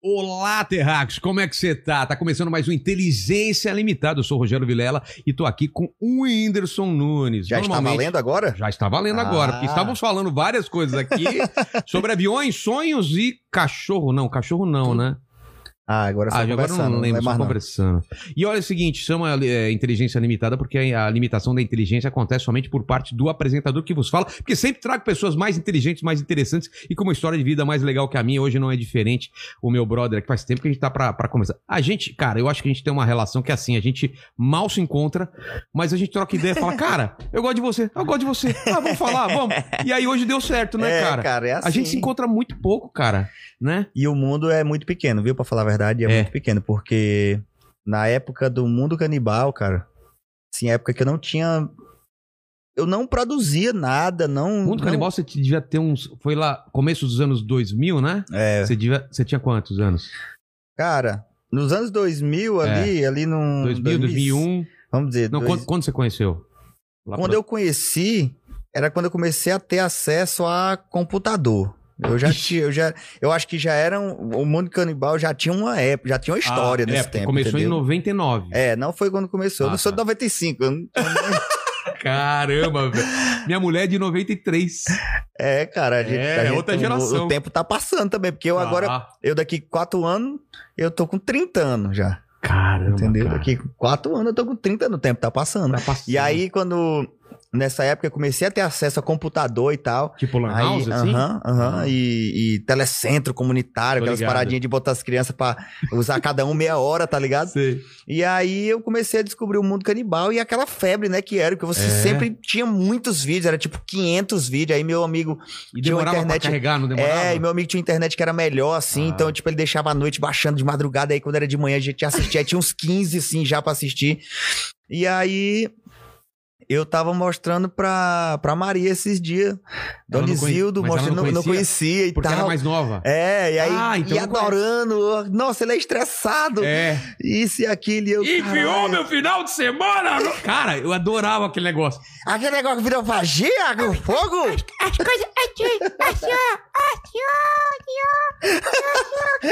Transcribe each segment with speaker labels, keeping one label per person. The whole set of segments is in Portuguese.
Speaker 1: Olá, Terráqueos, como é que você tá? Tá começando mais um Inteligência Limitada. Eu sou o Rogério Vilela e tô aqui com o Whindersson Nunes.
Speaker 2: Já está
Speaker 1: Normalmente-
Speaker 2: valendo agora?
Speaker 1: Já está valendo agora,
Speaker 2: Ah.
Speaker 1: porque estávamos falando várias coisas aqui sobre aviões, sonhos e cachorro. Não, cachorro não, né?
Speaker 2: Ah, agora
Speaker 1: Ah,
Speaker 2: só
Speaker 1: agora eu
Speaker 2: conversando,
Speaker 1: não lembro,
Speaker 2: vai
Speaker 1: só
Speaker 2: mais não.
Speaker 1: conversando. E olha o seguinte, chama é, inteligência limitada porque a a limitação da inteligência acontece somente por parte do apresentador que vos fala, porque sempre trago pessoas mais inteligentes, mais interessantes e com uma história de vida mais legal que a minha. Hoje não é diferente o meu brother, que faz tempo que a gente tá pra, pra conversar. A gente, cara, eu acho que a gente tem uma relação que é assim, a gente mal se encontra, mas a gente troca ideia e fala, cara, eu gosto de você, eu gosto de você. Ah, vamos falar, vamos. E aí hoje deu certo, né,
Speaker 2: é,
Speaker 1: cara?
Speaker 2: é
Speaker 1: A gente se
Speaker 2: assim.
Speaker 1: encontra muito pouco, cara, né?
Speaker 2: E o mundo é muito pequeno, viu? Pra falar a verdade, é,
Speaker 1: É.
Speaker 2: muito pequeno, porque na época do mundo canibal, cara, assim, época que eu não tinha. Eu não produzia nada, não.
Speaker 1: Mundo
Speaker 2: não-
Speaker 1: Canibal você te- devia ter uns. Foi lá, começo dos anos 2000, né?
Speaker 2: É,
Speaker 1: Você, devia, você tinha quantos anos?
Speaker 2: cara, nos anos 2000
Speaker 1: É.
Speaker 2: ali, ali no.
Speaker 1: 2000, 2001.
Speaker 2: Vamos dizer,
Speaker 1: Não,
Speaker 2: dois-
Speaker 1: quando, quando você conheceu? Lá
Speaker 2: quando
Speaker 1: pro-
Speaker 2: eu conheci, era quando eu comecei a ter acesso a computador. Eu já tinha, eu já, eu acho que já era um, o mundo canibal já tinha uma época, já tinha uma história
Speaker 1: Ah, é,
Speaker 2: nesse
Speaker 1: porque
Speaker 2: tempo,
Speaker 1: Começou
Speaker 2: entendeu?
Speaker 1: em 99.
Speaker 2: É, não foi quando começou. eu
Speaker 1: Ah,
Speaker 2: não sou
Speaker 1: tá.
Speaker 2: de 95. eu não-
Speaker 1: Caramba, velho. Minha mulher é de 93.
Speaker 2: É, cara, a gente,
Speaker 1: É,
Speaker 2: a gente-
Speaker 1: outra
Speaker 2: o-
Speaker 1: geração.
Speaker 2: O, tempo tá passando também, porque eu agora,
Speaker 1: Ah,
Speaker 2: eu daqui 4 anos, eu tô com 30 anos já.
Speaker 1: caramba.
Speaker 2: Entendeu?
Speaker 1: Cara.
Speaker 2: Daqui 4 anos eu tô com 30 anos, o tempo tá passando.
Speaker 1: Tá passando.
Speaker 2: E aí, quando. Nessa época eu comecei a ter acesso a computador e tal.
Speaker 1: Tipo Lan
Speaker 2: Aí,
Speaker 1: House, assim?
Speaker 2: aham, aham, e, e telecentro comunitário,
Speaker 1: Tô
Speaker 2: aquelas
Speaker 1: ligado.
Speaker 2: paradinhas de botar as crianças pra usar cada um meia hora, tá ligado?
Speaker 1: Sei.
Speaker 2: E aí eu comecei a descobrir o mundo canibal e aquela febre, né, que era, que você
Speaker 1: É.
Speaker 2: sempre tinha muitos vídeos, era tipo 500 vídeos, aí meu amigo...
Speaker 1: E
Speaker 2: Tinha uma
Speaker 1: demorava
Speaker 2: internet-
Speaker 1: pra carregar, não demorava?
Speaker 2: É, e meu amigo tinha internet que era melhor, assim,
Speaker 1: Ah.
Speaker 2: então, tipo, ele deixava à noite baixando de madrugada, aí quando era de manhã a gente assistia, tinha uns 15, assim, já pra assistir. E aí... Eu tava mostrando pra, pra Maria esses dias.
Speaker 1: Ela
Speaker 2: Dona
Speaker 1: não conhe-
Speaker 2: Isildo,
Speaker 1: mas ela
Speaker 2: mostrando,
Speaker 1: não
Speaker 2: não conhecia, e
Speaker 1: Porque ela
Speaker 2: tal.
Speaker 1: era mais nova.
Speaker 2: É, e aí,
Speaker 1: Ah, então
Speaker 2: e
Speaker 1: não conhece.
Speaker 2: adorando. Nossa, ele é estressado.
Speaker 1: É.
Speaker 2: Isso e aquilo. E eu,
Speaker 1: Enfiou
Speaker 2: caralho.
Speaker 1: meu final de semana! no- Cara, eu adorava aquele negócio.
Speaker 2: Aquele negócio que virou magia, com fogo?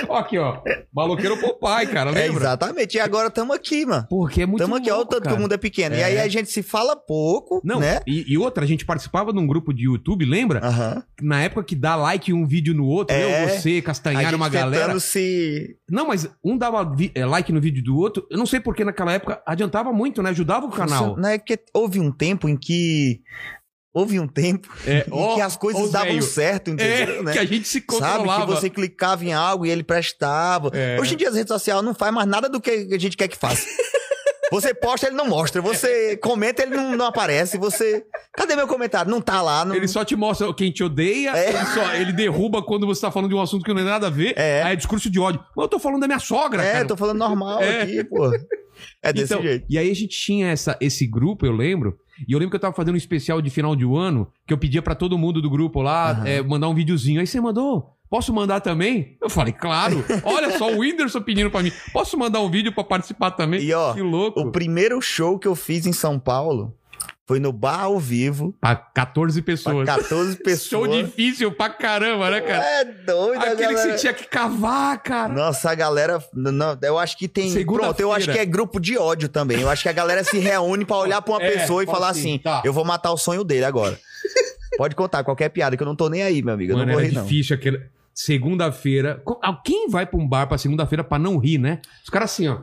Speaker 1: Ó, aqui, ó. Maloqueiro Popeye, cara,
Speaker 2: É,
Speaker 1: lembra?
Speaker 2: exatamente. E agora tamo aqui, mano.
Speaker 1: Porque é muito
Speaker 2: tamo aqui, olha o
Speaker 1: louco,
Speaker 2: tanto
Speaker 1: cara.
Speaker 2: que o mundo é pequeno. E
Speaker 1: É.
Speaker 2: aí a gente se fala pouco,
Speaker 1: Não,
Speaker 2: né?
Speaker 1: e, e outra, a gente participava de um grupo de YouTube, lembra?
Speaker 2: Aham.
Speaker 1: Na época que dá like um vídeo no outro,
Speaker 2: É.
Speaker 1: eu, você,
Speaker 2: A gente
Speaker 1: Castanhar, uma
Speaker 2: tentando
Speaker 1: galera.
Speaker 2: se...
Speaker 1: Não, mas um dava vi- é, like no vídeo do outro, eu não sei porque naquela época adiantava muito, né? Ajudava o canal.
Speaker 2: Não é porque houve um tempo em que... Houve um tempo
Speaker 1: É,
Speaker 2: em
Speaker 1: ó,
Speaker 2: que as
Speaker 1: ó,
Speaker 2: coisas davam
Speaker 1: velho.
Speaker 2: certo, entendeu?
Speaker 1: É,
Speaker 2: né?
Speaker 1: que a gente se
Speaker 2: Sabe? Que
Speaker 1: controlava.
Speaker 2: você clicava em algo e ele prestava.
Speaker 1: É.
Speaker 2: Hoje em dia as redes sociais não faz mais nada do que a gente quer que faça. Você posta, ele não mostra. Você comenta, ele não, não aparece. Você. Cadê meu comentário? Não tá lá. Não...
Speaker 1: Ele só te mostra quem te odeia,
Speaker 2: É.
Speaker 1: ele, só, ele derruba quando você tá falando de um assunto que não tem nada a ver.
Speaker 2: É.
Speaker 1: Aí é discurso de ódio. Mas eu tô falando da minha sogra,
Speaker 2: É,
Speaker 1: cara.
Speaker 2: tô falando normal
Speaker 1: É.
Speaker 2: aqui, pô. É desse
Speaker 1: Então,
Speaker 2: jeito.
Speaker 1: E aí a gente tinha essa, esse grupo, eu lembro. E eu lembro que eu tava fazendo um especial de final de ano, que eu pedia pra todo mundo do grupo lá
Speaker 2: Aham.
Speaker 1: eh, mandar um videozinho. Aí você mandou. Posso mandar também? Eu falei, claro. Olha só o Whindersson pedindo pra mim. Posso mandar um vídeo pra participar também?
Speaker 2: E ó,
Speaker 1: que louco.
Speaker 2: o primeiro show que eu fiz em São Paulo foi no bar ao vivo,
Speaker 1: Pra 14
Speaker 2: pra
Speaker 1: pessoas.
Speaker 2: 14 pessoas.
Speaker 1: Show difícil pra caramba, né, cara?
Speaker 2: É doido, a
Speaker 1: Aquele que
Speaker 2: galera.
Speaker 1: você tinha que cavar, cara.
Speaker 2: Nossa, a galera. n- Não, eu acho que tem.
Speaker 1: Segunda-feira.
Speaker 2: Pronto, eu acho que é grupo de ódio também. Eu acho que a galera se reúne pra olhar pra uma
Speaker 1: É,
Speaker 2: pessoa e
Speaker 1: fala
Speaker 2: falar
Speaker 1: assim,
Speaker 2: assim:
Speaker 1: tá.
Speaker 2: eu vou matar o sonho dele agora. Pode contar qualquer piada, que eu não tô nem aí, meu amigo. Eu
Speaker 1: Mano,
Speaker 2: não vou
Speaker 1: era
Speaker 2: rir, não.
Speaker 1: difícil aquele. Segunda-feira. Co- ah, Quem vai pra um bar pra segunda-feira pra não rir, né? Os caras assim, ó.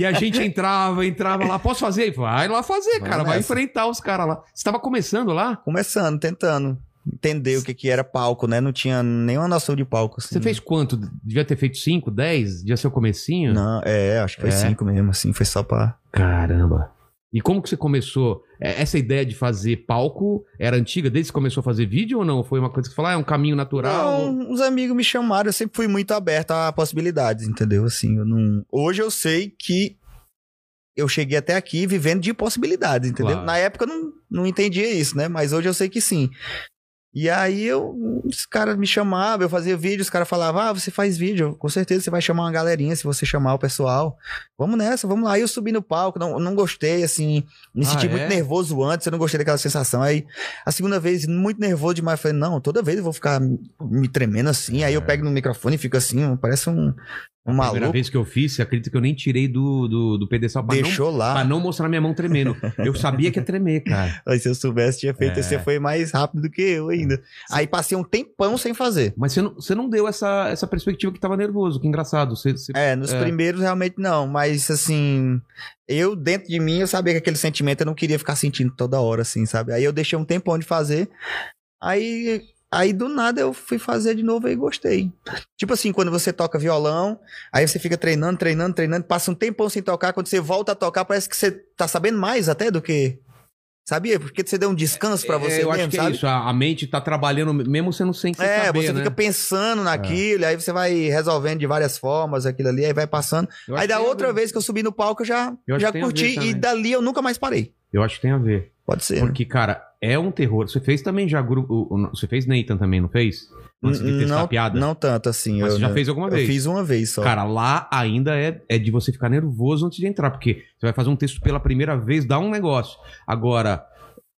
Speaker 1: e a gente entrava, entrava lá. Posso fazer? Vai lá fazer,
Speaker 2: Vamos
Speaker 1: cara. Vai
Speaker 2: nessa.
Speaker 1: enfrentar os caras lá. Você tava começando lá?
Speaker 2: Começando, tentando entender o que, que era palco, né? Não tinha nenhuma noção de palco. Assim.
Speaker 1: Você fez quanto? Devia ter feito 5, 10? Devia ser o comecinho?
Speaker 2: Não, é, acho que foi
Speaker 1: É.
Speaker 2: cinco mesmo, assim, foi só pra.
Speaker 1: Caramba. E como que você começou? É, Essa ideia de fazer palco era antiga desde que você começou a fazer vídeo ou não? Foi uma coisa que você falou, ah, é um caminho natural?
Speaker 2: Não, uns amigos me chamaram, eu sempre fui muito aberto a possibilidades, entendeu? Assim, eu não. Hoje eu sei que eu cheguei até aqui vivendo de possibilidades, entendeu?
Speaker 1: Claro.
Speaker 2: Na época eu não, não entendia isso, né? Mas hoje eu sei que sim. E aí eu, os caras me chamavam, eu fazia vídeo, os caras falavam, ah, você faz vídeo, com certeza você vai chamar uma galerinha se você chamar o pessoal. Vamos nessa, vamos lá. Aí eu subi no palco, não, não gostei, assim, me
Speaker 1: Ah,
Speaker 2: senti
Speaker 1: é?
Speaker 2: muito nervoso antes, eu não gostei daquela sensação. Aí a segunda vez, muito nervoso demais, eu falei, não, toda vez eu vou ficar me tremendo assim. Aí eu pego no microfone e fico assim, parece um, um
Speaker 1: A É. primeira
Speaker 2: maluco.
Speaker 1: vez que eu fiz, você acredita que eu nem tirei do, do, do pedestal pra não,
Speaker 2: Deixou lá.
Speaker 1: pra não mostrar minha mão tremendo. Eu sabia que ia tremer, cara.
Speaker 2: Mas se eu soubesse, tinha feito.
Speaker 1: É.
Speaker 2: Você foi mais rápido do que eu ainda. Aí passei um tempão sem fazer.
Speaker 1: Mas você não, você não deu essa, essa perspectiva que tava nervoso, que engraçado. Você, você-
Speaker 2: É, nos
Speaker 1: É.
Speaker 2: primeiros realmente não, mas assim, eu dentro de mim eu sabia que aquele sentimento eu não queria ficar sentindo toda hora, assim, sabe? Aí eu deixei um tempão de fazer, aí, aí do nada eu fui fazer de novo e gostei. Tipo assim, quando você toca violão, aí você fica treinando, treinando, treinando, passa um tempão sem tocar, quando você volta a tocar parece que você tá sabendo mais até do que... Sabia? Porque você deu um descanso pra você
Speaker 1: eu
Speaker 2: mesmo,
Speaker 1: acho que
Speaker 2: sabe?
Speaker 1: é isso. A, a mente tá trabalhando, mesmo você não sem sem
Speaker 2: É,
Speaker 1: saber,
Speaker 2: você
Speaker 1: né?
Speaker 2: fica pensando naquilo, aí você vai resolvendo de várias formas aquilo ali, aí vai passando.
Speaker 1: Eu acho
Speaker 2: Aí
Speaker 1: que
Speaker 2: da
Speaker 1: tem a
Speaker 2: outra
Speaker 1: ver.
Speaker 2: vez que eu subi no palco, eu já,
Speaker 1: Eu acho
Speaker 2: já
Speaker 1: que tem a ver
Speaker 2: curti e
Speaker 1: também.
Speaker 2: dali eu nunca mais parei.
Speaker 1: Eu acho que tem a ver.
Speaker 2: Pode ser. né?
Speaker 1: Porque, cara, é um terror. Você fez também já grupo. o- o- Você fez Nathan também, não fez? Antes de testar a
Speaker 2: não,
Speaker 1: piada?
Speaker 2: não tanto assim.
Speaker 1: Mas
Speaker 2: eu
Speaker 1: você já
Speaker 2: não-
Speaker 1: fez alguma
Speaker 2: eu
Speaker 1: vez?
Speaker 2: fiz uma vez só.
Speaker 1: Cara, lá ainda é, é de você ficar nervoso antes de entrar, porque você vai fazer um texto pela primeira vez, dá um negócio. Agora,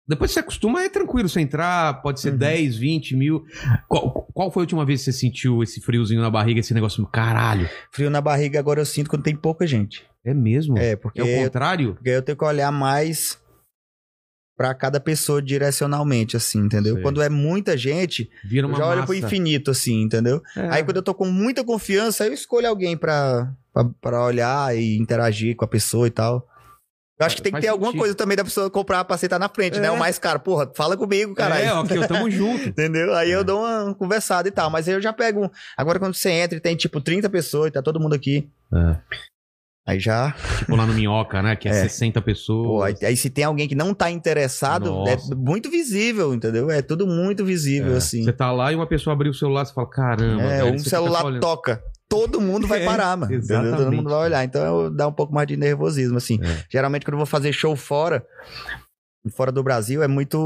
Speaker 1: depois que você acostuma, é tranquilo você entrar, pode ser
Speaker 2: Uhum.
Speaker 1: 10, 20 mil. Qual, qual foi a última vez que você sentiu esse friozinho na barriga, esse negócio? Caralho,
Speaker 2: Frio na barriga agora eu sinto quando tem pouca gente.
Speaker 1: é mesmo? É,
Speaker 2: É, porque,
Speaker 1: o
Speaker 2: eu,
Speaker 1: contrário?
Speaker 2: porque eu tenho que olhar mais pra cada pessoa direcionalmente, assim, entendeu?
Speaker 1: Sei.
Speaker 2: Quando é muita gente,
Speaker 1: Vira
Speaker 2: eu
Speaker 1: uma
Speaker 2: já olho
Speaker 1: massa.
Speaker 2: pro infinito, assim, entendeu?
Speaker 1: É.
Speaker 2: Aí quando eu tô com muita confiança, eu escolho alguém pra, pra, pra olhar e interagir com a pessoa e tal. Eu acho que tem que
Speaker 1: É, Faz
Speaker 2: ter alguma
Speaker 1: sentido.
Speaker 2: coisa também da pessoa comprar pra sentar na frente, né?
Speaker 1: É.
Speaker 2: O mais caro, porra, fala comigo, caralho.
Speaker 1: É, ó, que eu tamo junto.
Speaker 2: Entendeu? Aí
Speaker 1: É.
Speaker 2: eu dou uma conversada e tal. Mas aí eu já pego. um- Agora quando você entra e tem tipo 30 pessoas e tá todo mundo aqui.
Speaker 1: É.
Speaker 2: Aí já.
Speaker 1: Tipo lá no Minhoca, né? Que é,
Speaker 2: É.
Speaker 1: 60
Speaker 2: Pô, é
Speaker 1: pessoas.
Speaker 2: aí, aí se tem alguém que não tá interessado,
Speaker 1: Nossa.
Speaker 2: é muito visível, entendeu? É tudo muito visível,
Speaker 1: É.
Speaker 2: assim.
Speaker 1: Você tá lá e uma pessoa abriu o celular, você fala, caramba.
Speaker 2: É,
Speaker 1: velho,
Speaker 2: um
Speaker 1: você fica
Speaker 2: celular
Speaker 1: só olhando.
Speaker 2: toca. Todo mundo vai
Speaker 1: É,
Speaker 2: parar, mano. entendeu? Todo
Speaker 1: exatamente.
Speaker 2: mundo vai olhar. Então eu- dá um pouco mais de nervosismo, assim.
Speaker 1: É.
Speaker 2: Geralmente, quando eu vou fazer show fora, fora do Brasil, é muito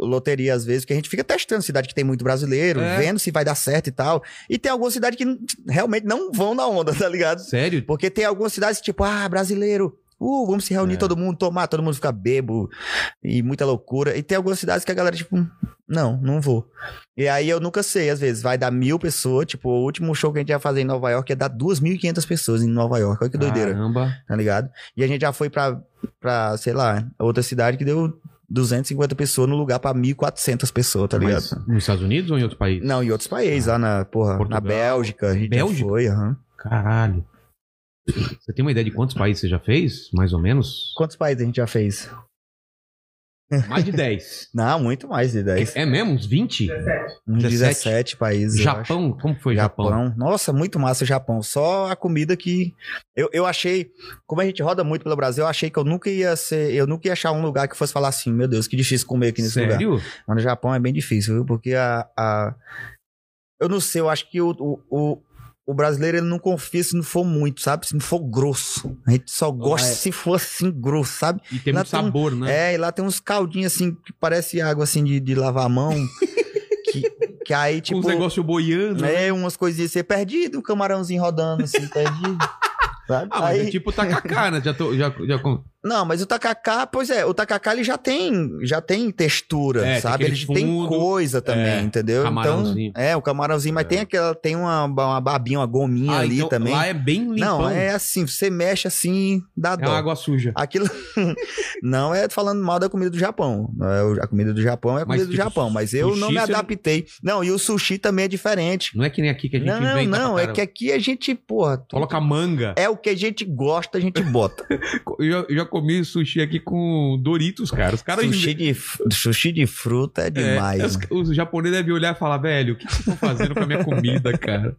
Speaker 2: loteria, às vezes, porque a gente fica testando cidade que tem muito brasileiro,
Speaker 1: É.
Speaker 2: vendo se vai dar certo e tal. E tem algumas cidades que n- realmente não vão na onda, tá ligado?
Speaker 1: Sério?
Speaker 2: Porque tem algumas cidades, tipo, ah, brasileiro. Uh, vamos se reunir
Speaker 1: É.
Speaker 2: todo mundo, tomar, todo mundo ficar bebo e muita loucura. E tem algumas cidades que a galera, tipo, "Hum, não, não vou. E aí eu nunca sei, às vezes, vai dar mil pessoas. Tipo, o último show que a gente ia fazer em Nova York ia dar 2.500 pessoas em Nova York. Olha que doideira,
Speaker 1: Caramba.
Speaker 2: tá ligado? E a gente já foi pra, pra sei lá, outra cidade que deu 250 pessoas no lugar pra 1.400 pessoas, tá ligado?
Speaker 1: Mas nos Estados Unidos ou em outro país?
Speaker 2: Não, em outros países, lá na, porra,
Speaker 1: Portugal.
Speaker 2: na Bélgica. A gente já
Speaker 1: Bélgica?
Speaker 2: foi, aham.
Speaker 1: Caralho. Você tem uma ideia de quantos países você já fez? Mais ou menos?
Speaker 2: Quantos países a gente já fez?
Speaker 1: Mais de 10.
Speaker 2: Não, muito mais né, de 10.
Speaker 1: É mesmo? Uns 20?
Speaker 2: Uns
Speaker 1: 17?
Speaker 2: 17, países. eu acho.
Speaker 1: Japão? Como foi Japão?
Speaker 2: Japão. Nossa, muito massa o Japão. Só a comida que. Eu, eu achei. Como a gente roda muito pelo Brasil, eu achei que eu nunca ia ser. Eu nunca ia achar um lugar que fosse falar assim, meu Deus, que difícil comer aqui nesse lugar.
Speaker 1: Sério?
Speaker 2: Mas no Japão é bem difícil, viu? Porque a. a- Eu não sei, eu acho que o. o, o- o brasileiro ele não confia se não for muito, sabe? Se não for grosso. A gente só gosta
Speaker 1: é.
Speaker 2: se for assim grosso, sabe?
Speaker 1: E tem
Speaker 2: Lá
Speaker 1: muito
Speaker 2: tem um-
Speaker 1: sabor, né?
Speaker 2: É, e lá tem uns caldinhos assim que parece água assim de, de lavar a mão. que, que aí,
Speaker 1: Com
Speaker 2: tipo.
Speaker 1: uns negócios boiando. né?
Speaker 2: É, umas coisinhas assim, perdido, um camarãozinho rodando assim, perdido. Sabe?
Speaker 1: Ah, mas
Speaker 2: Aí-
Speaker 1: é tipo tacacá, né? Já tô, já, já... com-
Speaker 2: Não, mas o tacacá, pois é, o tacacá ele já tem, já tem textura,
Speaker 1: É, tem
Speaker 2: sabe?
Speaker 1: aquele
Speaker 2: ele tem
Speaker 1: fundo,
Speaker 2: coisa também,
Speaker 1: é,
Speaker 2: entendeu?
Speaker 1: camarãozinho.
Speaker 2: Então, é, o camarãozinho, mas
Speaker 1: É.
Speaker 2: tem aquela, tem uma, uma babinha, uma gominha
Speaker 1: Ah,
Speaker 2: ali
Speaker 1: então
Speaker 2: também.
Speaker 1: Lá é bem limpão.
Speaker 2: Não,
Speaker 1: é...
Speaker 2: é assim, você mexe assim, dá dó.
Speaker 1: uma água suja.
Speaker 2: Aquilo não é falando mal da comida do Japão. Não é o- A comida do Japão é a
Speaker 1: Mas,
Speaker 2: comida do
Speaker 1: tipo,
Speaker 2: Japão, mas eu
Speaker 1: sushi
Speaker 2: não me
Speaker 1: você não-
Speaker 2: adaptei. Não, e o sushi também é diferente.
Speaker 1: Não é que nem aqui que a gente
Speaker 2: Não, não,
Speaker 1: inventa
Speaker 2: não.
Speaker 1: pra
Speaker 2: É
Speaker 1: caramba.
Speaker 2: que aqui a gente, porra, tu-
Speaker 1: Coloca manga.
Speaker 2: é o que a gente gosta, a gente bota.
Speaker 1: Eu já, eu já comi sushi aqui com Doritos, cara. Os caras
Speaker 2: sushi, de, f- sushi de fruta é demais.
Speaker 1: É, os,
Speaker 2: mano.
Speaker 1: os japoneses devem olhar e falar, velho, o que vocês estão fazendo com a minha comida, cara?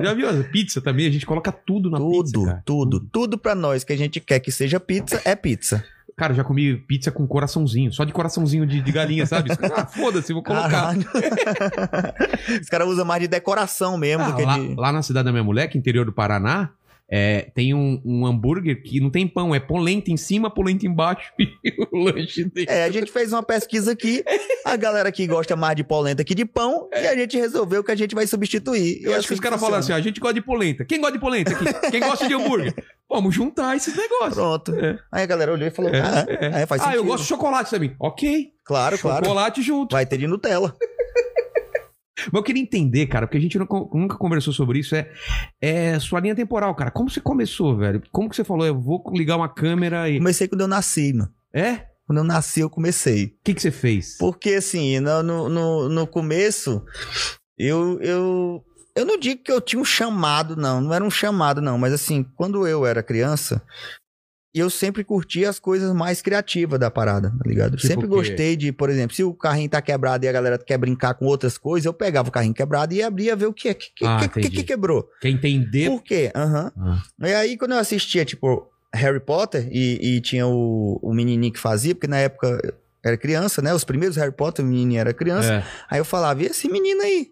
Speaker 1: Já viu a pizza também? A gente coloca tudo na pizza,
Speaker 2: Tudo,
Speaker 1: cara.
Speaker 2: tudo, tudo pra nós que a gente quer que seja pizza, é pizza.
Speaker 1: Cara, eu já comi pizza com coraçãozinho, só de coraçãozinho de, de galinha, sabe? Ah, foda-se, vou colocar.
Speaker 2: Caralho. Os caras usam mais de decoração mesmo
Speaker 1: Ah,
Speaker 2: do que
Speaker 1: lá,
Speaker 2: de.
Speaker 1: lá na cidade da minha mulher, que é interior do Paraná, É, tem um, um hambúrguer que não tem pão, é polenta em cima, polenta embaixo e o lanche dele.
Speaker 2: É, a gente fez uma pesquisa aqui, a galera que gosta mais de polenta que de pão, e a gente resolveu que a gente vai substituir.
Speaker 1: Eu acho que os caras falam assim: ó, a gente gosta de polenta. Quem gosta de polenta aqui? Quem gosta de hambúrguer? Vamos juntar esses negócios.
Speaker 2: Pronto.
Speaker 1: É.
Speaker 2: Aí a galera olhou e falou: ah,
Speaker 1: É, é.
Speaker 2: é, faz
Speaker 1: ah, eu
Speaker 2: sentido.
Speaker 1: gosto de chocolate também. Ok.
Speaker 2: Claro, claro.
Speaker 1: Chocolate junto.
Speaker 2: Vai ter de Nutella.
Speaker 1: Mas eu queria entender, cara, porque a gente nunca, nunca conversou sobre isso, é, é sua linha temporal, cara. Como você começou, velho? Como que você falou, eu vou ligar uma câmera e...
Speaker 2: Comecei quando eu nasci, mano.
Speaker 1: É?
Speaker 2: Quando eu nasci, eu comecei.
Speaker 1: O que, que você fez?
Speaker 2: Porque assim, no, no, no, no começo, eu, eu, eu não digo que eu tinha um chamado, não. Não era um chamado, não. Mas assim, quando eu era criança, eu sempre curtia as coisas mais criativas da parada, tá ligado?
Speaker 1: Tipo
Speaker 2: sempre
Speaker 1: o quê?
Speaker 2: gostei de, por exemplo, se o carrinho tá quebrado e a galera quer brincar com outras coisas, eu pegava o carrinho quebrado e abria ver o que é. que, que,
Speaker 1: Ah,
Speaker 2: que- que-
Speaker 1: entendi.
Speaker 2: que quebrou?
Speaker 1: Quer entender?
Speaker 2: Por quê? Aham.
Speaker 1: Ah.
Speaker 2: E aí, quando eu assistia, tipo, Harry Potter e, e tinha o, o menininho que fazia, porque na época eu era criança, né? Os primeiros Harry Potter, o menininho era criança.
Speaker 1: É.
Speaker 2: Aí eu falava, e esse menino aí?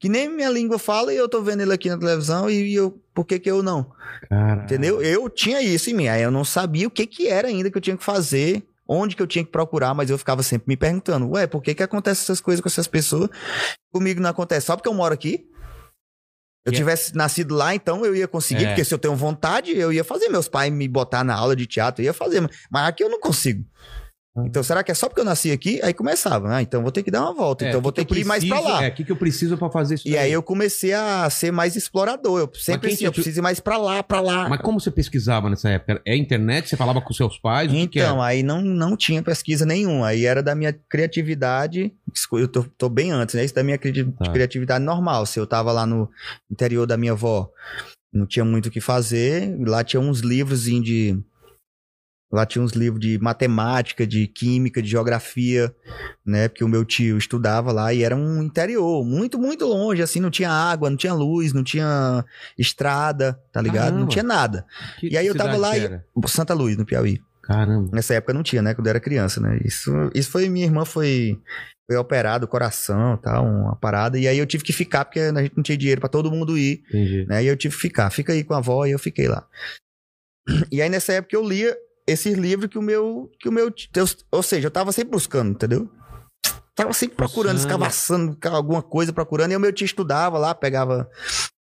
Speaker 2: Que nem minha língua fala e eu tô vendo ele aqui na televisão e eu, por que que eu não?
Speaker 1: Cara...
Speaker 2: Entendeu? Eu tinha isso em mim. Aí eu não sabia o que que era ainda que eu tinha que fazer, onde que eu tinha que procurar, mas eu ficava sempre me perguntando, ué, por que que acontece essas coisas com essas pessoas? Comigo não acontece, só porque eu moro aqui? Eu
Speaker 1: Que-
Speaker 2: tivesse nascido lá, então eu ia conseguir,
Speaker 1: É.
Speaker 2: porque se eu tenho vontade, eu ia fazer. Meus pais me botar na aula de teatro, eu ia fazer, mas- mas aqui eu não consigo.
Speaker 1: Ah.
Speaker 2: Então, será que é só porque eu nasci aqui? Aí começava, ah, então vou ter que dar uma volta,
Speaker 1: É,
Speaker 2: então
Speaker 1: o
Speaker 2: vou
Speaker 1: que
Speaker 2: ter
Speaker 1: que
Speaker 2: que
Speaker 1: eu
Speaker 2: ir mais pra
Speaker 1: preciso-
Speaker 2: lá.
Speaker 1: É, o que, que eu preciso pra fazer isso
Speaker 2: E aí
Speaker 1: daí?
Speaker 2: eu comecei a ser mais explorador. Eu sempre
Speaker 1: quem
Speaker 2: assim,
Speaker 1: te-
Speaker 2: eu preciso ir mais pra lá, pra lá.
Speaker 1: Mas como você pesquisava nessa época? É internet? Você falava com seus pais? O que é? que
Speaker 2: Então, aí não, não tinha pesquisa nenhuma. Aí era da minha criatividade. esco- Eu tô, tô bem antes, né? Isso da minha cri-
Speaker 1: Tá.
Speaker 2: criatividade normal. Se eu tava lá no interior da minha avó, não tinha muito o que fazer. Lá tinha uns livros de. Lá tinha uns livros de matemática, de química, de geografia, né? Porque o meu tio estudava lá e era um interior, muito, muito longe, assim, não tinha água, não tinha luz, não tinha estrada, tá ligado?
Speaker 1: Caramba.
Speaker 2: Não tinha nada.
Speaker 1: era? Que
Speaker 2: e aí eu tava
Speaker 1: cidade
Speaker 2: lá
Speaker 1: que
Speaker 2: e-
Speaker 1: era?
Speaker 2: Santa Luz, no Piauí.
Speaker 1: Caramba.
Speaker 2: Nessa época não tinha, né? Quando eu era criança, né? Isso, isso foi. Minha irmã foi, foi operada, o coração tal, uma parada. E aí eu tive que ficar, porque a gente não tinha dinheiro pra todo mundo ir,
Speaker 1: Entendi.
Speaker 2: né? E eu tive que ficar. Fica aí com a avó e eu fiquei lá. E aí nessa época eu lia esses livros que o meu. Que o meu t- eu- ou seja, eu tava sempre buscando, entendeu? Tava sempre procurando,
Speaker 1: Buscando.
Speaker 2: escavaçando ca- alguma coisa, procurando. E o meu tio estudava lá, pegava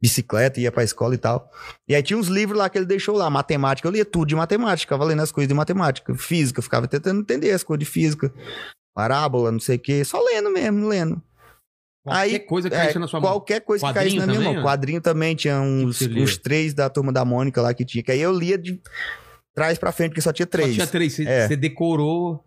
Speaker 2: bicicleta, ia pra escola e tal. E aí tinha uns livros lá que ele deixou lá, matemática. Eu lia tudo de matemática, ficava lendo as coisas de matemática, física, eu ficava tentando entender as coisas de física, parábola, não sei o quê, só lendo mesmo, lendo.
Speaker 1: Qualquer
Speaker 2: aí,
Speaker 1: coisa que
Speaker 2: é,
Speaker 1: caísse na sua mão.
Speaker 2: Qualquer coisa que caísse
Speaker 1: Quadrinho
Speaker 2: na minha
Speaker 1: também,
Speaker 2: mão.
Speaker 1: ó.
Speaker 2: Quadrinho também, tinha uns,
Speaker 1: você lia?
Speaker 2: uns três da turma da Mônica lá que tinha. Que aí eu lia de trás pra frente, porque só tinha três.
Speaker 1: Só tinha três. Você,
Speaker 2: É.
Speaker 1: você decorou.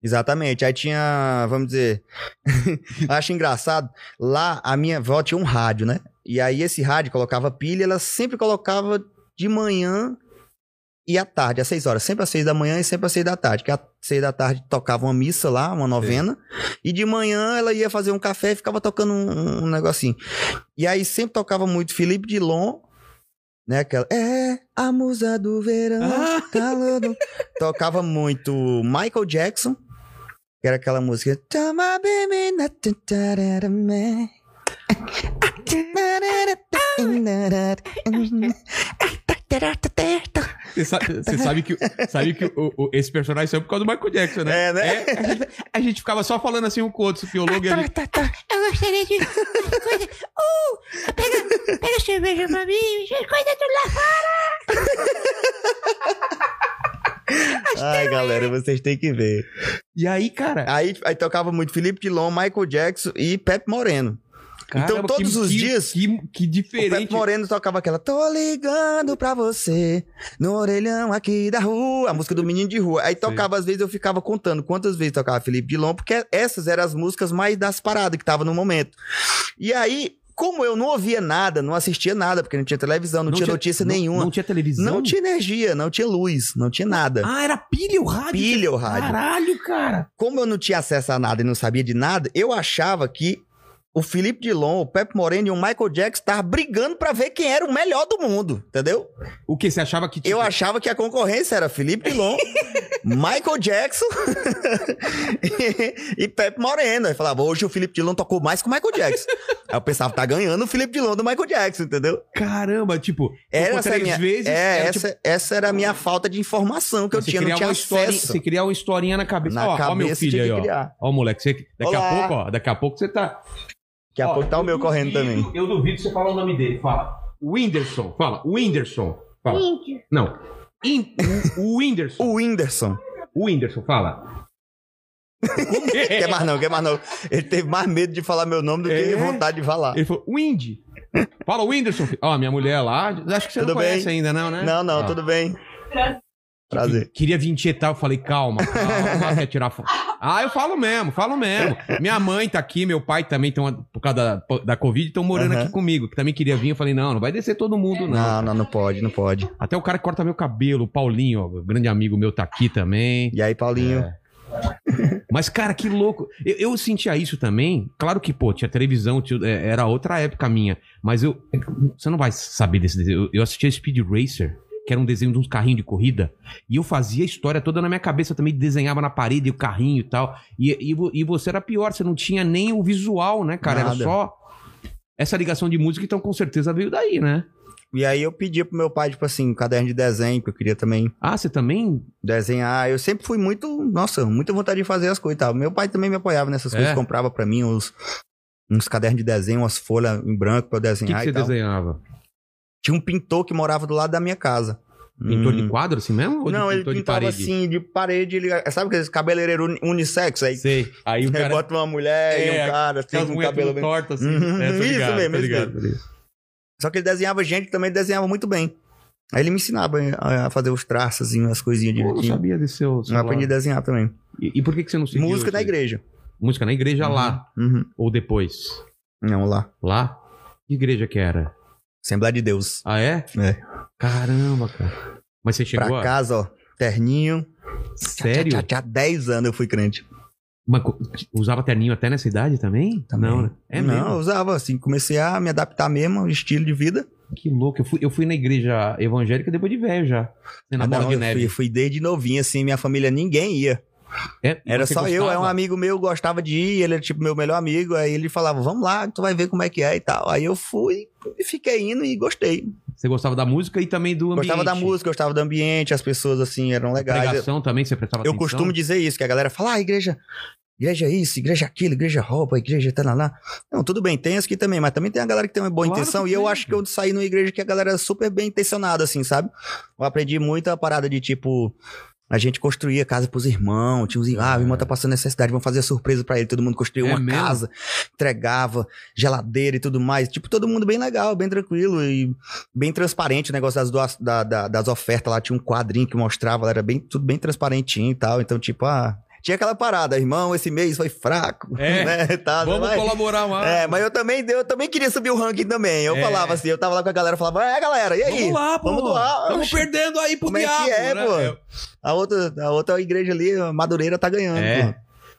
Speaker 2: Exatamente. Aí tinha, vamos dizer, acho engraçado, lá a minha avó tinha um rádio, né? E aí esse rádio colocava pilha, ela sempre colocava de manhã e à tarde, às seis horas, sempre às seis da manhã e sempre às seis da tarde, que às seis da tarde tocava uma missa lá, uma novena, e de manhã ela ia fazer um café e ficava tocando um, um negocinho. E aí sempre tocava muito Felipe Dilon, né, aquela, é, a musa do verão,
Speaker 1: Ah!
Speaker 2: calor do-" Tocava muito Michael Jackson, que era aquela música. Toma, baby, na tu, tarara, me.
Speaker 3: Tá,
Speaker 1: Você sabe, você sabe que, sabe que o- o- esse personagem saiu por causa do Michael Jackson, né?
Speaker 2: É, né?
Speaker 1: a, gente, a gente ficava só falando assim um com o outro, o biólogo e a
Speaker 3: Tá,
Speaker 1: gente...
Speaker 3: Eu gostaria de. Coisa... Uh! Pega, pega a cerveja pra mim, coisa do lado.
Speaker 2: Ai, galera, vocês têm que ver.
Speaker 1: E aí, cara...
Speaker 2: Aí, aí tocava muito Felipe Dilon, Michael Jackson e Pepe Moreno.
Speaker 1: caramba,
Speaker 2: Então, todos os
Speaker 1: que,
Speaker 2: dias-
Speaker 1: Que, que
Speaker 2: O
Speaker 1: diferente.
Speaker 2: Pepe Moreno tocava aquela Tô ligando pra você no orelhão aqui da rua, a música do menino de rua. Aí tocava, às vezes eu ficava contando quantas vezes tocava Felipe Dilon, porque essas eram as músicas mais das paradas que tava no momento. E aí, como eu não ouvia nada, não assistia nada, porque não tinha televisão, não, tinha, notícia
Speaker 1: não-
Speaker 2: nenhuma,
Speaker 1: Não tinha televisão?
Speaker 2: não tinha energia, não tinha luz, não tinha nada.
Speaker 1: Ah, era pilha o rádio?
Speaker 2: Pilha o rádio.
Speaker 1: Caralho, cara.
Speaker 2: Como eu não tinha acesso a nada e não sabia de nada, eu achava que o Felipe Dilon, o Pepe Moreno e o Michael Jackson estavam brigando pra ver quem era o melhor do mundo, entendeu?
Speaker 1: O que, você achava que... tipo,
Speaker 2: Eu achava que a concorrência era Felipe Dilon, Michael Jackson e, e Pepe Moreno. Eu falava, hoje o Felipe Dilon tocou mais que o Michael Jackson. Aí eu pensava, tá ganhando o Felipe Dilon do Michael Jackson, entendeu?
Speaker 1: Caramba, tipo,
Speaker 2: Era
Speaker 1: tocou
Speaker 2: essa
Speaker 1: três
Speaker 2: minha-
Speaker 1: vezes.
Speaker 2: É,
Speaker 1: era, tipo,
Speaker 2: essa, essa era a minha falta de informação que eu
Speaker 1: você
Speaker 2: tinha, não
Speaker 1: criar
Speaker 2: tinha
Speaker 1: uma historinha-
Speaker 2: acesso.
Speaker 1: Você criar uma historinha na cabeça.
Speaker 2: Na
Speaker 1: ó, ó,
Speaker 2: cabeça
Speaker 1: meu filho
Speaker 2: tinha
Speaker 1: aí,
Speaker 2: que
Speaker 1: ó.
Speaker 2: criar.
Speaker 1: Ó, moleque, você- daqui
Speaker 2: Olá.
Speaker 1: a pouco, ó, daqui a pouco você tá.
Speaker 2: Daqui a
Speaker 1: Ó,
Speaker 2: pouco tá o
Speaker 1: eu
Speaker 2: meu correndo
Speaker 1: duvido-
Speaker 2: também.
Speaker 1: Eu duvido você falar o nome dele. Fala. Whindersson. Fala. Whindersson. Fala.
Speaker 3: Índio.
Speaker 1: Não. In- o o Whindersson.
Speaker 2: O Whindersson.
Speaker 1: O Whindersson, fala.
Speaker 2: Quer mais não, quer mais não. Ele teve mais medo de falar meu nome do que
Speaker 1: É?
Speaker 2: vontade de falar.
Speaker 1: Ele falou, Windy. Fala o Whindersson. filho. Ó, minha mulher lá. Acho que você
Speaker 2: Tudo
Speaker 1: não conhece
Speaker 2: bem?
Speaker 1: ainda, não, né?
Speaker 2: Não, não,
Speaker 1: Ah.
Speaker 2: tudo bem. Prazer.
Speaker 1: Queria vir tietar, eu falei, calma, calma, quer tirar foto. Ah, eu falo mesmo, falo mesmo. Minha mãe tá aqui, meu pai também, tão, por causa da, da Covid, estão morando
Speaker 2: Aham.
Speaker 1: aqui comigo, que também queria vir. Eu falei, não, não vai descer todo mundo, não.
Speaker 2: Não, não, não pode, não pode.
Speaker 1: Até o cara que corta meu cabelo, o Paulinho, ó, grande amigo meu, tá aqui também.
Speaker 2: E aí, Paulinho?
Speaker 1: É. Mas, cara, que louco. Eu, eu sentia isso também. Claro que, pô, tinha televisão, tinha- é, era outra época minha. Mas eu. Você não vai saber desse desenho. Eu, eu assistia Speed Racer, que era um desenho de uns carrinhos de corrida. E eu fazia a história toda na minha cabeça também. Desenhava na parede o carrinho e tal. E, e, vo- e você era pior, você não tinha nem o visual, né, cara?
Speaker 2: Nada.
Speaker 1: Era só. Essa ligação de música, então com certeza veio daí, né?
Speaker 2: E aí eu pedi pro meu pai, tipo assim, um caderno de desenho, que eu queria também
Speaker 1: Ah, você também.
Speaker 2: desenhar. Eu sempre fui muito, nossa, muita vontade de fazer as coisas e tal. Meu pai também me apoiava nessas
Speaker 1: É?
Speaker 2: coisas, comprava pra mim uns, uns cadernos de desenho, umas folhas em branco pra eu
Speaker 1: O que,
Speaker 2: desenhar
Speaker 1: que você
Speaker 2: ah, e tal.
Speaker 1: desenhava?
Speaker 2: Tinha um pintor que morava do lado da minha casa.
Speaker 1: Pintor
Speaker 2: Hum.
Speaker 1: de quadro, assim mesmo? Ou de
Speaker 2: Não, ele
Speaker 1: pintor de
Speaker 2: pintava
Speaker 1: parede?
Speaker 2: assim, de parede. Ele, sabe aqueles cabeleireiros uni- unissex? Aí É,
Speaker 1: Sei. Aí o cara.
Speaker 2: bota uma
Speaker 1: É,
Speaker 2: mulher e um cara, tem
Speaker 1: Aquelas
Speaker 2: um
Speaker 1: mulheres
Speaker 2: cabelo
Speaker 1: tudo
Speaker 2: bem...
Speaker 1: torta, assim.
Speaker 2: Uhum,
Speaker 1: É, tô
Speaker 2: isso
Speaker 1: ligado,
Speaker 2: mesmo,
Speaker 1: tô
Speaker 2: isso
Speaker 1: ligado, tô ligado.
Speaker 2: Só que ele desenhava gente também, desenhava muito bem. Aí ele me ensinava a a fazer os traços, assim, as coisinhas
Speaker 1: Pô, eu não
Speaker 2: direitinho.
Speaker 1: sabia desse seu... seu
Speaker 2: Eu aprendi a
Speaker 1: lado.
Speaker 2: desenhar também.
Speaker 1: E, e por que, que você não seguiu?
Speaker 2: Música
Speaker 1: esse-
Speaker 2: na igreja.
Speaker 1: Música na igreja lá
Speaker 2: Uhum.
Speaker 1: ou depois?
Speaker 2: Não, lá.
Speaker 1: Lá? Que igreja que era?
Speaker 2: Assembleia de Deus.
Speaker 1: Ah, é?
Speaker 2: É.
Speaker 1: Caramba, cara. Mas você chegou
Speaker 2: pra
Speaker 1: a...
Speaker 2: casa, ó, terninho.
Speaker 1: Sério?
Speaker 2: Tchá, tchá, tchá, 10 anos eu fui crente.
Speaker 1: Mas co- usava terninho até nessa idade também?
Speaker 2: Também.
Speaker 1: Não, né? É
Speaker 2: Não, eu
Speaker 1: mesmo?
Speaker 2: usava assim, comecei a me adaptar mesmo ao estilo de vida.
Speaker 1: Que louco. Eu fui, eu fui na igreja evangélica depois de velho já. Na
Speaker 2: Ah,
Speaker 1: Bola
Speaker 2: não,
Speaker 1: de
Speaker 2: eu
Speaker 1: Neve.
Speaker 2: Fui, fui desde novinho, assim, minha família, ninguém ia.
Speaker 1: É,
Speaker 2: Era
Speaker 1: você
Speaker 2: só eu,
Speaker 1: gostava?
Speaker 2: aí um amigo meu gostava de ir, ele era tipo meu melhor amigo, aí ele falava, vamos lá, tu vai ver como é que é e tal. Aí eu fui e fiquei indo e gostei.
Speaker 1: Você gostava da música e também do ambiente.
Speaker 2: Gostava da música, gostava do ambiente, as pessoas assim eram legais. Eu,
Speaker 1: Pregação também, você prestava
Speaker 2: eu
Speaker 1: atenção?
Speaker 2: costumo dizer isso, que a galera fala, ah, igreja, igreja é isso, igreja aquilo, igreja é roupa, igreja tanalá. Não, tudo bem, tem as que também, mas também tem a galera que tem uma boa
Speaker 1: Claro
Speaker 2: intenção.
Speaker 1: que
Speaker 2: E eu
Speaker 1: tem,
Speaker 2: acho que eu saí numa igreja que a galera é super bem intencionada, assim, sabe? Eu aprendi muito a parada de tipo. A gente construía casa pros irmãos, tinha uns, ir- ah, o irmão tá passando necessidade, vamos fazer a surpresa pra ele. Todo mundo construía
Speaker 1: É
Speaker 2: uma
Speaker 1: mesmo?
Speaker 2: casa, entregava, geladeira e tudo mais. Tipo, todo mundo bem legal, bem tranquilo e bem transparente o negócio das, doa- da- da- das ofertas lá. Tinha um quadrinho que mostrava, era bem, tudo bem transparentinho e tal. Então, tipo, ah, tinha aquela parada, irmão, esse mês foi fraco,
Speaker 1: É.
Speaker 2: né? Tá,
Speaker 1: Vamos
Speaker 2: mas-
Speaker 1: colaborar mais.
Speaker 2: É, mas eu também, eu também queria subir o ranking também. Eu
Speaker 1: É.
Speaker 2: falava assim, eu tava lá com a galera, falava, é galera, e aí?
Speaker 1: Vamos lá, pô.
Speaker 2: Vamos doar.
Speaker 1: Estamos
Speaker 2: Oxi.
Speaker 1: perdendo aí pro
Speaker 2: Como é que
Speaker 1: diabo.
Speaker 2: é,
Speaker 1: né?
Speaker 2: pô? A outra, a outra igreja ali, a Madureira, tá ganhando.
Speaker 1: É.
Speaker 2: pô.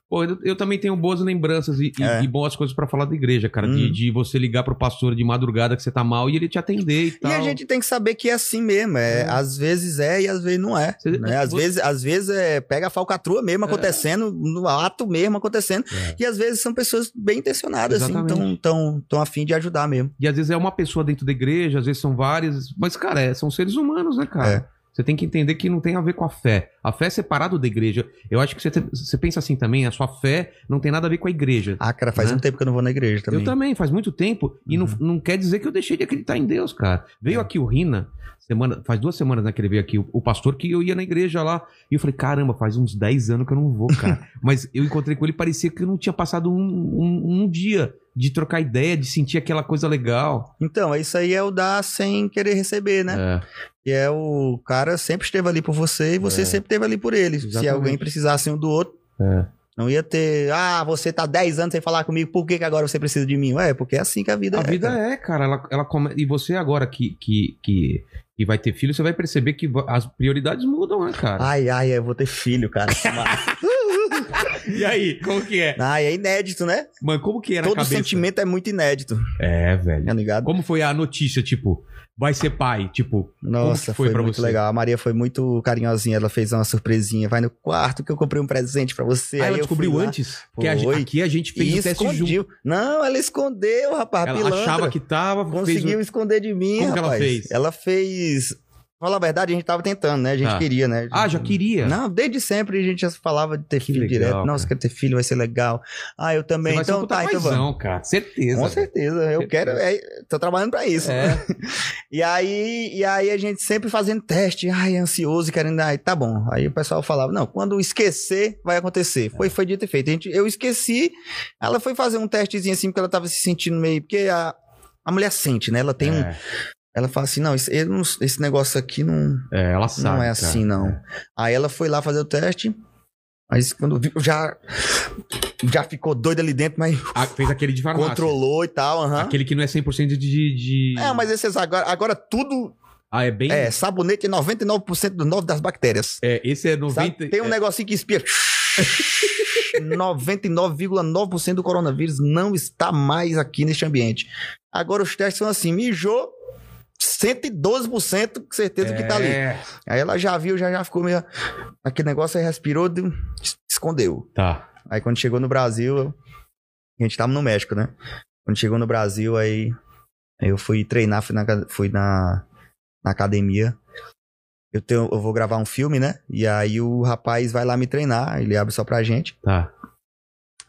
Speaker 1: Pô, eu, eu também tenho boas lembranças e, e-
Speaker 2: É.
Speaker 1: e boas coisas pra falar da igreja, cara. De,
Speaker 2: Hum.
Speaker 1: de você ligar pro pastor de madrugada que você tá mal e ele te atender e tal.
Speaker 2: E a gente tem que saber que é assim mesmo. É, Às vezes é e às vezes não é.
Speaker 1: Cê-
Speaker 2: né? Às,
Speaker 1: você-
Speaker 2: vezes, às vezes é, pega a falcatrua mesmo acontecendo, no ato mesmo acontecendo.
Speaker 1: É.
Speaker 2: E às vezes são pessoas bem intencionadas, assim,
Speaker 1: Exatamente.
Speaker 2: tão, tão, tão afim de ajudar mesmo.
Speaker 1: E às vezes é uma pessoa dentro da igreja, às vezes são várias. Mas, cara, é- são seres humanos, né, cara?
Speaker 2: É.
Speaker 1: Você tem que entender que não tem a ver com a fé. A fé é separado da igreja. Eu acho que você, te- você pensa assim também, a sua fé não tem nada a ver com a igreja.
Speaker 2: Ah, cara, faz
Speaker 1: Né?
Speaker 2: um tempo que eu não vou na igreja também.
Speaker 1: Eu também, faz muito tempo. E não,
Speaker 2: Uhum.
Speaker 1: não quer dizer que eu deixei de acreditar em Deus, cara. Veio aqui o Rina, semana, faz duas semanas né, que ele veio aqui, o, o pastor, que eu ia na igreja lá. E eu falei, caramba, faz uns 10 anos que eu não vou, cara. Mas eu encontrei com ele, parecia que eu não tinha passado um, um- um dia de trocar ideia, de sentir aquela coisa legal.
Speaker 2: Então, isso aí é o dar sem querer receber, né?
Speaker 1: É.
Speaker 2: Que é o cara sempre esteve ali por você e você
Speaker 1: É.
Speaker 2: sempre esteve ali por ele. Se
Speaker 1: Exatamente.
Speaker 2: alguém precisasse um do outro.
Speaker 1: É.
Speaker 2: Não ia ter, ah, você tá 10 anos sem falar comigo, por que, que agora você precisa de mim? Ué, porque é assim que a vida
Speaker 1: A
Speaker 2: é.
Speaker 1: vida
Speaker 2: cara.
Speaker 1: é, cara. Ela, ela come... E você agora que, que, que, que vai ter filho, você vai perceber que va- as prioridades mudam, né, cara?
Speaker 2: Ai, ai, eu vou ter filho, cara. Mas-
Speaker 1: E aí, como que é?
Speaker 2: Ah, é inédito, né?
Speaker 1: Mano, como que era a
Speaker 2: Todo
Speaker 1: cabeça?
Speaker 2: sentimento é muito inédito,
Speaker 1: É, velho.
Speaker 2: tá ligado?
Speaker 1: Como foi a notícia, tipo, vai ser pai? Tipo,
Speaker 2: Nossa,
Speaker 1: que foi
Speaker 2: foi,
Speaker 1: pra
Speaker 2: muito
Speaker 1: você?
Speaker 2: legal. A Maria foi muito carinhosinha, ela fez uma surpresinha. Vai no quarto que eu comprei um presente pra você.
Speaker 1: ah,
Speaker 2: Aí
Speaker 1: ela
Speaker 2: eu
Speaker 1: descobriu
Speaker 2: fui lá
Speaker 1: antes? Que a,
Speaker 2: Foi.
Speaker 1: gente- aqui a gente fez
Speaker 2: E
Speaker 1: o teste junto.
Speaker 2: escondiu. Não, ela escondeu, rapaz.
Speaker 1: Ela
Speaker 2: pilantra.
Speaker 1: achava que tava, fez
Speaker 2: Conseguiu
Speaker 1: o-
Speaker 2: esconder de mim,
Speaker 1: Como que ela
Speaker 2: rapaz.
Speaker 1: fez?
Speaker 2: Ela fez... Fala a verdade, a gente tava tentando, né? A gente
Speaker 1: Tá.
Speaker 2: queria, né?
Speaker 1: Ah, já queria?
Speaker 2: Não, desde sempre a gente já falava de ter
Speaker 1: Que
Speaker 2: filho
Speaker 1: legal,
Speaker 2: direto.
Speaker 1: cara.
Speaker 2: Nossa, quero ter filho, vai ser legal. Ah, eu
Speaker 1: Você
Speaker 2: também.
Speaker 1: vai ser um
Speaker 2: Então
Speaker 1: puta
Speaker 2: tá, então vamos.
Speaker 1: paizão, cara. Certeza.
Speaker 2: Com
Speaker 1: velho.
Speaker 2: certeza, eu
Speaker 1: Certeza.
Speaker 2: quero. É, tô trabalhando pra isso.
Speaker 1: É.
Speaker 2: E aí, e aí a gente sempre fazendo teste, ai, ansioso, e querendo, ai, tá bom. Aí o pessoal falava, não, quando esquecer, vai acontecer.
Speaker 1: É.
Speaker 2: Foi, foi dito e feito. A gente, eu esqueci, ela foi fazer um testezinho assim, porque ela tava se sentindo meio, porque a, a mulher sente, né? Ela tem um,
Speaker 1: É.
Speaker 2: ela fala assim, não, esse, eu não- esse negócio aqui não,
Speaker 1: É, ela sabe.
Speaker 2: não é
Speaker 1: cara.
Speaker 2: assim, não. Aí ela foi lá fazer o teste, mas quando viu, já, já ficou doida ali dentro, mas
Speaker 1: Ah, fez aquele de farmácia.
Speaker 2: controlou e tal, aham.
Speaker 1: Aquele que não é 100% de, de...
Speaker 2: É, mas esses agora, agora tudo
Speaker 1: Ah, é bem...
Speaker 2: é sabonete é 99% do novo das bactérias.
Speaker 1: É, esse é
Speaker 2: Sabe?
Speaker 1: 90...
Speaker 2: Tem um negocinho que espia. 99,9% do coronavírus não está mais aqui neste ambiente. Agora os testes são assim, mijou 112% com certeza que tá ali.
Speaker 1: É,
Speaker 2: Aí ela já viu, já, já ficou meio aquele negócio aí respirou, deu- escondeu.
Speaker 1: Tá.
Speaker 2: Aí quando chegou no Brasil, eu- a gente tava no México, né? Quando chegou no Brasil, aí, aí eu fui treinar, fui na, ca- fui na, na academia. Eu, tenho, eu vou gravar um filme, né? E aí o rapaz vai lá me treinar, ele abre só pra gente.
Speaker 1: Tá.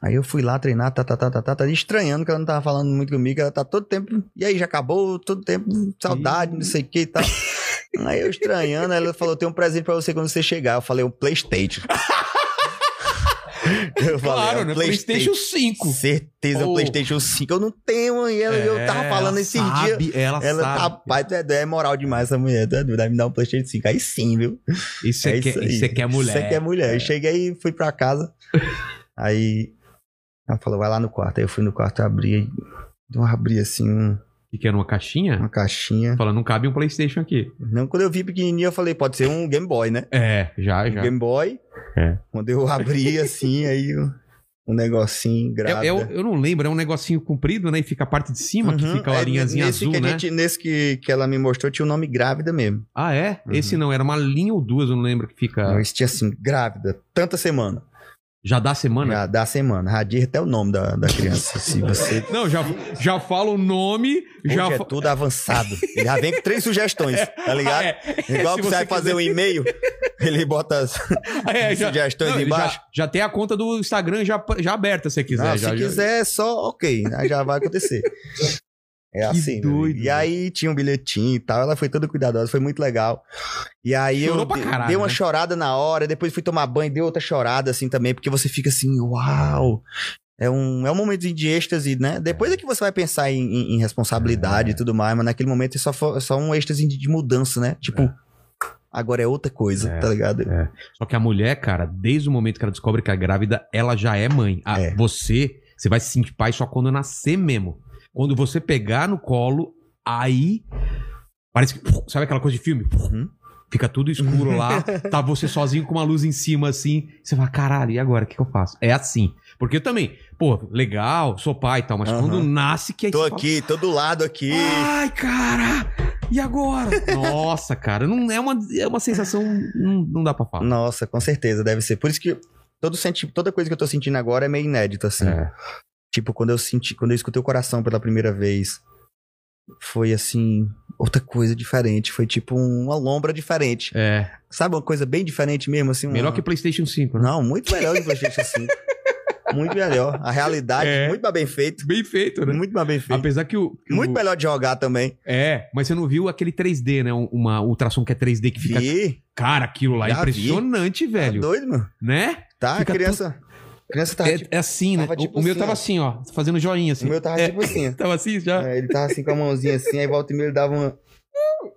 Speaker 2: Aí eu fui lá treinar, tá, tá, tá, tá, tá, tá estranhando que ela não tava falando muito comigo, ela tá todo tempo, e aí já acabou, todo tempo, saudade, não sei o que e tal. Aí eu estranhando, ela falou, tem um presente pra você quando você chegar. Eu falei, o Playstation. Eu falei, é
Speaker 1: Claro,
Speaker 2: um
Speaker 1: né? PlayStation 5.
Speaker 2: Certeza, é
Speaker 1: Oh.
Speaker 2: o PlayStation 5. Eu não tenho, e ela, eu tava falando esses dias.
Speaker 1: Ela,
Speaker 2: Ela tá,
Speaker 1: É, sabe.
Speaker 2: pai, tu é, doido, é moral demais essa mulher, tu é doido, vai me dar um PlayStation 5. Aí sim, viu?
Speaker 1: Isso
Speaker 2: é
Speaker 1: é, que,
Speaker 2: isso aí.
Speaker 1: isso é que é mulher.
Speaker 2: Isso aqui é mulher. Eu cheguei e fui pra casa. aí ela falou, vai lá no quarto. Aí eu fui no quarto, abri, eu abri assim um-
Speaker 1: Que que era uma caixinha?
Speaker 2: uma caixinha.
Speaker 1: Fala, não cabe um Playstation aqui.
Speaker 2: Não, quando eu vi pequenininho, eu falei, pode ser um Game Boy, né?
Speaker 1: É, já,
Speaker 2: Um
Speaker 1: já.
Speaker 2: Game Boy.
Speaker 1: É.
Speaker 2: Quando eu abri assim, aí eu- um negocinho grávida.
Speaker 1: É- é o- eu não lembro, é um negocinho comprido, né? E fica a parte de cima, que
Speaker 2: Uhum.
Speaker 1: fica a
Speaker 2: É,
Speaker 1: linhazinha
Speaker 2: nesse
Speaker 1: azul,
Speaker 2: que a
Speaker 1: né?
Speaker 2: gente- nesse que, que ela me mostrou tinha o nome grávida mesmo.
Speaker 1: Ah, é?
Speaker 2: Uhum.
Speaker 1: Esse não, era uma linha ou duas, eu não lembro que fica.
Speaker 2: Mas tinha assim, grávida, tanta semana.
Speaker 1: Já dá semana?
Speaker 2: Já da semana. Radir até o nome da, da criança. Se você.
Speaker 1: Não, já, já fala o nome,
Speaker 2: Hoje
Speaker 1: já.
Speaker 2: é
Speaker 1: fa-
Speaker 2: tudo avançado. Ele já vem com três sugestões, tá ligado?
Speaker 1: Ah, é,
Speaker 2: Igual
Speaker 1: se
Speaker 2: que você
Speaker 1: você
Speaker 2: vai fazer
Speaker 1: quiser.
Speaker 2: um e-mail, ele bota as
Speaker 1: é, já,
Speaker 2: sugestões
Speaker 1: não, já-
Speaker 2: embaixo.
Speaker 1: já tem a conta do Instagram já, já aberta, se você quiser. já,
Speaker 2: Ah, se
Speaker 1: já-
Speaker 2: quiser, é só ok, aí já vai acontecer. É
Speaker 1: Que
Speaker 2: assim. meu
Speaker 1: doido,
Speaker 2: amigo. E
Speaker 1: velho.
Speaker 2: aí tinha um bilhetinho e tal, ela foi toda cuidadosa, foi muito legal. E aí
Speaker 1: Chorou
Speaker 2: eu
Speaker 1: pra
Speaker 2: de-
Speaker 1: caralho,
Speaker 2: dei uma
Speaker 1: né?
Speaker 2: chorada na hora, depois fui tomar banho, dei outra chorada assim também, porque você fica assim, uau. É um, é um momento de êxtase, né? Depois é que você vai pensar em, em- em responsabilidade e tudo mais, mas naquele momento é só, fo- só um êxtase de, de mudança, né? Tipo, agora é outra coisa,
Speaker 1: É.
Speaker 2: tá ligado?
Speaker 1: Só que a mulher, cara, desde o momento que ela descobre que é grávida, ela já é mãe. Ah,
Speaker 2: É.
Speaker 1: Você, você vai se sentir pai só quando nascer mesmo. Quando você pegar no colo, aí. Parece que. Sabe aquela coisa de filme?
Speaker 2: Uhum.
Speaker 1: Fica tudo escuro lá, tá você sozinho com uma luz em cima assim. Você fala, caralho, e agora? O que, que eu faço? É assim. Porque eu também, pô, legal, sou pai e tal, mas
Speaker 2: Aham.
Speaker 1: quando nasce, que aí
Speaker 2: Tô
Speaker 1: você fala,
Speaker 2: aqui, tô do lado aqui.
Speaker 1: Ai, cara! E agora? Nossa, cara, não é uma, é uma sensação. Não, não dá pra falar.
Speaker 2: Nossa, com certeza, deve ser. Por isso que todo senti toda coisa que eu tô sentindo agora é meio inédito, assim.
Speaker 1: É.
Speaker 2: Tipo, quando eu senti, quando eu escutei o coração pela primeira vez, foi assim, outra coisa diferente. Foi tipo uma lombra diferente.
Speaker 1: é.
Speaker 2: Sabe uma coisa bem diferente mesmo, assim? uma-
Speaker 1: Melhor que PlayStation 5, né?
Speaker 2: Não, muito melhor que o Playstation 5. muito melhor. A realidade,
Speaker 1: É.
Speaker 2: muito mais bem feito.
Speaker 1: Bem feito, né?
Speaker 2: Muito mais bem feito.
Speaker 1: Apesar que o. que
Speaker 2: Muito
Speaker 1: o-
Speaker 2: melhor de jogar também.
Speaker 1: É, mas você não viu aquele 3D, né? Um- Uma ultrassom que é 3D que fica.
Speaker 2: Vi,
Speaker 1: Cara, aquilo lá é
Speaker 2: Já vi.
Speaker 1: impressionante,
Speaker 2: tá
Speaker 1: velho.
Speaker 2: doido, mano.
Speaker 1: né?
Speaker 2: Tá,
Speaker 1: Fica
Speaker 2: a criança. A criança tava tipo,
Speaker 1: é, é assim, né?
Speaker 2: tava
Speaker 1: O-
Speaker 2: tipo
Speaker 1: o meu
Speaker 2: assim,
Speaker 1: tava
Speaker 2: ó.
Speaker 1: assim, ó. Fazendo joinha assim.
Speaker 2: O meu tava
Speaker 1: É.
Speaker 2: tipo assim, ó.
Speaker 1: Tava assim já?
Speaker 2: É, ele tava assim com a mãozinha assim, aí volta e meia ele dava uma,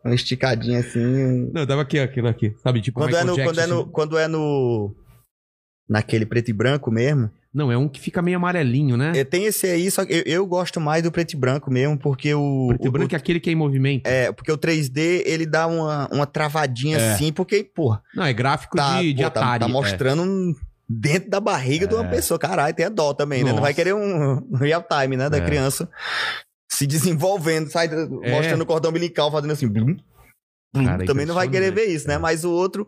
Speaker 2: uma esticadinha assim. um-
Speaker 1: Não, tava aqui, ó, aquilo aqui. Sabe, tipo,
Speaker 2: Quando é,
Speaker 1: Michael
Speaker 2: no,
Speaker 1: Jackson,
Speaker 2: quando, é no,
Speaker 1: assim.
Speaker 2: quando é no. Naquele preto e branco mesmo.
Speaker 1: Não, é um que fica meio amarelinho, né?
Speaker 2: É, Tem esse aí, só que eu, eu gosto mais do preto e branco mesmo, porque o.
Speaker 1: O preto e
Speaker 2: o-
Speaker 1: branco é aquele que é em movimento.
Speaker 2: é, porque o 3D ele dá uma, uma travadinha
Speaker 1: É.
Speaker 2: assim, porque, porra,
Speaker 1: Não, é gráfico
Speaker 2: tá,
Speaker 1: de, de
Speaker 2: pô, tá-
Speaker 1: Atari.
Speaker 2: tá
Speaker 1: é.
Speaker 2: mostrando um- dentro da barriga de uma pessoa. Caralho, tem a dó também, né? Não vai
Speaker 1: Nossa.
Speaker 2: querer um real time, né? Da
Speaker 1: É.
Speaker 2: criança se desenvolvendo, sai
Speaker 1: É.
Speaker 2: mostrando o cordão umbilical, fazendo assim. blum, blum.
Speaker 1: Cara, é
Speaker 2: também não vai querer ver isso, né?
Speaker 1: é.
Speaker 2: Mas o outro,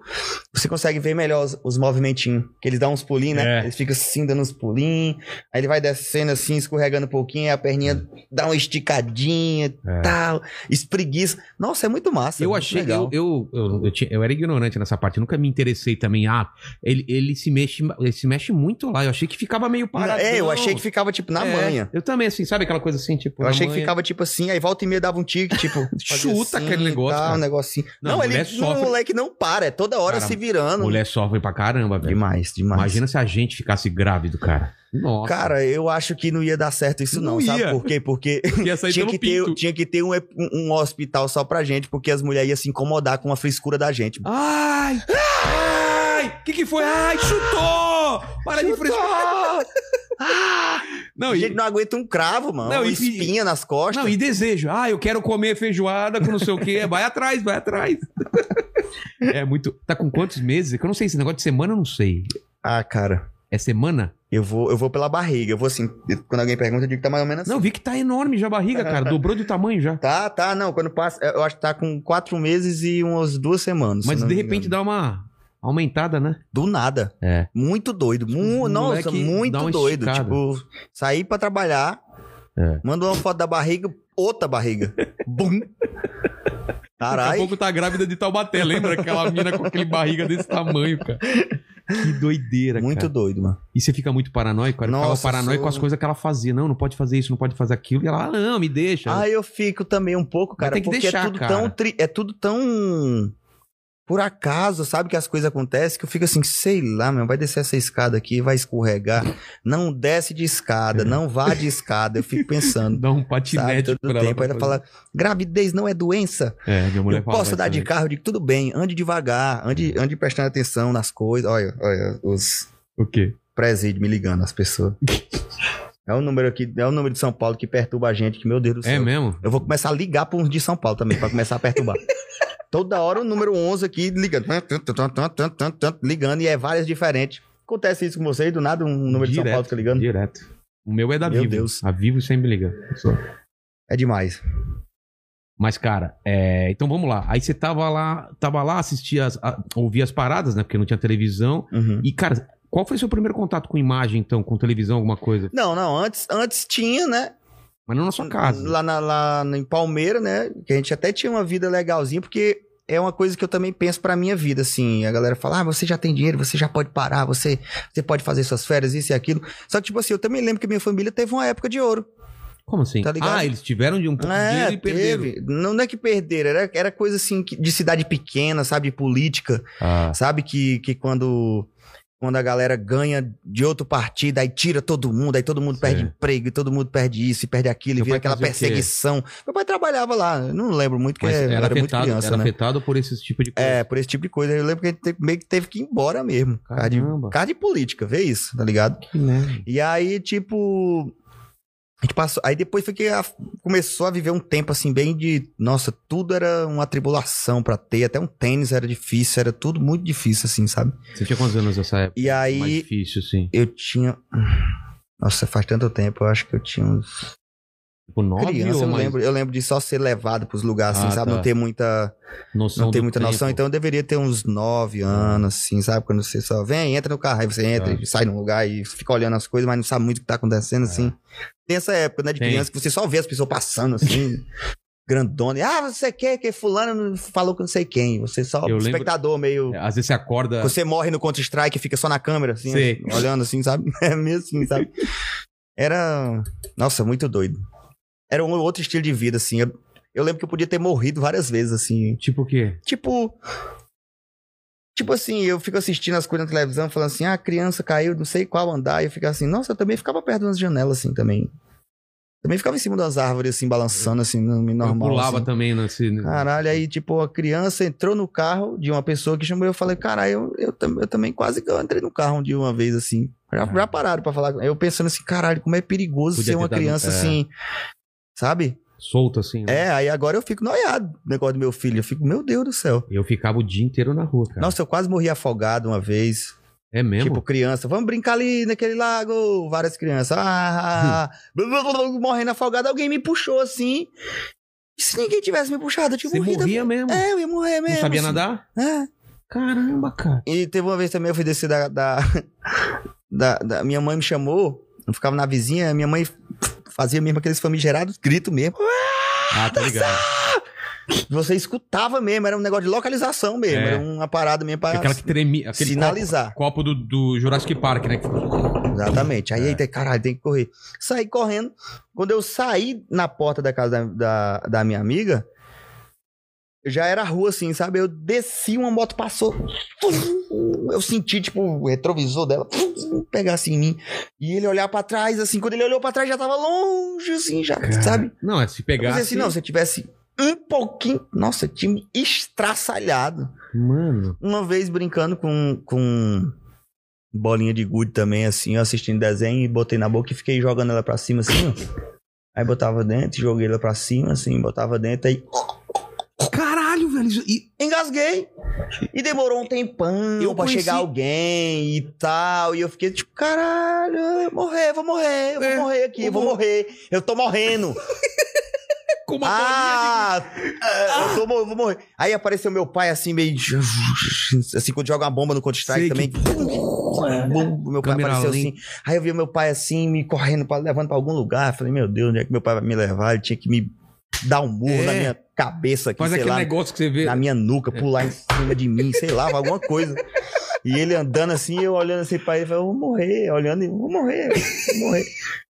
Speaker 2: você consegue ver melhor os, os movimentinhos. Que eles dão uns pulinhos,
Speaker 1: É.
Speaker 2: né? Eles ficam assim, dando uns pulinhos. Aí ele vai descendo assim, escorregando um pouquinho. aí a perninha dá uma esticadinha e
Speaker 1: É.
Speaker 2: tal. Espreguiça. Nossa, é muito massa.
Speaker 1: Eu
Speaker 2: muito
Speaker 1: achei,
Speaker 2: legal.
Speaker 1: eu, eu, eu, eu tinha- eu era ignorante nessa parte, eu nunca me interessei também. Ah, ele, ele se mexe, ele se mexe muito lá. Eu achei que ficava meio parado.
Speaker 2: É, eu achei que ficava, tipo, na manha.
Speaker 1: Eu também, assim, sabe aquela coisa assim, tipo.
Speaker 2: Eu
Speaker 1: na
Speaker 2: achei que
Speaker 1: manha?
Speaker 2: ficava tipo assim, aí volta e meia dava um tique, tipo. fazia
Speaker 1: Chuta aquele
Speaker 2: e
Speaker 1: negócio,
Speaker 2: Tal,
Speaker 1: cara.
Speaker 2: um negocinho.
Speaker 1: Não,
Speaker 2: Não,
Speaker 1: a
Speaker 2: ele
Speaker 1: mulher
Speaker 2: o
Speaker 1: sofre.
Speaker 2: moleque não para, é toda hora
Speaker 1: Cara,
Speaker 2: se virando.
Speaker 1: Mulher sofre pra caramba, velho.
Speaker 2: Demais, demais.
Speaker 1: Imagina se a gente ficasse grávido, cara. Nossa.
Speaker 2: Cara, eu acho que não ia dar certo isso, não.
Speaker 1: Não
Speaker 2: Sabe
Speaker 1: ia.
Speaker 2: por quê? Porque
Speaker 1: ia sair
Speaker 2: tinha
Speaker 1: pelo
Speaker 2: que,
Speaker 1: pinto.
Speaker 2: ter, tinha que ter um, um- um hospital só pra gente, porque as mulheres iam se incomodar com a frescura da gente.
Speaker 1: Ai! Ai! O que, que foi? Ai, chutou! Para de frescar! Ah! Não,
Speaker 2: a
Speaker 1: e-
Speaker 2: gente não aguenta um cravo, mano.
Speaker 1: Não,
Speaker 2: uma
Speaker 1: e-
Speaker 2: espinha nas costas.
Speaker 1: Não, e desejo. Ah, eu quero comer feijoada com não sei o quê. Vai atrás, vai atrás. É muito. Tá com quantos meses? Que eu não sei esse negócio de semana, eu não sei.
Speaker 2: Ah, cara.
Speaker 1: É semana?
Speaker 2: Eu vou, eu vou pela barriga. Eu vou assim. Quando alguém pergunta, eu digo que tá mais ou menos assim.
Speaker 1: Não, eu vi que tá enorme já a barriga, cara. Dobrou de tamanho já.
Speaker 2: Tá, tá, não. Quando passa, eu acho que tá com quatro meses e umas duas semanas. se
Speaker 1: Mas
Speaker 2: não
Speaker 1: de
Speaker 2: me
Speaker 1: repente
Speaker 2: engano.
Speaker 1: dá uma aumentada, né?
Speaker 2: Do nada.
Speaker 1: É.
Speaker 2: Muito doido. Mu
Speaker 1: Os
Speaker 2: nossa,
Speaker 1: um moleque dá
Speaker 2: muito
Speaker 1: uma
Speaker 2: doido.
Speaker 1: esticada.
Speaker 2: Tipo, sair pra trabalhar,
Speaker 1: É.
Speaker 2: manda uma foto da barriga, outra barriga. Bum!
Speaker 1: Daqui a
Speaker 2: Caralho.
Speaker 1: pouco tá grávida de Taubaté. Lembra aquela mina com aquele barriga desse tamanho, cara? Que doideira,
Speaker 2: Muito
Speaker 1: cara.
Speaker 2: doido, mano.
Speaker 1: E você fica muito paranoico, cara. Eu
Speaker 2: Nossa,
Speaker 1: ficava paranoico
Speaker 2: sou-
Speaker 1: com as coisas que ela fazia. Não, não pode fazer isso, não pode fazer aquilo. E ela, ah, não, me deixa.
Speaker 2: Ah, eu fico também um pouco, cara,
Speaker 1: tem que
Speaker 2: porque é
Speaker 1: deixar,
Speaker 2: tudo
Speaker 1: cara.
Speaker 2: tão tri- é tudo tão por acaso, sabe que as coisas acontecem que eu fico assim, sei lá, meu, vai descer essa escada aqui, vai escorregar. Não desce de escada,
Speaker 1: É.
Speaker 2: não vá de escada. Eu fico pensando.
Speaker 1: Dá um
Speaker 2: Sabe,
Speaker 1: patinete
Speaker 2: todo
Speaker 1: pra
Speaker 2: tempo.
Speaker 1: pra
Speaker 2: Aí Ela
Speaker 1: fazer.
Speaker 2: fala: gravidez não é doença.
Speaker 1: É, minha mulher Uhum.
Speaker 2: eu
Speaker 1: falava
Speaker 2: posso dar
Speaker 1: isso
Speaker 2: de
Speaker 1: também.
Speaker 2: carro, eu digo, tudo bem, ande devagar, ande, ande prestando atenção nas coisas. Olha, olha, os
Speaker 1: O quê?
Speaker 2: presídios me ligando, as pessoas. é o número aqui, é o número de São Paulo que perturba a gente, que meu Deus do
Speaker 1: É
Speaker 2: céu.
Speaker 1: mesmo?
Speaker 2: Eu vou começar a ligar para uns de São Paulo também, para começar a perturbar. Toda hora o número 11 aqui ligando, tan, tan, tan, tan, tan, tan, tan, ligando, e é várias diferentes. Acontece isso com vocês, do nada um número de São
Speaker 1: Direto,
Speaker 2: Paulo fica ligando.
Speaker 1: Direto. O meu é da
Speaker 2: Meu
Speaker 1: Vivo.
Speaker 2: Deus.
Speaker 1: A Vivo sempre liga.
Speaker 2: É demais.
Speaker 1: Mas, cara, é, então vamos lá. Aí você tava lá, tava lá, assistia, as, a- ouvia as paradas, né? Porque não tinha televisão.
Speaker 2: Uhum.
Speaker 1: E, cara, qual foi seu primeiro contato com imagem, então? Com televisão, alguma coisa?
Speaker 2: Não, não, antes, antes tinha, né?
Speaker 1: Mas não na sua casa.
Speaker 2: Lá, na, lá em Palmeira, né? Que a gente até tinha uma vida legalzinha, porque é uma coisa que eu também penso pra minha vida, assim. A galera fala, ah, você já tem dinheiro, você já pode parar, você, você pode fazer suas férias, isso e aquilo. Só que, tipo assim, eu também lembro que minha família teve uma época de ouro.
Speaker 1: Como assim?
Speaker 2: Tá ligado?
Speaker 1: ah, eles tiveram de um pouco de
Speaker 2: É,
Speaker 1: dinheiro e perderam.
Speaker 2: teve. Não, não é que perderam, era, era coisa assim que- de cidade pequena, sabe? De política.
Speaker 1: Ah,
Speaker 2: Sabe que, que quando, quando a galera ganha de outro partido, aí tira todo mundo, aí todo mundo
Speaker 1: Sei.
Speaker 2: perde emprego, e todo mundo perde isso, e perde aquilo, e
Speaker 1: Seu
Speaker 2: vira
Speaker 1: pai
Speaker 2: aquela
Speaker 1: fazia o quê?
Speaker 2: perseguição. Meu pai trabalhava lá, eu não lembro muito, porque
Speaker 1: mas
Speaker 2: É, eu
Speaker 1: era,
Speaker 2: era muito
Speaker 1: afetado,
Speaker 2: criança,
Speaker 1: era
Speaker 2: né?
Speaker 1: afetado por esse tipo de coisa.
Speaker 2: É, por esse tipo de coisa. Eu lembro que a gente te- meio que teve que ir embora mesmo. por causa de-
Speaker 1: Caramba.
Speaker 2: por causa de política, vê isso, tá ligado?
Speaker 1: Que né? merda.
Speaker 2: E aí, tipo. A gente passou. Aí depois foi que a- começou a viver um tempo assim, bem de. Nossa, tudo era uma tribulação pra ter. Até um tênis era difícil, era tudo muito difícil, assim, sabe?
Speaker 1: Você tinha quantos anos nessa época?
Speaker 2: E
Speaker 1: Mais
Speaker 2: aí
Speaker 1: difícil, assim.
Speaker 2: eu tinha. Nossa, faz tanto tempo, eu acho que eu tinha uns.
Speaker 1: Tipo, nove
Speaker 2: Criança,
Speaker 1: ou
Speaker 2: eu,
Speaker 1: mais
Speaker 2: lembro, eu lembro de só ser levado pros lugares, assim,
Speaker 1: Ah,
Speaker 2: sabe?
Speaker 1: tá.
Speaker 2: Não ter muita.
Speaker 1: noção
Speaker 2: Não ter
Speaker 1: do
Speaker 2: muita
Speaker 1: tempo? Uhum.
Speaker 2: noção, então eu deveria ter uns nove anos, assim, sabe? Quando você só vem, entra no carro, aí você entra,
Speaker 1: Tá.
Speaker 2: e sai num lugar e fica olhando as coisas, mas não sabe muito o que tá acontecendo, assim. Tem essa época, né, de
Speaker 1: É. Tem.
Speaker 2: criança que você só vê as pessoas passando, assim, grandona. E, ah, você quer que fulano não falou com não sei quem. Você só
Speaker 1: Eu lembro-
Speaker 2: espectador meio...
Speaker 1: É, Às vezes você acorda.
Speaker 2: Você morre no Counter-Strike e fica só na câmera, assim,
Speaker 1: Sei.
Speaker 2: olhando assim, sabe? É meio assim, sabe? Era... Nossa, muito doido. Era um outro estilo de vida, assim. Eu, eu lembro que eu podia ter morrido várias vezes, assim...
Speaker 1: Tipo o quê?
Speaker 2: Tipo. Tipo assim, eu fico assistindo as coisas na televisão, falando assim, ah, a criança caiu, não sei qual andar. E eu fico assim, nossa, eu também ficava perto de umas janelas, assim, também. Também ficava em cima das árvores, assim, balançando, assim, no- normal.
Speaker 1: eu pulava
Speaker 2: assim.
Speaker 1: também né, nesse.
Speaker 2: Caralho,
Speaker 1: Uhum.
Speaker 2: aí, tipo, a criança entrou no carro de uma pessoa que chamou eu falei, caralho, eu, eu, tam- eu também quase que eu entrei no carro um dia uma vez, assim. Já, já pararam pra falar. Eu pensando assim, caralho, como é
Speaker 1: Uhum.
Speaker 2: perigoso
Speaker 1: Podia
Speaker 2: ser
Speaker 1: ter
Speaker 2: uma
Speaker 1: dado-
Speaker 2: criança,
Speaker 1: é.
Speaker 2: assim, sabe?
Speaker 1: Solto assim. né?
Speaker 2: É, aí agora eu fico noiado no negócio do meu filho. Eu fico, meu Deus do céu.
Speaker 1: Eu ficava o dia inteiro na rua, cara.
Speaker 2: Nossa, eu quase morri afogado uma vez.
Speaker 1: É mesmo?
Speaker 2: Tipo, criança, vamos brincar ali naquele lago. Várias crianças. Ah, blá, blá, blá, blá,
Speaker 1: Hum.
Speaker 2: morrendo afogado. Alguém me puxou assim. E se ninguém tivesse me puxado, eu tinha
Speaker 1: Você
Speaker 2: morrido.
Speaker 1: morria mesmo.
Speaker 2: tipo É, eu ia morrer mesmo.
Speaker 1: Não sabia
Speaker 2: assim.
Speaker 1: nadar?
Speaker 2: É.
Speaker 1: Caramba, cara.
Speaker 2: E teve uma vez também eu fui descer da. da, da- da- minha mãe me chamou, eu ficava na vizinha, minha mãe fazia mesmo aqueles famigerados grito mesmo.
Speaker 1: Ah, tá ligado.
Speaker 2: Você escutava mesmo, era um negócio de localização mesmo,
Speaker 1: É.
Speaker 2: era uma parada mesmo pra
Speaker 1: Aquela que tremia. Aquele
Speaker 2: sinalizar.
Speaker 1: copo, copo do, do Jurassic Park, né? que-
Speaker 2: Exatamente. Aí,
Speaker 1: É.
Speaker 2: eita, caralho, tem que correr. Saí correndo. Quando eu saí na porta da casa da, da, da minha amiga, já era rua assim, sabe? Eu desci, uma moto passou. Eu senti, tipo, o retrovisor dela pegar assim em mim. E ele olhar pra trás, assim. Quando ele olhou pra trás, já tava longe, assim, já, sabe?
Speaker 1: Não, é se
Speaker 2: Eu
Speaker 1: pegar.
Speaker 2: pensei assim, não, se eu tivesse um pouquinho. Nossa, eu tinha me estraçalhado
Speaker 1: Mano.
Speaker 2: uma vez brincando com, com bolinha de gude também, assim, eu assistindo desenho e botei na boca e fiquei jogando ela pra cima, assim, ó. Aí botava dentro, joguei ela pra cima, assim, botava dentro, aí
Speaker 1: Caralho, velho. isso- E,
Speaker 2: engasguei. E demorou um tempão
Speaker 1: Eu
Speaker 2: pra
Speaker 1: conheci-
Speaker 2: chegar alguém e tal. E eu fiquei tipo, caralho, eu vou morrer, vou morrer, eu vou
Speaker 1: É,
Speaker 2: morrer aqui,
Speaker 1: eu
Speaker 2: eu vou
Speaker 1: vou-
Speaker 2: morrer, eu tô morrendo.
Speaker 1: com uma
Speaker 2: Ah, ah, eu tô mo- eu vou morrer. Aí apareceu meu pai assim, meio. de- Assim, quando joga uma bomba no
Speaker 1: Sei
Speaker 2: Counter-Strike também.
Speaker 1: que-
Speaker 2: Bum, meu pai
Speaker 1: Câmera
Speaker 2: apareceu
Speaker 1: lenta.
Speaker 2: assim. Aí eu vi meu pai assim, me correndo, pra, levando pra algum lugar. Eu Falei, meu Deus, onde é que meu pai vai me levar? Ele tinha que me dar um murro
Speaker 1: É.
Speaker 2: na minha cabeça aqui,
Speaker 1: Faz
Speaker 2: sei
Speaker 1: aquele
Speaker 2: lá,
Speaker 1: negócio que você vê.
Speaker 2: na minha nuca, pular em cima de mim, sei lá, alguma coisa. E ele andando assim, eu olhando assim pra ele, eu falei, eu vou morrer, olhando, eu vou morrer, eu vou morrer.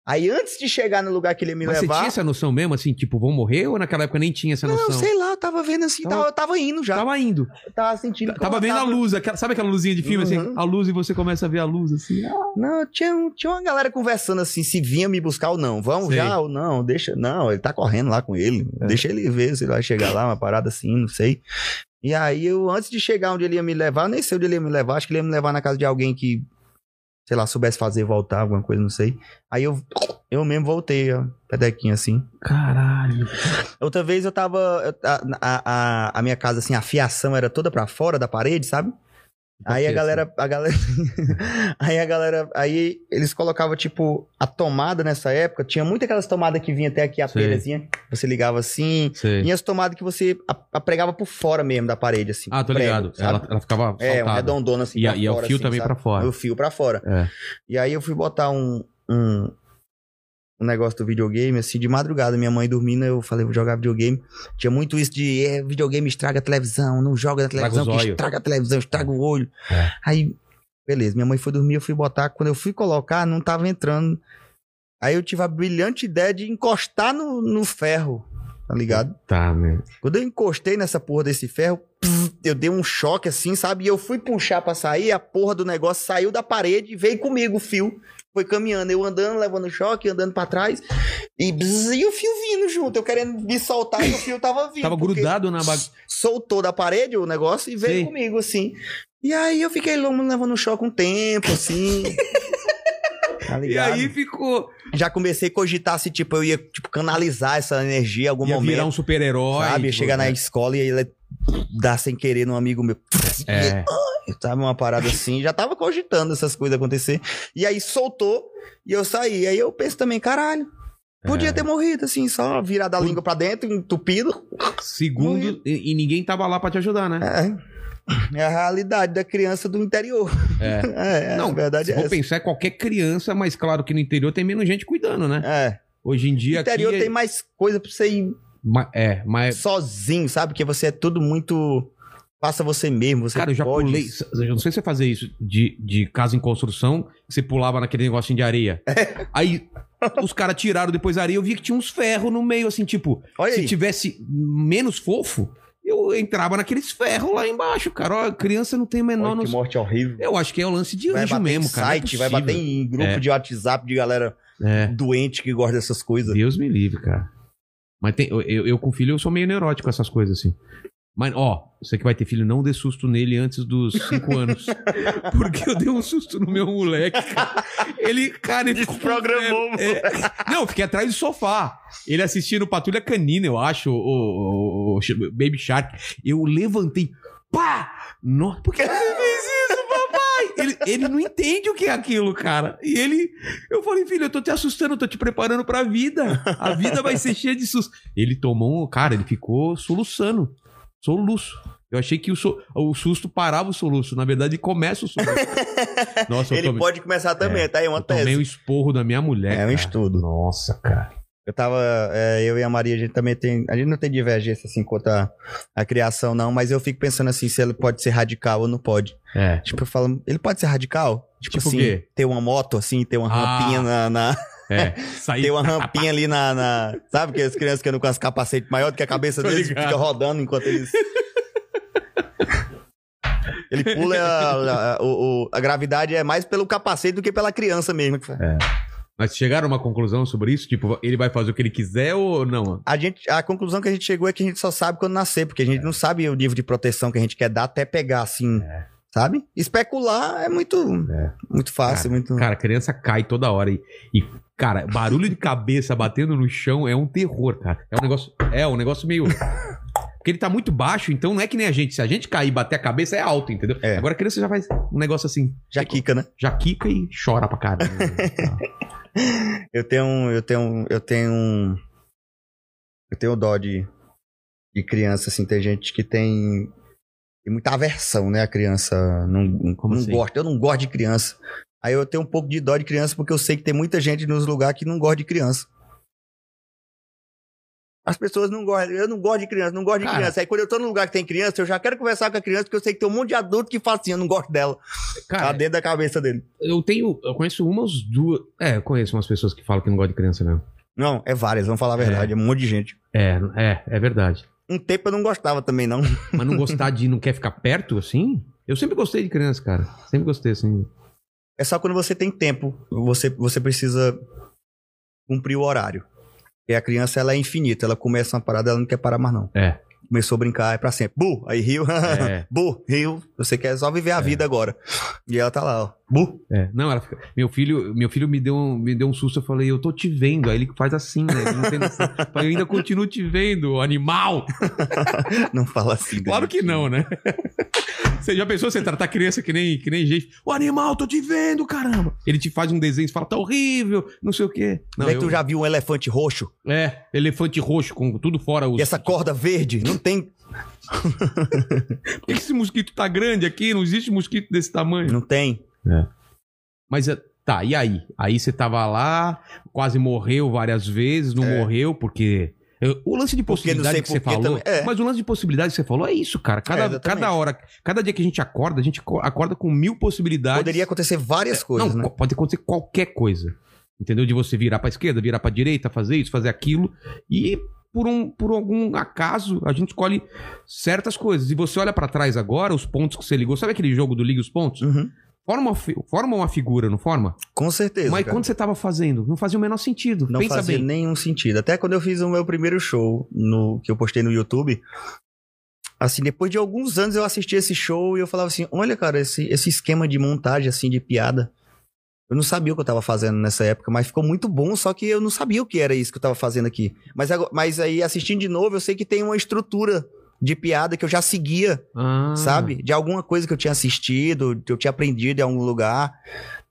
Speaker 2: Aí antes de chegar no lugar que ele ia me
Speaker 1: Mas você
Speaker 2: levar.
Speaker 1: tinha essa noção mesmo, assim, tipo, vão morrer? Ou naquela época nem tinha essa
Speaker 2: Não,
Speaker 1: noção?
Speaker 2: sei lá, eu tava vendo assim,
Speaker 1: Tava-
Speaker 2: tava- eu tava indo já.
Speaker 1: Tava indo.
Speaker 2: Eu tava sentindo. que
Speaker 1: Tava
Speaker 2: eu
Speaker 1: vendo a luz, aquela- sabe aquela luzinha de filme, assim?
Speaker 2: Uhum.
Speaker 1: A luz e você começa a ver a luz, assim.
Speaker 2: Não, tinha, um- tinha uma galera conversando assim, se vinha me buscar ou não. Vamos
Speaker 1: Sei.
Speaker 2: já ou não, deixa. Não, ele tá correndo lá com ele.
Speaker 1: É.
Speaker 2: Deixa ele ver se ele vai chegar lá, uma parada assim, não sei. E aí eu, antes de chegar onde ele ia me levar, eu nem sei onde ele ia me levar, acho que ele ia me levar na casa de alguém que, sei lá, soubesse fazer voltar, alguma coisa, não sei. Aí eu, eu mesmo voltei, ó, pedequinho assim.
Speaker 1: Caralho.
Speaker 2: Outra vez eu tava. eu- a, a- a- a minha casa, assim, a fiação era toda pra fora da parede, sabe?
Speaker 1: Pra
Speaker 2: aí
Speaker 1: quê,
Speaker 2: a galera. A galera aí a galera. Aí eles colocavam, tipo, a tomada nessa época. Tinha muito aquelas tomadas que vinha até aqui, a
Speaker 1: Sei.
Speaker 2: telhazinha. Você ligava assim.
Speaker 1: Sei.
Speaker 2: E as tomadas que você a- a- pregava por fora mesmo da parede, assim.
Speaker 1: Ah, tô
Speaker 2: prego,
Speaker 1: ligado.
Speaker 2: sabe?
Speaker 1: Ela, ela ficava
Speaker 2: É, uma
Speaker 1: saltada.
Speaker 2: redondona assim.
Speaker 1: E a-
Speaker 2: pra
Speaker 1: e o
Speaker 2: fora,
Speaker 1: fio
Speaker 2: assim,
Speaker 1: também
Speaker 2: sabe?
Speaker 1: pra fora.
Speaker 2: E O fio pra fora.
Speaker 1: É.
Speaker 2: E aí eu fui botar um, um, um negócio do videogame, assim, de madrugada. Minha mãe dormindo, eu falei, vou jogar videogame. Tinha muito isso de é, videogame estraga a televisão, não joga na televisão,
Speaker 1: o
Speaker 2: que
Speaker 1: zóio.
Speaker 2: estraga a televisão, estraga o olho.
Speaker 1: É.
Speaker 2: Aí, beleza, minha mãe foi dormir, eu fui botar. Quando eu fui colocar, não tava entrando. Aí eu tive a brilhante ideia de encostar no, no ferro, tá ligado?
Speaker 1: Tá, né?
Speaker 2: Quando eu encostei nessa porra desse ferro, pss, eu dei um choque assim, sabe? E eu fui puxar pra sair, a porra do negócio saiu da parede e veio comigo o fio. Foi caminhando, eu andando, levando choque, andando pra trás. E, bzz, e o fio vindo junto, eu querendo me soltar e o fio tava vindo.
Speaker 1: Tava
Speaker 2: porque
Speaker 1: grudado na bag...
Speaker 2: Soltou da parede o negócio e veio
Speaker 1: Sei.
Speaker 2: comigo, assim. E aí eu fiquei longo, levando choque um tempo, assim. tá
Speaker 1: E
Speaker 2: ligado?
Speaker 1: aí ficou.
Speaker 2: Já comecei a cogitar se, tipo, eu ia tipo, canalizar essa energia em algum
Speaker 1: Ia
Speaker 2: momento.
Speaker 1: virar um super-herói.
Speaker 2: Sabe?
Speaker 1: tipo,
Speaker 2: Chega na
Speaker 1: né?
Speaker 2: escola e ele dá sem querer num amigo meu.
Speaker 1: É.
Speaker 2: Sabe? Uma parada assim. Já tava cogitando essas coisas acontecer. E aí soltou e eu saí. Aí eu penso também, caralho.
Speaker 1: É.
Speaker 2: Podia ter morrido, assim, só virar da língua pra dentro, entupido.
Speaker 1: Segundo. E, e ninguém tava lá pra te ajudar, né?
Speaker 2: É. É a realidade da criança do interior.
Speaker 1: É.
Speaker 2: É, não, a verdade
Speaker 1: se
Speaker 2: é
Speaker 1: for
Speaker 2: essa.
Speaker 1: pensar, é qualquer criança, mas claro que no interior tem menos gente cuidando, né?
Speaker 2: É.
Speaker 1: Hoje em
Speaker 2: No
Speaker 1: dia
Speaker 2: interior
Speaker 1: aqui. é-
Speaker 2: tem mais coisa pra você ir
Speaker 1: ma- É, mas.
Speaker 2: sozinho, sabe? Porque você é tudo muito. Faça você mesmo, você
Speaker 1: Cara, eu já
Speaker 2: pode.
Speaker 1: pulei. Eu não sei se você fazia isso de, de casa em construção, que você pulava naquele negocinho de areia.
Speaker 2: É.
Speaker 1: Aí os caras tiraram depois a areia, eu vi que tinha uns ferros no meio, assim, tipo,
Speaker 2: Olha
Speaker 1: se
Speaker 2: aí.
Speaker 1: tivesse menos fofo, eu entrava naqueles ferros lá embaixo, cara. Ó, criança não tem a menor
Speaker 2: Olha que
Speaker 1: noção.
Speaker 2: morte horrível.
Speaker 1: Eu acho que é o lance de
Speaker 2: Vai
Speaker 1: anjo
Speaker 2: bater
Speaker 1: mesmo,
Speaker 2: em
Speaker 1: cara. Não é
Speaker 2: site, vai
Speaker 1: possível.
Speaker 2: bater em grupo
Speaker 1: É.
Speaker 2: de WhatsApp de galera
Speaker 1: É.
Speaker 2: doente que gosta dessas coisas.
Speaker 1: Deus me livre, cara. Mas tem, eu, eu, eu com filho eu sou meio neurótico com essas coisas, assim. Mas, ó, você que vai ter filho, não dê susto nele antes dos 5 anos. Porque eu dei um susto no meu moleque, cara. Ele, cara, ele ficou-
Speaker 2: Desprogramou,
Speaker 1: é, é. Não, eu fiquei atrás do sofá. Ele assistindo Patrulha Canina, eu acho, o, o- o- o Baby Shark. Eu levantei. Pá! Nossa, por que você fez isso, papai? ele, ele não entende o que é aquilo, cara. E ele. Eu falei, filho, eu tô te assustando, eu tô te preparando pra vida. A vida vai ser cheia de susto. Ele tomou. um- Cara, ele ficou soluçando. Soluço. Eu achei que o, so- o susto parava o soluço. Na verdade, começa o soluço. Nossa, eu
Speaker 2: Ele
Speaker 1: tomei,
Speaker 2: pode começar também, tá aí uma
Speaker 1: eu tomei
Speaker 2: tese.
Speaker 1: o esporro da minha mulher.
Speaker 2: É um
Speaker 1: cara.
Speaker 2: estudo.
Speaker 1: Nossa, cara.
Speaker 2: Eu tava, é, eu e a Maria, a gente também tem, a gente não tem divergência assim quanto a, a criação não, mas eu fico pensando assim, se ele pode ser radical ou não pode.
Speaker 1: É.
Speaker 2: Tipo, eu falo, ele pode ser radical? Tipo,
Speaker 1: Tipo o
Speaker 2: assim,
Speaker 1: quê?
Speaker 2: ter uma moto assim, ter uma
Speaker 1: Ah.
Speaker 2: rampinha na, na-
Speaker 1: É. Saí.
Speaker 2: ter uma rampinha ali na, na- sabe que as crianças que andam com as capacetes maior do que a cabeça
Speaker 1: Tô
Speaker 2: deles
Speaker 1: ligado.
Speaker 2: fica rodando enquanto eles Ele pula a, a- o- o- a gravidade é mais pelo capacete do que pela criança mesmo. que faz.
Speaker 1: É. Mas chegaram a uma conclusão sobre isso? Tipo, ele vai fazer o que ele quiser ou não?
Speaker 2: A, gente, a conclusão que a gente chegou é que a gente só sabe quando nascer, porque a
Speaker 1: É.
Speaker 2: gente não sabe o nível de proteção que a gente quer dar até pegar, assim, sabe? Especular é muito, muito fácil, muito...
Speaker 1: Cara, a criança cai toda hora e, e, cara, barulho de cabeça batendo no chão é um terror, cara. É um negócio, é um negócio meio porque ele tá muito baixo, então não é que nem a gente. Se a gente cair e bater a cabeça é alto, entendeu?
Speaker 2: É.
Speaker 1: Agora a criança já faz um negócio assim,
Speaker 2: Já quica, né?
Speaker 1: já quica e chora pra caramba.
Speaker 2: Eu tenho, um- eu tenho, um- eu tenho, um- eu tenho dó de, de criança, assim, tem gente que tem, tem muita aversão, né? A criança não, não,
Speaker 1: Como assim?
Speaker 2: gosta, eu não gosto de criança. Aí eu tenho um pouco de dó de criança porque eu sei que tem muita gente nos lugares que não gosta de criança. As pessoas não gostam, eu não gosto de criança, não gosto de
Speaker 1: Cara.
Speaker 2: criança. Aí quando eu tô num lugar que tem criança, eu já quero conversar com a criança porque eu sei que tem um monte de adulto que fala assim, eu não gosto dela. tá
Speaker 1: cara,
Speaker 2: dentro da cabeça dele.
Speaker 1: eu tenho, eu conheço umas duas, é, eu conheço umas pessoas que falam que não gostam de criança mesmo.
Speaker 2: Não, é várias, vamos falar a verdade, é um monte de gente.
Speaker 1: É, é, é verdade.
Speaker 2: Um tempo eu não gostava também, não.
Speaker 1: Mas não gostar de não quer ficar perto assim? Eu sempre gostei de criança, cara. Sempre gostei assim.
Speaker 2: É só quando você tem tempo. Você, você precisa cumprir o horário. E a criança, ela é infinita. Ela começa uma parada, ela não quer parar mais, não.
Speaker 1: É.
Speaker 2: Começou a brincar, é pra sempre. Bu! Aí riu.
Speaker 1: É.
Speaker 2: Bu! Riu. Você quer só viver a vida agora. E ela tá lá, ó. Bu!
Speaker 1: É, não, ela fica. Meu filho, meu filho me, deu um, me deu um susto, eu falei, eu tô te vendo. Aí ele faz assim, né? Ele não tem noção. Eu falei, eu ainda continuo te vendo, animal!
Speaker 2: Não fala assim.
Speaker 1: Claro que não, né? Você já pensou você tratar criança que nem, que nem gente? O animal, tô te vendo, caramba! Ele te faz um desenho e fala, tá horrível, não sei o quê. Não,
Speaker 2: Não,
Speaker 1: eu-
Speaker 2: tu já viu um elefante roxo?
Speaker 1: É, elefante roxo, com tudo fora os.
Speaker 2: E essa corda verde? Não tem.
Speaker 1: Por que esse mosquito tá grande aqui? Não existe mosquito desse tamanho.
Speaker 2: Não tem.
Speaker 1: Mas é, tá, e aí? Aí você tava lá, quase morreu várias vezes, não
Speaker 2: É.
Speaker 1: morreu, porque. Eu- O lance de
Speaker 2: Porque não
Speaker 1: possibilidade
Speaker 2: sei
Speaker 1: que você
Speaker 2: por que
Speaker 1: falou.
Speaker 2: também- é.
Speaker 1: Mas o lance de possibilidade que você falou é isso, cara.
Speaker 2: É,
Speaker 1: Cada,
Speaker 2: exatamente.
Speaker 1: cada hora, cada dia que a gente acorda, a gente co- acorda com mil possibilidades.
Speaker 2: Poderia acontecer várias
Speaker 1: É,
Speaker 2: coisas,
Speaker 1: não,
Speaker 2: né?
Speaker 1: co- pode acontecer qualquer coisa. Entendeu? De você virar pra esquerda, virar pra direita, fazer isso, fazer aquilo. E por, um, por algum acaso, a gente escolhe certas coisas. E você olha pra trás agora, os pontos que você ligou. Sabe aquele jogo do Liga os Pontos?
Speaker 2: Uhum.
Speaker 1: Forma, uma fi- forma uma figura, não forma?
Speaker 2: Com certeza.
Speaker 1: Mas
Speaker 2: cara.
Speaker 1: quando você tava fazendo, não fazia o menor sentido.
Speaker 2: Não
Speaker 1: Pensa
Speaker 2: fazia
Speaker 1: bem.
Speaker 2: nenhum sentido. Até quando eu fiz o meu primeiro show no que eu postei no YouTube, assim, depois de alguns anos eu assisti esse show e eu falava assim: "Olha, cara, esse, esse esquema de montagem assim de piada. Eu não sabia o que eu tava fazendo nessa época, mas ficou muito bom, só que eu não sabia o que era isso que eu tava fazendo aqui. Mas ago- mas aí assistindo de novo, eu sei que tem uma estrutura de piada que eu já seguia
Speaker 1: Ah,
Speaker 2: sabe? De alguma coisa que eu tinha assistido, que eu tinha aprendido em algum lugar.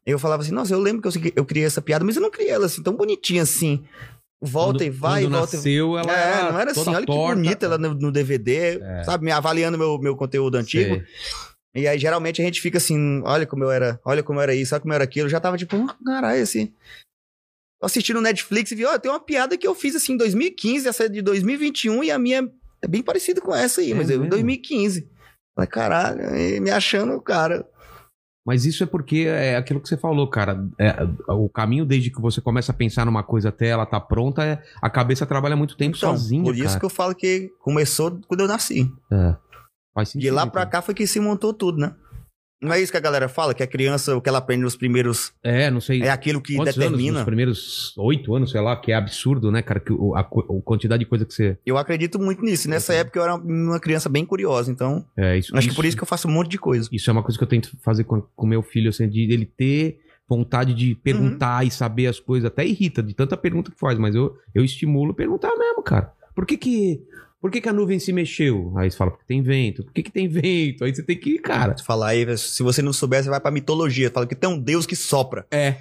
Speaker 2: Eu falava assim, nossa, eu lembro que eu, segui- eu criei essa piada, mas eu não criei ela assim, tão bonitinha assim. Volta
Speaker 1: Quando-
Speaker 2: e vai,
Speaker 1: quando
Speaker 2: volta e
Speaker 1: nasceu, ela
Speaker 2: É,
Speaker 1: era
Speaker 2: não era assim,
Speaker 1: toda
Speaker 2: olha
Speaker 1: torta. É.
Speaker 2: que bonita ela no, no DVD, sabe? Me avaliando meu, meu conteúdo antigo.
Speaker 1: Sei.
Speaker 2: E aí, geralmente, a gente fica assim, olha como eu era, olha como eu era isso, olha como eu era aquilo. Eu já tava tipo, ah, caralho, assim... Eu Assisti no Netflix e vi, ó, tem uma piada que eu fiz assim em 2015, essa é de 2021 e a minha é bem parecida com essa aí,
Speaker 1: É
Speaker 2: mas eu, em
Speaker 1: mesmo?
Speaker 2: 2015. Falei, caralho, e me achando, o cara.
Speaker 1: Mas isso é porque é aquilo que você falou, cara. É, o caminho desde que você começa a pensar numa coisa até ela tá pronta, é- a cabeça trabalha muito tempo
Speaker 2: Então,
Speaker 1: sozinha,
Speaker 2: Por isso
Speaker 1: cara.
Speaker 2: que eu falo que começou quando eu nasci.
Speaker 1: É. Faz sentido. então.
Speaker 2: De lá pra
Speaker 1: cara.
Speaker 2: cá foi que se montou tudo, né? Não é isso que a galera fala, que a criança, o que ela aprende nos primeiros.
Speaker 1: É, não sei.
Speaker 2: É aquilo que
Speaker 1: Quantos anos?
Speaker 2: determina.
Speaker 1: Nos primeiros oito anos, sei lá, que é absurdo, né, cara? Que o- a, co- a quantidade de coisa que você.
Speaker 2: Eu acredito muito nisso. Nessa época eu era uma criança bem curiosa, então.
Speaker 1: É, isso,
Speaker 2: Acho que por isso que eu faço um monte de coisa.
Speaker 1: Isso é uma coisa que eu tento fazer com com meu filho, assim, de ele ter vontade de perguntar e saber as coisas. Até irrita de tanta pergunta que faz, mas eu, eu estimulo perguntar mesmo, cara. Por que que Por que, que a nuvem se mexeu? Aí você fala, porque tem vento. Por que, que tem vento? Aí você tem que ir, cara.
Speaker 2: Tu fala aí, se você não souber, você vai pra mitologia. Fala que tem um deus que sopra.
Speaker 1: É.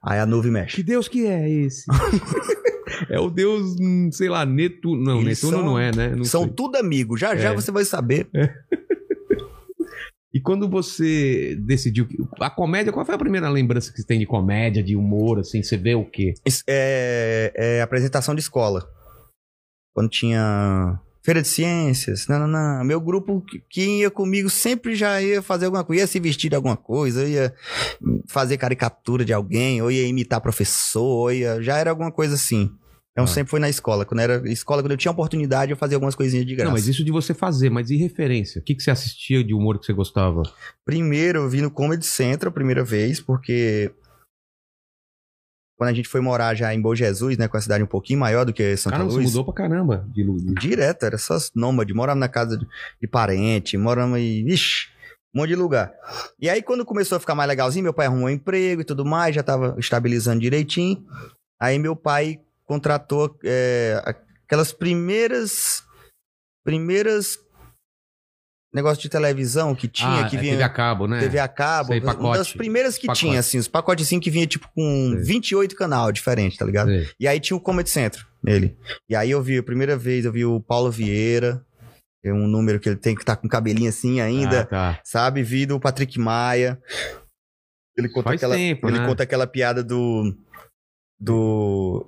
Speaker 2: Aí a nuvem mexe.
Speaker 1: Que Deus que é esse? é o Deus, hum, sei lá, Netuno. Não,
Speaker 2: Eles
Speaker 1: Netuno
Speaker 2: são-
Speaker 1: não é, né? Não
Speaker 2: São
Speaker 1: sei.
Speaker 2: tudo amigos. Já já
Speaker 1: É.
Speaker 2: você vai saber.
Speaker 1: E quando você decidiu. que- A comédia, qual foi a primeira lembrança que você tem de comédia, de humor, assim? Você vê o quê?
Speaker 2: Isso É, é apresentação de escola. Quando tinha feira de ciências, não, não, não. Meu grupo que- que ia comigo sempre já ia fazer alguma coisa, ia se vestir de alguma coisa, ia fazer caricatura de alguém, ou ia imitar professor, ou ia... já era alguma coisa assim. Então
Speaker 1: Ah.
Speaker 2: sempre foi na escola. Quando era escola, quando eu tinha oportunidade, eu fazia algumas coisinhas de graça.
Speaker 1: Não, mas isso de você fazer, mas e referência? O que, que você assistia de humor que você gostava?
Speaker 2: Primeiro, eu vi no Comedy Central a primeira vez, porque quando a gente foi morar já em Bom Jesus, né, com a cidade um pouquinho maior do que Santa
Speaker 1: Caramba, você
Speaker 2: Luz.
Speaker 1: mudou pra caramba de luz.
Speaker 2: Direto, era só nômade. Morava na casa de, de parente, morava em. Ixi, um monte de lugar. E aí, quando começou a ficar mais legalzinho, meu pai arrumou um emprego e tudo mais, já tava estabilizando direitinho. Aí, meu pai contratou é, aquelas primeiras. Primeiras. Negócio de televisão que tinha,
Speaker 1: ah,
Speaker 2: que
Speaker 1: é,
Speaker 2: vinha.
Speaker 1: TV a cabo, né?
Speaker 2: TV a cabo,
Speaker 1: Sei,
Speaker 2: uma das
Speaker 1: pacote.
Speaker 2: primeiras que
Speaker 1: Pacote.
Speaker 2: tinha, assim, os pacotes assim que vinha tipo com
Speaker 1: Sei.
Speaker 2: 28 canal diferente, tá ligado?
Speaker 1: É.
Speaker 2: E aí tinha o Comedy Centro nele. E aí eu vi, a primeira vez, eu vi o Paulo Vieira, é um número que ele tem que tá com cabelinho assim ainda,
Speaker 1: Ah, tá.
Speaker 2: sabe? Vi do Patrick Maia. Ele conta
Speaker 1: Faz
Speaker 2: aquela
Speaker 1: tempo,
Speaker 2: ele
Speaker 1: né?
Speaker 2: conta aquela piada do do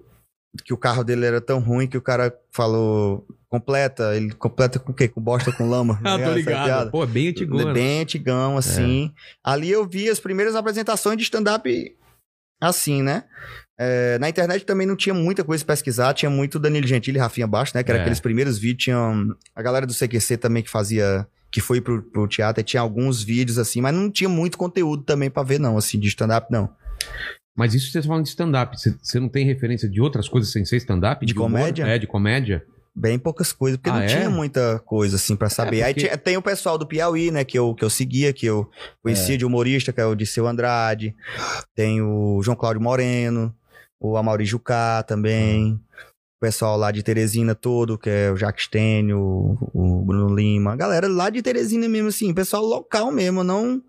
Speaker 2: que o carro dele era tão ruim que o cara falou completa, ele completa com o quê? Com bosta com lama.
Speaker 1: Ah, tô
Speaker 2: Essa piada.
Speaker 1: ligado. Pô, é bem É. antigo.
Speaker 2: Bem antigão, assim. Ali eu vi as primeiras apresentações de stand-up assim, né? É, na internet também não tinha muita coisa pra pesquisar, tinha muito Danilo Gentili e Rafinha Baixo, né? Que era
Speaker 1: É.
Speaker 2: aqueles primeiros vídeos, tinham a galera do CQC também que fazia, que foi pro, pro teatro, e tinha alguns vídeos assim, mas não tinha muito conteúdo também pra ver não, assim, de stand-up não.
Speaker 1: Mas isso você tá falando de stand-up. Você, você não tem referência de outras coisas sem ser stand-up?
Speaker 2: De
Speaker 1: humor?
Speaker 2: comédia?
Speaker 1: É, de comédia.
Speaker 2: Bem poucas coisas, porque
Speaker 1: Ah,
Speaker 2: não
Speaker 1: é?
Speaker 2: tinha muita coisa, assim, pra saber. Aí
Speaker 1: porque-
Speaker 2: tinha- tem o pessoal do Piauí, né, que eu, que eu seguia, que eu conhecia de humorista, que é o Disseu Andrade. Tem o João Cláudio Moreno, o Amaury Jucá também.
Speaker 1: Hum.
Speaker 2: O pessoal lá de Teresina todo, que é o Jacques Stênio, o, o Bruno Lima. A galera lá de Teresina mesmo, assim, pessoal local mesmo, eu não...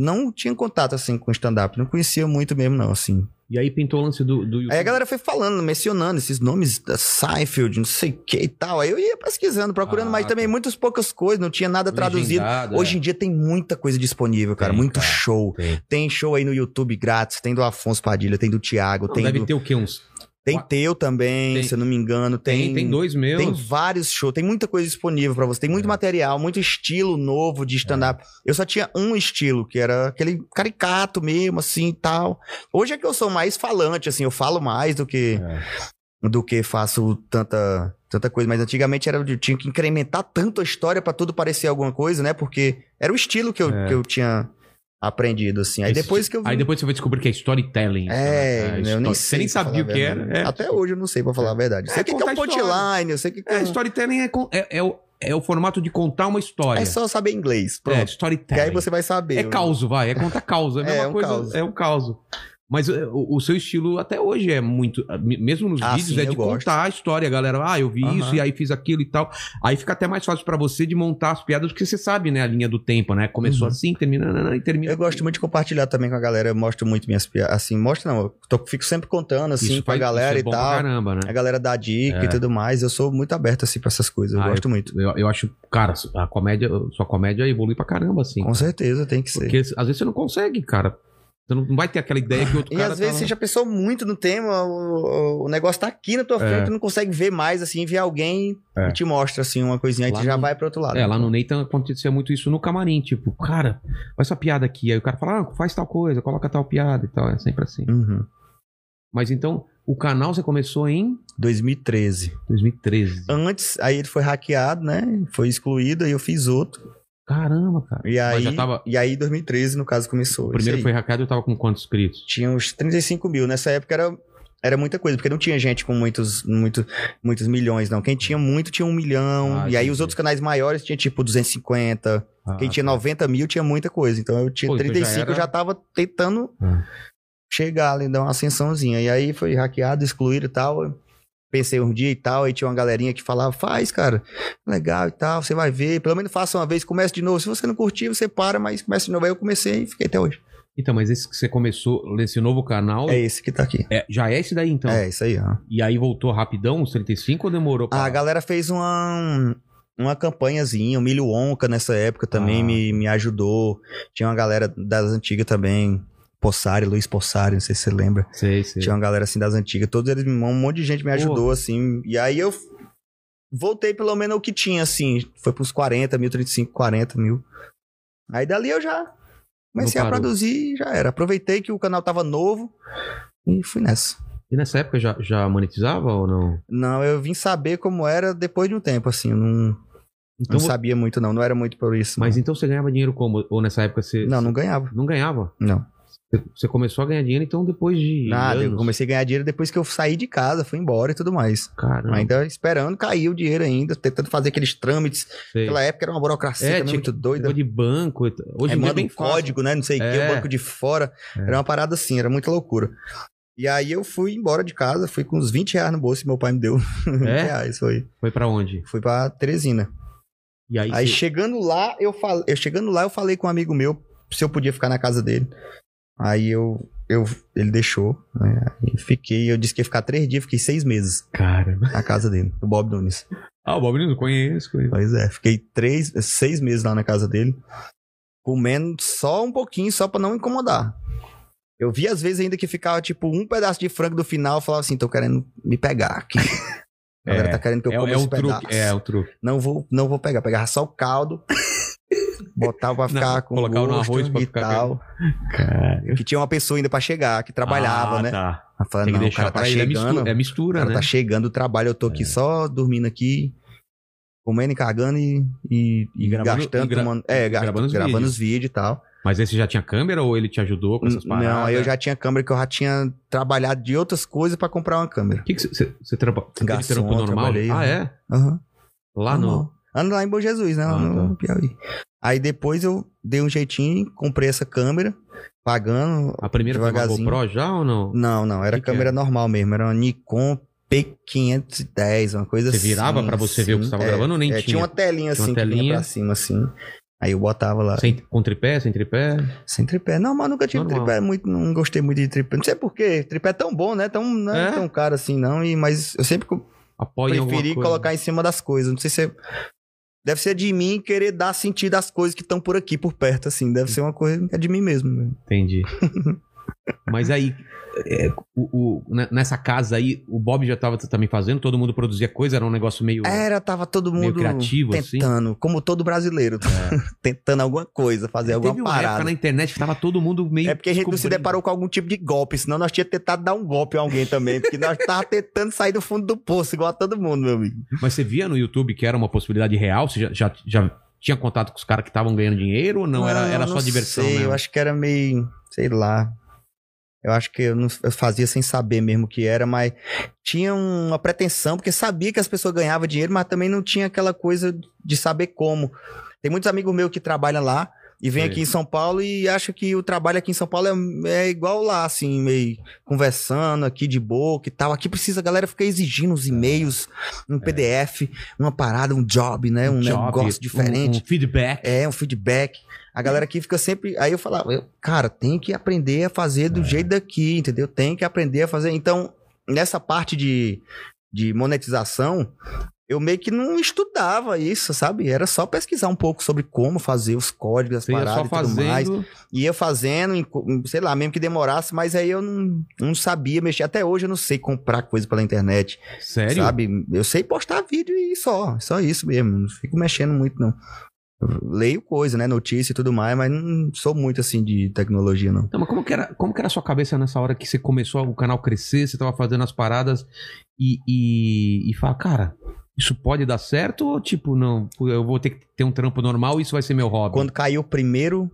Speaker 2: Não tinha contato, assim, com stand-up. Não conhecia muito mesmo, não, assim.
Speaker 1: E aí pintou o lance do, do YouTube.
Speaker 2: Aí a galera foi falando, mencionando esses nomes da Seinfeld, não sei o que e tal. Aí eu ia pesquisando, procurando,
Speaker 1: Ah,
Speaker 2: mas também
Speaker 1: tá.
Speaker 2: muitas poucas coisas, não tinha nada traduzido.
Speaker 1: Legendado, é.
Speaker 2: tá Hoje em dia tem muita coisa disponível, cara,
Speaker 1: Tem,
Speaker 2: muito
Speaker 1: cara.
Speaker 2: show.
Speaker 1: Tem.
Speaker 2: Tem show aí no YouTube grátis, tem do Afonso Padilha, tem do Thiago,
Speaker 1: Não,
Speaker 2: tem,
Speaker 1: deve
Speaker 2: do-
Speaker 1: ter o quê? Uns.
Speaker 2: tem teu também,
Speaker 1: Tem-
Speaker 2: se eu não me engano, tem
Speaker 1: Tem, tem dois meus.
Speaker 2: tem vários shows, tem muita coisa disponível pra você, tem muito
Speaker 1: É.
Speaker 2: material, muito estilo novo de stand-up. Eu só tinha um estilo, que era aquele caricato mesmo, assim e tal. Hoje é que eu sou mais falante, assim, eu falo mais do que,
Speaker 1: É.
Speaker 2: do que faço tanta, tanta coisa. Mas antigamente era, eu tinha que incrementar tanto a história pra tudo parecer alguma coisa, né? Porque era o estilo que eu,
Speaker 1: É.
Speaker 2: que eu tinha aprendido, assim. Aí
Speaker 1: Esse
Speaker 2: depois que eu vi.
Speaker 1: Aí depois você vai descobrir que é storytelling.
Speaker 2: É,
Speaker 1: isso, né?
Speaker 2: eu
Speaker 1: É,
Speaker 2: nem
Speaker 1: história-
Speaker 2: sei.
Speaker 1: Você nem
Speaker 2: pra falar
Speaker 1: sabia
Speaker 2: a
Speaker 1: o que
Speaker 2: verdade.
Speaker 1: era. É.
Speaker 2: Até hoje eu não sei, pra falar a verdade. Eu sei
Speaker 1: É
Speaker 2: o que que é um
Speaker 1: contar a história.
Speaker 2: punchline, eu sei o que um que
Speaker 1: É, storytelling é, con- é- é o, é o formato de contar uma história.
Speaker 2: É só saber inglês,
Speaker 1: É,
Speaker 2: pronto. que
Speaker 1: storytelling.
Speaker 2: aí você vai saber. né?
Speaker 1: É causo, vai. É conta causa. É, a
Speaker 2: É,
Speaker 1: mesma
Speaker 2: é um
Speaker 1: coisa,
Speaker 2: causo.
Speaker 1: é um causo. Mas é, o, o seu estilo até hoje é muito. me- Mesmo nos
Speaker 2: Ah,
Speaker 1: vídeos,
Speaker 2: sim,
Speaker 1: é
Speaker 2: eu
Speaker 1: de
Speaker 2: gosto.
Speaker 1: contar a história, galera. Ah, eu vi
Speaker 2: Aham.
Speaker 1: isso e aí fiz aquilo e tal. Aí fica até mais fácil pra você de montar as piadas, porque você sabe, né, a linha do tempo, né? Começou
Speaker 2: Uhum.
Speaker 1: assim, termina nanana, e termina.
Speaker 2: Eu gosto muito de compartilhar também com a galera. Eu mostro muito minhas piadas. Assim, mostro não. Eu tô- fico sempre contando, assim, pra
Speaker 1: faz-
Speaker 2: galera
Speaker 1: é
Speaker 2: e
Speaker 1: bom pra
Speaker 2: tal.
Speaker 1: Caramba, né?
Speaker 2: A galera dá dica e tudo mais. Eu sou muito aberto, assim, pra essas coisas. Eu
Speaker 1: Ah,
Speaker 2: gosto muito.
Speaker 1: Eu, eu acho, cara, a comédia, sua comédia evolui pra caramba, assim.
Speaker 2: Com certeza, tem que ser.
Speaker 1: Porque às vezes você não consegue, cara. Você não não vai ter aquela ideia que outro
Speaker 2: E
Speaker 1: cara.
Speaker 2: às vezes
Speaker 1: tá...
Speaker 2: você já pensou muito no tema, o, o- o negócio tá aqui na tua frente, tu não consegue ver mais, assim, vê alguém
Speaker 1: É.
Speaker 2: e te mostra, assim, uma coisinha, aí
Speaker 1: Lá
Speaker 2: tu já
Speaker 1: no-
Speaker 2: vai pro outro lado.
Speaker 1: É, lá no Nathan acontecia muito isso no camarim, tipo, cara, faz essa piada aqui. Aí o cara fala, ah, faz tal coisa, coloca tal piada e tal, é sempre assim.
Speaker 2: Uhum.
Speaker 1: Mas então, o canal você começou em
Speaker 2: 2013.
Speaker 1: 2013.
Speaker 2: Antes, aí ele foi hackeado, né? Foi excluído, aí eu fiz outro.
Speaker 1: Caramba, cara.
Speaker 2: E
Speaker 1: Mas
Speaker 2: aí,
Speaker 1: já tava-
Speaker 2: e aí 2013, no caso, começou.
Speaker 1: O
Speaker 2: Isso
Speaker 1: primeiro
Speaker 2: aí.
Speaker 1: foi hackeado, eu tava com quantos inscritos?
Speaker 2: tinha uns 35 mil. Nessa época era, era muita coisa, porque não tinha gente com muitos, muito, muitos milhões, não. Quem tinha muito tinha um milhão.
Speaker 1: Ah,
Speaker 2: e aí
Speaker 1: entendi.
Speaker 2: os outros canais maiores tinha tipo 250.
Speaker 1: Ah,
Speaker 2: Quem tinha 90 mil tinha muita coisa. Então eu tinha
Speaker 1: Pô, então já
Speaker 2: 35,
Speaker 1: era-
Speaker 2: eu já tava tentando
Speaker 1: Ah.
Speaker 2: chegar ali, dar uma ascensãozinha. E aí foi hackeado, excluído e tal. pensei um dia e tal, aí tinha uma galerinha que falava, faz, cara, legal e tal, você vai ver, pelo menos faça uma vez, comece de novo. Se você não curtir, você para, mas comece de novo. Aí eu comecei e fiquei até hoje.
Speaker 1: Então, mas esse que você começou, nesse novo canal,
Speaker 2: É esse que tá aqui.
Speaker 1: é- já é esse daí então?
Speaker 2: É isso aí, ó.
Speaker 1: E aí voltou rapidão, os 35 ou demorou? pra-
Speaker 2: Ah, A galera fez uma, uma campanhazinha, o Milho Onca nessa época também
Speaker 1: Ah.
Speaker 2: me, me ajudou. Tinha uma galera das antigas também, Possari, Luiz Possari, não sei se você lembra.
Speaker 1: Sei, sei.
Speaker 2: Tinha uma galera assim das antigas, todos eles, um monte de gente me ajudou assim. E aí eu voltei pelo menos ao que tinha assim, foi pros 40 mil, 35, 40 mil. Aí dali eu já comecei
Speaker 1: Não
Speaker 2: a
Speaker 1: parou.
Speaker 2: produzir e já era. Aproveitei que o canal tava novo e fui nessa.
Speaker 1: E nessa época já, já monetizava ou não?
Speaker 2: Não, eu vim saber como era depois de um tempo, assim. eu Não,
Speaker 1: Então,
Speaker 2: não sabia muito, não. Não era muito por isso.
Speaker 1: mas então você ganhava dinheiro como? Ou nessa época você
Speaker 2: não, não ganhava.
Speaker 1: não ganhava?
Speaker 2: Não.
Speaker 1: Você- Você começou a ganhar dinheiro então depois de
Speaker 2: Nada. Eu
Speaker 1: anos?
Speaker 2: comecei a ganhar dinheiro depois que eu saí de casa, fui embora e tudo mais.
Speaker 1: Caramba,
Speaker 2: Ainda esperando cair o dinheiro ainda, tentando fazer aqueles trâmites.
Speaker 1: sei.
Speaker 2: Naquela época era uma burocracia
Speaker 1: É,
Speaker 2: também
Speaker 1: tinha
Speaker 2: muito doida.
Speaker 1: Negócio de banco. e t- Hoje em dia é
Speaker 2: Aí manda
Speaker 1: bem
Speaker 2: um
Speaker 1: fácil.
Speaker 2: código, né? Não sei o que,
Speaker 1: É.
Speaker 2: o banco de fora.
Speaker 1: É.
Speaker 2: Era uma parada assim, era muita loucura. E aí eu fui embora de casa, fui com uns 20 reais no bolso e meu pai me deu 20
Speaker 1: É?
Speaker 2: reais. Foi.
Speaker 1: Foi pra onde?
Speaker 2: Fui pra Teresina.
Speaker 1: E aí,
Speaker 2: Aí
Speaker 1: você-
Speaker 2: chegando lá, eu falei, eu chegando lá, eu falei com um amigo meu se eu podia ficar na casa dele. Aí eu, eu ele deixou, né? Aí eu fiquei, eu disse que ia ficar três dias, fiquei seis meses
Speaker 1: Cara.
Speaker 2: na casa dele, do Bob Nunes.
Speaker 1: Ah, o Bob Nunes, conheço, conheço.
Speaker 2: Pois é, fiquei três, seis meses lá na casa dele, comendo só um pouquinho, só pra não incomodar. Eu vi às vezes ainda que ficava tipo um pedaço de frango do final, eu falava assim, tô querendo me pegar aqui. A galera
Speaker 1: É,
Speaker 2: tá querendo que eu
Speaker 1: É,
Speaker 2: coma
Speaker 1: é
Speaker 2: esse
Speaker 1: o
Speaker 2: pedaço.
Speaker 1: truque. É o truque.
Speaker 2: Não vou, não vou pegar. Pegava só o caldo. Botava pra ficar
Speaker 1: Não,
Speaker 2: com
Speaker 1: colocava no
Speaker 2: gosto
Speaker 1: arroz pra
Speaker 2: e
Speaker 1: ficar
Speaker 2: tal.
Speaker 1: Cara.
Speaker 2: Que tinha uma pessoa ainda pra chegar, que trabalhava,
Speaker 1: ah,
Speaker 2: né?
Speaker 1: Tá.
Speaker 2: Ela fala,
Speaker 1: Tem que
Speaker 2: não, o
Speaker 1: deixar
Speaker 2: cara tá
Speaker 1: pra ele. É
Speaker 2: chegando.
Speaker 1: mistura, é
Speaker 2: o
Speaker 1: mistura
Speaker 2: cara
Speaker 1: né? É.
Speaker 2: tá chegando do trabalho, eu tô aqui só dormindo aqui, comendo e cagando e, e,
Speaker 1: E
Speaker 2: e
Speaker 1: gravando-
Speaker 2: gastando,
Speaker 1: e gra-
Speaker 2: tomando. É,
Speaker 1: e
Speaker 2: gastando,
Speaker 1: gravando
Speaker 2: gravando
Speaker 1: os
Speaker 2: os,
Speaker 1: vídeos.
Speaker 2: vídeos e tal.
Speaker 1: Mas esse já tinha câmera ou ele te ajudou com essas paradas? é.
Speaker 2: Não, aí eu já tinha câmera que eu já tinha trabalhado de outras coisas pra comprar uma câmera.
Speaker 1: O que você você trampa? Você teve
Speaker 2: Garçom,
Speaker 1: trampo normal?
Speaker 2: trabalhei,
Speaker 1: Ah,
Speaker 2: né?
Speaker 1: é?
Speaker 2: Aham.
Speaker 1: Lá Ah, no.
Speaker 2: Ando lá em Bom Jesus, né? Lá
Speaker 1: Ah,
Speaker 2: no Piauí. Aí depois eu dei um jeitinho, comprei essa câmera, pagando.
Speaker 1: A primeira foi uma
Speaker 2: Devagarzinho.
Speaker 1: GoPro já ou não?
Speaker 2: Não, não, era
Speaker 1: Que que
Speaker 2: câmera normal mesmo, era uma Nikon P510, uma coisa
Speaker 1: Você
Speaker 2: assim.
Speaker 1: virava pra você ver o que você tava
Speaker 2: é,
Speaker 1: gravando ou nem
Speaker 2: é,
Speaker 1: tinha?
Speaker 2: tinha? uma telinha
Speaker 1: Tinha
Speaker 2: assim,
Speaker 1: uma
Speaker 2: que
Speaker 1: telinha.
Speaker 2: vinha pra cima assim. Aí eu botava lá, sem,
Speaker 1: Sem, com tripé, sem tripé?
Speaker 2: tripé. Não, mas nunca tive
Speaker 1: Normal.
Speaker 2: tripé, muito, não gostei muito de tripé. Não sei porquê, tripé é tão bom, né? Tão, não é,
Speaker 1: É?
Speaker 2: tão caro assim não, e, mas eu sempre co-
Speaker 1: Apoia em alguma
Speaker 2: preferi
Speaker 1: coisa.
Speaker 2: colocar em cima das coisas. Não sei se é... Deve ser de mim querer dar sentido às coisas que estão por aqui, por perto, assim. Deve ser uma coisa que é de mim mesmo.
Speaker 1: Entendi. Mas aí, é, o- o- ne- nessa casa aí, o Bob já tava também fazendo, todo mundo produzia coisa, era um negócio meio.
Speaker 2: Era, tava todo
Speaker 1: Meio
Speaker 2: mundo
Speaker 1: criativo, assim. É.
Speaker 2: tentando, como todo brasileiro, tá? tentando alguma coisa, fazer alguma
Speaker 1: Teve uma época
Speaker 2: parada.
Speaker 1: na internet que tava todo mundo meio.
Speaker 2: É porque a gente não se
Speaker 1: descobrindo.
Speaker 2: deparou com algum tipo de golpe, senão nós tínhamos tentado dar um golpe em alguém também, porque nós tava tentando sair do fundo do poço, igual a todo mundo, meu amigo.
Speaker 1: Mas você via no YouTube que era uma possibilidade real? Você já, já, já tinha contato com os caras que estavam ganhando dinheiro ou não? era era só diversão,
Speaker 2: sei,
Speaker 1: né?
Speaker 2: Eu acho que era meio, sei lá. Eu acho que eu, não- eu fazia sem saber mesmo o que era, mas tinha uma pretensão, porque sabia que as pessoas ganhavam dinheiro, mas também não tinha aquela coisa de saber como. Tem muitos amigos meus que trabalham lá e vêm
Speaker 1: Sei.
Speaker 2: aqui em São Paulo e acham que o trabalho aqui em São Paulo é, é igual lá, assim, meio conversando aqui de boca e tal. Aqui precisa a galera ficar exigindo os e-mails, um PDF, uma parada, um job, né? Um,
Speaker 1: É. Job,
Speaker 2: negócio diferente.
Speaker 1: Um, um feedback.
Speaker 2: É, um feedback. A galera aqui fica sempre. Aí eu falava, eu, cara, tem que aprender a fazer
Speaker 1: É.
Speaker 2: do jeito daqui, entendeu? Tem que aprender a fazer. Então, nessa parte de, de monetização, eu meio que não estudava isso, sabe? Era só pesquisar um pouco sobre como fazer os códigos, as
Speaker 1: Você ia
Speaker 2: paradas
Speaker 1: só
Speaker 2: e tudo mais.
Speaker 1: fazendo.
Speaker 2: Ia fazendo, em co- em, sei lá, mesmo que demorasse, mas aí eu não, não sabia mexer. Até hoje eu não sei comprar coisa pela internet,
Speaker 1: Sério?
Speaker 2: sabe? Eu sei postar vídeo e só, só isso mesmo. Não fico mexendo muito, não leio coisa, né? Notícia e tudo mais, mas não sou muito assim de tecnologia, não.
Speaker 1: Não, mas como que, era, como que era a sua cabeça nessa hora que você começou o canal crescer, você tava fazendo as paradas e, e, e fala, cara, isso pode dar certo ou tipo, não, pô, eu vou ter que ter um trampo normal e isso vai ser meu hobby?
Speaker 2: Quando caiu o primeiro.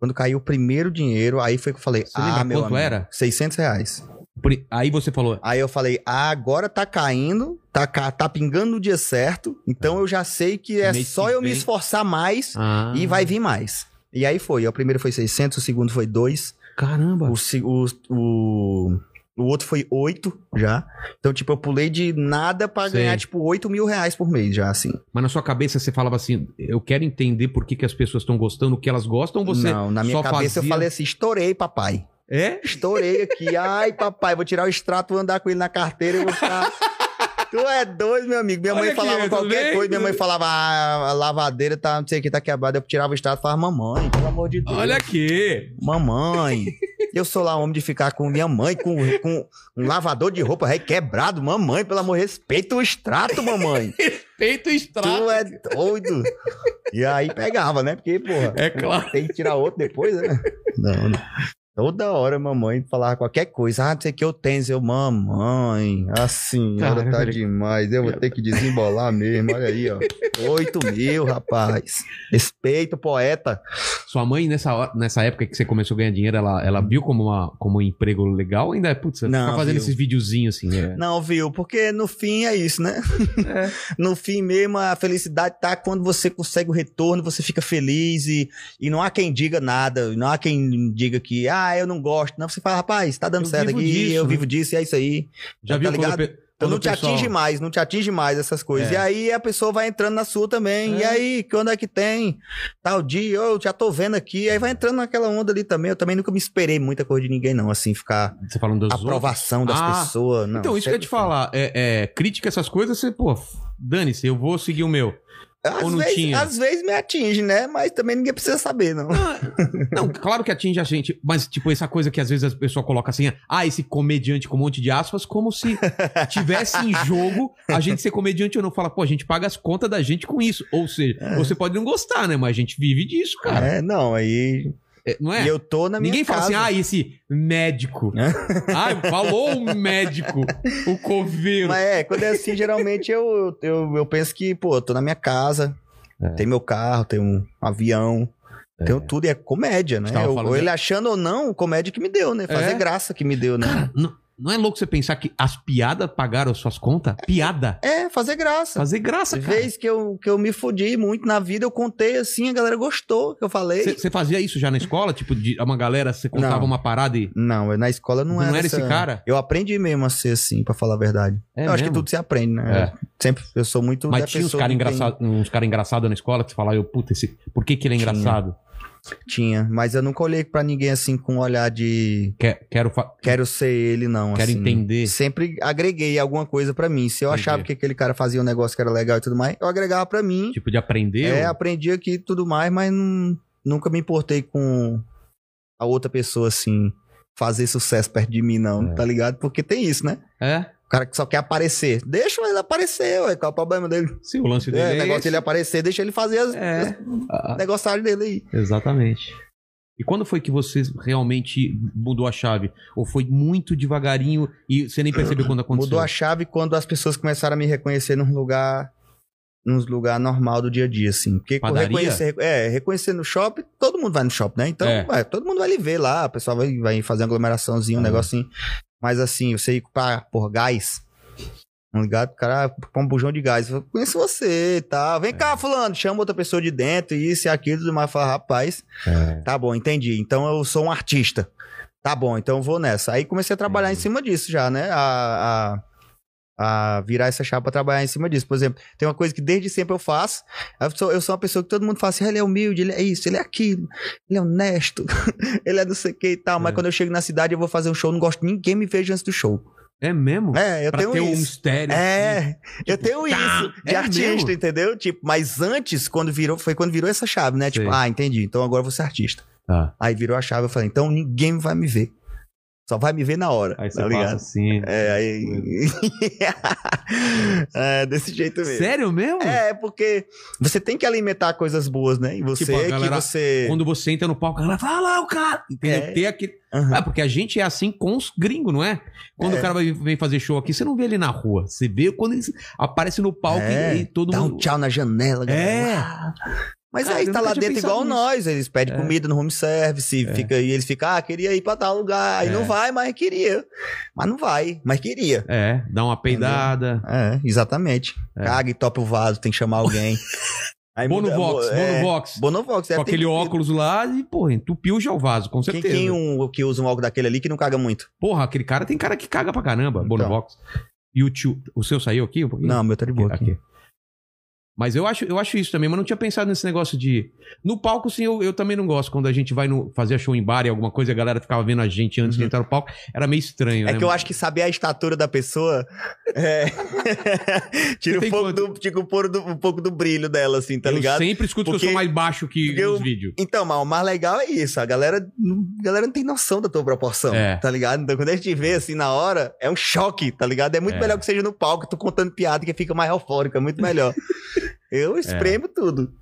Speaker 2: Quando caiu o primeiro dinheiro, aí foi que eu falei.
Speaker 1: Você
Speaker 2: ah,
Speaker 1: lembra
Speaker 2: meu
Speaker 1: quanto
Speaker 2: amigo,
Speaker 1: era?
Speaker 2: 600 reais.
Speaker 1: Por- aí você falou,
Speaker 2: Aí eu falei, ah, agora tá caindo, tá, ca- tá pingando no dia certo, então eu já sei que é
Speaker 1: Mês
Speaker 2: só
Speaker 1: que
Speaker 2: eu me
Speaker 1: vem.
Speaker 2: esforçar mais
Speaker 1: ah,
Speaker 2: e vai vir mais. E aí foi. O primeiro foi 600, o segundo foi 2,
Speaker 1: caramba,
Speaker 2: o, se- o, o O outro foi 8 já. Então, tipo, eu pulei de nada pra
Speaker 1: Sei.
Speaker 2: ganhar, tipo, 8 mil reais por mês já, assim.
Speaker 1: Mas na sua cabeça você falava assim, eu quero entender por que, que as pessoas estão gostando, o que elas gostam, você
Speaker 2: Não, na minha
Speaker 1: só
Speaker 2: cabeça eu
Speaker 1: fazia-
Speaker 2: falei assim, estourei, papai.
Speaker 1: É?
Speaker 2: Estourei aqui. Ai, papai, vou tirar o extrato, vou andar com ele na carteira e vou ficar. Tu é doido, meu amigo. Minha
Speaker 1: Olha
Speaker 2: mãe
Speaker 1: aqui, tá
Speaker 2: falava
Speaker 1: tudo
Speaker 2: qualquer
Speaker 1: bem?
Speaker 2: coisa. Minha mãe falava, ah, a lavadeira tá, não sei o que, tá quebrada. Eu tirava o extrato e falava, mamãe, pelo amor de Deus.
Speaker 1: Olha aqui!
Speaker 2: Mamãe, eu sou lá homem de ficar com minha mãe, com, com um lavador de roupa requebrado. Mamãe, pelo amor, respeita o extrato, mamãe.
Speaker 1: Peito
Speaker 2: Tu
Speaker 1: estrada!
Speaker 2: é doido. E aí pegava, né? Porque, porra.
Speaker 1: É claro.
Speaker 2: Tem que tirar outro depois, né? Não, não. Toda hora mamãe falava qualquer coisa. Ah, não sei o que eu tenho. Eu, mamãe, a senhora tá
Speaker 1: Caramba.
Speaker 2: demais. Eu vou ter que desembolar mesmo. Olha aí, ó. Oito mil, rapaz. Respeito, poeta.
Speaker 1: Sua mãe, nessa, hora- nessa época que você começou a ganhar dinheiro, ela, ela viu como, uma, como um emprego legal? Ou Ainda é, putz, você
Speaker 2: Uhum. Não,
Speaker 1: fica fazendo
Speaker 2: viu.
Speaker 1: esses videozinhos assim, né?
Speaker 2: Não, viu? Porque no fim é isso, né? No fim mesmo, a felicidade tá quando você consegue o retorno, você fica feliz e, e não há quem diga nada, não há quem diga que, ah, eu não gosto. Não, você fala, rapaz, tá dando
Speaker 1: Eu
Speaker 2: certo
Speaker 1: vivo
Speaker 2: aqui,
Speaker 1: disso,
Speaker 2: eu
Speaker 1: né?
Speaker 2: vivo disso, e é isso aí.
Speaker 1: Já
Speaker 2: Tá
Speaker 1: viu
Speaker 2: ligado?
Speaker 1: quando, pe-
Speaker 2: Então
Speaker 1: quando
Speaker 2: não
Speaker 1: o
Speaker 2: te
Speaker 1: pessoal-
Speaker 2: atinge mais, não te atinge mais essas coisas.
Speaker 1: É.
Speaker 2: E aí a pessoa vai entrando na sua também. E aí, quando é que tem? Tal dia, eu já tô vendo aqui. Aí vai entrando naquela onda ali também. Eu também nunca me esperei muita coisa de ninguém, não. Assim, ficar
Speaker 1: Você falando dos outros?
Speaker 2: aprovação das
Speaker 1: Ah,
Speaker 2: pessoas. Não,
Speaker 1: então, isso que eu ia te falar, é, é, crítica, essas coisas, você, pô, f- dane-se, eu vou seguir o meu. Ou
Speaker 2: Às
Speaker 1: não
Speaker 2: vezes,
Speaker 1: tinha?
Speaker 2: às vezes me atinge, né? Mas também ninguém precisa saber, não.
Speaker 1: Não, claro que atinge a gente, mas, tipo, essa coisa que às vezes a pessoa coloca assim, ah, esse comediante com um monte de aspas, como se tivesse em jogo a gente ser comediante ou não. Fala, pô, a gente paga as contas da gente com isso. Ou seja, você pode não gostar, né? Mas a gente vive disso, cara.
Speaker 2: É, não, aí.
Speaker 1: É, não Ah. é?
Speaker 2: E eu tô na minha
Speaker 1: Ninguém fala assim,
Speaker 2: casa. É.
Speaker 1: ah, esse médico. ah, falou o médico, o coveiro.
Speaker 2: Mas é, quando é assim, geralmente eu, eu, eu penso que, pô, eu tô na minha casa,
Speaker 1: É.
Speaker 2: tem meu carro, tem um avião,
Speaker 1: É.
Speaker 2: tenho tudo, e é comédia, né?
Speaker 1: gente tava
Speaker 2: Eu-
Speaker 1: falando
Speaker 2: ou
Speaker 1: de-
Speaker 2: ele achando ou não, comédia que me deu, né? Fazer
Speaker 1: É.
Speaker 2: graça que me deu, né?
Speaker 1: Cara, não, não é louco você pensar que as piadas pagaram suas contas? Piada.
Speaker 2: É, fazer graça.
Speaker 1: Fazer graça, cara.
Speaker 2: Vez que eu, que eu me fudi muito na vida, eu contei assim, a galera gostou que eu falei.
Speaker 1: Você fazia isso já na escola? Tipo, de uma galera, você contava
Speaker 2: Não.
Speaker 1: uma parada e.
Speaker 2: Não, na escola não,
Speaker 1: Não era esse
Speaker 2: essa-
Speaker 1: cara?
Speaker 2: Eu aprendi mesmo a ser assim, pra falar a verdade.
Speaker 1: É
Speaker 2: eu acho que
Speaker 1: mesmo?
Speaker 2: tudo se aprende, né?
Speaker 1: É.
Speaker 2: Sempre, eu sou muito da
Speaker 1: Mas tinha uns
Speaker 2: pessoa
Speaker 1: caras
Speaker 2: que tem-
Speaker 1: engraçados uns cara engraçado na escola que você falava, eu, puta, esse... por que, que ele é
Speaker 2: Tinha.
Speaker 1: engraçado?
Speaker 2: Tinha, mas eu nunca olhei pra ninguém assim com um olhar de...
Speaker 1: Quer- quero fa-
Speaker 2: quero ser ele, não.
Speaker 1: Quero
Speaker 2: assim.
Speaker 1: entender.
Speaker 2: Sempre agreguei alguma coisa pra mim. Se eu
Speaker 1: Entendi.
Speaker 2: achava que aquele cara fazia um negócio que era legal e tudo mais, eu agregava pra mim.
Speaker 1: Tipo, de aprender.
Speaker 2: É,
Speaker 1: ou-
Speaker 2: aprendi aqui e tudo mais, mas não- nunca me importei com a outra pessoa, assim, fazer sucesso perto de mim, não,
Speaker 1: É.
Speaker 2: tá ligado? Porque tem isso, né?
Speaker 1: É?
Speaker 2: O cara que só quer aparecer. Deixa ele aparecer, ué. Qual é o problema dele?
Speaker 1: Sim, o lance dele.
Speaker 2: É,
Speaker 1: É,
Speaker 2: o negócio
Speaker 1: esse.
Speaker 2: dele aparecer, deixa ele fazer as,
Speaker 1: É.
Speaker 2: as
Speaker 1: Ah,
Speaker 2: negociagens dele aí.
Speaker 1: Exatamente. E quando foi que você realmente mudou a chave? Ou foi muito devagarinho e você nem percebeu quando aconteceu?
Speaker 2: Mudou a chave quando as pessoas começaram a me reconhecer num lugar nos lugar normal do dia a dia, assim. Porque com
Speaker 1: Padaria?
Speaker 2: reconhecer, é, reconhecer no shopping, todo mundo vai no shopping, né? Então,
Speaker 1: É.
Speaker 2: vai, todo mundo vai lhe ver lá, o pessoal vai, vai fazer uma aglomeraçãozinha, um
Speaker 1: É.
Speaker 2: negocinho. Mas assim, você ir pra, por gás, tá ligado? O cara põe um bujão de gás. Eu conheço você e tal.
Speaker 1: É.
Speaker 2: Vem cá, fulano, chama outra pessoa de dentro, isso e aquilo, tudo mais. Fala, rapaz,
Speaker 1: É.
Speaker 2: Tá bom, entendi. Então eu sou um artista. Tá bom, então eu vou nessa. Aí comecei a trabalhar
Speaker 1: Entendi.
Speaker 2: em cima disso já, né? A, a, a virar essa chapa pra trabalhar em cima disso. Por exemplo, tem uma coisa que desde sempre eu faço. Eu sou, eu sou uma pessoa que todo mundo fala assim: "Ah, ele é humilde, ele é isso, ele é aquilo, ele é honesto, ele é não sei o que e tal. Mas
Speaker 1: É.
Speaker 2: quando eu chego na cidade, eu vou fazer um show, não gosto que ninguém me veja antes do show.
Speaker 1: É mesmo?
Speaker 2: É, eu
Speaker 1: pra
Speaker 2: tenho
Speaker 1: ter um
Speaker 2: isso.
Speaker 1: mistério. assim.
Speaker 2: É, eu tenho
Speaker 1: tá,
Speaker 2: isso de
Speaker 1: é
Speaker 2: artista,
Speaker 1: mesmo?
Speaker 2: entendeu? Tipo, mas antes, quando virou, foi quando virou essa chave, né? Tipo,
Speaker 1: Sei.
Speaker 2: ah, entendi. Então agora eu vou ser artista.
Speaker 1: Tá.
Speaker 2: Aí virou a chave, eu falei, então ninguém vai me ver. Só vai me ver na hora.
Speaker 1: Aí você
Speaker 2: tá
Speaker 1: passa
Speaker 2: ligado?
Speaker 1: assim.
Speaker 2: É, aí. é, desse jeito mesmo.
Speaker 1: Sério mesmo?
Speaker 2: É, é porque você tem que alimentar coisas boas, né? E você
Speaker 1: Tipo, a
Speaker 2: que
Speaker 1: galera-
Speaker 2: você.
Speaker 1: Quando você entra no palco, ela fala, "Ah lá o cara. Entendeu?
Speaker 2: É.
Speaker 1: Ter aquele...
Speaker 2: Aham.
Speaker 1: Ah, porque a gente é assim com os gringos, não é? Quando
Speaker 2: É.
Speaker 1: o cara vai, vem fazer show aqui, você não vê ele na rua. Você vê quando ele aparece no palco
Speaker 2: É,
Speaker 1: e, e todo
Speaker 2: Dá um
Speaker 1: mundo.
Speaker 2: tchau na janela,
Speaker 1: É.
Speaker 2: Ah. Mas
Speaker 1: Cara,
Speaker 2: aí
Speaker 1: eu
Speaker 2: tá
Speaker 1: nunca
Speaker 2: lá
Speaker 1: tinha
Speaker 2: dentro
Speaker 1: pensado
Speaker 2: igual
Speaker 1: nisso.
Speaker 2: nós. Eles pedem
Speaker 1: É.
Speaker 2: comida no home service,
Speaker 1: É.
Speaker 2: fica, e eles ficam, ah, queria ir pra tal lugar. Aí
Speaker 1: É.
Speaker 2: não vai, mas queria. Mas não vai, mas queria.
Speaker 1: É, dá uma peidada.
Speaker 2: É, exatamente.
Speaker 1: É.
Speaker 2: Caga e topa o vaso, tem que chamar alguém. Aí muda-
Speaker 1: Bonovox,
Speaker 2: é,
Speaker 1: Bonovox.
Speaker 2: Bonovox, é.
Speaker 1: Com
Speaker 2: tem-
Speaker 1: aquele
Speaker 2: tem-
Speaker 1: óculos lá e, porra, entupiu já o vaso, com
Speaker 2: Quem,
Speaker 1: certeza.
Speaker 2: quem um, que usa um óculos daquele ali que não caga muito?
Speaker 1: Porra, aquele cara tem cara que caga pra caramba,
Speaker 2: Então.
Speaker 1: Bonovox. E o tio. O seu saiu aqui? Um pouquinho?
Speaker 2: Não, meu tá de boa.
Speaker 1: Aqui.
Speaker 2: aqui.
Speaker 1: Mas eu acho, eu acho isso também, mas não tinha pensado nesse negócio de. No palco, sim, eu, eu também não gosto. Quando a gente vai no, fazer show em bar e alguma coisa, a galera ficava vendo a gente antes de
Speaker 2: Uhum.
Speaker 1: entrar no palco. Era meio estranho,
Speaker 2: É
Speaker 1: né?
Speaker 2: que eu acho que saber a estatura da pessoa é... tira,
Speaker 1: Tem
Speaker 2: um pouco do, tira um pouco do- um pouco do brilho dela, assim, tá
Speaker 1: Eu
Speaker 2: ligado?
Speaker 1: sempre escuto que eu sou
Speaker 2: Porque-
Speaker 1: mais baixo que
Speaker 2: porque
Speaker 1: os
Speaker 2: eu-
Speaker 1: vídeos.
Speaker 2: Então, mas o mais legal é isso. A galera, não- a galera não tem noção da tua proporção,
Speaker 1: É.
Speaker 2: tá ligado? Então, quando a gente vê assim na hora, é um choque, tá ligado? É muito
Speaker 1: É.
Speaker 2: melhor que seja no palco, tu contando piada que fica mais eufórico, é muito melhor. Eu espremo tudo.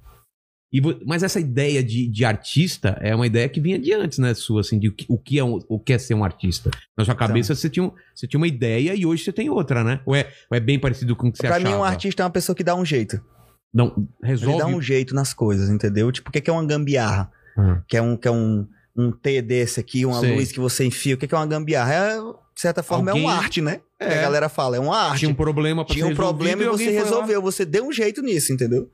Speaker 1: E vo- mas essa ideia de, de artista é uma ideia que vinha de antes, né, sua, assim, de o que, o que é, um- o que é ser um artista. Na sua cabeça você, tinha um- você tinha uma ideia e hoje você tem outra, né? Ou é, ou é bem parecido com o que você
Speaker 2: pra
Speaker 1: achava?
Speaker 2: mim, um artista é uma pessoa que dá um jeito.
Speaker 1: Não,
Speaker 2: Ele
Speaker 1: resolve...
Speaker 2: dá um jeito nas coisas, entendeu? Tipo, o que que é uma gambiarra?
Speaker 1: Ah.
Speaker 2: Que é um, que é um, um T desse aqui, uma
Speaker 1: Sei.
Speaker 2: luz que você enfia. O que que é uma gambiarra? É, de certa forma,
Speaker 1: Alguém-
Speaker 2: é uma arte, né? Que
Speaker 1: É.
Speaker 2: a galera fala, é uma arte.
Speaker 1: Tinha um problema pra
Speaker 2: Tinha
Speaker 1: ser
Speaker 2: um problema e
Speaker 1: resolvido
Speaker 2: você
Speaker 1: alguém foi lá.
Speaker 2: resolveu, você deu um jeito nisso, entendeu?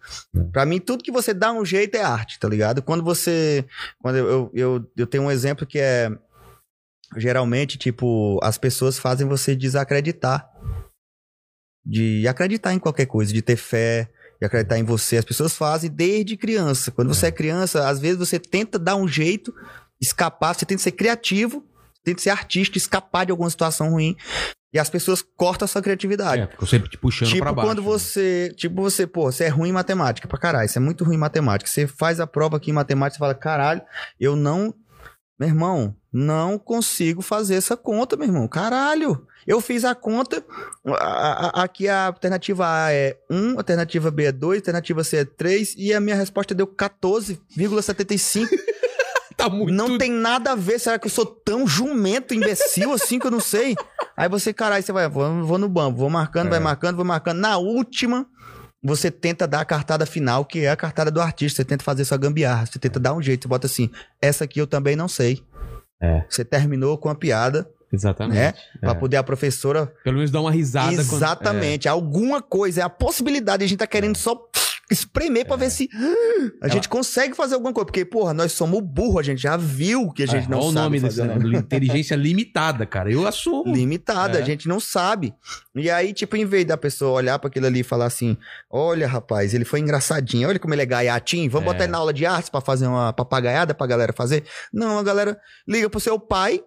Speaker 2: Pra mim, tudo que você dá um jeito é arte, tá ligado? Quando você. Quando eu, eu, eu, eu tenho um exemplo que é. Geralmente, tipo, as pessoas fazem você desacreditar. De acreditar em qualquer coisa, de ter fé, de acreditar em você. As pessoas fazem desde criança. Quando você é criança, às vezes você tenta dar um jeito, escapar, você tenta ser criativo, tenta ser artista, escapar de alguma situação ruim. E as pessoas cortam a sua criatividade.
Speaker 1: É, ficou sempre te puxando
Speaker 2: Tipo
Speaker 1: pra baixo.
Speaker 2: quando
Speaker 1: né?
Speaker 2: você, tipo você, pô, você é ruim em matemática pra caralho, você é muito ruim em matemática. Você faz a prova aqui em matemática, você fala, caralho, eu não, meu irmão, não consigo fazer essa conta, meu irmão. Caralho. Eu fiz a conta, a- a- a- aqui a alternativa A é 1, alternativa B é 2, alternativa C é 3 e a minha resposta deu 14,75.
Speaker 1: Tá muito...
Speaker 2: Não Né? tem nada a ver. Será que eu sou tão jumento, imbecil assim que eu não sei? Aí você, caralho, você vai, vou, vou no banco, vou marcando,
Speaker 1: É.
Speaker 2: vai marcando, vou marcando. Na última, você tenta dar a cartada final, que é a cartada do artista. Você tenta fazer sua gambiarra, você tenta dar um jeito, você bota assim, essa aqui eu também não sei.
Speaker 1: É.
Speaker 2: Você terminou com a piada
Speaker 1: Exatamente.
Speaker 2: Né? pra
Speaker 1: É.
Speaker 2: poder a professora.
Speaker 1: Pelo menos dá uma risada. quando- É.
Speaker 2: Exatamente. Alguma coisa, é a possibilidade. A gente tá querendo só espremer pra ver se ah, a gente consegue fazer alguma coisa. Porque, porra, nós somos burro, a gente já viu que a
Speaker 1: É.
Speaker 2: gente não
Speaker 1: Olha
Speaker 2: sabe.
Speaker 1: o nome
Speaker 2: fazer
Speaker 1: desse
Speaker 2: o negócio.
Speaker 1: né? Inteligência limitada, cara. Eu assumo.
Speaker 2: Limitada,
Speaker 1: É.
Speaker 2: a gente não sabe. E aí, tipo, em vez da pessoa olhar pra aquilo ali e falar assim: olha, rapaz, ele foi engraçadinho, olha como ele é gaiatinho, vamos
Speaker 1: É.
Speaker 2: botar ele na aula de artes pra fazer uma papagaiada pra galera fazer. Não, a galera liga pro seu pai,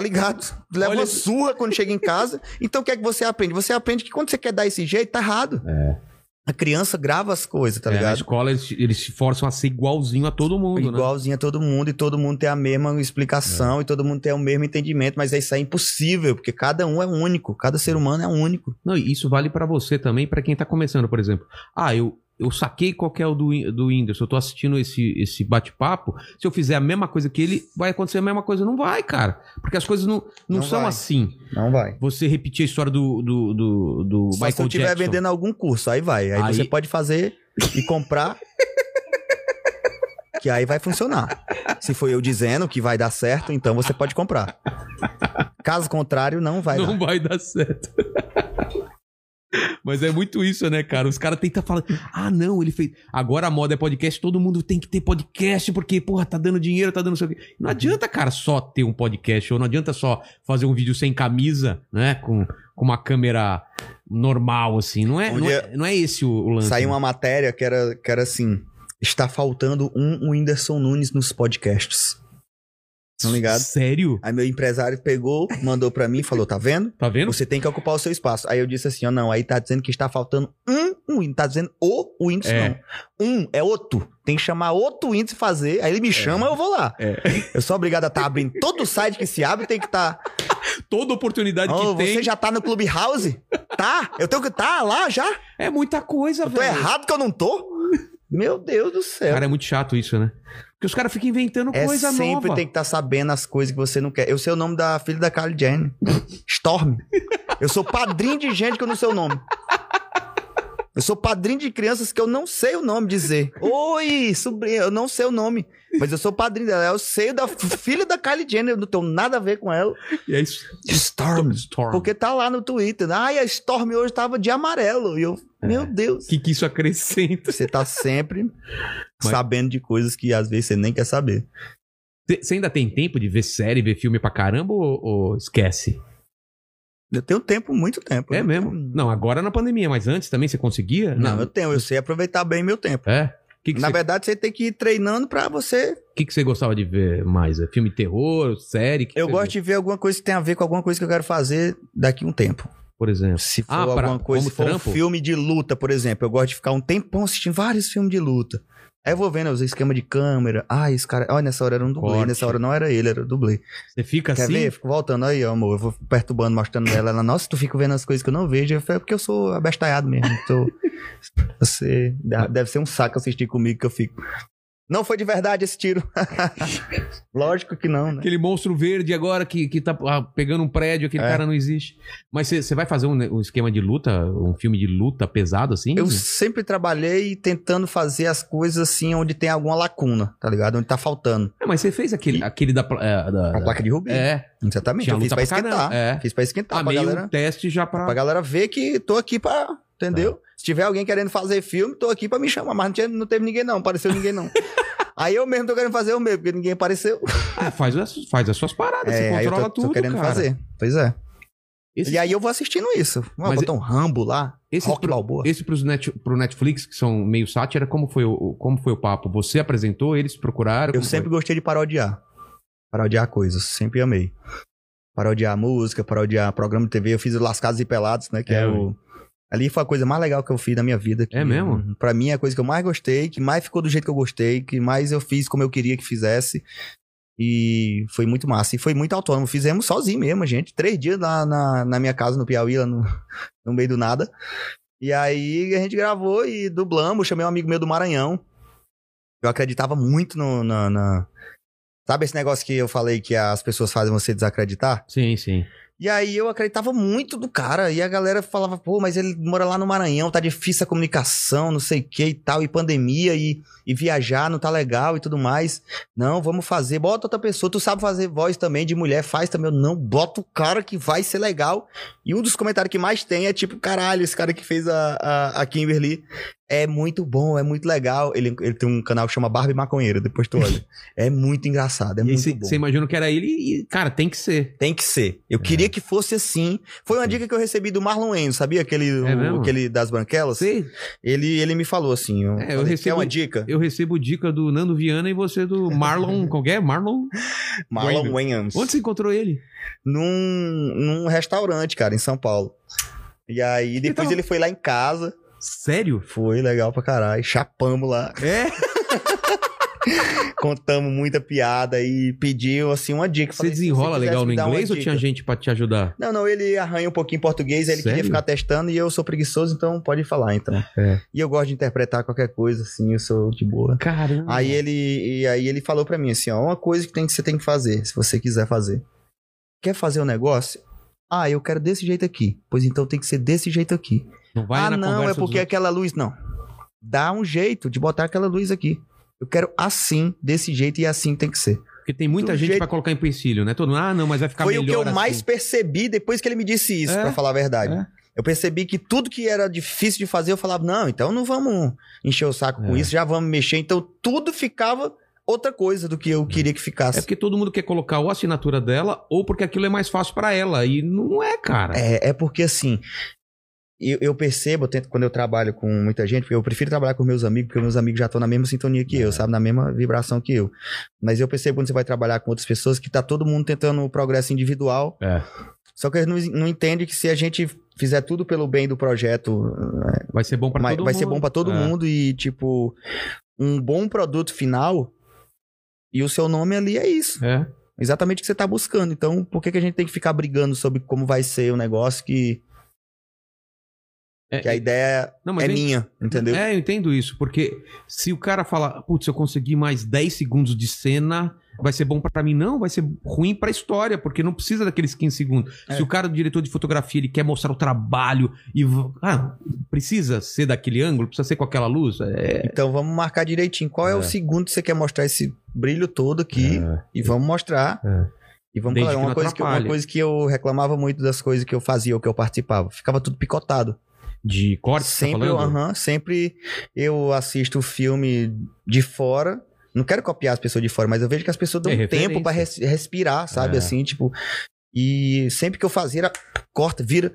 Speaker 2: ligado? Leva
Speaker 1: Olha-
Speaker 2: uma surra quando chega em casa. Então o que é que você aprende? Você aprende que quando você quer dar esse jeito, tá errado. A criança grava as coisas, tá
Speaker 1: É, na
Speaker 2: ligado?
Speaker 1: escola eles, eles se forçam a ser igualzinho a todo mundo, né?
Speaker 2: Igualzinho a todo mundo, e todo mundo tem a mesma explicação, e todo mundo tem o mesmo entendimento, mas isso é impossível, porque cada um é único, cada ser humano é único.
Speaker 1: Não, e isso vale pra você também, pra quem tá começando, por exemplo. Ah, eu, eu saquei qual que é o do, Whin- do Windows, eu tô assistindo esse, esse bate-papo, se eu fizer a mesma coisa que ele, vai acontecer a mesma coisa. Não vai, cara. Porque as coisas não, não,
Speaker 2: Não
Speaker 1: são
Speaker 2: vai.
Speaker 1: assim.
Speaker 2: Não vai.
Speaker 1: Você repetir a história do, do, do, do
Speaker 2: Só se
Speaker 1: Michael
Speaker 2: eu estiver
Speaker 1: Jackson.
Speaker 2: vendendo algum curso, aí vai. Aí,
Speaker 1: Aí-
Speaker 2: você pode fazer e comprar. que aí vai funcionar. Se foi eu dizendo que vai dar certo, então você pode comprar. Caso contrário, não vai
Speaker 1: não
Speaker 2: dar.
Speaker 1: vai dar certo. Mas é muito isso, né, cara? Os caras tentam falar. Ah, não, ele fez. Agora a moda é podcast, todo mundo tem que ter podcast, porque, porra, tá dando dinheiro, tá dando não sei o quê. Não adianta, cara, só ter um podcast, ou não adianta só fazer um vídeo sem camisa, né? Com, com uma câmera normal, assim. Não é,
Speaker 2: Um
Speaker 1: não,
Speaker 2: dia-
Speaker 1: é, não é esse o, o lance.
Speaker 2: Saiu uma matéria que era, que era assim: está faltando um Whindersson Nunes nos podcasts. Tá ligado?
Speaker 1: Sério?
Speaker 2: Aí meu empresário pegou, mandou pra mim e falou: tá vendo?
Speaker 1: Tá vendo?
Speaker 2: Você tem que ocupar o seu espaço. Aí eu disse assim: ó, não, aí tá dizendo que está faltando um Windows. Tá dizendo o Windows,
Speaker 1: É.
Speaker 2: não. Um é outro. Tem que chamar outro Windows e fazer. Aí ele me chama, eu vou lá.
Speaker 1: É.
Speaker 2: Eu sou obrigado a estar abrindo todo o site que se abre, tem que estar.
Speaker 1: Toda oportunidade que
Speaker 2: você
Speaker 1: tem.
Speaker 2: já tá no Clubhouse? Tá? Eu tenho que estar lá já?
Speaker 1: É muita coisa,
Speaker 2: Eu tô
Speaker 1: velho.
Speaker 2: errado que eu não tô? Meu Deus do céu.
Speaker 1: Cara, é muito chato isso, né? Porque os caras ficam inventando
Speaker 2: É
Speaker 1: coisa
Speaker 2: sempre
Speaker 1: nova.
Speaker 2: tem que estar sabendo as coisas que você não quer. Eu sei o nome da filha da Kylie Jenner. Storm. Eu sou padrinho de gente que eu não sei o nome. Eu sou padrinho de crianças que eu não sei o nome dizer. Oi, sobrinha, eu não sei o nome. Mas eu sou padrinho dela. Eu sei da f- filha da Kylie Jenner, eu não tenho nada a ver com ela.
Speaker 1: E é isso.
Speaker 2: Storm.
Speaker 1: Storm.
Speaker 2: Porque tá lá no Twitter. Ai, a Storm hoje tava de amarelo. E eu, meu Deus.
Speaker 1: O que, que isso acrescenta?
Speaker 2: Você tá sempre
Speaker 1: Mas-
Speaker 2: sabendo de coisas que às vezes você nem quer saber.
Speaker 1: Você- Você ainda tem tempo de ver série, ver filme pra caramba ou, ou esquece?
Speaker 2: Eu tenho tempo, muito tempo.
Speaker 1: É
Speaker 2: Eu
Speaker 1: mesmo?
Speaker 2: tenho-
Speaker 1: Não, agora na pandemia, mas antes também você conseguia?
Speaker 2: Não, eu tenho. Eu sei aproveitar bem meu tempo.
Speaker 1: É? O que, que,
Speaker 2: Na
Speaker 1: você,
Speaker 2: verdade, você tem que ir treinando pra você.
Speaker 1: que, que você gostava de ver mais? É Filme de terror, série? Que que
Speaker 2: Eu
Speaker 1: você
Speaker 2: gosto
Speaker 1: vê,
Speaker 2: de ver alguma coisa que tem a ver com alguma coisa que eu quero fazer daqui a um tempo.
Speaker 1: Por exemplo.
Speaker 2: Se for
Speaker 1: Ah, pra-
Speaker 2: alguma coisa, se
Speaker 1: como
Speaker 2: for
Speaker 1: trampo?
Speaker 2: um filme de luta, por exemplo, eu gosto de ficar um tempão assistindo vários filmes de luta. Aí eu vou vendo os esquemas de câmera. Ah, esse cara. Olha, nessa hora era um dublê.
Speaker 1: Corte.
Speaker 2: Nessa hora não era ele, era dublê.
Speaker 1: Você fica
Speaker 2: Quer
Speaker 1: assim?
Speaker 2: ver? Fico voltando aí, ó, amor. Eu vou perturbando, mostrando ela. Ela, nossa, tu fica vendo as coisas que eu não vejo. Eu falo, é porque eu sou abestalhado mesmo. Tô... Você deve ser um saco assistir comigo que eu fico. Não foi de verdade esse tiro. Lógico que não, né?
Speaker 1: Aquele monstro verde agora que, que tá ah, pegando um prédio, aquele
Speaker 2: É.
Speaker 1: cara não existe. Mas você você vai fazer um, ne- um esquema de luta, um filme de luta pesado assim?
Speaker 2: Eu sempre trabalhei tentando fazer as coisas assim onde tem alguma lacuna, tá ligado? Onde tá faltando.
Speaker 1: É, mas você fez aquele,
Speaker 2: E-
Speaker 1: aquele da, pla- é, da-
Speaker 2: A placa de Rubi.
Speaker 1: É,
Speaker 2: Exatamente.
Speaker 1: tinha
Speaker 2: Eu fiz
Speaker 1: luta
Speaker 2: pra
Speaker 1: pra caramba.
Speaker 2: esquentar.
Speaker 1: É.
Speaker 2: Fiz pra esquentar,
Speaker 1: Ah,
Speaker 2: Tá pra
Speaker 1: meio um
Speaker 2: galera. Tá
Speaker 1: teste já pra... É.
Speaker 2: Pra galera ver que tô aqui pra. Entendeu? Se tiver alguém querendo fazer filme, tô aqui pra me chamar. Mas não, tinha- não teve ninguém, não. Apareceu ninguém, não. Aí eu mesmo tô querendo fazer o meu, porque ninguém apareceu.
Speaker 1: Ah, faz, as, faz as suas paradas, você
Speaker 2: É, aí eu
Speaker 1: controla
Speaker 2: tô, tô
Speaker 1: tudo,
Speaker 2: querendo
Speaker 1: cara.
Speaker 2: fazer. Pois é.
Speaker 1: Esse,
Speaker 2: E aí eu vou assistindo isso. Vou
Speaker 1: Mas
Speaker 2: botar um Rambo lá,
Speaker 1: esses
Speaker 2: Rock
Speaker 1: pro-
Speaker 2: Balboa.
Speaker 1: esse pros net, pro Netflix, que são meio sátira, como foi o- o, como foi o papo? Você apresentou, eles procuraram?
Speaker 2: Eu
Speaker 1: como
Speaker 2: sempre gostei de parodiar. Parodiar coisas, sempre amei. Parodiar música, parodiar programa de TV. Eu fiz o Lascados e Pelados, né? Que é,
Speaker 1: É,
Speaker 2: o. Ali foi a coisa mais legal que eu fiz na minha vida. que,
Speaker 1: É mesmo?
Speaker 2: hum, Pra mim é a coisa que eu mais gostei, que mais ficou do jeito que eu gostei, que mais eu fiz como eu queria que fizesse. E foi muito massa. E foi muito autônomo. Fizemos sozinho mesmo, gente. Três dias lá na, na minha casa, no Piauí, lá no, no meio do nada. E aí a gente gravou e dublamos. Chamei um amigo meu do Maranhão. Eu acreditava muito no, na, na- Sabe esse negócio que eu falei que as pessoas fazem você desacreditar?
Speaker 1: foi? Sim, sim.
Speaker 2: E aí eu acreditava muito no cara. E a galera falava, pô, mas ele mora lá no Maranhão, tá difícil a comunicação, não sei o que e tal, e pandemia, e, e viajar não tá legal e tudo mais. Não, vamos fazer, bota outra pessoa. Tu sabe fazer voz também de mulher, faz também. Eu não, bota o cara que vai ser legal. E um dos comentários que mais tem é tipo, caralho, esse cara que fez a, a, a Kimberly é muito bom, é muito legal. Ele, ele tem um canal que chama Barbie Maconheira, depois tu olha. é muito engraçado,
Speaker 1: e
Speaker 2: é
Speaker 1: aí
Speaker 2: muito
Speaker 1: você
Speaker 2: bom.
Speaker 1: você imagina que era ele e, cara, tem que ser.
Speaker 2: Tem que ser.
Speaker 1: É.
Speaker 2: Eu queria que fosse assim. Foi uma dica que eu recebi do Marlon Enzo, sabia? Aquele,
Speaker 1: É
Speaker 2: o-
Speaker 1: mesmo?
Speaker 2: aquele das branquelas.
Speaker 1: Você,
Speaker 2: Ele, ele me falou assim. Eu
Speaker 1: É, eu
Speaker 2: falei,
Speaker 1: recebo-
Speaker 2: Quer uma dica?
Speaker 1: eu recebo dica do Nando Viana e você do Marlon, qual que é? Marlon?
Speaker 2: Marlon Wayans.
Speaker 1: Onde você encontrou ele?
Speaker 2: Num, num restaurante, cara, em São Paulo. E aí, depois
Speaker 1: tava-
Speaker 2: ele foi lá em casa.
Speaker 1: Sério?
Speaker 2: Foi legal pra caralho. Chapamos lá.
Speaker 1: É?
Speaker 2: Contamos muita piada e pediu, assim, uma dica.
Speaker 1: Você
Speaker 2: Falei, se
Speaker 1: desenrola
Speaker 2: quisesse
Speaker 1: legal no
Speaker 2: me dar uma
Speaker 1: inglês ou
Speaker 2: dica-
Speaker 1: tinha gente pra te ajudar?
Speaker 2: Não, não, ele arranha um pouquinho em português, ele
Speaker 1: Sério?
Speaker 2: queria ficar testando e eu sou preguiçoso, então pode falar, então.
Speaker 1: É.
Speaker 2: E eu gosto de interpretar qualquer coisa, assim, eu sou de boa.
Speaker 1: Caramba.
Speaker 2: Aí ele, e aí ele falou pra mim assim, ó, uma coisa que, tem, que você tem que fazer, se você quiser fazer. Quer fazer um negócio? Ah, eu quero desse jeito aqui. Pois então tem que ser desse jeito aqui.
Speaker 1: Não vai
Speaker 2: ah,
Speaker 1: na
Speaker 2: não,
Speaker 1: conversa
Speaker 2: é
Speaker 1: dos
Speaker 2: porque
Speaker 1: outros.
Speaker 2: aquela luz não. Dá um jeito de botar aquela luz aqui. Eu quero assim, desse jeito e assim tem que ser.
Speaker 1: Porque tem muita
Speaker 2: do
Speaker 1: gente
Speaker 2: jeito-
Speaker 1: pra colocar empecilho, né? Todo mundo, ah, não, mas vai ficar
Speaker 2: Foi
Speaker 1: melhor
Speaker 2: o que eu
Speaker 1: assim.
Speaker 2: mais percebi depois que ele me disse isso,
Speaker 1: É,
Speaker 2: pra falar a verdade.
Speaker 1: é.
Speaker 2: Eu percebi que tudo que era difícil de fazer, eu falava, não, então não vamos encher o saco com
Speaker 1: É.
Speaker 2: isso, já vamos mexer. Então tudo ficava outra coisa do que eu queria que
Speaker 1: É
Speaker 2: ficasse.
Speaker 1: porque todo mundo quer colocar ou a assinatura dela ou porque aquilo é mais fácil pra ela. E não é, cara.
Speaker 2: É, é porque assim, eu, eu percebo, eu tento, quando eu trabalho com muita gente, porque eu prefiro trabalhar com meus amigos, porque meus amigos já estão na mesma sintonia
Speaker 1: É.
Speaker 2: que eu, sabe? Na mesma vibração que eu. Mas eu percebo quando você vai trabalhar com outras pessoas que tá todo mundo tentando o progresso individual
Speaker 1: É.
Speaker 2: Só que eles não, não entendem que se a gente fizer tudo pelo bem do projeto,
Speaker 1: Vai ser bom pra
Speaker 2: vai,
Speaker 1: todo
Speaker 2: vai
Speaker 1: mundo.
Speaker 2: ser bom pra todo
Speaker 1: É.
Speaker 2: mundo e, tipo, um bom produto final e o seu nome ali é isso.
Speaker 1: É.
Speaker 2: Exatamente o que você tá buscando. Então, por que, que a gente tem que ficar brigando sobre como vai ser o negócio que,
Speaker 1: É,
Speaker 2: que a ideia
Speaker 1: não,
Speaker 2: é
Speaker 1: vem-
Speaker 2: minha, entendeu?
Speaker 1: É, eu entendo isso, porque se o cara falar, putz, eu consegui mais 10 segundos de cena, Vai ser bom pra mim? Não, vai ser ruim pra história, porque não precisa daqueles 15 segundos.
Speaker 2: É.
Speaker 1: Se o cara, o diretor de fotografia, ele quer mostrar o trabalho e. v- Ah, precisa ser daquele ângulo, precisa ser com aquela luz. É.
Speaker 2: Então vamos marcar direitinho. Qual é,
Speaker 1: É.
Speaker 2: o segundo que você quer mostrar esse brilho todo aqui? E vamos mostrar.
Speaker 1: É.
Speaker 2: E vamos
Speaker 1: Desde
Speaker 2: falar.
Speaker 1: que
Speaker 2: Uma
Speaker 1: não
Speaker 2: coisa que, uma
Speaker 1: atrapalhe.
Speaker 2: coisa que eu reclamava muito das coisas que eu fazia ou que eu participava. Ficava tudo picotado.
Speaker 1: De corte, você tá
Speaker 2: sempre,
Speaker 1: falando?
Speaker 2: aham, sempre eu assisto o filme de fora. Não quero copiar as pessoas de fora, mas eu vejo que as pessoas dão
Speaker 1: É
Speaker 2: um
Speaker 1: referência.
Speaker 2: tempo pra res- respirar, sabe?
Speaker 1: É.
Speaker 2: Assim, tipo. E sempre que eu fazia, era corta, vira.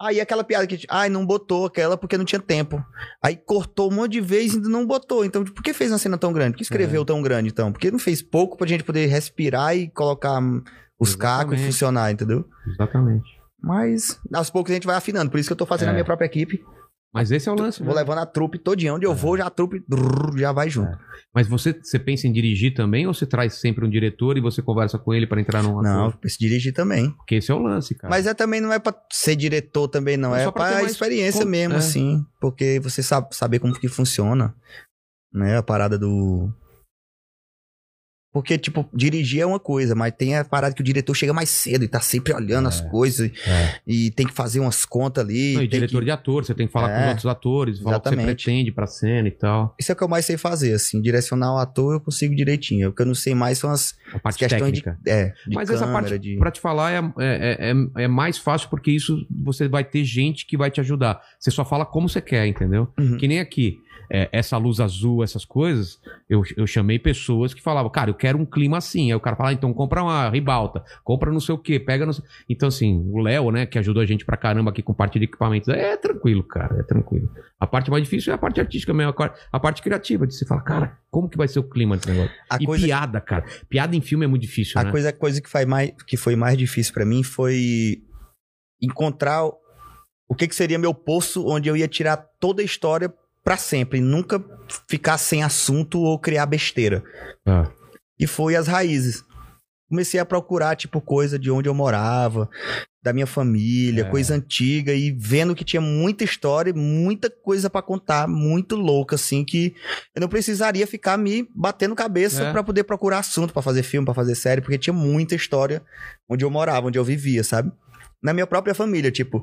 Speaker 2: Aí aquela piada que, ai, não botou aquela porque não tinha tempo. Aí cortou um monte de vez e ainda não botou. Então, por que fez uma cena tão grande? Por que
Speaker 1: É.
Speaker 2: escreveu tão grande, então? Por que não fez pouco pra gente poder respirar e colocar hum, os cacos e
Speaker 1: Exatamente.
Speaker 2: funcionar, entendeu?
Speaker 1: Exatamente.
Speaker 2: Mas, aos poucos a gente vai afinando. Por isso que eu tô fazendo
Speaker 1: É.
Speaker 2: a minha própria equipe.
Speaker 1: Mas esse é o lance.
Speaker 2: Vou
Speaker 1: né?
Speaker 2: levando a trupe todinha. Onde eu vou, já a trupe drrr, já vai
Speaker 1: É,
Speaker 2: junto.
Speaker 1: Mas você, você pensa em dirigir também ou você traz sempre um diretor e você conversa com ele pra entrar num
Speaker 2: Não,
Speaker 1: ator?
Speaker 2: eu preciso dirigir também.
Speaker 1: Porque esse é o lance, cara.
Speaker 2: Mas é também não é pra ser diretor também, não.
Speaker 1: É
Speaker 2: É,
Speaker 1: só pra ter
Speaker 2: pra
Speaker 1: mais
Speaker 2: experiência
Speaker 1: con-
Speaker 2: mesmo,
Speaker 1: é.
Speaker 2: assim. Porque você sabe saber como que funciona, né? A parada do... Porque, tipo, dirigir é uma coisa, mas tem a parada que o diretor chega mais cedo e tá sempre olhando as coisas
Speaker 1: É.
Speaker 2: e tem que fazer umas contas ali.
Speaker 1: Não, e
Speaker 2: tem
Speaker 1: diretor
Speaker 2: que-
Speaker 1: de ator, você tem que falar com os
Speaker 2: É,
Speaker 1: outros atores, falar o que você
Speaker 2: exatamente.
Speaker 1: pretende pra cena e tal.
Speaker 2: Isso é o que eu mais sei fazer, assim. Direcionar o ator eu consigo direitinho. O que eu não sei mais são as
Speaker 1: A parte
Speaker 2: questões
Speaker 1: técnica.
Speaker 2: de, é, de
Speaker 1: Mas essa
Speaker 2: câmera,
Speaker 1: parte,
Speaker 2: de...
Speaker 1: pra te falar, é, é, é, é mais fácil porque isso você vai ter gente que vai te ajudar. Você só fala como você quer, entendeu?
Speaker 2: Uhum.
Speaker 1: Que nem aqui. é, essa luz azul, essas coisas, eu, eu chamei pessoas que falavam, cara, eu quero um clima assim. Aí o cara fala, ah, então compra uma ribalta, compra não sei o quê, pega não sei... Então, assim, o Léo, né, que ajudou a gente pra caramba aqui com parte de equipamentos, é tranquilo, cara, é tranquilo. A parte mais difícil é a parte artística mesmo, a cor- a parte criativa, de você falar, cara, como que vai ser o clima desse negócio?
Speaker 2: A
Speaker 1: e
Speaker 2: coisa
Speaker 1: piada, cara. Piada em filme é muito difícil,
Speaker 2: A
Speaker 1: né?
Speaker 2: coisa, a coisa que, faz mais, que foi mais difícil pra mim foi encontrar o- o que, que seria meu poço onde eu ia tirar toda a história pra sempre, e nunca ficar sem assunto ou criar besteira.
Speaker 1: Ah.
Speaker 2: E foi as raízes. Comecei a procurar, tipo, coisa de onde eu morava, da minha família,
Speaker 1: É.
Speaker 2: coisa antiga, e vendo que tinha muita história, e muita coisa pra contar, muito louca, assim, que eu não precisaria ficar me batendo cabeça
Speaker 1: É.
Speaker 2: pra poder procurar assunto pra fazer filme, pra fazer série, porque tinha muita história onde eu morava, onde eu vivia, sabe? Na minha própria família, tipo,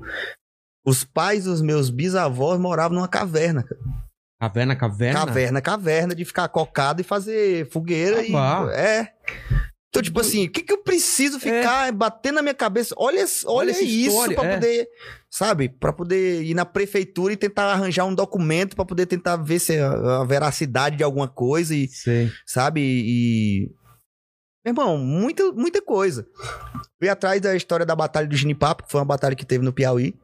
Speaker 2: os pais dos meus bisavós moravam numa caverna, cara.
Speaker 1: Caverna, caverna.
Speaker 2: caverna, caverna de ficar cocado e fazer fogueira e
Speaker 1: Vá.
Speaker 2: é. Então, tipo assim, o que, que eu preciso ficar batendo na minha cabeça? Olha,
Speaker 1: Olha
Speaker 2: olha,
Speaker 1: É. essa
Speaker 2: isso
Speaker 1: história,
Speaker 2: pra
Speaker 1: é.
Speaker 2: poder, sabe? Pra poder ir na prefeitura e tentar arranjar um documento pra poder tentar ver se é a, a veracidade de alguma coisa e
Speaker 1: Sei.
Speaker 2: sabe? E. Meu irmão, muita, muita coisa. Fui atrás da história da Batalha do Ginipapo, que foi uma batalha que teve no Piauí.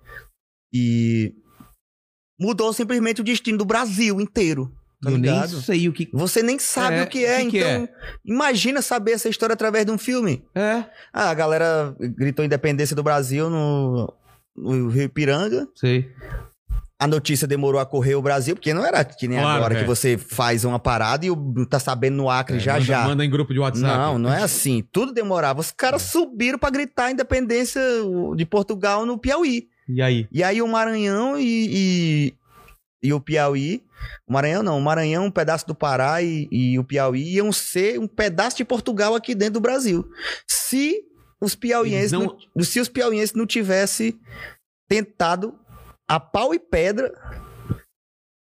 Speaker 2: E. Mudou simplesmente o destino do Brasil inteiro. Tá
Speaker 1: eu nem
Speaker 2: ligado?
Speaker 1: sei o que.
Speaker 2: Você nem sabe
Speaker 1: É,
Speaker 2: o que é,
Speaker 1: o que que
Speaker 2: então. Imagina saber essa história através de um filme.
Speaker 1: É.
Speaker 2: Ah, a galera gritou independência do Brasil no, no Rio Ipiranga.
Speaker 1: Sei.
Speaker 2: A notícia demorou a correr o Brasil, porque não era que nem
Speaker 1: Claro,
Speaker 2: agora
Speaker 1: é.
Speaker 2: que você faz uma parada e o- tá sabendo no Acre já
Speaker 1: manda,
Speaker 2: já.
Speaker 1: Manda em grupo de WhatsApp.
Speaker 2: Não, não é assim. Tudo demorava. Os caras
Speaker 1: É.
Speaker 2: subiram pra gritar a independência o- de Portugal no Piauí.
Speaker 1: E aí?
Speaker 2: E aí o Maranhão e, e, e o Piauí. O Maranhão não, o Maranhão, um pedaço do Pará e, e o Piauí iam ser um pedaço de Portugal aqui dentro do Brasil. Se os
Speaker 1: Eles
Speaker 2: piauienses
Speaker 1: não-
Speaker 2: não... se os piauienses não tivessem tentado a pau e pedra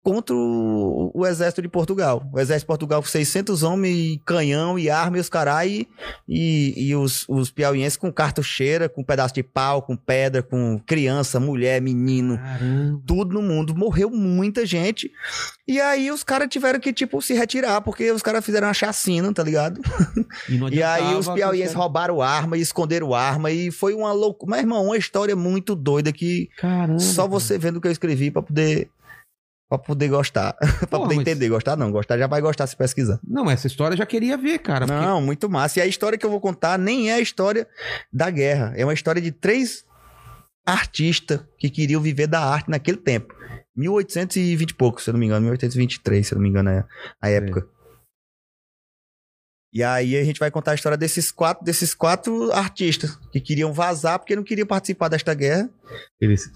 Speaker 2: contra o, o exército de Portugal. O exército de Portugal com 600 homens, e canhão e arma e os carai, e, e os, os piauienses com cartucheira, com pedaço de pau, com pedra, com criança, mulher, menino,
Speaker 1: Caramba.
Speaker 2: tudo no mundo. Morreu muita gente. E aí os caras tiveram que, tipo, se retirar, porque os caras fizeram uma chacina, tá ligado?
Speaker 1: E, não
Speaker 2: E aí
Speaker 1: adiantava,
Speaker 2: os piauienses
Speaker 1: cara.
Speaker 2: roubaram arma e esconderam arma, e foi uma loucura. Mas, irmão, uma história muito doida que
Speaker 1: Caramba.
Speaker 2: só você vendo o que eu escrevi pra poder para poder gostar, pra
Speaker 1: Porra,
Speaker 2: poder
Speaker 1: mas-
Speaker 2: entender, gostar não, gostar já vai gostar se pesquisar.
Speaker 1: Não, essa história eu já queria ver, cara. porque-
Speaker 2: Não, muito massa. E a história que eu vou contar nem é a história da guerra, é uma história de três artistas que queriam viver da arte naquele tempo. 1820 e pouco, se eu não me engano, 1823, se eu não me engano, é a época. E aí a gente vai contar a história desses quatro, desses quatro artistas que queriam vazar porque não queriam participar desta guerra.
Speaker 1: Eles...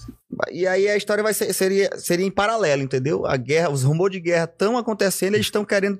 Speaker 2: E aí a história vai ser, seria, seria em paralelo, entendeu? A guerra, os rumores de guerra estão acontecendo, eles estão querendo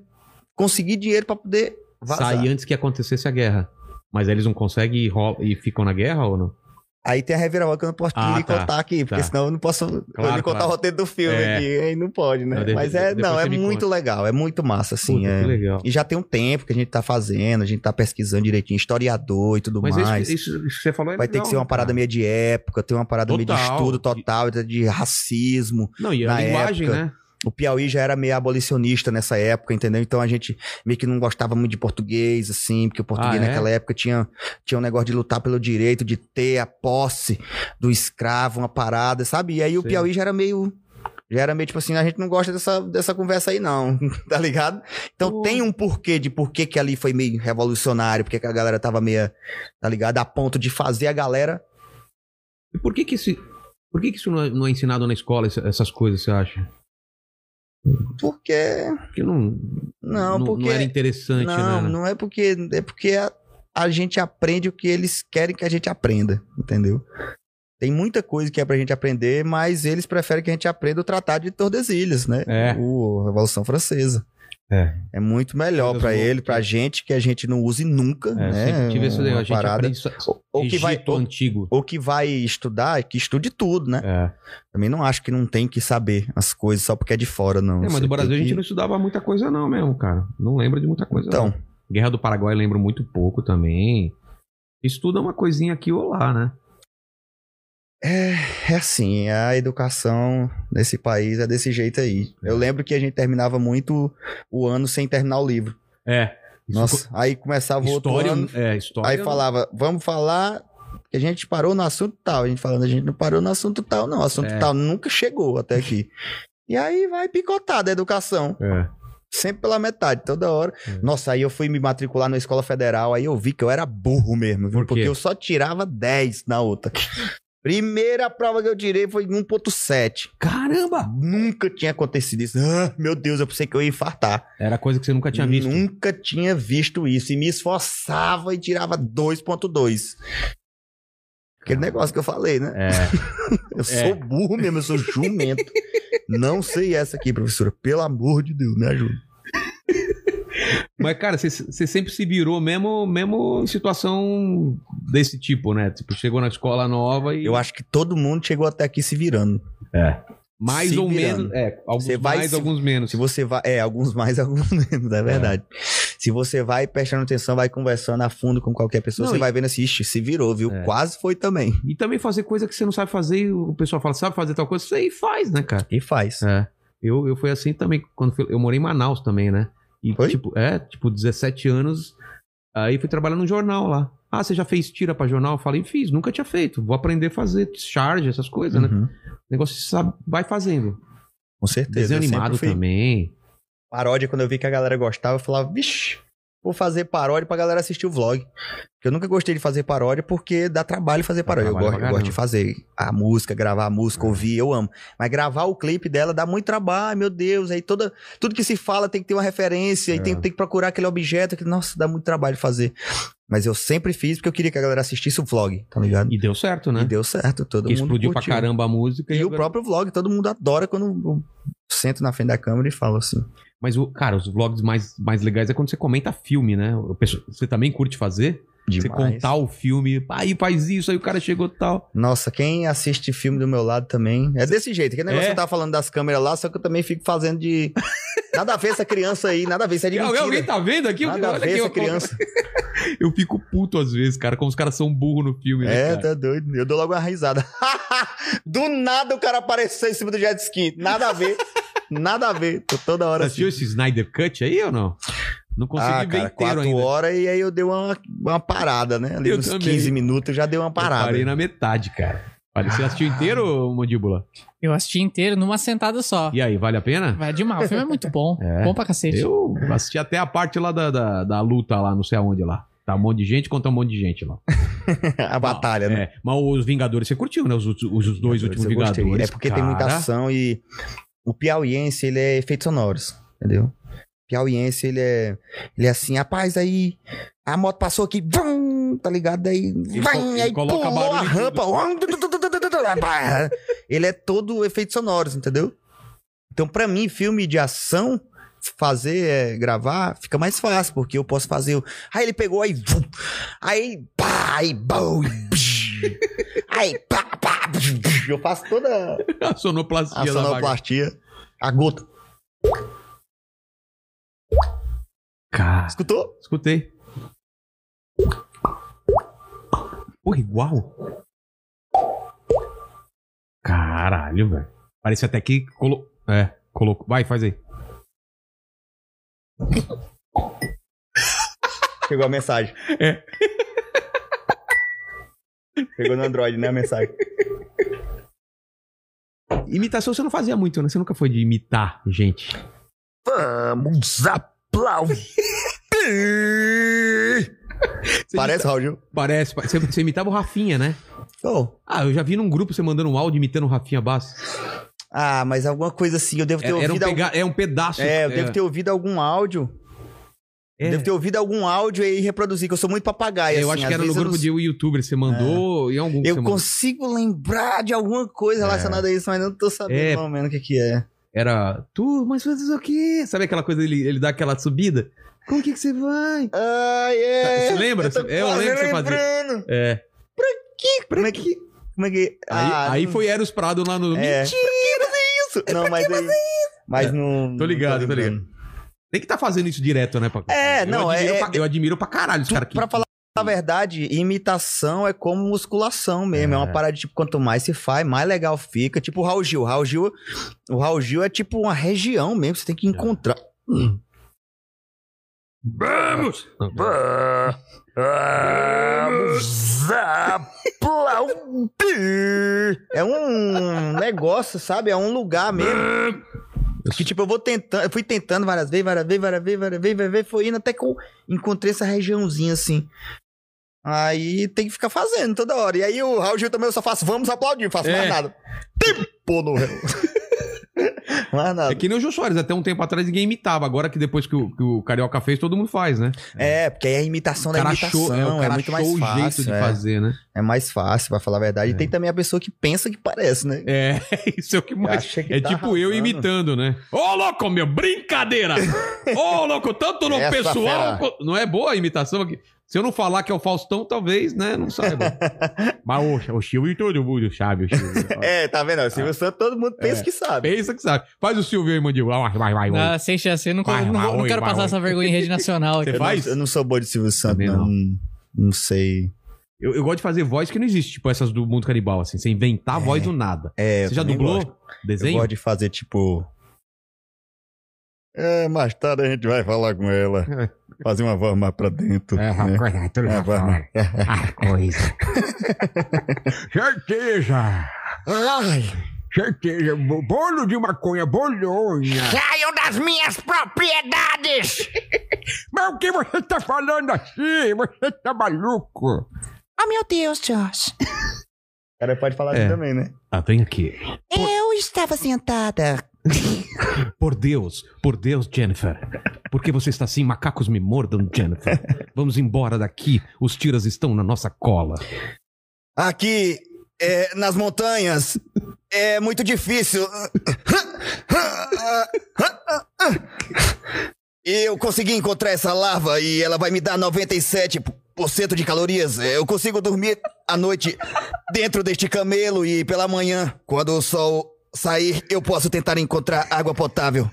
Speaker 2: conseguir dinheiro pra poder vazar.
Speaker 1: sair antes que acontecesse a guerra. Mas aí eles não conseguem e, rol- e ficam na guerra ou não?
Speaker 2: Aí tem a reviravolta que eu não posso
Speaker 1: Ah,
Speaker 2: lhe
Speaker 1: tá,
Speaker 2: contar aqui, porque
Speaker 1: tá.
Speaker 2: senão eu não posso eu lhe
Speaker 1: Claro,
Speaker 2: contar
Speaker 1: claro.
Speaker 2: o roteiro do filme
Speaker 1: É.
Speaker 2: aqui, aí não pode, né?
Speaker 1: Não, de-
Speaker 2: Mas é,
Speaker 1: depois
Speaker 2: não,
Speaker 1: você
Speaker 2: é
Speaker 1: me
Speaker 2: muito legal, é muito massa, assim.
Speaker 1: Puta,
Speaker 2: é.
Speaker 1: que legal.
Speaker 2: E já tem um tempo que a gente tá fazendo, a gente tá pesquisando direitinho, historiador e tudo
Speaker 1: Mas isso-
Speaker 2: mais.
Speaker 1: isso, isso que você falou é
Speaker 2: Vai ter
Speaker 1: legal,
Speaker 2: que ser uma
Speaker 1: né,
Speaker 2: parada
Speaker 1: cara?
Speaker 2: meio de época, tem uma parada meio de
Speaker 1: Total.
Speaker 2: estudo total, de racismo.
Speaker 1: Não, e a
Speaker 2: na
Speaker 1: linguagem,
Speaker 2: época.
Speaker 1: né?
Speaker 2: O Piauí já era meio abolicionista nessa época, entendeu? Então a gente meio que não gostava muito de português, assim, porque o português
Speaker 1: Ah, é?
Speaker 2: naquela época tinha, tinha um negócio de lutar pelo direito de ter a posse do escravo, uma parada, sabe? E aí o
Speaker 1: Sim.
Speaker 2: Piauí já era meio. Já era meio tipo assim, a gente não gosta dessa, dessa conversa aí, não, tá ligado? Então
Speaker 1: Pô.
Speaker 2: tem um porquê de por que que ali foi meio revolucionário, porque que a galera tava meio, tá ligado? A ponto de fazer a galera.
Speaker 1: E por que que esse... Por que, que isso não é, não é ensinado na escola, essa- essas coisas, você acha?
Speaker 2: Porque.
Speaker 1: Porque não,
Speaker 2: Não,
Speaker 1: não,
Speaker 2: porque.
Speaker 1: não era interessante,
Speaker 2: Não,
Speaker 1: né?
Speaker 2: não é porque. É porque a, a gente aprende o que eles querem que a gente aprenda, entendeu? Tem muita coisa que é pra gente aprender, mas eles preferem que a gente aprenda o Tratado de Tordesilhas, né?
Speaker 1: É.
Speaker 2: O, a Revolução Francesa.
Speaker 1: É.
Speaker 2: É muito melhor
Speaker 1: Coisas
Speaker 2: pra
Speaker 1: loucas.
Speaker 2: ele, pra gente, que a gente não use nunca,
Speaker 1: É,
Speaker 2: né?
Speaker 1: sempre tive esse
Speaker 2: Uma
Speaker 1: negócio. A gente
Speaker 2: parada.
Speaker 1: aprende isso-
Speaker 2: Ou- ou que vai-
Speaker 1: Egito
Speaker 2: ou-
Speaker 1: antigo.
Speaker 2: Ou que vai estudar, é que estude tudo, né?
Speaker 1: É.
Speaker 2: Também não acho que não tem que saber as coisas só porque é de fora, não.
Speaker 1: É, mas
Speaker 2: Você
Speaker 1: do Brasil a
Speaker 2: tem
Speaker 1: gente
Speaker 2: que-
Speaker 1: não estudava muita coisa não mesmo, cara. Não lembra de muita coisa não.
Speaker 2: Então,
Speaker 1: Guerra do Paraguai eu lembro muito pouco também. Estuda uma coisinha aqui ou lá, né?
Speaker 2: É assim, a educação nesse país é desse jeito aí. Eu lembro que a gente terminava muito o ano sem terminar o livro.
Speaker 1: É.
Speaker 2: Nossa, aí começava o outro
Speaker 1: história,
Speaker 2: ano,
Speaker 1: é, história.
Speaker 2: aí falava, vamos falar que a gente parou no assunto tal. A gente falando, a gente não parou no assunto tal, não. O assunto
Speaker 1: É.
Speaker 2: tal nunca chegou até aqui. E aí vai picotar da educação,
Speaker 1: É.
Speaker 2: sempre pela metade, toda hora.
Speaker 1: É.
Speaker 2: Nossa, aí eu fui me matricular na escola federal, aí eu vi que eu era burro mesmo, viu?
Speaker 1: Por quê?
Speaker 2: porque eu só tirava 10 na outra. Primeira prova que eu tirei foi 1.7.
Speaker 1: Caramba!
Speaker 2: Nunca tinha acontecido isso. Ah, meu Deus, eu pensei que eu ia infartar.
Speaker 1: Era coisa que você nunca tinha visto.
Speaker 2: Nunca tinha visto isso. E me esforçava e tirava 2.2. Aquele negócio que eu falei, né?
Speaker 1: É.
Speaker 2: Eu sou burro mesmo, eu sou jumento. Não sei essa aqui, professora. Pelo amor de Deus, me ajuda.
Speaker 1: Mas, cara, você- você sempre se virou mesmo, mesmo em situação desse tipo, né? Tipo, chegou na escola nova e.
Speaker 2: Eu acho que todo mundo chegou até aqui se virando.
Speaker 1: mais
Speaker 2: se
Speaker 1: ou
Speaker 2: virando.
Speaker 1: menos. É, alguns
Speaker 2: Você vai
Speaker 1: mais,
Speaker 2: se-
Speaker 1: alguns menos.
Speaker 2: Se você vai. É, alguns mais, alguns menos, é verdade. Se você vai prestando atenção, vai conversando a fundo com qualquer pessoa,
Speaker 1: Não,
Speaker 2: você
Speaker 1: e-
Speaker 2: vai vendo assim, "Ixi, se virou, viu?
Speaker 1: É.
Speaker 2: Quase foi também.
Speaker 1: E também fazer coisa que você não sabe fazer, e o pessoal fala, sabe fazer tal coisa, você aí faz, né, cara?
Speaker 2: E faz.
Speaker 1: É. Eu, eu fui assim também, quando fui- eu morei em Manaus também, né? E,
Speaker 2: Foi?
Speaker 1: tipo, é, tipo, 17 anos, aí fui trabalhar num jornal lá. Ah, você já fez tira pra jornal? Eu falei, fiz, nunca tinha feito. Vou aprender a fazer charge, essas coisas, né?
Speaker 2: Uhum.
Speaker 1: Negócio que você sabe, vai fazendo.
Speaker 2: Com certeza.
Speaker 1: Desenho
Speaker 2: eu sempre
Speaker 1: animado
Speaker 2: fui.
Speaker 1: também.
Speaker 2: Paródia, quando eu vi que a galera gostava, eu falava, vixe, vou fazer paródia pra galera assistir o vlog. Porque eu nunca gostei de fazer paródia porque dá trabalho fazer paródia. Eu,
Speaker 1: trabalho
Speaker 2: gosto,
Speaker 1: pra
Speaker 2: eu gosto de
Speaker 1: caramba. É.
Speaker 2: fazer a música, gravar a música, ouvir, eu amo. Mas gravar o clipe dela dá muito trabalho, meu Deus. Aí toda, tudo que se fala tem que ter uma referência, e
Speaker 1: É.
Speaker 2: tem, tem que procurar aquele objeto que, nossa, dá muito trabalho fazer. Mas eu sempre fiz porque eu queria que a galera assistisse o vlog, tá ligado?
Speaker 1: E deu certo, né?
Speaker 2: E deu certo, todo
Speaker 1: Porque
Speaker 2: mundo
Speaker 1: explodiu
Speaker 2: curtiu.
Speaker 1: pra caramba a música.
Speaker 2: E o
Speaker 1: agora-
Speaker 2: próprio vlog, todo mundo adora quando eu sento na frente da câmera e falo assim.
Speaker 1: Mas, o, cara, os vlogs mais, mais legais é quando você comenta filme, né? O pessoal- Você também curte fazer? Você contar o filme, aí faz isso, aí o cara chegou e tal.
Speaker 2: Nossa, quem assiste filme do meu lado também. É desse jeito. Que negócio
Speaker 1: É?
Speaker 2: que eu tava falando das câmeras lá, só que eu também fico fazendo de. Nada a ver essa criança aí, nada a ver, isso é de
Speaker 1: Alguém, alguém
Speaker 2: mentira.
Speaker 1: tá vendo aqui?
Speaker 2: Nada a
Speaker 1: Olha
Speaker 2: ver
Speaker 1: aqui,
Speaker 2: essa
Speaker 1: ó,
Speaker 2: criança.
Speaker 1: Eu fico puto às vezes, cara, como os caras são burros no filme, né,
Speaker 2: É,
Speaker 1: cara?
Speaker 2: tá doido. Eu dou logo uma risada. do nada o cara apareceu em cima do jet ski. Nada a ver. Nada a ver. Tô toda
Speaker 1: Você
Speaker 2: hora assim.
Speaker 1: assistiu esse Snyder Cut aí ou não? Não consegui
Speaker 2: Ah,
Speaker 1: ver
Speaker 2: cara,
Speaker 1: inteiro
Speaker 2: quatro
Speaker 1: ainda.
Speaker 2: horas e aí eu dei uma, uma parada, né? Ali
Speaker 1: Eu
Speaker 2: nos
Speaker 1: também.
Speaker 2: 15 minutos eu já dei uma
Speaker 1: Eu
Speaker 2: parada. né, Ah.
Speaker 1: parei na metade, cara. Olha, você assistiu inteiro, Mandíbula?
Speaker 4: Eu assisti inteiro numa sentada só.
Speaker 1: E aí, vale a pena?
Speaker 4: Vai demais. O filme é muito bom.
Speaker 1: É.
Speaker 4: Bom pra cacete.
Speaker 1: Eu assisti até a parte lá da, da, da luta lá, não sei aonde lá. Tá um monte de gente contra um monte de gente lá.
Speaker 2: A batalha, né?
Speaker 1: É, mas os Vingadores você curtiu, né? Os, os, os dois últimos
Speaker 2: Eu gostei.
Speaker 1: Vingadores.
Speaker 2: É porque
Speaker 1: cara.
Speaker 2: tem muita ação e o piauiense, ele é efeitos sonoros, entendeu? Piauiense, ele é, ele é assim, rapaz, aí a moto passou aqui, vum, tá ligado? Daí,
Speaker 1: co-
Speaker 2: vum,
Speaker 1: ele
Speaker 2: aí
Speaker 1: coloca
Speaker 2: pulou a
Speaker 1: barulho em
Speaker 2: rampa. uam, tu, tu, tu, tu, tu, tu, tu, tu, rapaz. ele é todo efeitos sonoros, entendeu? Então, pra mim, filme de ação fazer, é, gravar, fica mais fácil, porque eu posso fazer. o- Aí ele pegou, aí. vum, Aí. Pá, aí. Bom, aí. Pá, pá, eu faço toda
Speaker 1: A sonoplastia
Speaker 2: a
Speaker 1: da vaga.
Speaker 2: sonoplastia. A gota.
Speaker 1: Cara,
Speaker 2: Escutou?
Speaker 1: escutei. Porra, igual? Caralho, velho. Parece até que colocou. É, colocou. Vai, faz aí.
Speaker 2: Chegou a mensagem.
Speaker 1: É.
Speaker 2: Chegou no Android, né? A mensagem.
Speaker 1: Imitação você não fazia muito, né? Você nunca foi de imitar, gente.
Speaker 2: Vamos aplaudir.
Speaker 1: Você
Speaker 2: Parece, Raul Gil.
Speaker 1: imita- Parece. pa- Você, você imitava o Rafinha, né?
Speaker 2: Oh.
Speaker 1: Ah, eu já vi num grupo você mandando um áudio imitando o Rafinha Bastos.
Speaker 2: Ah, mas alguma coisa assim. Eu devo
Speaker 1: É,
Speaker 2: ter
Speaker 1: era um
Speaker 2: ouvido. algum-
Speaker 1: pega- é um pedaço.
Speaker 2: É, eu devo ter ouvido algum áudio.
Speaker 1: é.
Speaker 2: Devo ter ouvido algum áudio e reproduzi, que eu sou muito papagaio.
Speaker 1: Eu
Speaker 2: assim,
Speaker 1: acho
Speaker 2: às
Speaker 1: que era no
Speaker 2: vezes eu
Speaker 1: grupo de um,
Speaker 2: não- É.
Speaker 1: youtuber, você mandou em algum que você
Speaker 2: Eu
Speaker 1: mandou.
Speaker 2: consigo lembrar de alguma coisa relacionada a isso, mas não tô sabendo
Speaker 1: É.
Speaker 2: pelo menos o que, que é.
Speaker 1: Era, tu, mas fazes o quê? Sabe aquela coisa, ele, ele dá aquela subida? Como que, que você vai?
Speaker 2: Ah, é.
Speaker 1: Você lembra?
Speaker 2: tô
Speaker 1: Eu
Speaker 2: quase
Speaker 1: lembro que você
Speaker 2: lembrando.
Speaker 1: É.
Speaker 2: Como é que. Como é que.
Speaker 1: Aí,
Speaker 2: Ah,
Speaker 1: aí
Speaker 2: não-
Speaker 1: foi Eros Prado lá no.
Speaker 2: É. Isso. Não, mas aí. Mas
Speaker 1: É.
Speaker 2: não.
Speaker 1: Tô ligado,
Speaker 2: não
Speaker 1: tô ligado.
Speaker 2: lembrando.
Speaker 1: Tem que tá fazendo isso direto, né, Paco?
Speaker 2: É,
Speaker 1: eu
Speaker 2: não,
Speaker 1: admiro
Speaker 2: é-
Speaker 1: Pra, eu admiro pra caralho os
Speaker 2: Tu-
Speaker 1: caras que.
Speaker 2: Pra falar a verdade, imitação é como musculação mesmo. É. uma parada, tipo, quanto mais se faz, mais legal fica. Tipo o Raul Gil. Raul Gil. O Raul Gil é tipo uma região mesmo. Você tem que encontrar.
Speaker 1: Vamos!
Speaker 2: É um negócio, sabe? É um lugar mesmo. Que tipo, eu vou tentando, eu fui tentando várias vezes, várias vezes, várias vezes, várias vezes, várias vezes, foi indo até que eu encontrei essa regiãozinha assim. Aí tem que ficar fazendo toda hora. E aí o Raul Gil também eu só faço, vamos aplaudir, não faço
Speaker 1: É.
Speaker 2: mais nada. Tempo no Mais
Speaker 1: É
Speaker 2: nada.
Speaker 1: que nem o Jô Soares, até um tempo atrás ninguém imitava. Agora que depois que o, que o Carioca fez, todo mundo faz, né?
Speaker 2: É, porque aí é a imitação
Speaker 1: O
Speaker 2: da
Speaker 1: cara
Speaker 2: imitação,
Speaker 1: achou,
Speaker 2: é,
Speaker 1: é, o cara achou
Speaker 2: muito mais
Speaker 1: o
Speaker 2: fácil.
Speaker 1: jeito de
Speaker 2: é.
Speaker 1: fazer, É. né?
Speaker 2: É mais fácil, pra falar a verdade. E tem também a pessoa que pensa que parece, né?
Speaker 1: É, isso é o que
Speaker 2: Eu
Speaker 1: mais.
Speaker 2: achei que
Speaker 1: é
Speaker 2: tá
Speaker 1: tipo eu
Speaker 2: arrasando.
Speaker 1: imitando, né? Ô, louco, meu, brincadeira! Ô, louco, tanto no
Speaker 2: Essa
Speaker 1: pessoal.
Speaker 2: fera.
Speaker 1: co- Não é boa a imitação aqui. Se eu não falar que é o Faustão, talvez, né? Não saiba. Mas o, o Silvio todo mundo sabe. O Silvio.
Speaker 2: É, tá vendo? O Silvio Santos, todo mundo pensa
Speaker 1: É.
Speaker 2: que sabe.
Speaker 1: Pensa que sabe. Faz o Silvio aí, Mandil. Vai, vai, vai. vai.
Speaker 4: Ah, sem chance, eu não,
Speaker 1: Vai,
Speaker 4: não,
Speaker 1: vai,
Speaker 4: não
Speaker 1: oi,
Speaker 4: quero
Speaker 1: vai,
Speaker 4: passar
Speaker 1: oi.
Speaker 4: essa vergonha em rede nacional
Speaker 1: Você
Speaker 4: aqui.
Speaker 2: Eu não-
Speaker 1: faz?
Speaker 2: eu não sou boa de Silvio Santos,
Speaker 1: Também
Speaker 2: não. não. sei.
Speaker 1: Eu, eu gosto de fazer voz que não existe, tipo essas do mundo canibal, assim. Você inventar a voz do nada.
Speaker 2: É,
Speaker 1: Você
Speaker 2: eu
Speaker 1: já
Speaker 2: também
Speaker 1: dublou?
Speaker 2: gosto. Eu
Speaker 1: Desenho?
Speaker 2: gosto de fazer, tipo... É, mais tarde a gente vai falar com ela. Fazer uma voz mais pra dentro.
Speaker 1: É,
Speaker 2: né?
Speaker 1: coisa, tudo
Speaker 2: É,
Speaker 1: bom.
Speaker 2: vai.
Speaker 1: Ah, coisa. Certeza!
Speaker 2: Ai,
Speaker 1: Certeza, bo- bolo de maconha, bolonha.
Speaker 3: Saiam das minhas propriedades!
Speaker 1: Mas o que você tá falando assim? Você tá maluco?
Speaker 3: Oh, meu Deus, Josh.
Speaker 2: o cara pode falar assim
Speaker 1: É.
Speaker 2: também, né?
Speaker 1: Ah, vem aqui.
Speaker 3: Eu estava sentada.
Speaker 1: Por Deus, por Deus, Jennifer. Por que você está assim? Macacos me mordam, Jennifer. Vamos embora daqui. Os tiras estão na nossa cola.
Speaker 2: Aqui, é, nas montanhas, é muito difícil. E eu consegui encontrar essa larva e ela vai me dar 97% de calorias. É, Eu consigo dormir à noite dentro deste camelo e pela manhã, quando o sol sair, eu posso tentar encontrar água potável.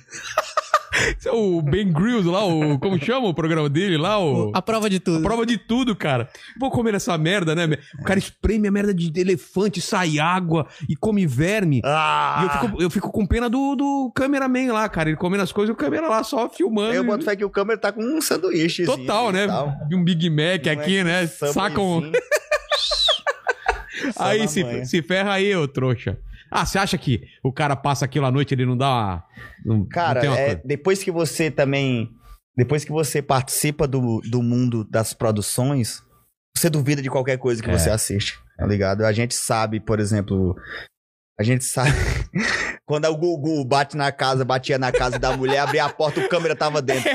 Speaker 1: Esse é o Ben Grills lá, o. Como chama o programa dele lá? O...
Speaker 4: A prova de tudo.
Speaker 1: Prova de tudo, cara. Vou comer essa merda, né? O cara espreme a merda de elefante, sai água e come verme. E eu
Speaker 2: Ah!
Speaker 1: fico, eu fico com pena do, do cameraman lá, cara. Ele comendo as coisas e o câmera lá só filmando.
Speaker 2: fé que o câmera tá com um sanduíche.
Speaker 1: Total, né? De um Big Mac
Speaker 2: Não
Speaker 1: aqui,
Speaker 2: é
Speaker 1: né? Sacam.
Speaker 2: Sacam.
Speaker 1: Aí se, se ferra aí, ô trouxa. Ah, você acha que o cara passa aquilo à noite e ele não dá uma. Não,
Speaker 2: Cara,
Speaker 1: não tem uma
Speaker 2: é,
Speaker 1: coisa?
Speaker 2: depois que você também. Depois que você participa do, do mundo das produções, você duvida de qualquer coisa que
Speaker 1: É.
Speaker 2: você assiste, tá ligado? A gente sabe, por exemplo. A gente sabe. Quando o Gugu bate na casa, batia na casa da mulher, abria a porta, o câmera tava dentro.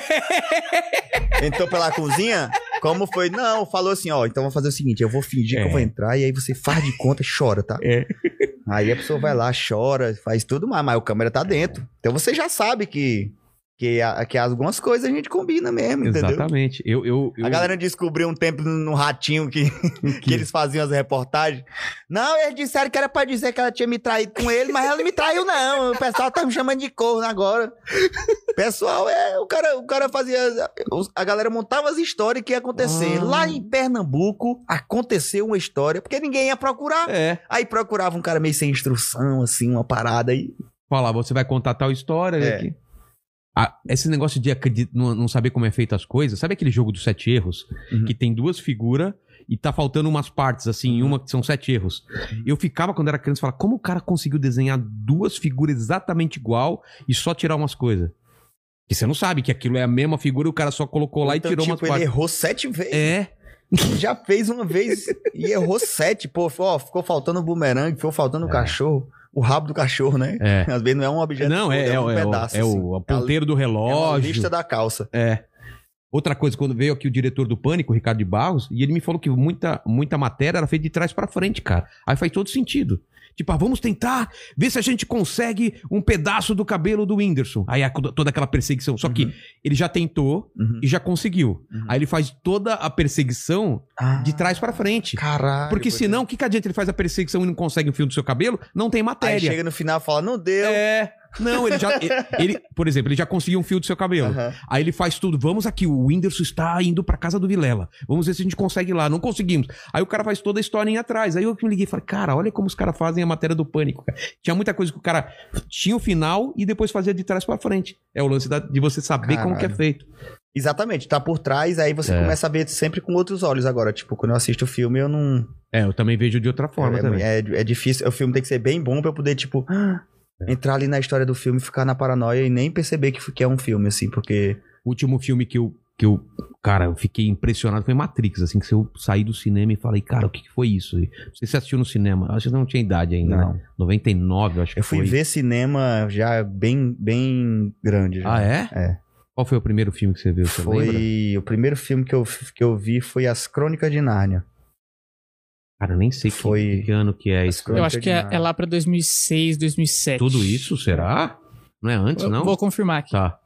Speaker 2: Entrou pela cozinha? Como foi? Não, falou assim: ó, então vou fazer o seguinte, eu vou fingir que
Speaker 1: É.
Speaker 2: eu vou entrar, e aí você faz de conta e chora, tá?
Speaker 1: É.
Speaker 2: Aí a pessoa vai lá, chora, faz tudo mais, mas o câmera tá dentro. Então você já sabe que Que, a- que algumas coisas a gente combina mesmo, entendeu?
Speaker 1: Exatamente. Eu, eu, eu-
Speaker 2: A galera descobriu um tempo no ratinho que,
Speaker 1: o
Speaker 2: que eles faziam as reportagens. Não, eles disseram que era pra dizer que ela tinha me traído com ele, mas ela não me traiu, não. O pessoal tá me chamando de corno agora. Pessoal, é. O cara, o cara fazia. os- A galera montava as histórias que ia acontecer.
Speaker 1: Ah.
Speaker 2: Lá em Pernambuco aconteceu uma história, porque ninguém ia procurar.
Speaker 1: É.
Speaker 2: Aí procurava um cara meio sem instrução, assim, uma parada aí.
Speaker 1: Falar, você vai contar tal história né,
Speaker 2: É.
Speaker 1: aqui. Ah, esse negócio de acredi- não, não saber como é feito as coisas, sabe aquele jogo dos sete erros?
Speaker 2: Uhum.
Speaker 1: Que tem duas figuras e tá faltando umas partes, assim, uma que são sete erros.
Speaker 2: Uhum.
Speaker 1: Eu ficava, quando era criança, falava, como o cara conseguiu desenhar duas figuras exatamente igual e só tirar umas coisas? Porque você não sabe que aquilo é a mesma figura e o cara só colocou lá e
Speaker 2: Então,
Speaker 1: tirou
Speaker 2: tipo,
Speaker 1: umas
Speaker 2: ele
Speaker 1: partes.
Speaker 2: errou sete vezes.
Speaker 1: É,
Speaker 2: Já fez uma vez e errou sete. Pô, ó, ficou faltando o bumerangue, ficou faltando o cachorro. O rabo do cachorro, né?
Speaker 1: é.
Speaker 2: Às vezes não é um objeto.
Speaker 1: Não, é,
Speaker 2: todo,
Speaker 1: é, o- é, o, é
Speaker 2: assim.
Speaker 1: o ponteiro do
Speaker 2: É uma
Speaker 1: relógio.
Speaker 2: lista da calça.
Speaker 1: É. Outra coisa, quando veio aqui o diretor do Pânico, o Ricardo de Barros, e ele me falou que muita, muita matéria era feita de trás pra frente, cara. Aí faz todo sentido. Tipo, ah, vamos tentar ver se a gente consegue um pedaço do cabelo do Whindersson. Aí a- toda aquela perseguição. Só que
Speaker 2: Uhum.
Speaker 1: ele já tentou
Speaker 2: Uhum.
Speaker 1: e já conseguiu. Aí ele faz toda a perseguição de trás pra frente.
Speaker 2: Caralho.
Speaker 1: Porque
Speaker 2: pô,
Speaker 1: senão, o que, que adianta ele faz a perseguição e não consegue um fio do seu cabelo? Não tem
Speaker 2: Aí
Speaker 1: matéria.
Speaker 2: chega no final e fala, não deu.
Speaker 1: É. Não, ele já. ele- ele, por exemplo, ele já conseguiu um fio do seu cabelo.
Speaker 2: Aham.
Speaker 1: Aí ele faz tudo. Vamos aqui, o Whindersson está indo pra casa do Vilela. Vamos ver se a gente consegue ir lá. Não conseguimos. Aí o cara faz toda a historinha atrás. Aí eu que me liguei e falei, cara, olha como os caras fazem a matéria do pânico. cara. Tinha muita coisa que o cara tinha o final e depois fazia de trás pra frente. É o lance da- de você saber como que é
Speaker 2: Caralho.
Speaker 1: feito.
Speaker 2: Exatamente, tá por trás, aí você
Speaker 1: É.
Speaker 2: começa a ver sempre com outros olhos agora. Tipo, quando eu assisto o filme, eu não.
Speaker 1: É, eu também vejo de outra forma também.
Speaker 2: é, é, é difícil. O filme tem que ser bem bom pra eu poder, tipo, ah,
Speaker 1: É.
Speaker 2: entrar ali na história do filme, ficar na paranoia e nem perceber que, que é um filme, assim, porque.
Speaker 1: O último filme que eu, que eu, cara, eu fiquei impressionado foi Matrix, assim, que eu saí do cinema e falei, cara, o que, que foi isso? Não sei se você assistiu no cinema, acho que você não tinha idade ainda, né? 99, eu acho que
Speaker 2: Eu fui
Speaker 1: foi.
Speaker 2: ver cinema já bem, bem grande. já.
Speaker 1: Ah, é?
Speaker 2: É.
Speaker 1: Qual foi o primeiro filme que você viu, você lembra?
Speaker 2: Foi. O primeiro filme que eu, que eu vi foi As Crônicas de Nárnia.
Speaker 1: Cara, eu nem sei que-
Speaker 2: Foi-
Speaker 1: que, ano que é
Speaker 2: As
Speaker 1: isso. É
Speaker 4: Eu
Speaker 2: Não
Speaker 4: acho que é,
Speaker 2: entendi nada.
Speaker 4: é lá pra 2006, 2007.
Speaker 1: Tudo isso, será? Não é antes,
Speaker 4: Eu
Speaker 1: não?
Speaker 4: Vou confirmar aqui.
Speaker 1: Tá.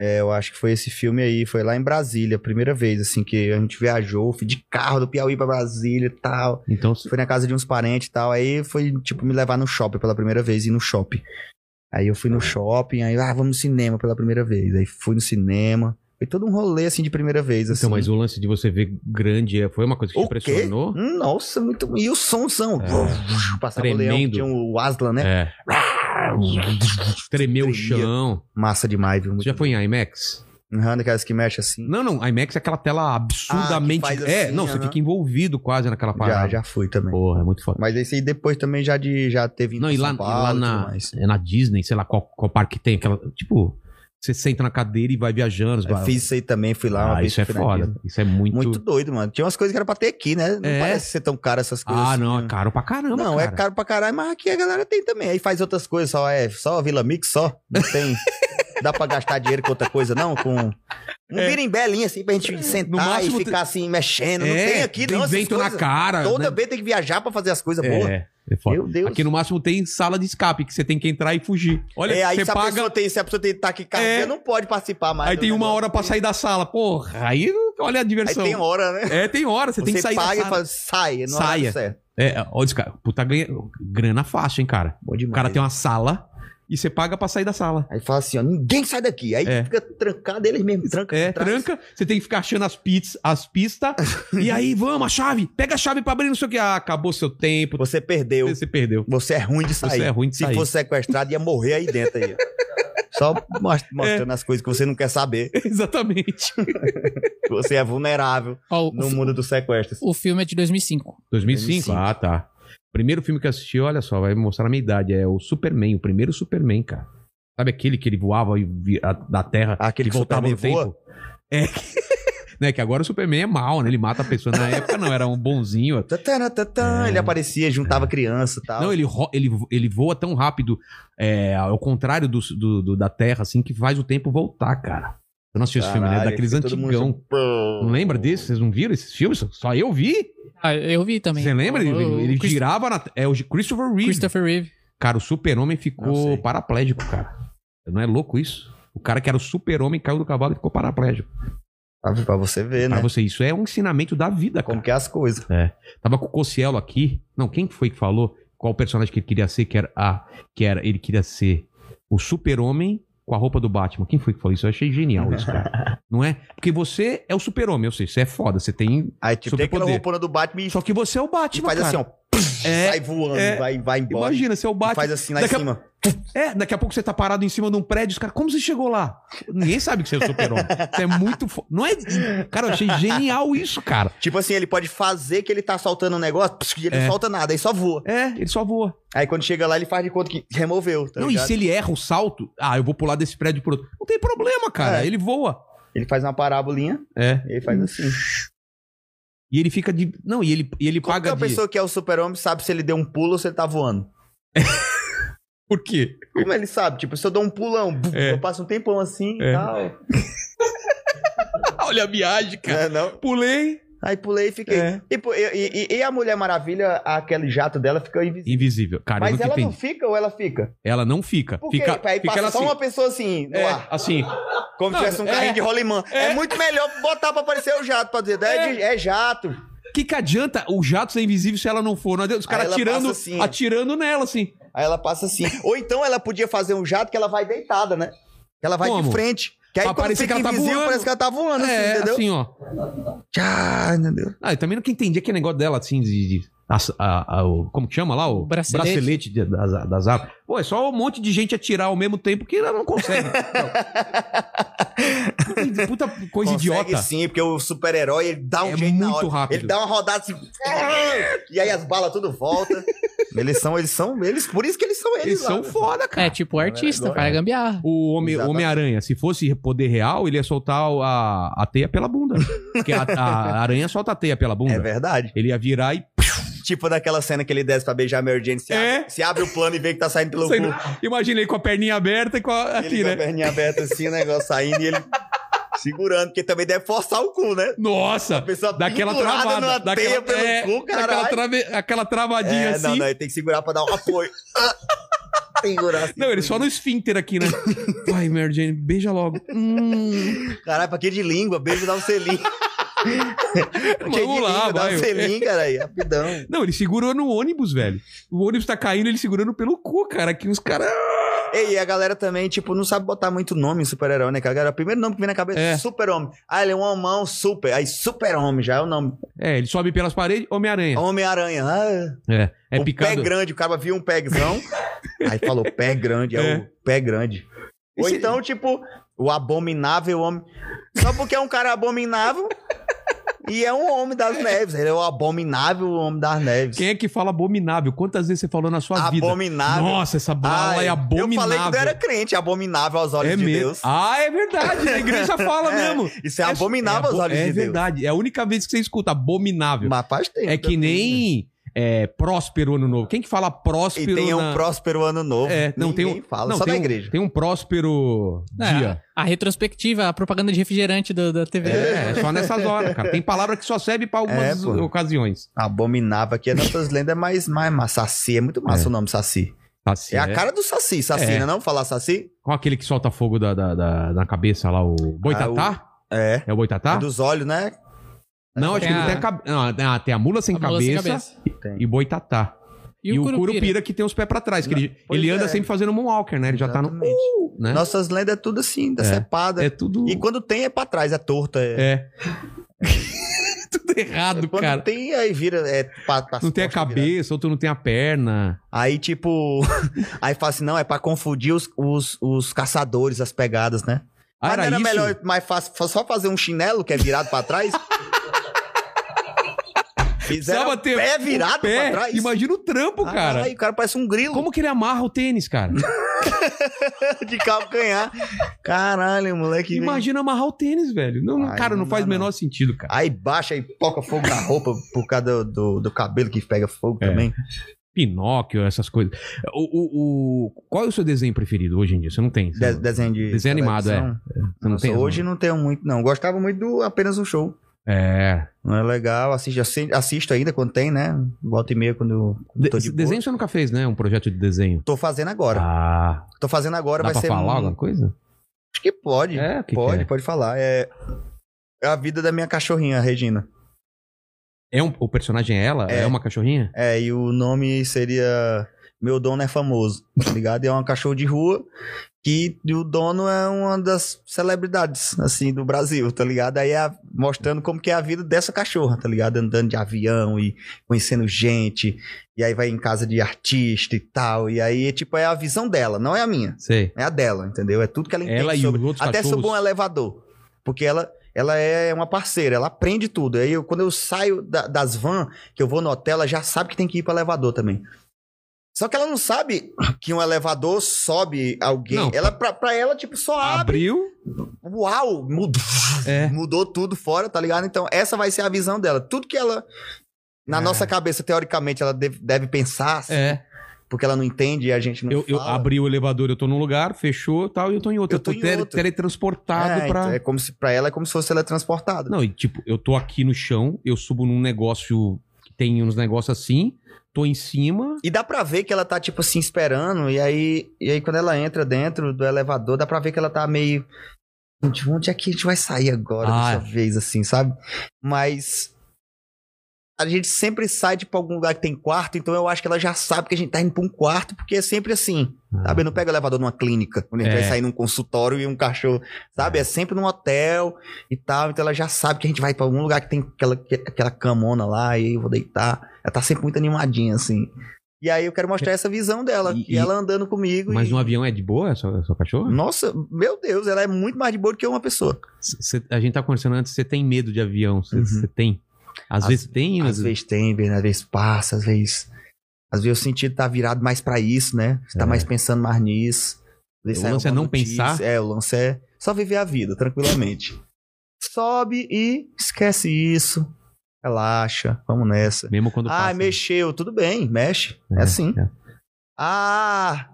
Speaker 2: É, eu acho que foi esse filme aí, foi lá em Brasília, a primeira vez, assim, que a gente viajou, fui de carro do Piauí pra Brasília e tal.
Speaker 1: Então,
Speaker 2: Fui na casa de uns parentes e tal, aí foi, tipo, me levar no shopping pela primeira vez, ir no shopping. Aí eu fui no shopping, aí, ah, vamos no cinema pela primeira vez. Aí fui no cinema, foi todo um rolê, assim, de primeira vez, assim.
Speaker 1: então, mas o lance de você ver grande é- foi uma coisa que te
Speaker 2: O quê?
Speaker 1: impressionou?
Speaker 2: Hum, Nossa, muito... E o som, são...
Speaker 1: É.
Speaker 2: Passava o leão,
Speaker 1: Tremendo.
Speaker 2: tinha o Aslan, né?
Speaker 1: É. Tremeu o chão.
Speaker 2: Massa demais, viu?
Speaker 1: Você já foi em IMAX?
Speaker 2: Aham, daquelas que mexe assim.
Speaker 1: Não, não. IMAX é aquela tela absurdamente.
Speaker 2: Ah, que faz
Speaker 1: é,
Speaker 2: assim,
Speaker 1: não, você
Speaker 2: aham.
Speaker 1: fica envolvido quase naquela
Speaker 2: Já,
Speaker 1: parada.
Speaker 2: já fui também.
Speaker 1: Porra, é muito foda.
Speaker 2: Mas esse aí depois também já, de, já teve em
Speaker 1: Não, e lá,
Speaker 2: São
Speaker 1: e
Speaker 2: Paulo
Speaker 1: lá
Speaker 2: e tudo
Speaker 1: na,
Speaker 2: mais.
Speaker 1: é na Disney, sei lá qual, qual parque tem, aquela. Tipo, você senta na cadeira e vai viajando. os
Speaker 2: Eu
Speaker 1: ba-
Speaker 2: fiz isso aí também, fui É lá uma
Speaker 1: ah,
Speaker 2: vez.
Speaker 1: isso é
Speaker 2: fui na
Speaker 1: foda.
Speaker 2: Disney.
Speaker 1: Isso é muito.
Speaker 2: Muito doido, mano. Tinha umas coisas que era pra ter aqui, né? Não
Speaker 1: É.
Speaker 2: parece ser tão caro essas coisas.
Speaker 1: Ah,
Speaker 2: assim,
Speaker 1: não,
Speaker 2: né?
Speaker 1: é caro pra caramba.
Speaker 2: Não,
Speaker 1: cara.
Speaker 2: é caro pra caralho, mas aqui a galera tem também. Aí faz outras coisas, só é só a Vila Mix, só. Não tem. Dá pra gastar dinheiro com outra coisa, não? Com um birimbelinho assim pra gente sentar e
Speaker 1: É. máximo tem-
Speaker 2: ficar assim mexendo. não
Speaker 1: É,
Speaker 2: tem aqui,
Speaker 1: tem
Speaker 2: não. essas
Speaker 1: vento na
Speaker 2: coisas.
Speaker 1: cara. né?
Speaker 2: Toda vez tem que viajar pra fazer as coisas boas.
Speaker 1: é, é foda.
Speaker 2: Meu Deus.
Speaker 1: Aqui no máximo tem sala de escape, que você tem que entrar e fugir. Olha,
Speaker 2: é, aí
Speaker 1: você
Speaker 2: se a,
Speaker 1: paga,
Speaker 2: pessoa tem, se a pessoa tem tá taquicardia,
Speaker 1: É.
Speaker 2: não pode participar mais.
Speaker 1: aí
Speaker 2: do
Speaker 1: tem uma
Speaker 2: negócio.
Speaker 1: hora pra sair da sala. Porra, aí olha a
Speaker 2: Aí
Speaker 1: diversão.
Speaker 2: tem hora, né?
Speaker 1: É, tem hora, você,
Speaker 2: Você,
Speaker 1: tem que sair
Speaker 2: paga
Speaker 1: da
Speaker 2: e
Speaker 1: sala.
Speaker 2: fala, sai. não
Speaker 1: Saia.
Speaker 2: hora certa.
Speaker 1: É, olha esse cara. Puta, ganha grana faixa, hein, cara.
Speaker 2: Bom
Speaker 1: O
Speaker 2: demais.
Speaker 1: cara tem uma sala e você paga pra sair da sala.
Speaker 2: Aí fala assim, ó, ninguém sai daqui. Aí
Speaker 1: É.
Speaker 2: fica trancado eles mesmo, tranca
Speaker 1: É,
Speaker 2: atrás.
Speaker 1: tranca, você tem que ficar achando as, pits, as pistas. e aí, vamos, a chave. Pega a chave pra abrir, não sei o que. Ah, acabou seu tempo.
Speaker 2: Você perdeu.
Speaker 1: Você perdeu.
Speaker 2: Você é ruim de sair.
Speaker 1: Você é ruim de
Speaker 2: Se
Speaker 1: sair.
Speaker 2: fosse sequestrado, ia morrer aí dentro aí. ó. Só mos-
Speaker 1: É.
Speaker 2: mostrando as coisas que você não quer saber.
Speaker 1: Exatamente.
Speaker 2: que Você é vulnerável
Speaker 4: Ó, o,
Speaker 2: no mundo dos sequestros.
Speaker 4: o filme é de 2005.
Speaker 1: 2005?
Speaker 2: 2005.
Speaker 1: Ah, tá. Primeiro filme que eu assisti, olha só, vai mostrar a minha idade. É o Superman, o primeiro Superman, cara. Sabe aquele que ele voava e vi- a- da Terra
Speaker 2: Ah, Aquele
Speaker 1: e
Speaker 2: que
Speaker 1: voltava no
Speaker 2: Superman
Speaker 1: tempo? É. né, que agora o Superman é mal, né? Ele mata a pessoa. Na época não, era um bonzinho.
Speaker 2: Tatana, tatã, Ele aparecia, juntava criança e tal.
Speaker 1: É. Não, ele, ro- ele, ele voa tão rápido, é, ao contrário do, do- do- da Terra, assim, que faz o tempo voltar, cara. Eu não assisti esse filme, né?
Speaker 2: Caralho,
Speaker 1: Daqueles
Speaker 2: fica todo mundo
Speaker 1: antigão.
Speaker 2: assim,
Speaker 1: Não lembra desse? Vocês não viram esses filmes? Só eu vi.
Speaker 4: Ah, eu vi também.
Speaker 1: Você lembra? Ele,
Speaker 4: O- o
Speaker 1: ele
Speaker 4: Christ-
Speaker 1: girava na. É o Christopher Reeve.
Speaker 4: Christopher Reeve. É,
Speaker 1: Cara, o super-homem
Speaker 2: Não
Speaker 1: ficou
Speaker 2: sei.
Speaker 1: paraplégico, cara. Não é louco isso? O cara que era o super-homem caiu do cavalo e ficou paraplégico.
Speaker 2: Pra, pra você ver,
Speaker 1: Pra
Speaker 2: né?
Speaker 1: você, isso é um ensinamento da vida, cara.
Speaker 2: Como que é as coisas.
Speaker 1: Tava com o Cocielo aqui. Não, quem foi que falou qual personagem que ele queria ser? Que era, ah, que era ele queria ser o super-homem com a roupa do Batman. Quem foi que falou isso? Eu achei genial isso, cara. Não é? Porque você é o super-homem, eu sei, você é foda, você tem...
Speaker 2: Aí, tipo, tem aquela
Speaker 1: Superpoder.
Speaker 2: roupona do Batman e
Speaker 1: Só que você é o
Speaker 2: e
Speaker 1: Batman,
Speaker 2: faz
Speaker 1: cara.
Speaker 2: assim, ó.
Speaker 1: É,
Speaker 2: sai voando,
Speaker 1: é.
Speaker 2: vai, vai embora.
Speaker 1: Imagina, você é o
Speaker 2: E
Speaker 1: Batman.
Speaker 2: Faz assim lá
Speaker 1: Daqui a-
Speaker 2: em cima.
Speaker 1: É, daqui a pouco você tá parado em cima de um prédio, os caras, como você chegou lá? Ninguém sabe que você é o super-homem. Você é muito fo... Não é. Cara, eu achei genial isso, cara.
Speaker 2: Tipo assim, ele pode fazer que ele tá soltando um negócio, pss, que ele
Speaker 1: É.
Speaker 2: não solta nada, aí só voa.
Speaker 1: É, ele só voa.
Speaker 2: Aí quando chega lá, ele faz de conta que removeu, tá
Speaker 1: não, e
Speaker 2: ligado?
Speaker 1: se ele erra o salto, ah, eu vou pular desse prédio pro outro. Não tem problema, cara.
Speaker 2: É.
Speaker 1: Ele voa.
Speaker 2: Ele faz uma parábolinha
Speaker 1: É.
Speaker 2: e aí faz assim.
Speaker 1: E ele fica de. Não, e ele, e ele
Speaker 2: Como que
Speaker 1: paga
Speaker 2: a
Speaker 1: de.
Speaker 2: pessoa que é o super-homem sabe se ele deu um pulo ou se ele tá voando?
Speaker 1: Por quê?
Speaker 2: Como ele sabe? Tipo, se eu dou um pulão, buf,
Speaker 1: É.
Speaker 2: eu passo um tempão assim
Speaker 1: É.
Speaker 2: e tal.
Speaker 1: Olha a viagem, cara.
Speaker 2: Né, não?
Speaker 1: Pulei.
Speaker 2: Aí pulei e fiquei.
Speaker 1: É.
Speaker 2: E, pô, e- e- e a Mulher Maravilha, aquele jato dela fica invisível.
Speaker 1: Invisível. Cara,
Speaker 2: Mas
Speaker 1: eu
Speaker 2: ela
Speaker 1: nunca
Speaker 2: não
Speaker 1: entendi.
Speaker 2: fica ou ela fica?
Speaker 1: Ela não fica.
Speaker 2: Porque
Speaker 1: Fica,
Speaker 2: aí
Speaker 1: fica
Speaker 2: passa
Speaker 1: ela
Speaker 2: só
Speaker 1: assim.
Speaker 2: uma pessoa assim, no
Speaker 1: É,
Speaker 2: ar.
Speaker 1: assim.
Speaker 2: Como
Speaker 1: Não,
Speaker 2: se tivesse um
Speaker 1: é.
Speaker 2: carrinho de rolimã. É. muito melhor botar pra aparecer o jato, pra dizer, é, de- é jato.
Speaker 1: Que que adianta o jato ser invisível se ela não for? Não adianta, Os
Speaker 2: Aí
Speaker 1: caras
Speaker 2: ela
Speaker 1: atirando,
Speaker 2: passa assim, ó.
Speaker 1: atirando nela, assim.
Speaker 2: Aí ela passa assim. Ou então ela podia fazer um jato que ela vai deitada, né? Que ela vai
Speaker 1: Como?
Speaker 2: de frente. Que aí
Speaker 1: Pra
Speaker 2: quando
Speaker 1: parecer
Speaker 2: fica
Speaker 1: que ela tá
Speaker 2: invisível,
Speaker 1: voando.
Speaker 2: parece que ela tá voando, assim,
Speaker 1: é,
Speaker 2: entendeu?
Speaker 1: assim, ó.
Speaker 2: Ai, meu Deus.
Speaker 1: Ah, eu também nunca entendi aquele negócio dela, assim, de. de- as- a- a- o- como que chama lá? O
Speaker 4: Bracelete.
Speaker 1: bracelete de- das, das armas. Pô, é só um monte de gente atirar ao mesmo tempo que ela não consegue. Puta- Puta coisa
Speaker 2: Consegue
Speaker 1: idiota.
Speaker 2: sim, porque o super-herói, ele dá um
Speaker 1: É
Speaker 2: jeito na
Speaker 1: muito
Speaker 2: hora.
Speaker 1: rápido.
Speaker 2: Ele dá uma rodada assim. e aí as balas tudo volta. eles são, eles são, eles. Por isso que eles são eles,
Speaker 1: Eles
Speaker 2: lá,
Speaker 1: são
Speaker 2: né?
Speaker 1: foda, cara.
Speaker 4: É tipo o artista,
Speaker 2: agora-
Speaker 4: faz a gambiarra.
Speaker 1: O Homem- o
Speaker 2: Exatamente.
Speaker 1: Homem-Aranha, se fosse poder real, ele ia soltar o- a, a teia pela bunda. Porque a, a aranha solta a teia pela
Speaker 2: É
Speaker 1: bunda.
Speaker 2: verdade.
Speaker 1: ele ia virar e.
Speaker 2: Tipo naquela cena que ele desce pra beijar a Mary Jane, se,
Speaker 1: É.
Speaker 2: abre, se abre o plano e vê que tá saindo pelo
Speaker 1: Sei
Speaker 2: cu.
Speaker 1: lá. Imagina ele com a perninha aberta e com a.
Speaker 2: Ele
Speaker 1: Aqui,
Speaker 2: com a
Speaker 1: né?
Speaker 2: perninha aberta assim, o negócio saindo e ele segurando, porque também deve forçar o cu, né?
Speaker 1: Nossa!
Speaker 2: A pessoa
Speaker 1: Daquela
Speaker 2: pendurada
Speaker 1: travada.
Speaker 2: numa
Speaker 1: Daquela,
Speaker 2: teia pelo
Speaker 1: é,
Speaker 2: cu,
Speaker 1: daquela,
Speaker 2: caralho.
Speaker 1: trave- aquela travadinha
Speaker 2: É,
Speaker 1: assim.
Speaker 2: não, não, ele tem que segurar pra dar um apoio. Segurar assim.
Speaker 1: Não, ele só no esfíncter aqui, né? Vai, Mary Jane, beija logo. Hum.
Speaker 2: Caralho, pra que de língua? Beijo dá um selinho. Pra que de
Speaker 1: Vamos lá,
Speaker 2: língua? Dá
Speaker 1: vai. é.
Speaker 2: um selinho, caralho. Rapidão.
Speaker 1: Não, ele segurou no ônibus, velho. O ônibus tá caindo, ele segurando pelo cu, cara. Que os caras.
Speaker 2: Ei, e a galera também, tipo, não sabe botar muito nome em super-herói, né? cara? Galera, o primeiro nome que vem na cabeça
Speaker 1: É.
Speaker 2: é super-homem. Ah, ele é um homão super. Aí, super-homem já é o nome.
Speaker 1: É, ele sobe pelas paredes, Homem-Aranha.
Speaker 2: Homem-Aranha. Ah,
Speaker 1: É, é
Speaker 2: o pé
Speaker 1: picado.
Speaker 2: grande, o cara viu um pezão. aí falou, pé grande, é,
Speaker 1: É.
Speaker 2: o pé grande. Ou
Speaker 1: Esse-
Speaker 2: então, tipo, o abominável homem. Só porque é um cara abominável e é um homem das neves. Ele é o abominável homem das neves.
Speaker 1: Quem é que fala abominável? Quantas vezes você falou na sua vida?
Speaker 2: abominável.
Speaker 1: Nossa, essa bala
Speaker 2: Ai,
Speaker 1: é abominável.
Speaker 2: Eu falei que não era crente, abominável aos olhos
Speaker 1: é
Speaker 2: de
Speaker 1: mesmo.
Speaker 2: Deus.
Speaker 1: Ah, é verdade. A igreja fala
Speaker 2: É,
Speaker 1: mesmo.
Speaker 2: Isso é abominável aos
Speaker 1: abo-
Speaker 2: olhos
Speaker 1: É
Speaker 2: de Deus.
Speaker 1: verdade. É a única vez que você escuta abominável.
Speaker 2: Mas faz tempo.
Speaker 1: É que nem é, próspero ano novo. Quem que fala
Speaker 2: E
Speaker 1: próspero
Speaker 2: tem um
Speaker 1: na-
Speaker 2: próspero ano novo.
Speaker 1: É, não, tem
Speaker 2: Ninguém
Speaker 1: um-
Speaker 2: fala,
Speaker 1: não,
Speaker 2: só
Speaker 1: tem
Speaker 2: na
Speaker 1: um-
Speaker 2: igreja.
Speaker 1: Tem um próspero
Speaker 4: É,
Speaker 1: dia.
Speaker 4: a retrospectiva, a propaganda de refrigerante da, da TV.
Speaker 1: É, é só nessas horas, cara. Tem palavra que só serve pra algumas
Speaker 2: É, pô.
Speaker 1: ocasiões.
Speaker 2: Abominável aqui é nossas lendas, mas, mas, mas Saci, é muito massa
Speaker 1: É.
Speaker 2: o nome Saci.
Speaker 1: Saci,
Speaker 2: É a
Speaker 1: né?
Speaker 2: cara do Saci, Saci,
Speaker 1: É.
Speaker 2: né? Não falar Saci?
Speaker 1: Com aquele que solta fogo da, da, da- na cabeça lá, o Boitatá?
Speaker 2: É.
Speaker 1: É o Boitatá?
Speaker 2: É dos olhos, né?
Speaker 1: Não, acho
Speaker 4: Tem
Speaker 1: que ele
Speaker 4: a-
Speaker 1: tem a cabeça. Não, tem a- tem a mula sem
Speaker 4: É. A mula sem
Speaker 1: cabeça,
Speaker 4: cabeça.
Speaker 1: e Boitatá. E, o Curupira. que tem os pés pra trás. Que ele
Speaker 2: pois
Speaker 1: ele
Speaker 2: é.
Speaker 1: anda sempre fazendo Moonwalker, né? Ele já tá no.
Speaker 2: Exatamente.
Speaker 1: Né?
Speaker 2: Nossas lendas é tudo assim, da
Speaker 1: É.
Speaker 2: cepada.
Speaker 1: é tudo.
Speaker 2: E quando tem é pra trás, é torta. É.
Speaker 1: É. tudo errado,
Speaker 2: Quando
Speaker 1: cara.
Speaker 2: tem, aí vira. É, pra, pra-
Speaker 1: Não tem a
Speaker 2: pra-
Speaker 1: cabeça, outro não tem a perna.
Speaker 2: Aí, tipo. aí fala assim: não, é pra confundir os, os, os caçadores, as pegadas, né?
Speaker 1: Ah,
Speaker 2: Mas
Speaker 1: era,
Speaker 2: não era
Speaker 1: isso?
Speaker 2: melhor, mais fácil, fa- só fazer um chinelo que é virado pra trás?
Speaker 1: Precisava
Speaker 2: Fizeram
Speaker 1: ter
Speaker 2: pé
Speaker 1: o
Speaker 2: virado
Speaker 1: pé.
Speaker 2: pra trás?
Speaker 1: Imagina o trampo,
Speaker 2: Ah,
Speaker 1: cara.
Speaker 2: caralho, o cara parece um grilo
Speaker 1: Como que ele amarra o tênis, cara?
Speaker 2: de calcanhar. Caralho, moleque.
Speaker 1: Imagina amarrar o tênis, velho. Não, não,
Speaker 2: Ai,
Speaker 1: cara, não,
Speaker 2: não
Speaker 1: faz o
Speaker 2: dá, não.
Speaker 1: menor sentido, cara.
Speaker 2: Aí baixa e toca fogo na roupa por causa do, do, do cabelo que pega fogo
Speaker 1: É.
Speaker 2: também.
Speaker 1: Pinóquio, essas coisas. O, o- o- Qual é o seu desenho preferido hoje em dia? Você não tem?
Speaker 2: De-
Speaker 1: Você não-
Speaker 2: desenho de.
Speaker 1: Desenho animado, é.
Speaker 2: televisão.
Speaker 1: você não
Speaker 2: Nossa,
Speaker 1: tem?
Speaker 2: hoje não tenho muito, não. Gostava muito do apenas um show.
Speaker 1: É.
Speaker 2: Não é legal. Assisto, assi- assisto ainda quando tem, né? Volta e meia quando.
Speaker 1: De-
Speaker 2: Tô de boa.
Speaker 1: desenho você nunca fez, né? Um projeto de desenho.
Speaker 2: Tô fazendo agora.
Speaker 1: Ah.
Speaker 2: Tô fazendo agora,
Speaker 1: Dá
Speaker 2: vai
Speaker 1: pra
Speaker 2: ser.
Speaker 1: falar
Speaker 2: mu-
Speaker 1: alguma coisa?
Speaker 2: Acho que pode.
Speaker 1: É, o que que
Speaker 2: pode,
Speaker 1: é?
Speaker 2: pode falar. É a vida da minha cachorrinha, Regina.
Speaker 1: É um, o personagem é ela? É,
Speaker 2: É.
Speaker 1: uma cachorrinha?
Speaker 2: É, e o nome seria Meu Dono é Famoso, tá ligado? E é um cachorro de rua que o dono é uma das celebridades, assim, do Brasil, tá ligado? Aí é mostrando como que é a vida dessa cachorra, tá ligado? Andando de avião e conhecendo gente, e aí vai em casa de artista e tal, e aí, tipo, é a visão dela, não é a minha.
Speaker 1: Sei.
Speaker 2: É a dela, entendeu? É tudo que ela entende
Speaker 1: Ela e
Speaker 2: sobre.
Speaker 1: os outros
Speaker 2: Até
Speaker 1: cachorros.
Speaker 2: sobre um elevador. Porque ela, ela é uma parceira, ela aprende tudo. Aí eu, quando eu saio da- das van, que eu vou no hotel, ela já sabe que tem que ir pro elevador também. Só que ela não sabe que um elevador sobe alguém.
Speaker 1: Não.
Speaker 2: Ela, pra, pra ela, tipo, só abre.
Speaker 1: Abriu.
Speaker 2: Uau! Mudou,
Speaker 1: É.
Speaker 2: mudou tudo fora, tá ligado? Então, essa vai ser a visão dela. Tudo que ela. Na
Speaker 1: É.
Speaker 2: nossa cabeça, teoricamente, ela deve, deve pensar, assim,
Speaker 1: É.
Speaker 2: porque ela não entende e a gente não
Speaker 1: Eu, eu
Speaker 2: fala.
Speaker 1: abri o elevador, eu tô num lugar, fechou tal, e eu tô em outro.
Speaker 2: Eu
Speaker 1: Eu tô,
Speaker 2: tô em
Speaker 1: tele-
Speaker 2: outro.
Speaker 1: teletransportado
Speaker 2: é,
Speaker 1: pra.
Speaker 2: então, é como se para ela é como se fosse ela transportada.
Speaker 1: Não, e tipo, eu tô aqui no chão, eu subo num negócio que tem uns negócios assim, tô em cima.
Speaker 2: E dá pra ver que ela tá, tipo assim, esperando. E aí, e aí, quando ela entra dentro do elevador, dá pra ver que ela tá meio. Gente, onde é que a gente vai sair agora
Speaker 1: Ah.
Speaker 2: dessa vez, assim, sabe? Mas. A gente sempre sai de pra algum lugar que tem quarto, então eu acho que ela já sabe que a gente tá indo pra um quarto, porque é sempre assim, sabe? Eu não pego o elevador numa clínica, onde a gente
Speaker 1: É.
Speaker 2: vai sair num consultório e um cachorro, sabe? É sempre num hotel e tal, então ela já sabe que a gente vai pra algum lugar que tem aquela, aquela camona lá e eu vou deitar. Ela tá sempre muito animadinha, assim. E aí eu quero mostrar essa visão dela,
Speaker 1: E-
Speaker 2: e,
Speaker 1: e-
Speaker 2: ela andando comigo.
Speaker 1: Mas
Speaker 2: e- Hum.
Speaker 1: no avião é de boa essa sua cachorra?
Speaker 2: Nossa, meu Deus, ela é muito mais de boa do que uma pessoa.
Speaker 1: C- cê- a gente tá conversando antes, você tem medo de avião? Você
Speaker 2: Uhum.
Speaker 1: tem? Às,
Speaker 2: Às-
Speaker 1: vezes tem,
Speaker 2: Às
Speaker 1: mas.
Speaker 2: vezes tem, Breno, às vezes passa, às vezes. Às vezes o sentido tá virado mais pra isso, né? Você tá
Speaker 1: É.
Speaker 2: mais pensando mais nisso. Às vezes
Speaker 1: O
Speaker 2: sai
Speaker 1: lance é
Speaker 2: alguma
Speaker 1: não pensar?
Speaker 2: É, o lance é só viver a vida, tranquilamente. Sobe e esquece isso. Relaxa, vamos nessa.
Speaker 1: Mesmo quando
Speaker 2: Ah,
Speaker 1: passa. né?
Speaker 2: mexeu, tudo bem, mexe. É, assim.
Speaker 1: é.
Speaker 2: Ah,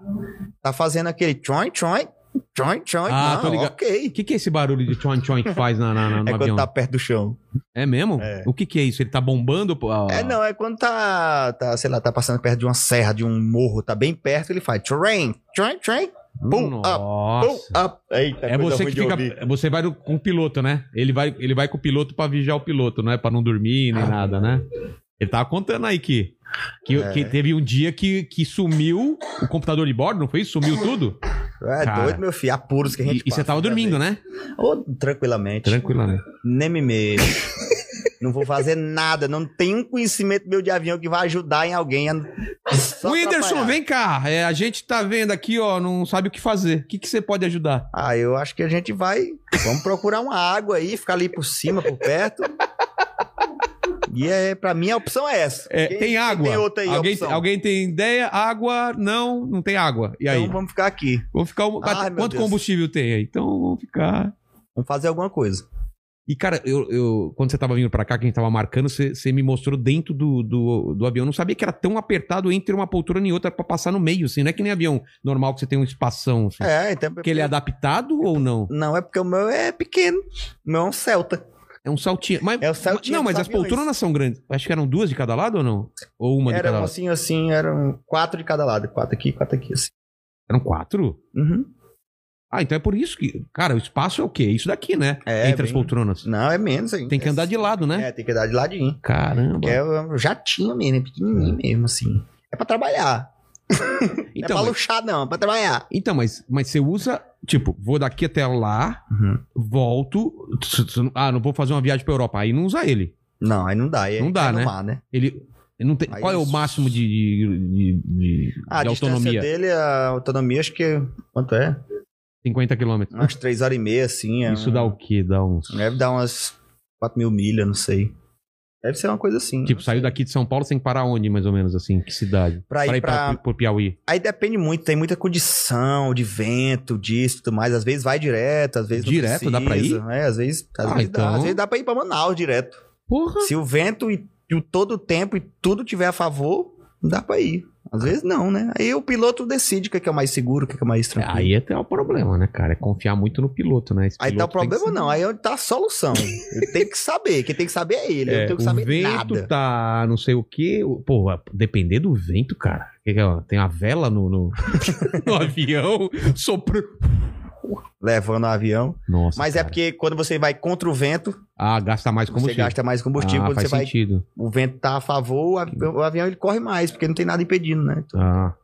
Speaker 2: tá fazendo aquele tchoin, tchoin, tchoin, tchoin.
Speaker 1: Ah,
Speaker 2: não,
Speaker 1: tô ligado. O
Speaker 2: ok.
Speaker 1: que, que é esse barulho de tchon tchon que faz na, na- na- no
Speaker 2: É
Speaker 1: avião?
Speaker 2: quando tá perto do chão.
Speaker 1: É mesmo?
Speaker 2: É.
Speaker 1: O que, que é isso? Ele tá bombando? pô, a-
Speaker 2: É, não, é quando tá, tá, sei lá, tá passando perto de uma serra, de um morro, tá bem perto, ele faz train, train, train, Pum, up,
Speaker 1: Nossa.
Speaker 2: boom, up. Eita,
Speaker 1: É
Speaker 2: coisa
Speaker 1: você
Speaker 2: ruim
Speaker 1: que
Speaker 2: de
Speaker 1: fica.
Speaker 2: ouvir.
Speaker 1: Você vai no- com o piloto, né? Ele vai, ele vai com o piloto pra vigiar o piloto, não é? Pra não dormir nem
Speaker 2: Ah.
Speaker 1: nada, né? Ele tava contando aí que. Que,
Speaker 2: É.
Speaker 1: que teve um dia que, que sumiu o computador de bordo, não foi isso? Sumiu tudo?
Speaker 2: É
Speaker 1: Cara.
Speaker 2: doido, meu filho, apuros que a gente
Speaker 1: E, e você tava dormindo, né?
Speaker 2: né? tranquilamente.
Speaker 1: Tranquilamente.
Speaker 2: Nem me mexo. não vou fazer nada, não tem um conhecimento meu de avião que vai ajudar em alguém. A... só
Speaker 1: O Whindersson,
Speaker 2: atrapalhar.
Speaker 1: vem cá. É, a gente tá vendo aqui, ó, não sabe o que fazer. O que, que você pode ajudar?
Speaker 2: Ah, eu acho que a gente vai. Vamos procurar uma água aí, ficar ali por cima, por perto. E é, pra mim a opção é essa.
Speaker 1: É,
Speaker 2: Quem-
Speaker 1: tem
Speaker 2: quem
Speaker 1: água.
Speaker 2: Tem outra aí,
Speaker 1: alguém,
Speaker 2: opção.
Speaker 1: alguém tem ideia? Água? Não, não tem água. E aí?
Speaker 2: Então vamos ficar aqui.
Speaker 1: Vamos ficar. um-
Speaker 2: Ai, meu
Speaker 1: quanto
Speaker 2: Deus.
Speaker 1: combustível tem aí? Então vamos ficar.
Speaker 2: Vamos fazer alguma coisa.
Speaker 1: E, cara, eu, eu- quando você tava vindo pra cá, que a gente tava marcando, você, você me mostrou dentro do, do, do avião. Eu não sabia que era tão apertado entre uma poltrona e outra pra passar no meio, assim. Não é que nem avião normal que você tem um espação. Assim.
Speaker 2: É, então.
Speaker 1: Porque ele é adaptado ou não?
Speaker 2: Não, é porque o meu é pequeno. O meu é um Celta.
Speaker 1: É um saltinho. Mas,
Speaker 2: É o Celtinha
Speaker 1: não,
Speaker 2: dos
Speaker 1: mas as
Speaker 2: aviões.
Speaker 1: poltronas são grandes. Acho que eram duas de cada lado ou não? Ou uma de cada
Speaker 2: Eram
Speaker 1: lado?
Speaker 2: assim, assim, eram quatro de cada lado. Quatro aqui, quatro aqui, assim.
Speaker 1: Eram quatro?
Speaker 2: Uhum.
Speaker 1: Ah, então é por isso que. Cara, o espaço é o quê? É Isso daqui, né?
Speaker 2: É,
Speaker 1: entre as
Speaker 2: bem-
Speaker 1: poltronas.
Speaker 2: Não, é menos ainda.
Speaker 1: Tem que andar de lado, né?
Speaker 2: É, tem que andar de ladinho.
Speaker 1: Caramba.
Speaker 2: Que é um jatinho mesmo, é pequenininho mesmo, assim. É pra trabalhar. Não é
Speaker 1: Então,
Speaker 2: pra luxar, não, é pra trabalhar.
Speaker 1: Então, mas, mas você usa, tipo, vou daqui até lá,
Speaker 2: Uhum.
Speaker 1: volto. tss, tss, Ah, não vou fazer uma viagem pra Europa. Aí não usa ele.
Speaker 2: Não, aí não dá. aí
Speaker 1: Não dá,
Speaker 2: cai no
Speaker 1: né?
Speaker 2: mar, né?
Speaker 1: Ele. Não tem,
Speaker 2: Aí
Speaker 1: qual é o
Speaker 2: isso-
Speaker 1: máximo de, de, de- de
Speaker 2: Ah, A distância
Speaker 1: autonomia?
Speaker 2: dele, a autonomia, acho que. Quanto é?
Speaker 1: 50 quilômetros.
Speaker 2: Umas três horas e meia, assim. Ah, é
Speaker 1: Isso
Speaker 2: um-
Speaker 1: dá o quê? Dá uns.
Speaker 2: Deve dar umas 4 mil milhas, não sei. Deve ser uma coisa assim.
Speaker 1: Tipo, saiu daqui de São Paulo sem parar onde, mais ou menos, assim? Que cidade?
Speaker 2: Pra ir
Speaker 1: Pra ir pra,
Speaker 2: pra-
Speaker 1: pro Piauí.
Speaker 2: Aí depende muito, tem muita condição de vento, disso e tudo mais. Às vezes vai direto, às vezes não
Speaker 1: Direto? Dá pra
Speaker 2: precisa, né? às vezes, às
Speaker 1: Ah,
Speaker 2: vezes
Speaker 1: então.
Speaker 2: dá. Às vezes dá pra ir pra Manaus direto.
Speaker 4: Hum.
Speaker 1: Porra!
Speaker 2: Se o vento e, e o todo o tempo e tudo tiver a favor, dá pra ir. Às vezes não, né? Aí o piloto decide o que é que é mais seguro, o que é que é mais
Speaker 1: É,
Speaker 2: tranquilo.
Speaker 1: Aí até é o problema, né, cara? É confiar muito no piloto, né? Esse
Speaker 2: Aí tá o
Speaker 1: piloto tem que
Speaker 2: problema
Speaker 1: ser-
Speaker 2: não, aí é onde tá a solução. Ele tem que saber, quem tem que saber é ele, eu
Speaker 1: É,
Speaker 2: não tenho que
Speaker 1: o
Speaker 2: saber
Speaker 1: vento
Speaker 2: nada.
Speaker 1: tá não sei o que. Pô, depender do vento, cara. Que que é, ó, tem uma vela no, no, no avião, sopro.
Speaker 2: levando o avião.
Speaker 1: Nossa.
Speaker 2: Mas é
Speaker 1: cara.
Speaker 2: porque quando você vai contra o vento,
Speaker 1: Ah, gasta mais
Speaker 2: você
Speaker 1: combustível.
Speaker 2: gasta mais combustível.
Speaker 1: ah,
Speaker 2: quando você
Speaker 1: faz
Speaker 2: vai,
Speaker 1: sentido.
Speaker 2: o vento tá a favor, o avi- o avião ele corre mais, porque não tem nada impedindo, né? Então,
Speaker 1: Ah.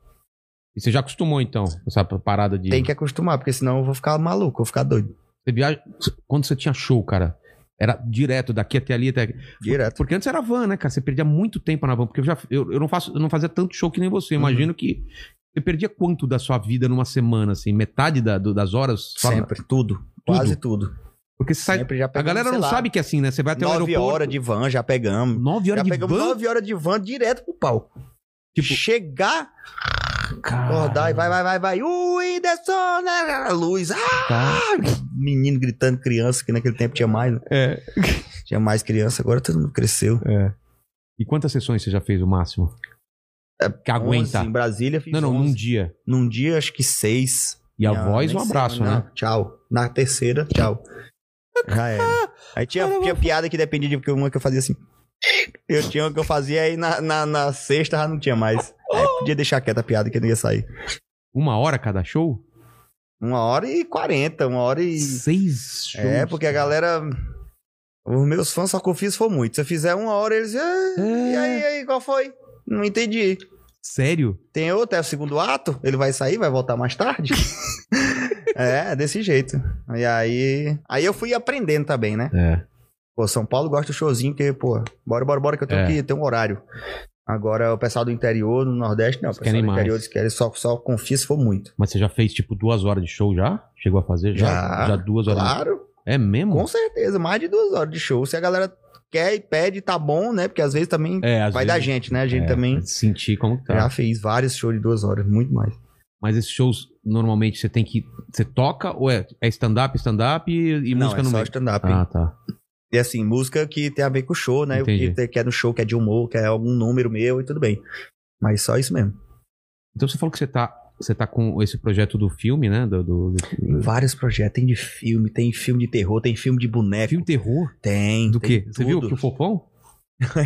Speaker 1: E você já acostumou, então, essa parada de.
Speaker 2: Tem que acostumar, porque senão eu vou ficar maluco, eu vou ficar doido.
Speaker 1: Você viaja. Quando você tinha show, cara. Era direto daqui até ali, até aqui.
Speaker 2: Direto.
Speaker 1: Porque antes era van, né, cara? Você perdia muito tempo na van. Porque eu já eu, eu não, faço, eu não fazia tanto show que nem você. Eu
Speaker 2: Uhum.
Speaker 1: Imagino que. Você perdia quanto da sua vida numa semana, assim? Metade da- do- das horas? Só-
Speaker 2: Sempre, tudo. Quase tudo.
Speaker 1: Porque você sai.
Speaker 2: Sempre já
Speaker 1: A
Speaker 2: pegamos,
Speaker 1: galera
Speaker 2: sei
Speaker 1: não
Speaker 2: lá,
Speaker 1: sabe que é assim, né? Você vai até o
Speaker 2: Nove
Speaker 1: aeroporto.
Speaker 2: horas de van, já pegamos.
Speaker 1: Nove
Speaker 2: Já
Speaker 1: horas de
Speaker 2: pegamos
Speaker 1: van?
Speaker 2: nove horas de van direto pro palco.
Speaker 1: Tipo-
Speaker 2: Chegar, acordar
Speaker 1: Cara,
Speaker 2: e vai, vai, vai, vai. O Whindersson, né, a luz. Ah,
Speaker 1: tá.
Speaker 2: menino gritando, criança, que naquele tempo tinha mais, né?
Speaker 1: É.
Speaker 2: Tinha mais criança, agora todo mundo cresceu.
Speaker 1: E quantas sessões você já fez o máximo?
Speaker 2: É,
Speaker 1: que aguenta.
Speaker 2: 11 Em Brasília, fiz
Speaker 1: Não, não, num
Speaker 2: 11.
Speaker 1: dia.
Speaker 2: Num dia, acho que seis.
Speaker 1: E a
Speaker 2: Não,
Speaker 1: voz,
Speaker 2: nem
Speaker 1: um
Speaker 2: sei,
Speaker 1: abraço,
Speaker 2: não.
Speaker 1: né?
Speaker 2: Tchau. Na terceira, tchau. Já era. Aí tinha, tinha piada que dependia de porque uma que eu fazia assim. Eu tinha uma que eu fazia aí na, na, na sexta já não tinha mais. Aí podia deixar quieta a piada que não ia sair.
Speaker 1: Uma hora cada show?
Speaker 2: Uma hora e quarenta, uma hora e.
Speaker 1: Seis shows.
Speaker 2: É, porque a galera. Os meus fãs só confiam se for muito. Se eu fizer uma hora, eles. "Ah,
Speaker 1: É.
Speaker 2: E aí, e aí, qual foi? Não entendi.
Speaker 1: Sério?
Speaker 2: Tem outro, é o segundo ato, ele vai sair, vai voltar mais tarde. é, desse jeito. E aí. Aí eu fui aprendendo também, né?
Speaker 1: É.
Speaker 2: Pô, São Paulo gosta do showzinho, porque, pô, bora, bora, bora, que eu tenho
Speaker 1: É.
Speaker 2: que ter um horário. Agora, o pessoal do interior, no Nordeste, não. O pessoal
Speaker 1: querem
Speaker 2: do
Speaker 1: mais.
Speaker 2: interior eles querem só, só confia se for muito.
Speaker 1: Mas você já fez, tipo, duas horas de show já? Chegou a fazer já?
Speaker 2: Já.
Speaker 1: duas horas.
Speaker 2: Claro,
Speaker 1: É mesmo?
Speaker 2: com certeza, mais de duas horas de show. Se a galera quer e pede, tá bom, né? Porque às vezes também
Speaker 1: É, às
Speaker 2: vai da
Speaker 1: vezes-
Speaker 2: gente, né? A gente
Speaker 1: é,
Speaker 2: também
Speaker 1: Sentir como que tá.
Speaker 2: já fez vários shows de duas horas, muito mais.
Speaker 1: Mas esses shows, normalmente, você tem que... Você toca ou é é stand-up, stand-up e, e
Speaker 2: não,
Speaker 1: música
Speaker 2: é
Speaker 1: no
Speaker 2: só
Speaker 1: meio?
Speaker 2: stand-up.
Speaker 1: Ah, tá.
Speaker 2: E assim, música que tem a ver com o show, né? O
Speaker 1: Entendi.
Speaker 2: que, te- que é no show, que é de humor, que é algum número meu e tudo bem. Mas só isso mesmo.
Speaker 1: Então você falou que você tá... Você tá com esse projeto do filme, né? Do, do, do-
Speaker 2: Vários projetos, tem de filme, tem filme de terror, tem filme de boneco.
Speaker 1: é Filme terror?
Speaker 2: Tem.
Speaker 1: Do
Speaker 2: tem
Speaker 1: quê? Você viu
Speaker 2: tudo.
Speaker 1: que o Fofão?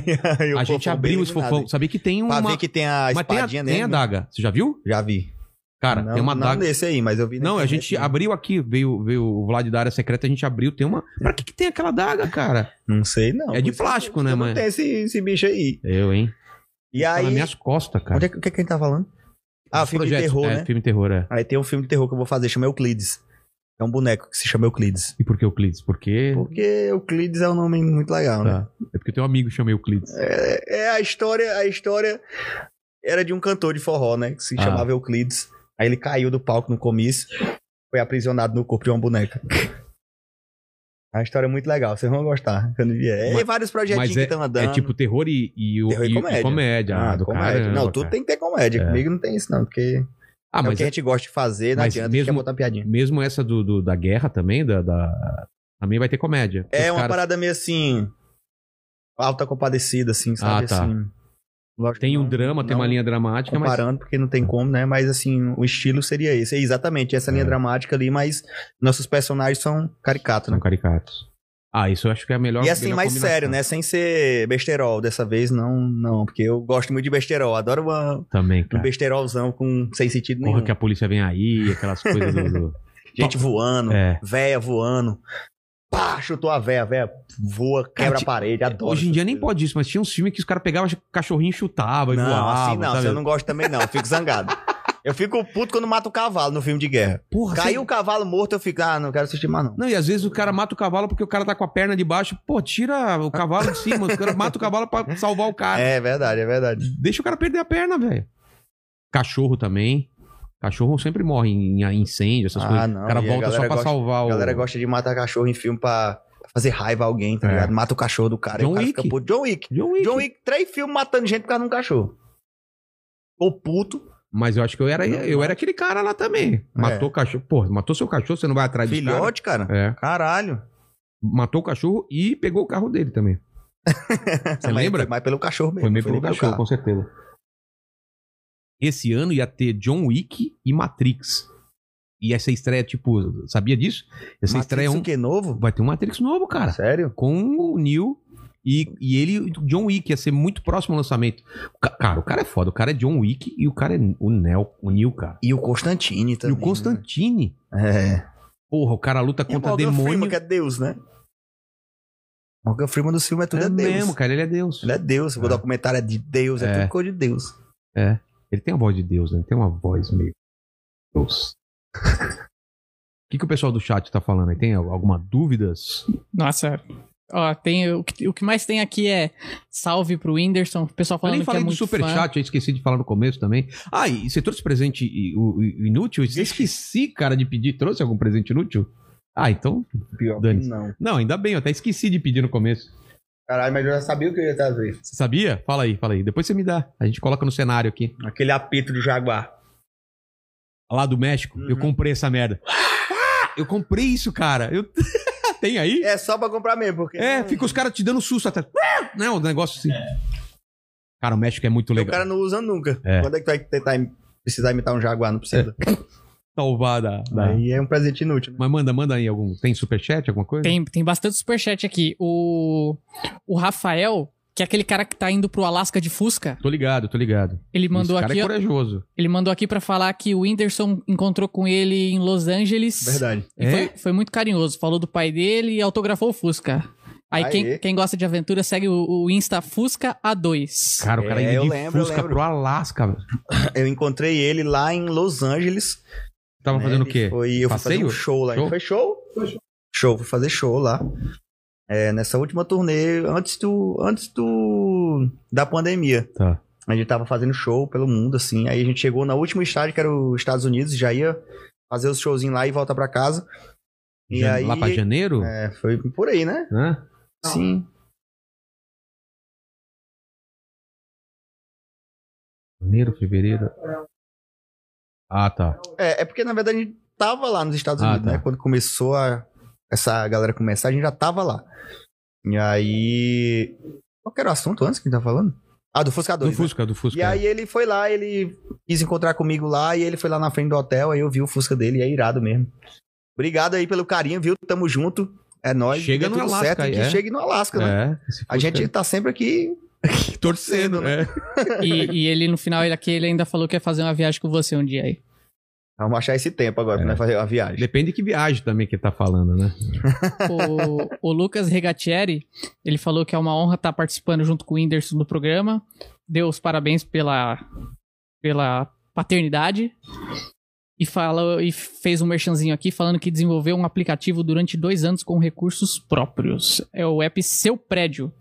Speaker 2: E o
Speaker 1: a gente
Speaker 2: Fofão bem
Speaker 1: abriu esse
Speaker 2: iluminado,
Speaker 1: Fofão.
Speaker 2: hein?
Speaker 1: Sabia que tem
Speaker 2: é Pra
Speaker 1: uma...
Speaker 2: ver que tem a
Speaker 1: Mas tem a,
Speaker 2: espadinha
Speaker 1: tem a
Speaker 2: nele, né?
Speaker 1: daga. Você já viu?
Speaker 2: Já vi.
Speaker 1: Cara,
Speaker 2: não,
Speaker 1: tem uma
Speaker 2: não
Speaker 1: daga.
Speaker 2: nesse aí, mas eu vi. na
Speaker 1: Não, a
Speaker 2: internet,
Speaker 1: gente
Speaker 2: né?
Speaker 1: abriu aqui, veio, veio o Vlad da área secreta, a gente abriu, tem uma. Pra que, que tem aquela daga, cara?
Speaker 2: Não sei, não.
Speaker 1: é de
Speaker 2: Por isso
Speaker 1: plástico,
Speaker 2: que
Speaker 1: né,
Speaker 2: não
Speaker 1: mãe?
Speaker 2: Tem esse, esse bicho aí.
Speaker 1: Eu, hein?
Speaker 2: E
Speaker 1: Tá nas
Speaker 2: aí.
Speaker 1: minhas costas, cara.
Speaker 2: Onde é que, o que, é que a gente tá falando? Ah,
Speaker 1: Os
Speaker 2: filme de
Speaker 1: projetos.
Speaker 2: terror,
Speaker 1: é,
Speaker 2: né?
Speaker 1: Filme de terror, é.
Speaker 2: Aí tem um filme de terror que eu vou fazer, chama Euclides. É um boneco que se chama Euclides.
Speaker 1: E por que Euclides? Porque.
Speaker 2: Porque Euclides é um nome muito legal, né?
Speaker 1: Tá. Uhum. É porque eu tenho um amigo que chama Euclides.
Speaker 2: É, é a história, a história era de um cantor de forró, né? Que se
Speaker 1: Ah.
Speaker 2: chamava Euclides. Aí ele caiu do palco no comício, foi aprisionado no corpo de uma boneca. A história é muito legal, vocês vão gostar. Quando vier.
Speaker 1: Mas-
Speaker 2: e vários
Speaker 1: mas
Speaker 2: projetinhos que estão andando.
Speaker 1: É tipo terror e, e, o-
Speaker 2: Terror e
Speaker 1: e-
Speaker 2: comédia.
Speaker 1: Ah,
Speaker 2: Ah,
Speaker 1: do
Speaker 2: comédia.
Speaker 1: caramba,
Speaker 2: não, tudo
Speaker 1: cara.
Speaker 2: tem que ter comédia.
Speaker 1: É.
Speaker 2: Comigo não tem isso, não, porque
Speaker 1: Ah,
Speaker 2: é o
Speaker 1: mas
Speaker 2: que a gente gosta de fazer, não
Speaker 1: mas
Speaker 2: adianta,
Speaker 1: mesmo-
Speaker 2: quer botar piadinha.
Speaker 1: mesmo essa do, do- da guerra também, da, da- também vai ter comédia. Porque
Speaker 2: É
Speaker 1: os
Speaker 2: uma
Speaker 1: caras-
Speaker 2: parada meio assim. Alta compadecida, assim, sabe?
Speaker 1: tá.
Speaker 2: assim, lógico,
Speaker 1: Tem um
Speaker 2: não-
Speaker 1: drama, tem
Speaker 2: não-
Speaker 1: uma linha dramática, mas.
Speaker 2: comparando, porque não tem como, né? Mas assim, o estilo seria esse. É exatamente essa linha
Speaker 1: É.
Speaker 2: dramática ali, mas nossos personagens são caricatos, né?
Speaker 1: São caricatos. Ah, isso eu acho que é a melhor
Speaker 2: E assim,
Speaker 1: melhor
Speaker 2: mais
Speaker 1: combinação.
Speaker 2: sério, né? Sem ser besterol. Dessa vez, não, não. Porque eu gosto muito de besterol. Adoro uma-
Speaker 1: Também,
Speaker 2: um
Speaker 1: cara.
Speaker 2: besterolzão com, sem sentido nenhum.
Speaker 1: É. Porra, que é a polícia vem aí, aquelas coisas do. do-
Speaker 2: Gente voando,
Speaker 1: É.
Speaker 2: véia voando. Pá, chutou a véia, a véia voa,
Speaker 1: Cara,
Speaker 2: quebra
Speaker 1: ti-
Speaker 2: a parede, adoro.
Speaker 1: Hoje em
Speaker 2: essas
Speaker 1: dia nem
Speaker 2: coisas.
Speaker 1: pode isso, mas tinha uns filmes que os caras pegavam o cachorrinho e chutava e
Speaker 2: Não,
Speaker 1: voava.
Speaker 2: assim não.
Speaker 1: sabe?
Speaker 2: Se eu não gosto também não, eu fico zangado. Eu fico puto quando mato o cavalo no filme de guerra.
Speaker 1: Porra,
Speaker 2: Caiu o
Speaker 1: você-
Speaker 2: cavalo morto, eu fico, ah, não quero assistir mais não.
Speaker 1: Não, e às vezes o cara mata o cavalo porque o cara tá com a perna de baixo. Pô, tira o cavalo de cima. Os caras matam o cavalo pra salvar o cara.
Speaker 2: É verdade, é verdade.
Speaker 1: Deixa o cara perder a perna, velho. Cachorro também. Cachorro sempre morre em em incêndio, essas
Speaker 2: Ah,
Speaker 1: coisas.
Speaker 2: não,
Speaker 1: o cara
Speaker 2: e a
Speaker 1: volta só
Speaker 2: galera
Speaker 1: pra
Speaker 2: gosta-
Speaker 1: salvar o.
Speaker 2: A galera gosta de matar cachorro em filme pra fazer raiva a alguém, tá
Speaker 1: É.
Speaker 2: ligado? Mata o cachorro do cara.
Speaker 1: John
Speaker 2: e o cara
Speaker 1: Wick.
Speaker 2: fica puto. John Wick.
Speaker 1: John Wick.
Speaker 2: John Wick, três filmes matando gente por causa de um cachorro. Ô puto,
Speaker 1: Mas eu acho que eu era, eu era aquele cara lá também. Matou o cachorro. Pô, matou seu cachorro, você não vai atrás desse cara?
Speaker 2: É. filhote, cara.
Speaker 1: É.
Speaker 2: Caralho.
Speaker 1: matou o cachorro e pegou o carro dele também. Você
Speaker 2: Mas
Speaker 1: lembra?
Speaker 2: Foi mais pelo cachorro mesmo.
Speaker 1: Foi meio
Speaker 2: não
Speaker 1: pelo
Speaker 2: nem
Speaker 1: cachorro, com certeza. Esse ano ia ter John Wick e Matrix. E essa estreia, tipo, sabia disso? Essa
Speaker 2: Matrix
Speaker 1: estreia é um...
Speaker 2: o que novo?
Speaker 1: vai ter um Matrix novo, cara.
Speaker 2: Sério?
Speaker 1: Com o Neil e, e ele e o John Wick. Ia ser muito próximo ao lançamento. O ca- Cara, o cara é foda. O cara é John Wick e o cara é o Neo, o Neil, cara.
Speaker 2: E o Constantine
Speaker 1: e
Speaker 2: também.
Speaker 1: o Constantine.
Speaker 2: né? É.
Speaker 1: Porra, o cara luta
Speaker 2: E o
Speaker 1: contra
Speaker 2: Morgan Freeman,
Speaker 1: demônio.
Speaker 2: que é Deus, né? Morgan Freeman do filme é tudo é,
Speaker 1: é
Speaker 2: Deus.
Speaker 1: mesmo, cara, ele é Deus.
Speaker 2: Ele é Deus. O
Speaker 1: É.
Speaker 2: documentário é de Deus, é,
Speaker 1: É.
Speaker 2: tudo coisa de Deus.
Speaker 1: Ele tem a voz de Deus, né? Ele tem uma voz meio. Deus. O que, que o pessoal do chat tá falando aí? Tem al- alguma dúvidas?
Speaker 4: Nossa. Ó, tem, o, que, o que mais tem aqui é salve pro Whindersson. O pessoal
Speaker 1: Eu
Speaker 4: falando
Speaker 1: nem
Speaker 4: que é
Speaker 1: falei do
Speaker 4: muito fã.
Speaker 1: superchat, eu esqueci de falar no começo também. Ah, e você trouxe presente i- o- i- inútil? Eu esqueci, cara, de pedir. Trouxe algum presente inútil? Ah, então.
Speaker 2: Pior
Speaker 1: Dani.
Speaker 2: não.
Speaker 1: Não, ainda bem, eu até esqueci de pedir no começo.
Speaker 2: Caralho, mas eu já sabia o que eu ia trazer.
Speaker 1: Você sabia? Fala aí, fala aí. Depois você me dá. A gente coloca no cenário aqui.
Speaker 2: Aquele apito do Jaguar.
Speaker 1: Lá do México, eu
Speaker 2: Uhum.
Speaker 1: comprei essa merda. Ah, Eu comprei isso, cara. Eu... Tem aí?
Speaker 2: É só pra comprar mesmo, porque...
Speaker 1: É,
Speaker 2: não-
Speaker 1: fica os caras te dando susto até. Né? Um negócio assim. Cara, o México é muito
Speaker 2: porque
Speaker 1: legal.
Speaker 2: O cara não usa nunca.
Speaker 1: É.
Speaker 2: Quando é que tu vai tentar im- precisar imitar um Jaguar? Não precisa.
Speaker 1: Salvar da- da-
Speaker 2: Aí é um presente inútil, né?
Speaker 1: né? Mas manda, manda aí algum. Tem superchat, alguma coisa?
Speaker 4: Tem, tem bastante superchat aqui. O, o Rafael, que é aquele cara que tá indo pro Alasca de Fusca,
Speaker 1: Tô ligado, tô ligado.
Speaker 4: ele mandou
Speaker 1: Esse cara
Speaker 4: aqui,
Speaker 1: é
Speaker 4: ó,
Speaker 1: corajoso.
Speaker 4: ele mandou aqui para falar que o Whindersson encontrou com ele em Los Angeles.
Speaker 2: Verdade.
Speaker 4: E
Speaker 1: É?
Speaker 4: Foi, foi muito carinhoso. Falou do pai dele e autografou o Fusca. Aí
Speaker 2: Aê.
Speaker 4: quem, quem gosta de aventura segue o, o Insta Fusca A2.
Speaker 1: Cara, o cara
Speaker 2: É,
Speaker 1: indo
Speaker 2: eu
Speaker 1: de
Speaker 2: lembro, eu
Speaker 1: Fusca
Speaker 2: lembro.
Speaker 1: pro Alasca. velho.
Speaker 2: Eu encontrei ele lá em Los Angeles.
Speaker 1: Tava
Speaker 2: né?
Speaker 1: fazendo o
Speaker 2: Ele
Speaker 1: quê?
Speaker 2: Foi, eu fui fazer
Speaker 1: Passeio?
Speaker 2: um show lá.
Speaker 1: Show?
Speaker 2: Foi show? Show, fui fazer show lá. É, nessa última turnê, antes do. Antes do. Da pandemia.
Speaker 1: Tá.
Speaker 2: A gente tava fazendo show pelo mundo, assim. Aí a gente chegou na última estádio, que era os Estados Unidos, já ia fazer os showzinhos lá e voltar pra casa. E
Speaker 1: Ja-
Speaker 2: aí.
Speaker 1: Lá pra janeiro?
Speaker 2: é, foi por aí, né?
Speaker 1: Hã?
Speaker 2: Sim.
Speaker 1: Janeiro, fevereiro. Ah, tá.
Speaker 2: É, é porque, na verdade, a gente tava lá nos Estados
Speaker 1: Ah,
Speaker 2: Unidos,
Speaker 1: tá.
Speaker 2: né? Quando começou a, essa galera começar, a gente já tava lá. E aí. Qual que era o assunto antes que a gente tava falando? Ah, do Fusca 2.
Speaker 1: Do Fusca, do Fusca.
Speaker 2: E aí ele foi lá, ele quis encontrar comigo lá, e ele foi lá na frente do hotel, aí eu vi o Fusca dele, e é irado mesmo. Obrigado aí pelo carinho, viu? Tamo junto. É nóis.
Speaker 1: Chega
Speaker 2: Dê
Speaker 1: no
Speaker 2: tudo
Speaker 1: Alasca
Speaker 2: certo,
Speaker 1: aí,
Speaker 2: que
Speaker 1: é.
Speaker 2: chegue no Alasca, né?
Speaker 1: É, esse
Speaker 2: A
Speaker 1: Fusca-
Speaker 2: gente tá sempre aqui.
Speaker 1: torcendo, né?
Speaker 4: E, e ele, no final, ele aqui, ele ainda falou que ia fazer uma viagem com você um dia aí.
Speaker 2: Vamos achar esse tempo
Speaker 1: É.
Speaker 2: agora pra nós fazer a viagem.
Speaker 1: Depende que viagem também que tá falando, né?
Speaker 4: O, o Lucas Regatieri, ele falou que é uma honra estar participando junto com o Whindersson do programa. Deu os parabéns pela, pela paternidade. E, falou, e fez um merchanzinho aqui falando que desenvolveu um aplicativo durante dois anos com recursos próprios. É o app Seu Prédio.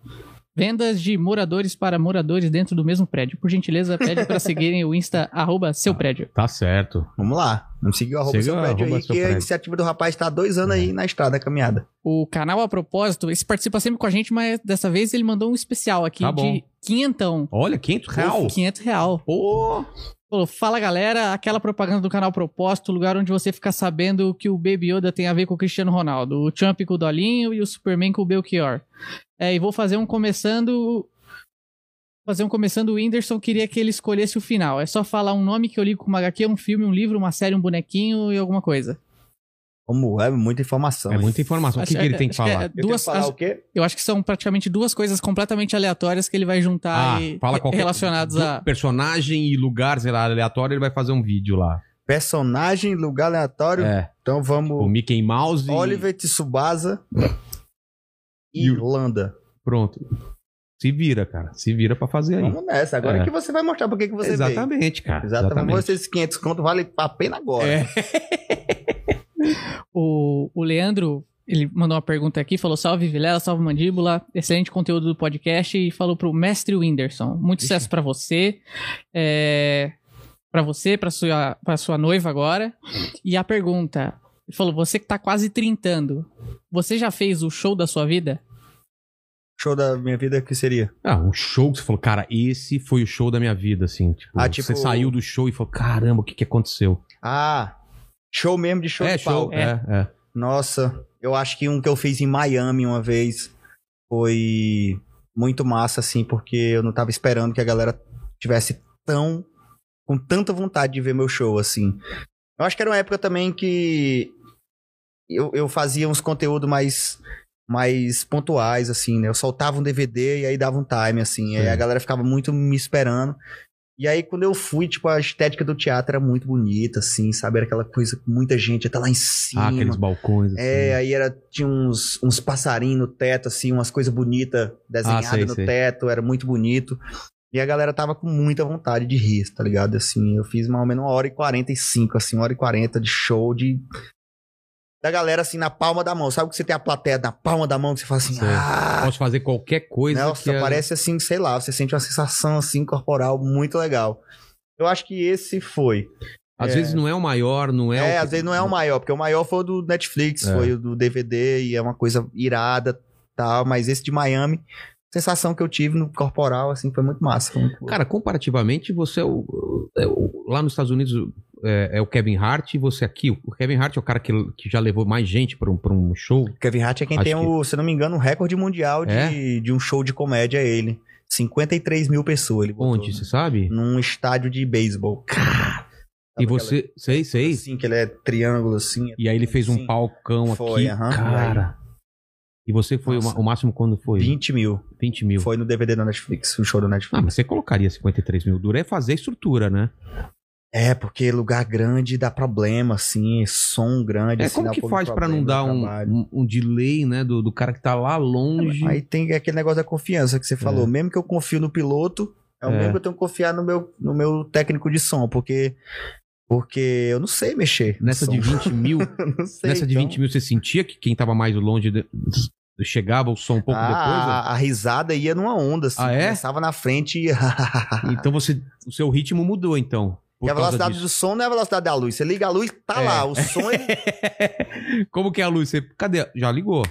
Speaker 4: Vendas de moradores para moradores dentro do mesmo prédio. Por gentileza, pede para seguirem o Insta arroba seu prédio.
Speaker 1: Tá certo.
Speaker 2: Vamos lá. Vamos seguir o arroba
Speaker 1: Siga
Speaker 2: seu
Speaker 1: o
Speaker 2: prédio
Speaker 1: arroba
Speaker 2: aí,
Speaker 1: seu
Speaker 2: que a
Speaker 1: prédio. É.
Speaker 2: iniciativa do rapaz tá há dois anos aí na estrada, caminhada.
Speaker 4: O canal, a propósito, esse participa sempre com a gente, mas dessa vez ele mandou um especial aqui
Speaker 1: Tá bom.
Speaker 4: de quinhentão.
Speaker 1: Olha, 500 real.
Speaker 4: 500 real.
Speaker 1: Pô,
Speaker 4: Falou, fala galera, aquela propaganda do canal Propósito, o lugar onde você fica sabendo o que o Baby Yoda tem a ver com o Cristiano Ronaldo, o Trump com o Dolinho e o Superman com o Belchior. É, e vou fazer um começando. Fazer um começando, o Whindersson queria que ele escolhesse o final. É só falar um nome que eu ligo com uma HQ, um filme, um livro, uma série, um bonequinho e alguma coisa.
Speaker 2: Como é, muita informação.
Speaker 1: é
Speaker 2: hein?
Speaker 1: muita informação. O que,
Speaker 4: Acho-
Speaker 1: que ele tem que
Speaker 4: acho é
Speaker 1: falar?
Speaker 4: duas,
Speaker 2: eu tenho que falar
Speaker 4: acho-
Speaker 2: o quê?
Speaker 4: eu acho que são praticamente duas coisas completamente aleatórias que ele vai juntar e relacionadas
Speaker 1: Ah, do
Speaker 4: a.
Speaker 1: personagem e lugar, sei lá, aleatório, ele vai fazer um vídeo lá.
Speaker 2: Personagem, lugar aleatório.
Speaker 1: É,
Speaker 2: Então
Speaker 1: o
Speaker 2: vamos.
Speaker 1: Mickey Mouse e-
Speaker 2: Oliver Tsubasa.
Speaker 1: E o-
Speaker 2: Irlanda.
Speaker 1: pronto. Se vira, cara. Se vira pra fazer aí.
Speaker 2: Vamos nessa. Agora
Speaker 1: É.
Speaker 2: é. que você vai mostrar porque que você veio.
Speaker 1: exatamente, cara.
Speaker 2: Exatamente.
Speaker 1: Exatamente.
Speaker 2: Vamos ver se esses 500 conto vale a pena agora.
Speaker 1: É.
Speaker 4: O, o Leandro, ele mandou uma pergunta aqui, falou salve Vilela, salve Mandíbula, excelente conteúdo do podcast e falou pro mestre Whindersson, muito sucesso pra você, é, para você, pra sua, pra sua noiva agora. E a pergunta, ele falou, você que tá quase trintando, você já fez o show da sua vida?
Speaker 2: Show da minha vida que seria.
Speaker 1: Ah, um show que você falou, cara, esse foi o show da minha vida, assim. Tipo,
Speaker 2: Ah, tipo-
Speaker 1: você saiu do show e falou, caramba, o que que aconteceu?
Speaker 2: Ah, show mesmo de show
Speaker 1: é,
Speaker 2: de pau.
Speaker 1: show. É, é.
Speaker 2: Nossa, eu acho que um que eu fiz em Miami uma vez foi muito massa, assim, porque eu não tava esperando que a galera tivesse tão. com tanta vontade de ver meu show, assim. Eu acho que era uma época também que eu, eu fazia uns conteúdos mais. mais pontuais, assim, né? Eu soltava um DVD e aí dava um time, assim. Aí
Speaker 1: Sim.
Speaker 2: a galera ficava muito me esperando. E aí, quando eu fui, tipo, a estética do teatro era muito bonita, assim, sabe? Era aquela coisa com muita gente, até lá em cima.
Speaker 1: Ah, aqueles balcões. assim.
Speaker 2: É, aí era, tinha uns, uns passarinhos no teto, assim, umas coisas bonitas desenhadas
Speaker 1: Ah, sei,
Speaker 2: no
Speaker 1: sei.
Speaker 2: teto, era muito bonito. E a galera tava com muita vontade de rir, tá ligado? Assim, eu fiz mais ou menos uma hora e quarenta e cinco, assim, uma hora e quarenta de show de... Da galera, assim, na palma da mão. Sabe que você tem a plateia na palma da mão, que você fala assim,
Speaker 1: Sei.
Speaker 2: ah...
Speaker 1: Posso fazer qualquer coisa.
Speaker 2: Nossa,
Speaker 1: que é, a-
Speaker 2: parece assim, sei lá, você sente uma sensação, assim, corporal muito legal. Eu acho que esse foi.
Speaker 1: Às
Speaker 2: é.
Speaker 1: vezes não é o maior, não é.
Speaker 2: É,
Speaker 1: o...
Speaker 2: às vezes não é o maior, porque o maior foi o do Netflix,
Speaker 1: É.
Speaker 2: foi o do DVD e é uma coisa irada, tal, mas esse de Miami, sensação que eu tive no corporal assim foi muito massa, foi muito boa.
Speaker 1: Cara, comparativamente, você é o. é o- lá nos Estados Unidos é, é o Kevin Hart e você aqui. O Kevin Hart é o cara que, que já levou mais gente pra um, pra um show.
Speaker 2: Kevin Hart é quem
Speaker 1: acho
Speaker 2: tem
Speaker 1: que-
Speaker 2: o, se eu não me engano, o recorde mundial de, de um show de comédia é ele. 53 mil pessoas ele botou,
Speaker 1: Onde,
Speaker 2: né?
Speaker 1: você sabe?
Speaker 2: Num estádio de beisebol.
Speaker 1: E
Speaker 2: Sabe
Speaker 1: você. Sei,
Speaker 2: aquela-
Speaker 1: sei.
Speaker 2: Assim, que ele é triângulo assim.
Speaker 1: E aí ele fez um
Speaker 2: assim,
Speaker 1: palcão
Speaker 2: Foi,
Speaker 1: aqui.
Speaker 2: aham,
Speaker 1: cara. E você foi o ma-
Speaker 2: Nossa.
Speaker 1: o máximo quando foi? 20,
Speaker 2: 20 mil.
Speaker 1: mil.
Speaker 2: Foi no DVD da Netflix, no show da Netflix.
Speaker 1: Ah, mas você colocaria 53 mil. Duro é fazer estrutura, né?
Speaker 2: É, porque lugar grande dá problema, assim, som grande.
Speaker 1: É,
Speaker 2: assim,
Speaker 1: como
Speaker 2: dá
Speaker 1: que
Speaker 2: pouco
Speaker 1: faz pra não dar
Speaker 2: problema no
Speaker 1: um,
Speaker 2: trabalho. É,
Speaker 1: um, um delay, né? Do, do cara que tá lá longe.
Speaker 2: Aí tem aquele negócio da confiança que você falou. Mesmo que eu confio no piloto, é o
Speaker 1: É.
Speaker 2: mesmo que eu tenho que confiar no meu, no meu técnico de som, porque, porque eu não sei mexer. no
Speaker 1: Nessa
Speaker 2: som.
Speaker 1: de 20 mil,
Speaker 2: Eu não sei,
Speaker 1: nessa de
Speaker 2: então.
Speaker 1: 20 mil, você sentia que quem tava mais longe de- chegava o som um pouco
Speaker 2: Ah, a, a risada ia numa onda, assim.
Speaker 1: Ah, é?
Speaker 2: Começava na frente e.
Speaker 1: depois? Então você, o seu ritmo mudou, então. por
Speaker 2: e a
Speaker 1: causa
Speaker 2: velocidade
Speaker 1: disso.
Speaker 2: do som não é a velocidade da luz. Você liga a luz, tá
Speaker 1: É.
Speaker 2: lá. O som ele
Speaker 1: Como que é a luz? Você, cadê? Já ligou.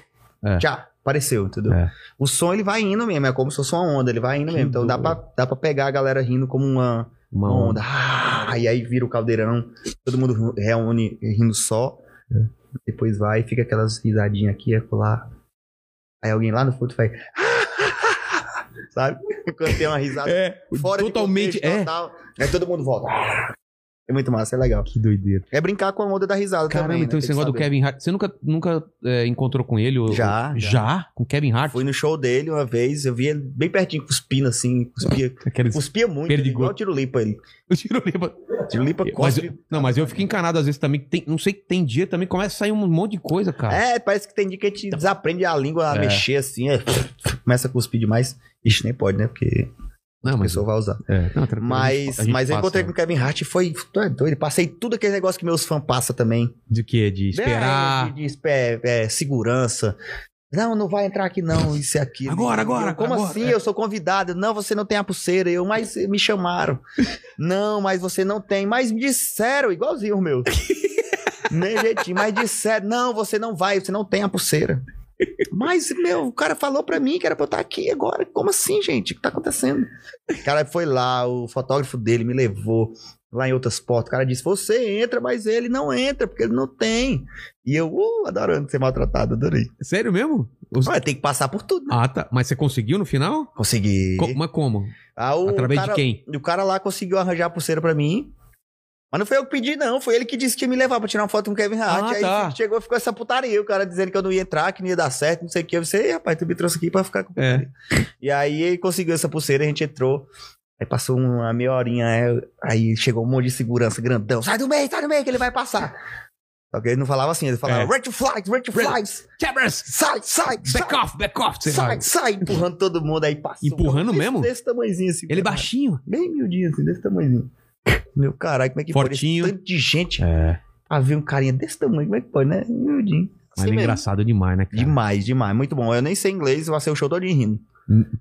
Speaker 2: já apareceu, entendeu?
Speaker 1: É.
Speaker 2: O som ele vai indo mesmo, é como se fosse uma onda, ele vai indo
Speaker 1: Que
Speaker 2: mesmo. Então dá
Speaker 1: doido.
Speaker 2: pra, dá pra pegar a galera rindo como uma,
Speaker 1: Uma
Speaker 2: uma
Speaker 1: onda.
Speaker 2: onda. Ah, e aí vira o caldeirão, todo mundo reúne rindo só.
Speaker 1: É.
Speaker 2: Depois vai, fica aquelas risadinhas aqui, acolá. Aí alguém lá no fundo faz. Sabe? Quando tem uma risada
Speaker 1: É,
Speaker 2: fora de
Speaker 1: totalmente.
Speaker 2: contexto,
Speaker 1: é.
Speaker 2: total, aí todo mundo volta. É muito massa, é legal.
Speaker 1: Que doideira.
Speaker 2: É brincar com a onda da risada
Speaker 1: Caramba,
Speaker 2: também. né?
Speaker 1: então
Speaker 2: Tem
Speaker 1: esse
Speaker 2: que
Speaker 1: negócio do
Speaker 2: saber.
Speaker 1: Kevin Hart. Você nunca, nunca é, encontrou com ele? ou-
Speaker 2: Já,
Speaker 1: ou-
Speaker 2: já.
Speaker 1: Já? Com Kevin Hart?
Speaker 2: Fui no show dele uma vez, eu vi ele bem pertinho, cuspindo assim, cuspia
Speaker 1: Aqueles...
Speaker 2: Cuspia muito,
Speaker 1: Perdigoto.
Speaker 2: ele, igual Tirulipa ele.
Speaker 1: Eu tiro o limpa-
Speaker 2: Tirulipa
Speaker 1: Mas
Speaker 2: cospe.
Speaker 1: eu- não, mas eu fico encanado às vezes também. que Tem, não sei, tem dia também que começa a sair um monte de coisa, cara.
Speaker 2: É, parece que tem dia que a gente desaprende a língua a
Speaker 1: Então. É.
Speaker 2: mexer assim, é, começa a cuspir demais. Ixi, nem pode, né? Porque
Speaker 1: não,
Speaker 2: a pessoa vai usar.
Speaker 1: é, não, tranquilo,
Speaker 2: Mas,
Speaker 1: a gente
Speaker 2: mas eu
Speaker 1: passa.
Speaker 2: encontrei com o Kevin Hart e foi. Tu é doido, passei tudo aquele negócio que meus fãs passam também.
Speaker 1: De quê? De esperar.
Speaker 2: É, De, de- é, é, segurança. Não, não vai entrar aqui não, isso e aquilo.
Speaker 1: Agora, agora,
Speaker 2: Eu, Como
Speaker 1: agora,
Speaker 2: assim?
Speaker 1: é.
Speaker 2: Eu sou convidado. Não, você não tem a pulseira. Eu, mas me chamaram. não, mas você não tem. Mas me disseram, igualzinho o meu. Nem jeitinho, mas disseram. Não, você não vai, você não tem a pulseira. Mas, meu, o cara falou pra mim que era pra eu estar aqui agora. Como assim, gente? O que tá acontecendo? O cara foi lá, o fotógrafo dele me levou lá em outras portas. O cara disse: Você entra, mas ele não entra, porque ele não tem. E eu, uh, adorando ser maltratado, adorei.
Speaker 1: Sério mesmo? Os-
Speaker 2: Mas tem que passar por tudo, né?
Speaker 1: Ah, tá. Mas você conseguiu no final?
Speaker 2: Consegui.
Speaker 1: Co- mas como?
Speaker 2: Ah, o
Speaker 1: Através
Speaker 2: cara,
Speaker 1: de quem?
Speaker 2: O cara lá conseguiu arranjar a pulseira pra mim. Mas não foi eu que pedi, não. Foi ele que disse que ia me levar pra tirar uma foto com o Kevin Hart.
Speaker 1: Ah,
Speaker 2: aí
Speaker 1: tá.
Speaker 2: fi- chegou e ficou essa putaria. O cara dizendo que eu não ia entrar, que não ia dar certo, não sei o que. Eu disse, "Ei, rapaz, tu me trouxe aqui pra ficar com...
Speaker 1: É.
Speaker 2: E aí ele conseguiu essa pulseira, a gente entrou. Aí passou uma meia horinha, aí- aí chegou um monte de segurança grandão. Sai do meio, sai do meio, que ele vai passar. Só que ele não falava assim, ele falava,
Speaker 1: É.
Speaker 2: red flags, red flags,
Speaker 1: Chambers!
Speaker 2: sai, sai, sai,
Speaker 1: Back off, back off! sei lá.
Speaker 2: sai, sai, empurrando todo mundo aí, passou.
Speaker 1: Empurrando
Speaker 2: Desse-
Speaker 1: mesmo?
Speaker 2: Desse tamanhozinho assim.
Speaker 1: Ele é
Speaker 2: cara.
Speaker 1: baixinho.
Speaker 2: Bem miudinho, assim, desse tamanhozinho. Meu caralho, como é que
Speaker 1: Fortinho.
Speaker 2: pode? Esse tanto de gente
Speaker 1: É.
Speaker 2: pra ver um carinha desse tamanho, como é que pode, né? Miudinho.
Speaker 1: Mas
Speaker 2: Assim
Speaker 1: ele é
Speaker 2: mesmo.
Speaker 1: engraçado demais, né, cara?
Speaker 2: Demais, demais. Muito bom. Eu nem sei inglês, eu passei o show todo rindo.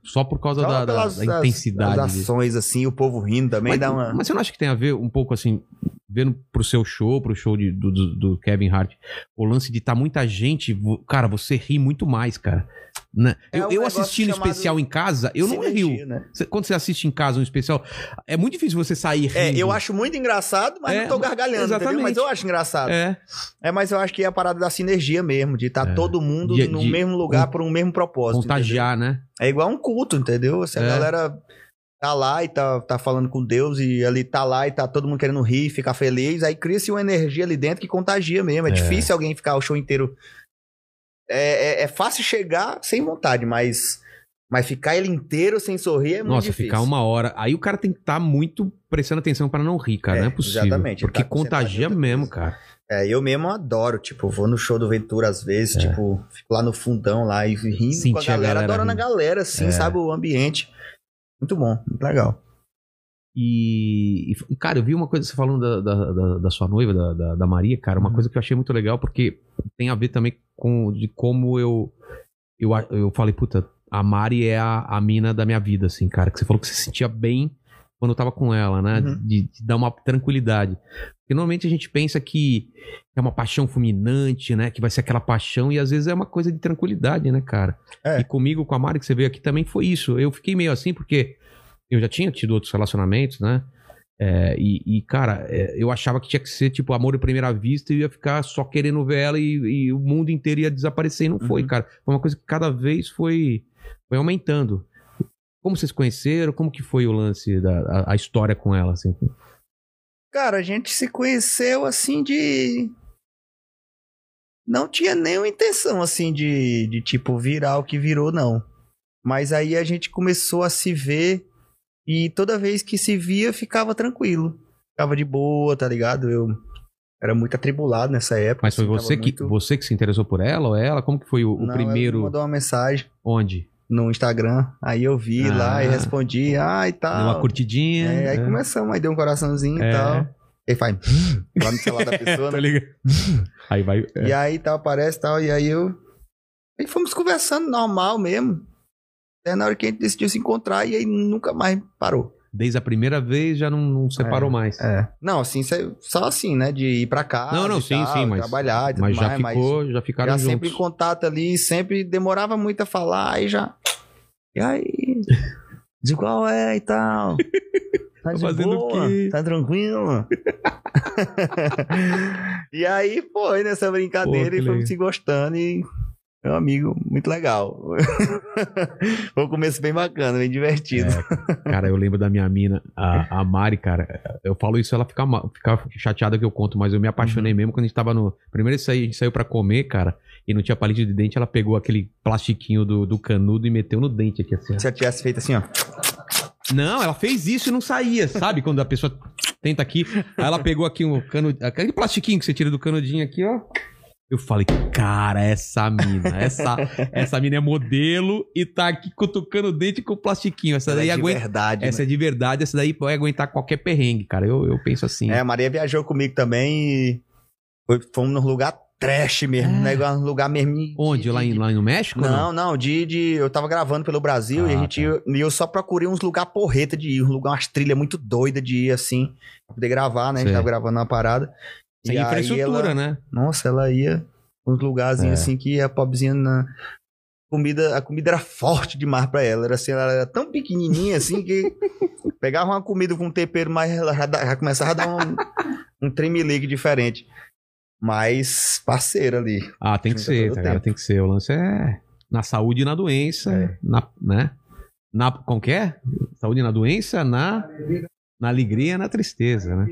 Speaker 1: Só por causa
Speaker 2: Só
Speaker 1: da, da-
Speaker 2: pelas
Speaker 1: da
Speaker 2: as-
Speaker 1: intensidade.
Speaker 2: as
Speaker 1: dele.
Speaker 2: ações, assim, o povo rindo também
Speaker 1: Mas,
Speaker 2: dá uma.
Speaker 1: mas você não acha que tem a ver um pouco assim, vendo pro seu show, pro show de- do, do- do Kevin Hart, o lance de tá muita gente, vo- cara, você ri muito mais, cara. Né?
Speaker 2: É
Speaker 1: eu
Speaker 2: um
Speaker 1: eu
Speaker 2: negócio
Speaker 1: assistindo
Speaker 2: chamado
Speaker 1: especial em casa, eu não
Speaker 2: Sinergia,
Speaker 1: rio.
Speaker 2: Né?
Speaker 1: Cê- Quando você assiste em casa um especial, é muito difícil você sair rindo.
Speaker 2: É, eu acho muito engraçado, mas
Speaker 1: É,
Speaker 2: não tô gargalhando, entendeu?
Speaker 1: exatamente.
Speaker 2: Mas eu acho engraçado. É.
Speaker 1: É,
Speaker 2: mas eu acho que é a parada da sinergia mesmo, de estar
Speaker 1: É.
Speaker 2: todo mundo
Speaker 1: De-
Speaker 2: no
Speaker 1: de
Speaker 2: mesmo lugar por um mesmo propósito. entendeu?
Speaker 1: contagiar, né?
Speaker 2: É igual um culto, entendeu? Se a
Speaker 1: É.
Speaker 2: galera tá lá e tá, tá falando com Deus e ali tá lá e tá todo mundo querendo rir, ficar feliz, aí cria-se uma energia ali dentro que contagia mesmo. É,
Speaker 1: É.
Speaker 2: difícil alguém ficar o show inteiro. É, é- é fácil chegar sem vontade, mas Mas ficar ele inteiro sem sorrir é muito
Speaker 1: Nossa,
Speaker 2: difícil.
Speaker 1: ficar uma hora. Aí o cara tem que estar muito prestando atenção pra não rir, cara.
Speaker 2: É,
Speaker 1: não é possível.
Speaker 2: exatamente, ele
Speaker 1: Porque
Speaker 2: tá concentrado em
Speaker 1: contagia
Speaker 2: outra
Speaker 1: mesmo,
Speaker 2: coisa.
Speaker 1: cara.
Speaker 2: É, eu mesmo adoro, tipo, vou no show do Ventura às vezes, tipo, fico lá no fundão lá e rindo com a
Speaker 1: É. Sentir a
Speaker 2: galera,
Speaker 1: galera
Speaker 2: adorando a
Speaker 1: rindo.
Speaker 2: galera, assim,
Speaker 1: É.
Speaker 2: sabe, o ambiente. Muito bom, muito legal.
Speaker 1: E, e, cara, eu vi uma coisa você falando da, da, da- da sua noiva, da, da, da Maria, cara, uma
Speaker 2: Uhum.
Speaker 1: coisa que eu achei muito legal, porque tem a ver também com de como eu eu, a- eu falei, puta, a Mari é a, a mina da minha vida, assim, cara, que você falou que você se sentia bem quando eu tava com ela, né?
Speaker 2: Uhum.
Speaker 1: De, de dar uma tranquilidade. Porque normalmente a gente pensa que é uma paixão fulminante, né? Que vai ser aquela paixão, e às vezes é uma coisa de tranquilidade, né, cara?
Speaker 2: É.
Speaker 1: E comigo, com a Mari que você veio aqui, também foi isso. Eu fiquei meio assim, porque eu já tinha tido outros relacionamentos, né? É, e, e, cara, é, eu achava que tinha que ser, tipo, amor à primeira vista e eu ia ficar só querendo ver ela e, e o mundo inteiro ia desaparecer. E não foi,
Speaker 2: Uhum.
Speaker 1: cara. Foi uma coisa que cada vez foi, foi aumentando. Como vocês se conheceram? Como que foi o lance, da, a, a história com ela, assim?
Speaker 2: Cara, a gente se conheceu assim de. Não tinha nenhuma intenção assim de, de tipo virar o que virou, não. Mas aí a gente começou a se ver e toda vez que se via ficava tranquilo. Ficava de boa, tá ligado? Eu era muito atribulado nessa época.
Speaker 1: Mas foi
Speaker 2: assim, tava
Speaker 1: você que,
Speaker 2: muito-
Speaker 1: você que se interessou por ela ou ela? Como que foi o, o
Speaker 2: Não, ela me
Speaker 1: primeiro?
Speaker 2: mandou uma mensagem
Speaker 1: Onde?
Speaker 2: no Instagram, aí eu vi
Speaker 1: Ah.
Speaker 2: lá e respondi, ah e
Speaker 1: Deu
Speaker 2: tal.
Speaker 1: uma curtidinha.
Speaker 2: É, aí
Speaker 1: né?
Speaker 2: começamos, aí deu um coraçãozinho
Speaker 1: É.
Speaker 2: e tal. Aí faz "Hum", lá no celular da pessoa,
Speaker 1: Tá
Speaker 2: né?
Speaker 1: ligado? aí vai. é.
Speaker 2: E aí tal, aparece tal, e aí eu. Aí fomos conversando normal mesmo. Até na hora que a gente decidiu se encontrar, e aí nunca mais parou.
Speaker 1: Desde a primeira vez já não, não separou mais.
Speaker 2: É. Não, assim, cê- só assim, né? De ir pra casa.
Speaker 1: Não, não,
Speaker 2: e
Speaker 1: sim,
Speaker 2: tal,
Speaker 1: sim, mas.
Speaker 2: Trabalhar e tudo
Speaker 1: mas já
Speaker 2: mais,
Speaker 1: ficou, já ficaram
Speaker 2: já
Speaker 1: juntos.
Speaker 2: sempre em contato ali, sempre demorava muito a falar, aí já. E aí? De qual é e tal? Tá de
Speaker 1: fazendo o
Speaker 2: boa?
Speaker 1: quê?
Speaker 2: Tá tranquilo? e aí foi nessa
Speaker 1: Pô,
Speaker 2: brincadeira
Speaker 1: que
Speaker 2: e fomos
Speaker 1: legal.
Speaker 2: se gostando e. Meu amigo, muito legal. foi um começo bem bacana, bem divertido.
Speaker 1: É. Cara, eu lembro da minha mina,
Speaker 2: É.
Speaker 1: a, a Mari, cara. Eu falo isso, ela fica, ma- fica chateada que eu conto, mas eu me apaixonei
Speaker 2: Uhum.
Speaker 1: mesmo quando a gente tava no. Primeiro a gente saiu pra comer, cara, e não tinha palito de dente, ela pegou aquele plastiquinho do, do canudo e meteu no dente aqui assim. ó.
Speaker 2: Se eu tivesse feito assim, ó.
Speaker 1: Não, ela fez isso e não saía, sabe? Quando a pessoa tenta aqui. Aí ela pegou aqui um cano. Aquele plastiquinho que você tira do canudinho aqui, ó. Eu falei, cara, essa mina, essa, essa mina é modelo e tá aqui cutucando o dente com o plastiquinho. Essa
Speaker 2: ela
Speaker 1: daí
Speaker 2: é de
Speaker 1: aguenta.
Speaker 2: verdade.
Speaker 1: Essa
Speaker 2: né?
Speaker 1: é de verdade, essa daí vai aguentar qualquer perrengue, cara. Eu, eu penso assim.
Speaker 2: É, a Maria viajou comigo também e foi- fomos num lugar trash mesmo,
Speaker 1: É.
Speaker 2: um negócio, um lugar mesmo.
Speaker 1: Onde? Lá, em, lá no México? ou
Speaker 2: Não, não, de, de- eu tava gravando pelo Brasil
Speaker 1: Ah,
Speaker 2: e a gente e eu só procurei uns lugar porreta de ir, uns lugar umas trilhas muito doidas de ir assim, pra poder gravar, né? A gente
Speaker 1: Sei.
Speaker 2: tava gravando uma parada.
Speaker 1: Sem
Speaker 2: E aí
Speaker 1: é infraestrutura,
Speaker 2: ela-
Speaker 1: né?
Speaker 2: Nossa, ela ia uns lugarzinhos
Speaker 1: É.
Speaker 2: assim que a pobrezinha na comida, a comida era forte demais pra ela, era assim, ela era tão pequenininha assim que pegava uma comida com um tempero mais ela já, da- já começava a dar um, um tremelique diferente. Mas parceira ali.
Speaker 1: Ah, tem que
Speaker 2: Junta
Speaker 1: ser,
Speaker 2: todo
Speaker 1: tá,
Speaker 2: o
Speaker 1: cara,
Speaker 2: tempo.
Speaker 1: tem que ser. O lance é na saúde e na doença,
Speaker 2: É.
Speaker 1: na, né? Na, como que é? Saúde na doença, na, na alegria e na tristeza, né?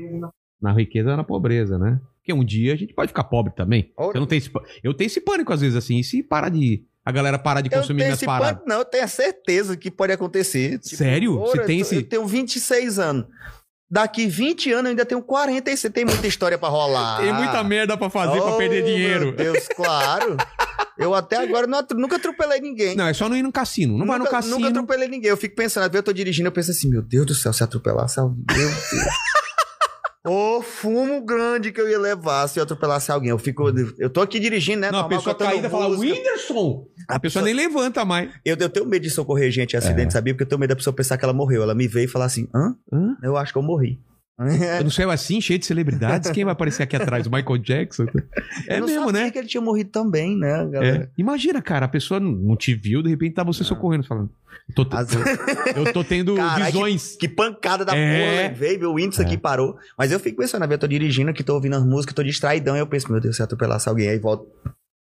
Speaker 1: Na riqueza e na pobreza, né? Porque um dia a gente pode ficar pobre também.
Speaker 2: Ora.
Speaker 1: Eu, não tenho esse, pa- eu tenho esse pânico às vezes assim, e se parar de... A galera parar de
Speaker 2: Eu não
Speaker 1: consumir
Speaker 2: tenho
Speaker 1: minhas
Speaker 2: esse
Speaker 1: paradas.
Speaker 2: pânico, não. Eu tenho a certeza que pode acontecer. Tipo,
Speaker 1: Sério?
Speaker 2: ora,
Speaker 1: Você tem
Speaker 2: eu tô-
Speaker 1: esse...
Speaker 2: Eu tenho 26 anos. Daqui 20 anos eu ainda tenho 46. Tem muita história pra rolar.
Speaker 1: Tem muita merda pra fazer pra
Speaker 2: Oh,
Speaker 1: perder dinheiro.
Speaker 2: Meu Deus, claro. eu até agora não atro- nunca atropelei ninguém.
Speaker 1: Não, é só não ir no cassino. Não vai no
Speaker 2: Nunca- né?
Speaker 1: cassino.
Speaker 2: Nunca atropelei ninguém. Eu fico pensando, às vezes eu tô dirigindo, eu penso assim, meu Deus do céu, se atropelar, alguém. Meu Deus. Ô, fumo grande que eu ia levar se eu atropelasse alguém. Eu fico. Eu tô aqui dirigindo, né?
Speaker 1: Não, a
Speaker 2: normal,
Speaker 1: pessoa
Speaker 2: cantando
Speaker 1: caída fala,
Speaker 2: música.
Speaker 1: Whindersson!
Speaker 2: A
Speaker 1: A pessoa nem levanta mais.
Speaker 2: Eu, eu tenho medo de socorrer gente em
Speaker 1: É.
Speaker 2: acidente, sabia? Porque eu tenho medo da pessoa pensar que ela morreu. Ela me veio e falar assim: hã?
Speaker 1: Hã?
Speaker 2: Eu acho que eu morri. É.
Speaker 1: No céu assim, cheio de celebridades, quem vai aparecer aqui atrás? O Michael Jackson? É
Speaker 2: Eu não
Speaker 1: mesmo,
Speaker 2: sabia
Speaker 1: né?
Speaker 2: que ele tinha morrido também, né, galera? É.
Speaker 1: É. Imagina, cara, a pessoa não- não te viu, de repente tá você socorrendo, falando. "Tô te-
Speaker 2: As-
Speaker 1: Eu tô tendo
Speaker 2: Carai,
Speaker 1: visões.
Speaker 2: é Que pancada da
Speaker 1: É.
Speaker 2: porra, né? veio, meu índice
Speaker 1: É.
Speaker 2: aqui parou. Mas eu fico pensando, né, eu tô dirigindo aqui, tô ouvindo as músicas, tô distraidão. Eu penso, meu Deus, se eu atropelasse alguém, aí volto.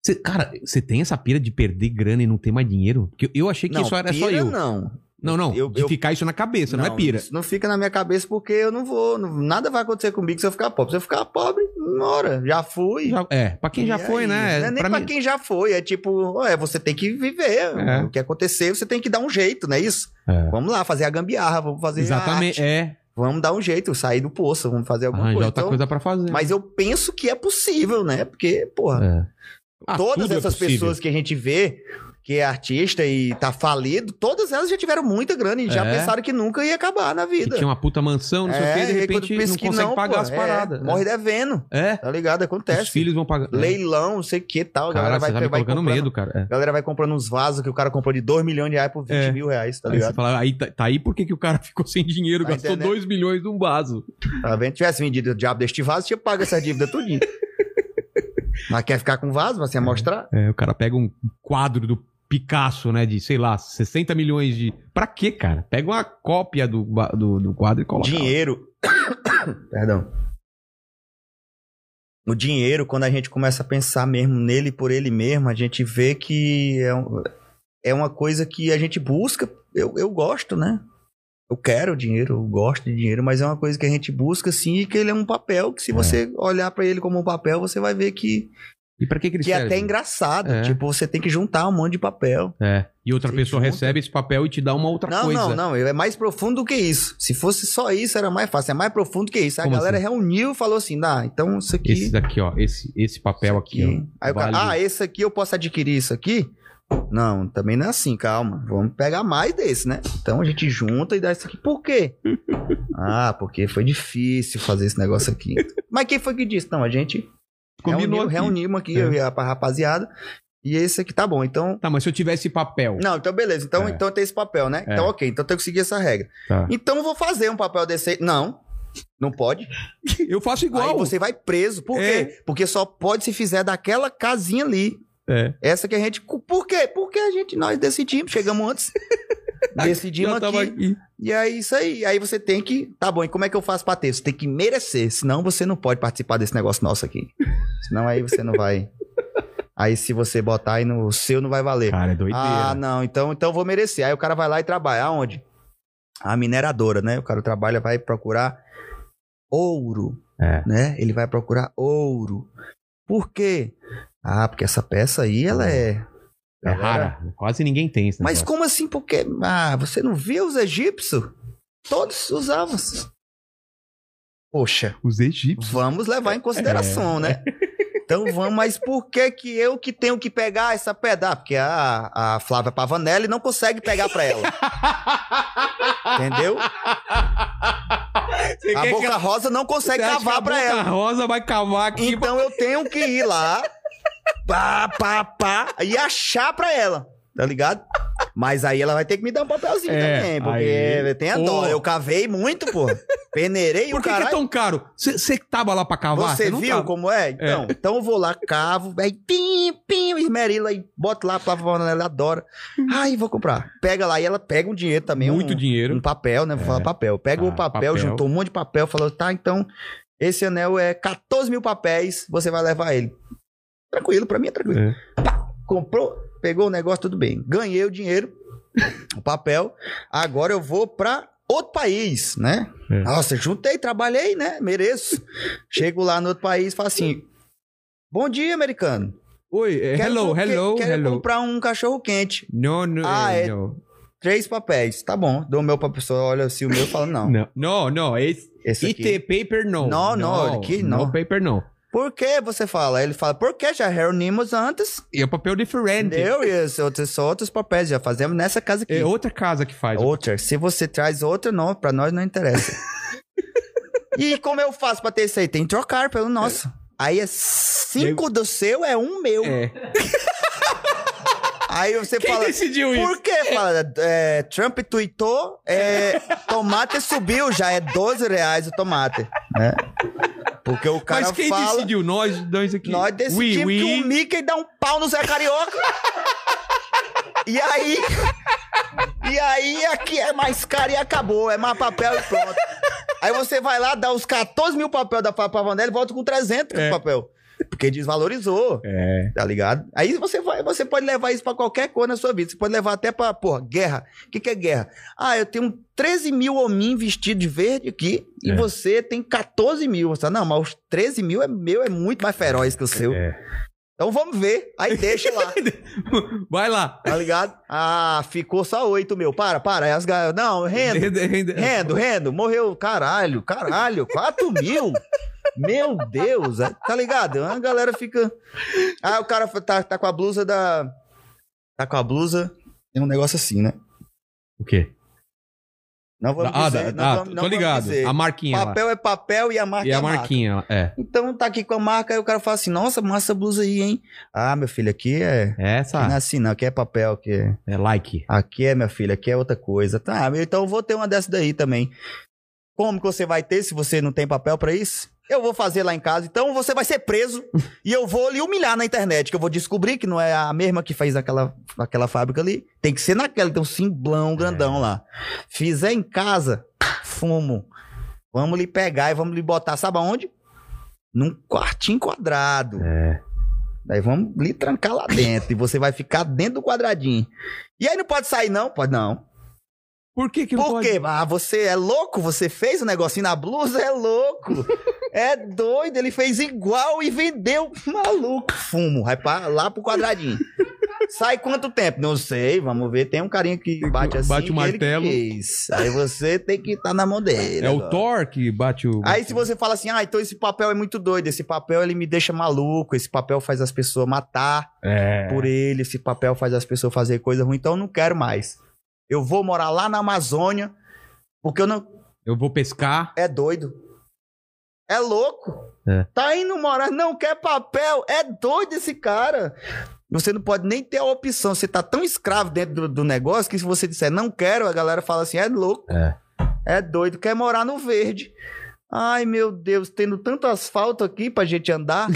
Speaker 1: Cê- cara, você tem essa pira de perder grana e não ter mais dinheiro? Porque eu- eu achei que
Speaker 2: não,
Speaker 1: isso era só
Speaker 2: pira
Speaker 1: eu.
Speaker 2: não.
Speaker 1: Não, não.
Speaker 2: Eu-
Speaker 1: de
Speaker 2: eu-
Speaker 1: ficar isso na cabeça, não, é pira.
Speaker 2: Isso não fica na minha cabeça porque eu não vou, não- nada vai acontecer comigo se eu ficar pobre. Se eu ficar pobre, uma hora. Já fui.
Speaker 1: Já- é, pra quem já
Speaker 2: E
Speaker 1: foi,
Speaker 2: aí?
Speaker 1: né?
Speaker 2: Não é nem
Speaker 1: pra
Speaker 2: pra
Speaker 1: mim-
Speaker 2: quem já foi. É tipo, é, você tem que viver.
Speaker 1: É.
Speaker 2: O que acontecer, você tem que dar um jeito, não é isso?
Speaker 1: É.
Speaker 2: Vamos lá, fazer a gambiarra, vamos fazer
Speaker 1: Exatamente,
Speaker 2: a arte.
Speaker 1: é.
Speaker 2: Vamos dar um jeito, sair do poço, vamos fazer alguma
Speaker 1: Arranjar
Speaker 2: coisa.
Speaker 1: outra
Speaker 2: Então,
Speaker 1: coisa pra fazer.
Speaker 2: Mas eu penso que é possível, né? Porque, porra,
Speaker 1: É. Ah,
Speaker 2: todas
Speaker 1: tudo é
Speaker 2: essas
Speaker 1: possível.
Speaker 2: pessoas que a gente vê que é artista e tá falido, todas elas já tiveram muita grana e já
Speaker 1: É.
Speaker 2: pensaram que nunca ia acabar na
Speaker 1: Que
Speaker 2: vida. É,
Speaker 1: tinha uma puta mansão, não sei o quê, de
Speaker 2: e aí quando
Speaker 1: repente
Speaker 2: pensa
Speaker 1: não
Speaker 2: que
Speaker 1: consegue pagar
Speaker 2: pô,
Speaker 1: as
Speaker 2: é,
Speaker 1: paradas. né?
Speaker 2: morre devendo,
Speaker 1: É,
Speaker 2: tá ligado? Acontece.
Speaker 1: os filhos vão pagar. É.
Speaker 2: Leilão, não sei o que tal. A
Speaker 1: Cara,
Speaker 2: galera
Speaker 1: Né? você tá
Speaker 2: vai,
Speaker 1: me
Speaker 2: vai
Speaker 1: colocando
Speaker 2: comprando,
Speaker 1: medo, cara. É.
Speaker 2: a galera vai comprando uns vasos que o cara comprou de 2 milhões de reais por 20
Speaker 1: É.
Speaker 2: mil reais, tá
Speaker 1: aí você
Speaker 2: ligado?
Speaker 1: fala, aí tá, tá aí por que que o cara ficou sem dinheiro,
Speaker 2: Tá
Speaker 1: gastou
Speaker 2: entendendo?
Speaker 1: 2 milhões num vaso.
Speaker 2: Tá vendo? Tivesse vendido o diabo deste vaso, tinha pago essa dívida tudinho. Mas quer ficar com vaso? Você ia mostrar?
Speaker 1: É, o cara pega um quadro do Picasso, né, de, sei lá, 60 milhões de... Pra quê, cara? Pega uma cópia do, ba- do, do quadro e coloca. lá.
Speaker 2: Dinheiro. Perdão. O dinheiro, quando a gente começa a pensar mesmo nele por ele mesmo, a gente vê que é, um- é uma coisa que a gente busca. Eu, eu gosto, né? Eu quero dinheiro, eu gosto de dinheiro, mas é uma coisa que a gente busca sim e que ele é um papel que se você olhar pra ele como um papel, você vai ver que,
Speaker 1: E pra que que ele
Speaker 2: que é
Speaker 1: serve?
Speaker 2: até engraçado.
Speaker 1: É.
Speaker 2: Tipo, você tem que juntar um monte de papel.
Speaker 1: É. E outra
Speaker 2: Você
Speaker 1: pessoa
Speaker 2: junta.
Speaker 1: recebe esse papel e te dá uma outra
Speaker 2: não,
Speaker 1: coisa.
Speaker 2: não, não. É mais profundo do que isso. Se fosse só isso, era mais fácil. É mais profundo que isso. A
Speaker 1: Como
Speaker 2: galera reuniu e falou assim: ah, então isso aqui.
Speaker 1: Esse daqui, ó. Esse, esse papel aqui, ó.
Speaker 2: Aí o cara,
Speaker 1: vale-
Speaker 2: ah, esse aqui eu posso adquirir isso aqui? Não, também não é assim, calma. Vamos pegar mais desse, né? Então a gente junta e dá isso aqui. Por quê? ah, porque foi difícil fazer esse negócio aqui. Mas quem foi que disse? Não, a gente
Speaker 1: Combinou
Speaker 2: reuniu,
Speaker 1: aqui.
Speaker 2: reunimos aqui,
Speaker 1: É.
Speaker 2: eu e a rapaziada. E esse aqui tá bom. Então
Speaker 1: Tá, mas se eu tivesse papel...
Speaker 2: não, então beleza. Então,
Speaker 1: É.
Speaker 2: então tem esse papel, né?
Speaker 1: É.
Speaker 2: Então ok, então eu tenho que seguir essa regra.
Speaker 1: Tá.
Speaker 2: Então eu vou fazer um papel desse aí. Não, não pode.
Speaker 1: Eu faço igual.
Speaker 2: Aí você vai preso. Por
Speaker 1: É.
Speaker 2: quê? Porque só pode se fizer daquela casinha ali.
Speaker 1: É.
Speaker 2: Essa que a gente... Por quê? Porque a gente, nós decidimos, chegamos antes, decidimos
Speaker 1: Já
Speaker 2: aqui.
Speaker 1: tava aqui.
Speaker 2: E é isso aí. Aí você tem que... Tá bom, e como é que eu faço pra ter? Você tem que merecer, senão você não pode participar desse negócio nosso aqui. Senão aí você não vai... Aí se você botar aí no seu, não vai valer.
Speaker 1: Cara, é doideira.
Speaker 2: Ah, não, então, então eu vou merecer. Aí o cara vai lá e trabalha. Aonde? A mineradora, né? O cara trabalha, vai procurar ouro,
Speaker 1: É.
Speaker 2: né? Ele vai procurar ouro. Por quê? Ah, porque essa peça aí, ela é...
Speaker 1: É rara. Quase ninguém tem esse
Speaker 2: Mas
Speaker 1: negócio.
Speaker 2: como assim? Porque... Ah, você não viu os egípcios? Todos usavam. Poxa,
Speaker 1: Os egípcios.
Speaker 2: vamos levar em consideração, né?
Speaker 1: É.
Speaker 2: Então vamos, mas por que que eu que tenho que pegar essa pedra? Ah, Porque a, a Flávia Pavanelli não consegue pegar pra ela. Entendeu?
Speaker 1: Você
Speaker 2: A Boca Rosa não consegue cavar pra ela.
Speaker 1: A Rosa vai cavar aqui.
Speaker 2: Então eu tenho que ir lá, pá, pá, pá, e achar pra ela, tá ligado? Mas aí ela vai ter que me dar um papelzinho
Speaker 1: É,
Speaker 2: também, porque
Speaker 1: aí-
Speaker 2: tem a dó.
Speaker 1: Pô.
Speaker 2: Eu cavei muito, pô. Peneirei
Speaker 1: Por que,
Speaker 2: o
Speaker 1: que é
Speaker 2: caralho.
Speaker 1: tão caro? Você que tava lá pra cavar?
Speaker 2: Você
Speaker 1: cê não
Speaker 2: viu
Speaker 1: tava.
Speaker 2: como é? Então, então eu vou lá, cavo, aí pim, pim, esmerilo, aí boto lá, pra ela adora. Aí vou comprar. Pega lá, e ela pega um dinheiro também.
Speaker 1: Muito
Speaker 2: um,
Speaker 1: dinheiro.
Speaker 2: Um papel, né? Vou
Speaker 1: É.
Speaker 2: falar papel. Pega o
Speaker 1: Ah,
Speaker 2: papel,
Speaker 1: papel.
Speaker 2: juntou um monte de papel, falou, tá, então, esse anel é 14 mil papéis, você vai levar ele. Tranquilo, pra mim é tranquilo.
Speaker 1: É.
Speaker 2: Pá, comprou, pegou o negócio, tudo bem. Ganhei o dinheiro, o papel, agora eu vou pra outro país, né?
Speaker 1: É.
Speaker 2: Nossa, juntei, trabalhei, né? Mereço. Chego lá no outro país e falo assim, bom dia, americano.
Speaker 1: Oi, é,
Speaker 2: Quero
Speaker 1: hello,
Speaker 2: com-
Speaker 1: hello,
Speaker 2: quero
Speaker 1: hello.
Speaker 2: comprar um cachorro quente.
Speaker 1: Não, não,
Speaker 2: Ah, é-
Speaker 1: não.
Speaker 2: Três papéis, tá bom. Dou o meu pra pessoa, olha se o meu fala, não.
Speaker 1: Não, não, não. Esse,
Speaker 2: Esse aqui.
Speaker 1: IT paper não.
Speaker 2: Não, não, aqui não.
Speaker 1: No paper não.
Speaker 2: Por que você fala? Ele fala, porque já reunimos antes.
Speaker 1: E é um papel diferente.
Speaker 2: Eu e os outros, só outros papéis já fazemos nessa casa aqui.
Speaker 1: É outra casa que faz.
Speaker 2: Outra. Se você traz outra, não, pra nós não interessa. e como eu faço pra ter isso aí? Tem que trocar pelo nosso. Aí é cinco do seu, é um meu.
Speaker 1: É.
Speaker 2: Aí você
Speaker 1: Quem
Speaker 2: fala.
Speaker 1: decidiu isso?
Speaker 2: assim, Por que? Fala, é, Trump tweetou, é, tomate subiu já, é 12 reais o tomate. Né? Porque o cara
Speaker 1: Mas quem
Speaker 2: fala.
Speaker 1: decidiu? Nós dois aqui.
Speaker 2: Nós
Speaker 1: Oui,
Speaker 2: decidimos
Speaker 1: oui.
Speaker 2: que o Mickey dá um pau no Zé Carioca. e aí. E aí aqui é mais caro e acabou. É mais papel e pronto. Aí você vai lá, dá os 14 mil papel da Pavanelli e volta com 300 de papel. Porque desvalorizou.
Speaker 1: É.
Speaker 2: Tá ligado? Aí você vai, você pode levar isso pra qualquer coisa na sua vida. Você pode levar até pra, porra, guerra. O que, que é guerra? Ah, eu tenho 13 mil homens vestidos de verde aqui e
Speaker 1: É.
Speaker 2: você tem 14 mil. Você fala, não, mas os 13 mil é meu, é muito mais feroz que o seu.
Speaker 1: É.
Speaker 2: Então vamos ver. Aí deixa lá,
Speaker 1: Vai lá.
Speaker 2: tá ligado? Ah, ficou só 8 mil. Para, para. Aí as galera, não, renda. Rendo, rendo, morreu, caralho, caralho, 4 mil. Meu Deus, é- tá ligado? A galera fica. Ah, o cara tá, tá com a blusa da. Tá com a blusa. Tem um negócio assim, né?
Speaker 1: O quê?
Speaker 2: Não vamos
Speaker 1: ah, da-
Speaker 2: dizer. não
Speaker 1: ah,
Speaker 2: vamos- não
Speaker 1: tô
Speaker 2: vamos
Speaker 1: ligado.
Speaker 2: dizer.
Speaker 1: A marquinha lá.
Speaker 2: Papel é papel e a marca
Speaker 1: E
Speaker 2: é
Speaker 1: a marquinha lá. É.
Speaker 2: Então tá aqui com a marca, aí o cara fala assim: nossa, massa blusa aí, hein? Ah, meu filho, aqui é.
Speaker 1: É
Speaker 2: Aqui Não é
Speaker 1: Essa.
Speaker 2: assim, não. Aqui é papel, aqui é.
Speaker 1: É like.
Speaker 2: Aqui é, minha filha, aqui é outra coisa. Tá, então eu vou ter uma dessa daí também. Como que você vai ter se você não tem papel pra isso? Eu vou fazer lá em casa, então você vai ser preso e eu vou lhe humilhar na internet, que eu vou descobrir que não é a mesma que fez naquela, naquela fábrica ali. Tem que ser naquela, tem um simblão grandão lá. Fizer em casa, fumo. Vamos lhe pegar e vamos lhe botar, sabe aonde? Num quartinho quadrado.
Speaker 1: É.
Speaker 2: Daí vamos lhe trancar lá dentro. e você vai ficar dentro do quadradinho. E aí não pode sair, não? Pode não.
Speaker 1: Por que que não
Speaker 2: Por
Speaker 1: pode?
Speaker 2: quê? Ah, você é louco? Você fez o negocinho na blusa? É louco. é doido. Ele fez igual e vendeu. Maluco. Fumo. Vai pra, lá pro quadradinho. Sai quanto tempo? Não sei, vamos ver. Tem um carinha que bate assim.
Speaker 1: Bate o
Speaker 2: que ele que
Speaker 1: martelo.
Speaker 2: fez. Aí você tem que estar na mão dele.
Speaker 1: É o né?
Speaker 2: agora.
Speaker 1: Thor que bate o.
Speaker 2: Aí se você fala assim, ah, então esse papel é muito doido, esse papel ele me deixa maluco, esse papel faz as pessoas matar,
Speaker 1: É.
Speaker 2: por ele, esse papel faz as pessoas fazer coisa ruim, então eu não quero mais. Eu vou morar lá na Amazônia, porque eu não.
Speaker 1: Eu vou pescar.
Speaker 2: É doido. É louco.
Speaker 1: É.
Speaker 2: Tá indo morar, não quer papel. É doido esse cara. Você não pode nem ter a opção. Você tá tão escravo dentro do, do negócio que se você disser não quero, a galera fala assim: é louco.
Speaker 1: É.
Speaker 2: É doido, quer morar no verde. Ai, meu Deus, tendo tanto asfalto aqui pra gente andar.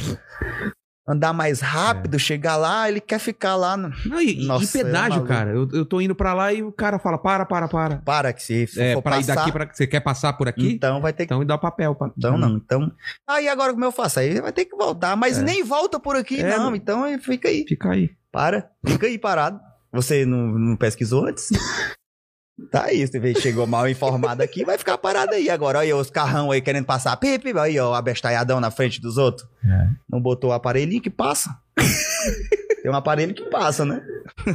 Speaker 2: andar mais
Speaker 1: É.
Speaker 2: rápido, chegar lá, ele quer ficar lá. No...
Speaker 1: Não, e, e
Speaker 2: Nossa, é
Speaker 1: pedágio,
Speaker 2: maluco.
Speaker 1: cara. Eu, eu tô indo pra lá e o cara fala: para, para, para.
Speaker 2: Para que se, se
Speaker 1: É,
Speaker 2: for
Speaker 1: pra ir
Speaker 2: passar,
Speaker 1: daqui pra. Você quer passar por aqui?
Speaker 2: então vai ter que.
Speaker 1: Então me dá o papel. Pra...
Speaker 2: Então não, então. Aí agora como eu faço? Aí vai ter que voltar, mas
Speaker 1: É.
Speaker 2: nem volta por aqui,
Speaker 1: É,
Speaker 2: não.
Speaker 1: não.
Speaker 2: Então aí fica aí.
Speaker 1: Fica aí.
Speaker 2: Para, fica aí parado. Você não, não pesquisou antes? Tá aí, você vê, chegou mal informado aqui, vai ficar parado aí agora. Olha aí, os carrão aí querendo passar pipi, aí ó, o abestalhadão na frente dos outros.
Speaker 1: É.
Speaker 2: Não botou o aparelhinho que passa. Tem um aparelho que passa, né?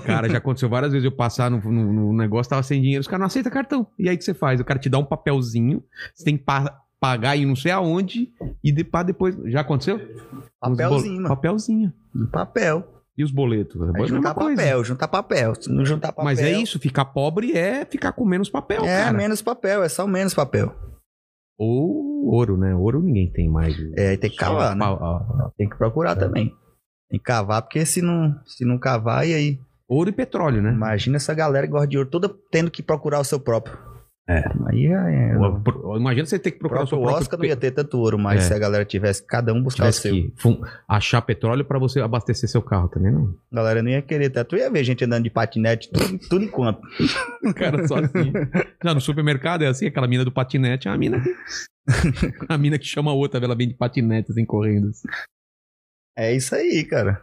Speaker 1: Cara, já aconteceu várias vezes eu passar no, no- no negócio, tava sem dinheiro, os caras não aceitam cartão. E aí o que você faz? O cara te dá um papelzinho, você tem que pa- pagar em não sei aonde, e de, pra depois. Já aconteceu? Uns
Speaker 2: Papelzinho,
Speaker 1: bol-
Speaker 2: mano.
Speaker 1: Papelzinho.
Speaker 2: Um papel.
Speaker 1: E os boletos? É a
Speaker 2: Aí
Speaker 1: mesma
Speaker 2: juntar
Speaker 1: coisa.
Speaker 2: papel, juntar papel. Se não juntar papel.
Speaker 1: Mas é isso, ficar pobre é ficar com menos papel,
Speaker 2: É,
Speaker 1: cara.
Speaker 2: menos papel, é só menos papel.
Speaker 1: Ou ouro, né? Ouro ninguém tem mais.
Speaker 2: É, tem que
Speaker 1: Só
Speaker 2: cavar, né?
Speaker 1: pa- ó,
Speaker 2: Tem que
Speaker 1: É.
Speaker 2: procurar também. Tem que cavar, porque se não, se não cavar, e aí?
Speaker 1: Ouro e petróleo, né?
Speaker 2: Imagina essa galera que gosta de ouro toda tendo que procurar o seu próprio.
Speaker 1: É.
Speaker 2: Aí já é.
Speaker 1: O- pro- Imagina você ter que
Speaker 2: O
Speaker 1: procurar o seu
Speaker 2: próprio
Speaker 1: próprio
Speaker 2: Oscar
Speaker 1: pe-
Speaker 2: não ia ter tanto ouro, mas
Speaker 1: É.
Speaker 2: se a galera tivesse, cada um buscar o
Speaker 1: tivesse
Speaker 2: seu.
Speaker 1: que fun- achar petróleo pra você abastecer seu carro também, não?
Speaker 2: A galera não ia querer, tá? Tu ia ver gente andando de patinete, tudo, tudo enquanto.
Speaker 1: O cara só assim. Não, no supermercado é assim, aquela mina do patinete é uma mina. que- a mina que chama a outra, ela vem de patinete, assim, correndo. assim.
Speaker 2: É isso aí, cara.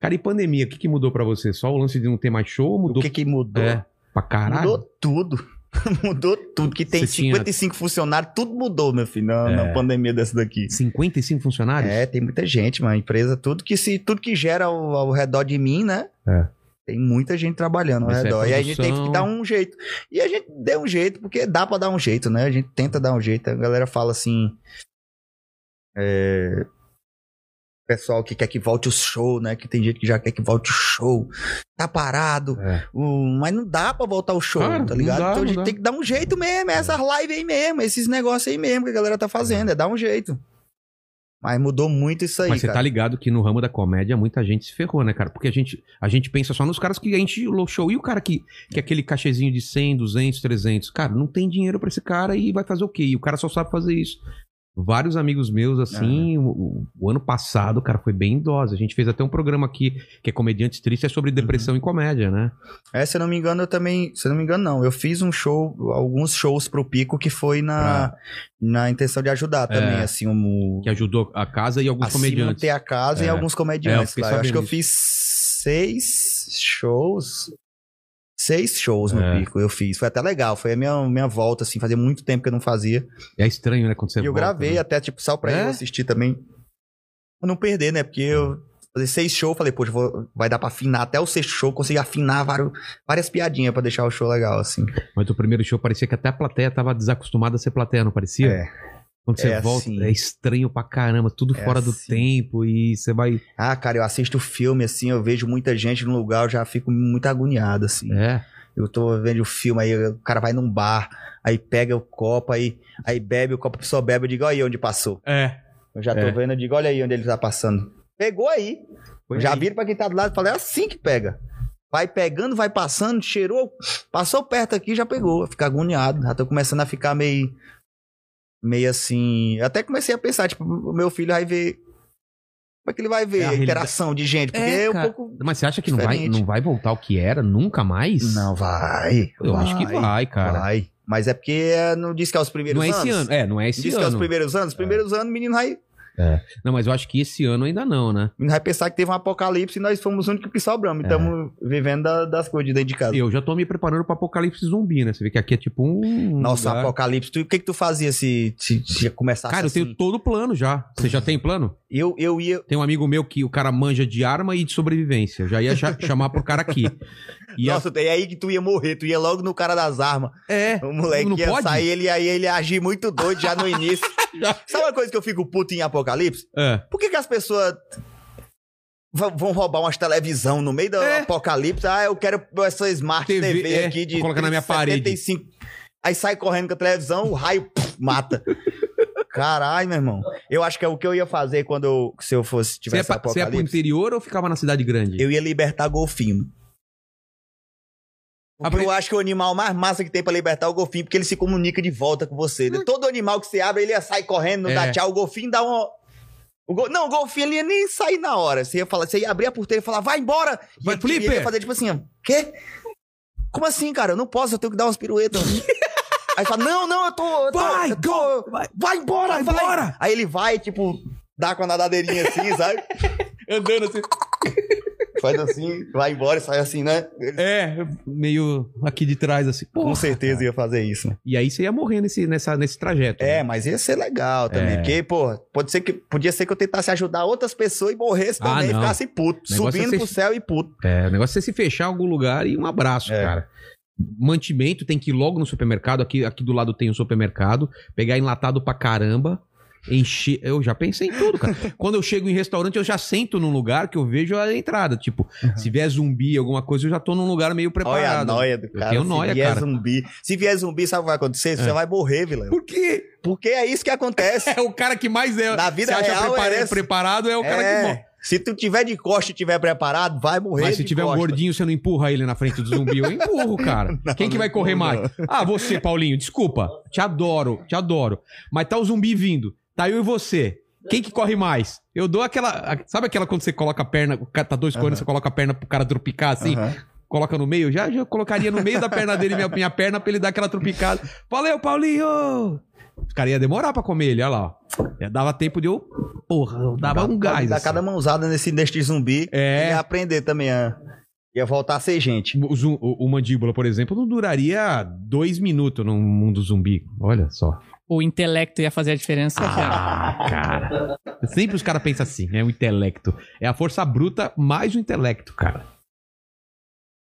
Speaker 1: Cara, e pandemia, o que, que mudou pra você? Só o lance de não ter mais show ou
Speaker 2: O
Speaker 1: mudou?
Speaker 2: que que mudou?
Speaker 1: É, pra caralho.
Speaker 2: Mudou tudo. mudou tudo. Que tem
Speaker 1: Você tinha-
Speaker 2: 55 funcionários, tudo mudou, meu filho, na, na
Speaker 1: É.
Speaker 2: pandemia dessa daqui.
Speaker 1: 55 funcionários?
Speaker 2: É, tem muita gente, uma empresa, tudo que se tudo que gera ao, ao redor de mim, né?
Speaker 1: É.
Speaker 2: Tem muita gente trabalhando ao
Speaker 1: Isso é
Speaker 2: redor. e aí a gente tem que
Speaker 1: produção.
Speaker 2: dar um jeito. E a gente deu um jeito, porque dá pra dar um jeito, né? A gente tenta dar um jeito. A galera fala assim. é, Pessoal que quer que volte o show, né? Que tem gente que já quer que volte o show. Tá parado.
Speaker 1: É.
Speaker 2: O- mas não dá pra voltar o show,
Speaker 1: Claro,
Speaker 2: tá
Speaker 1: não
Speaker 2: ligado?
Speaker 1: dá,
Speaker 2: então a
Speaker 1: não
Speaker 2: gente
Speaker 1: dá.
Speaker 2: tem que dar um jeito mesmo, é essas lives aí mesmo, esses negócios aí mesmo que a galera tá fazendo, é dar um jeito. Mas mudou muito isso aí,
Speaker 1: Mas você
Speaker 2: cara.
Speaker 1: tá ligado que no ramo da comédia muita gente se ferrou, né, cara? Porque a gente, a gente pensa só nos caras que a gente show. E o cara que, que é aquele cachezinho de 100, 200, 300? Cara, não tem dinheiro pra esse cara e vai fazer o quê? E o cara só sabe fazer isso. Vários amigos meus, assim, o- o, o ano passado, cara, foi bem idosa. A gente fez até um programa aqui, que é Comediantes Tristes, é sobre depressão e comédia, né?
Speaker 2: É, se eu não me engano, eu também. Se eu não me engano, não. Eu fiz um show, alguns shows pro Pico que foi na, na intenção de ajudar também, assim, um,
Speaker 1: É. Que ajudou a casa e alguns
Speaker 2: assim
Speaker 1: comediantes.
Speaker 2: manter a casa e
Speaker 1: É.
Speaker 2: alguns comediantes.
Speaker 1: É, eu fiquei
Speaker 2: lá. Eu acho que eu
Speaker 1: sabendo
Speaker 2: fiz seis shows. Seis shows no
Speaker 1: É.
Speaker 2: Pico eu fiz. Foi até legal. Foi a minha, minha volta, assim, fazia muito tempo que eu não fazia.
Speaker 1: É estranho, né? Quando você
Speaker 2: e eu
Speaker 1: volta,
Speaker 2: gravei
Speaker 1: né?
Speaker 2: até, tipo, só pra
Speaker 1: É?
Speaker 2: eu assistir também. Pra não perder, né? Porque eu fazer seis shows, falei, poxa, vou- vai dar pra afinar até o sexto show, conseguir afinar vários, várias piadinhas pra deixar o show legal, assim.
Speaker 1: Mas o primeiro show parecia que até a plateia tava desacostumada a ser plateia, não parecia? Quando você
Speaker 2: É
Speaker 1: volta,
Speaker 2: assim.
Speaker 1: é estranho pra caramba, tudo
Speaker 2: É
Speaker 1: fora do
Speaker 2: assim.
Speaker 1: tempo e você vai.
Speaker 2: Ah, cara, eu assisto filme, assim, eu vejo muita gente no lugar, eu já fico muito agoniado, assim.
Speaker 1: É.
Speaker 2: Eu tô vendo o filme, aí o cara vai num bar, aí pega o copo, aí, aí bebe, o copo a pessoa bebe, eu digo, olha aí onde passou.
Speaker 1: É.
Speaker 2: Eu já tô
Speaker 1: É.
Speaker 2: vendo, eu digo, olha aí onde ele tá passando. Pegou aí. já vira pra quem tá do lado e fala, é assim que pega. Vai pegando, vai passando, cheirou, passou perto aqui, já pegou. Fica agoniado, já tô começando a ficar meio... Meio assim... Eu até comecei a pensar, tipo, o meu filho vai ver... Como é que ele vai ver
Speaker 1: É a
Speaker 2: a
Speaker 1: realidade.
Speaker 2: interação de gente? Porque
Speaker 1: É,
Speaker 2: é, um
Speaker 1: cara.
Speaker 2: pouco...
Speaker 1: Mas você acha que não vai,
Speaker 2: Diferente.
Speaker 1: não vai voltar o que era nunca mais?
Speaker 2: Não, vai.
Speaker 1: Eu acho que vai, cara.
Speaker 2: Vai. Mas é porque é, não diz que é os primeiros
Speaker 1: Não é
Speaker 2: anos.
Speaker 1: esse ano. É, não é esse
Speaker 2: Diz que é os
Speaker 1: ano.
Speaker 2: primeiros anos. Primeiros anos, o menino vai, o
Speaker 1: Não, mas eu acho que esse ano ainda não, né?
Speaker 2: menino vai pensar que teve um apocalipse e nós fomos os únicos que sobramos.
Speaker 1: É.
Speaker 2: Estamos vivendo da- das coisas de dentro de casa.
Speaker 1: Eu já tô me preparando pro apocalipse zumbi, né? Você vê que aqui é tipo um.
Speaker 2: Nossa,
Speaker 1: lugar-
Speaker 2: apocalipse. Tu- o que que tu fazia se, se, se começasse
Speaker 1: Cara, eu
Speaker 2: assim?
Speaker 1: tenho todo o plano já. Você já tem plano?
Speaker 2: Eu, eu ia...
Speaker 1: Tem um amigo meu que o cara manja de arma e de sobrevivência. Eu já ia cha- chamar pro cara aqui. E a-
Speaker 2: Nossa, é aí que tu ia morrer. Tu ia logo no cara das armas.
Speaker 1: É.
Speaker 2: O moleque
Speaker 1: Não
Speaker 2: ia
Speaker 1: pode?
Speaker 2: sair, ele, aí ele ia agir muito doido já no início.
Speaker 1: Já.
Speaker 2: Sabe uma coisa que eu fico puto em apocalipse?
Speaker 1: É.
Speaker 2: Por que, que as pessoas va- vão roubar umas televisão no meio do
Speaker 1: É.
Speaker 2: apocalipse? Ah, eu quero essa Smart
Speaker 1: TV,
Speaker 2: TV,
Speaker 1: é,
Speaker 2: aqui de
Speaker 1: vou colocar na minha parede.
Speaker 2: 75. Aí sai correndo com a televisão, o raio pff, mata. Caralho, meu irmão. Eu acho que é o que eu ia fazer quando eu, se eu fosse
Speaker 1: Você é,
Speaker 2: tivesse um
Speaker 1: pra, você é pro
Speaker 2: apocalipse.
Speaker 1: interior ou ficava na cidade grande?
Speaker 2: Eu ia libertar golfinho. Porque
Speaker 1: Apre-
Speaker 2: eu acho que o animal mais massa que tem pra libertar é o golfinho, porque ele se comunica de volta com você. né? Todo animal que você abre, ele ia sair correndo, não
Speaker 1: É.
Speaker 2: dá tchau. O golfinho dá um. O gol- Não, o golfinho ele ia nem sair na hora. Você ia, falar, você ia abrir a porteira e falar, vai embora! E
Speaker 1: Vai,
Speaker 2: ele- e ele
Speaker 1: Flipper!
Speaker 2: ia fazer tipo assim, ó, quê? Como assim, cara? Eu não posso, eu tenho que dar umas piruetas. Aí fala, não, não, eu tô. eu tô-
Speaker 1: Vai,
Speaker 2: eu tô- vai, embora,
Speaker 1: vai
Speaker 2: vai,
Speaker 1: embora!
Speaker 2: Aí ele vai, tipo, dá com a nadadeirinha assim, sabe?
Speaker 1: Andando assim.
Speaker 2: Faz assim, vai embora e sai assim, né? Ele
Speaker 1: É, meio aqui de trás, assim.
Speaker 2: com
Speaker 1: Porra,
Speaker 2: certeza ia fazer isso. né?
Speaker 1: E aí você ia morrer nesse, nessa, nesse trajeto.
Speaker 2: É,
Speaker 1: né?
Speaker 2: mas ia ser legal também.
Speaker 1: É.
Speaker 2: Porque, pô, pode ser que, podia ser que eu tentasse ajudar outras pessoas e morresse
Speaker 1: Ah,
Speaker 2: também, e
Speaker 1: não.
Speaker 2: ficasse puto.
Speaker 1: Negócio é
Speaker 2: Subindo
Speaker 1: ser-
Speaker 2: pro céu e puto.
Speaker 1: É, o negócio é você se fechar em algum lugar e um abraço,
Speaker 2: É.
Speaker 1: cara. Mantimento tem que ir logo no supermercado. Aqui, aqui do lado tem um supermercado. Pegar enlatado pra caramba. Encher. Eu já pensei em tudo, cara. Quando eu chego em restaurante, eu já sento num lugar que eu vejo a entrada. Tipo, se vier zumbi, alguma coisa, eu já tô num lugar meio
Speaker 2: Olha a
Speaker 1: preparado.
Speaker 2: noia do cara.
Speaker 1: tenho
Speaker 2: Se
Speaker 1: nóia,
Speaker 2: vier
Speaker 1: cara.
Speaker 2: zumbi. Se vier zumbi, sabe o que vai acontecer? Você vai morrer, vilão.
Speaker 1: Por quê?
Speaker 2: Porque é isso que acontece.
Speaker 1: É o cara que mais é.
Speaker 2: Na vida
Speaker 1: se acha
Speaker 2: real,
Speaker 1: prepara-
Speaker 2: é esse.
Speaker 1: preparado, é o cara que
Speaker 2: É,
Speaker 1: morre.
Speaker 2: Se tu tiver de costa e tiver preparado, vai morrer.
Speaker 1: Mas se
Speaker 2: de
Speaker 1: tiver um
Speaker 2: costa.
Speaker 1: gordinho, você não empurra ele na frente do zumbi. Eu empurro, cara. Quem que
Speaker 2: não
Speaker 1: vai correr
Speaker 2: empurro,
Speaker 1: mais? Ah, você, Paulinho. Desculpa. Te adoro, te adoro. Mas tá o zumbi vindo. Tá eu e você. Quem que corre mais? Eu dou aquela. a- Sabe aquela quando você coloca a perna, o cara tá dois correndo, você coloca a perna pro cara tropicar assim?
Speaker 2: Aham.
Speaker 1: Coloca no meio? Já, já colocaria no meio da perna dele minha, minha perna pra ele dar aquela tropicada. Valeu, Paulinho! Os caras iam demorar pra comer ele, olha lá. ó. É, Dava tempo de eu. Porra, eu dava um
Speaker 2: Pode
Speaker 1: gás.
Speaker 2: dar
Speaker 1: assim.
Speaker 2: cada mãozada nesse, neste zumbi.
Speaker 1: É.
Speaker 2: Ele Ia aprender também. A... Ia voltar a ser gente.
Speaker 1: Tipo, O, zum- o- o mandíbula, por exemplo, não duraria dois minutos num mundo zumbi. Olha só.
Speaker 4: O intelecto ia fazer a diferença, cara.
Speaker 1: Ah, cara. Sempre os caras pensam assim, é o intelecto. É a força bruta mais o intelecto, cara.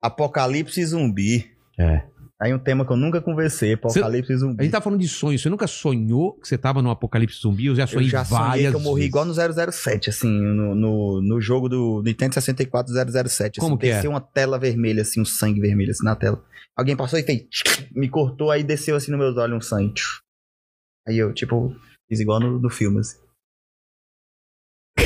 Speaker 2: Apocalipse e zumbi.
Speaker 1: É.
Speaker 2: Aí um tema que eu nunca conversei. Apocalipse e
Speaker 1: A
Speaker 2: zumbi.
Speaker 1: gente tá falando de sonho. Você nunca sonhou que você tava num apocalipse zumbi? Eu já
Speaker 2: Eu
Speaker 1: sonhei
Speaker 2: já sonhei
Speaker 1: várias
Speaker 2: que eu morri
Speaker 1: vezes.
Speaker 2: igual no 007, assim, no, no, no jogo do Nintendo 64 007.
Speaker 1: Como
Speaker 2: assim,
Speaker 1: que é?
Speaker 2: Desceu uma tela vermelha, assim, um sangue vermelho, assim, na tela. Alguém passou e fez... tch, Me cortou, aí desceu, assim, nos meus olhos um sangue. tch. Aí eu, tipo, fiz igual no, no filme, assim.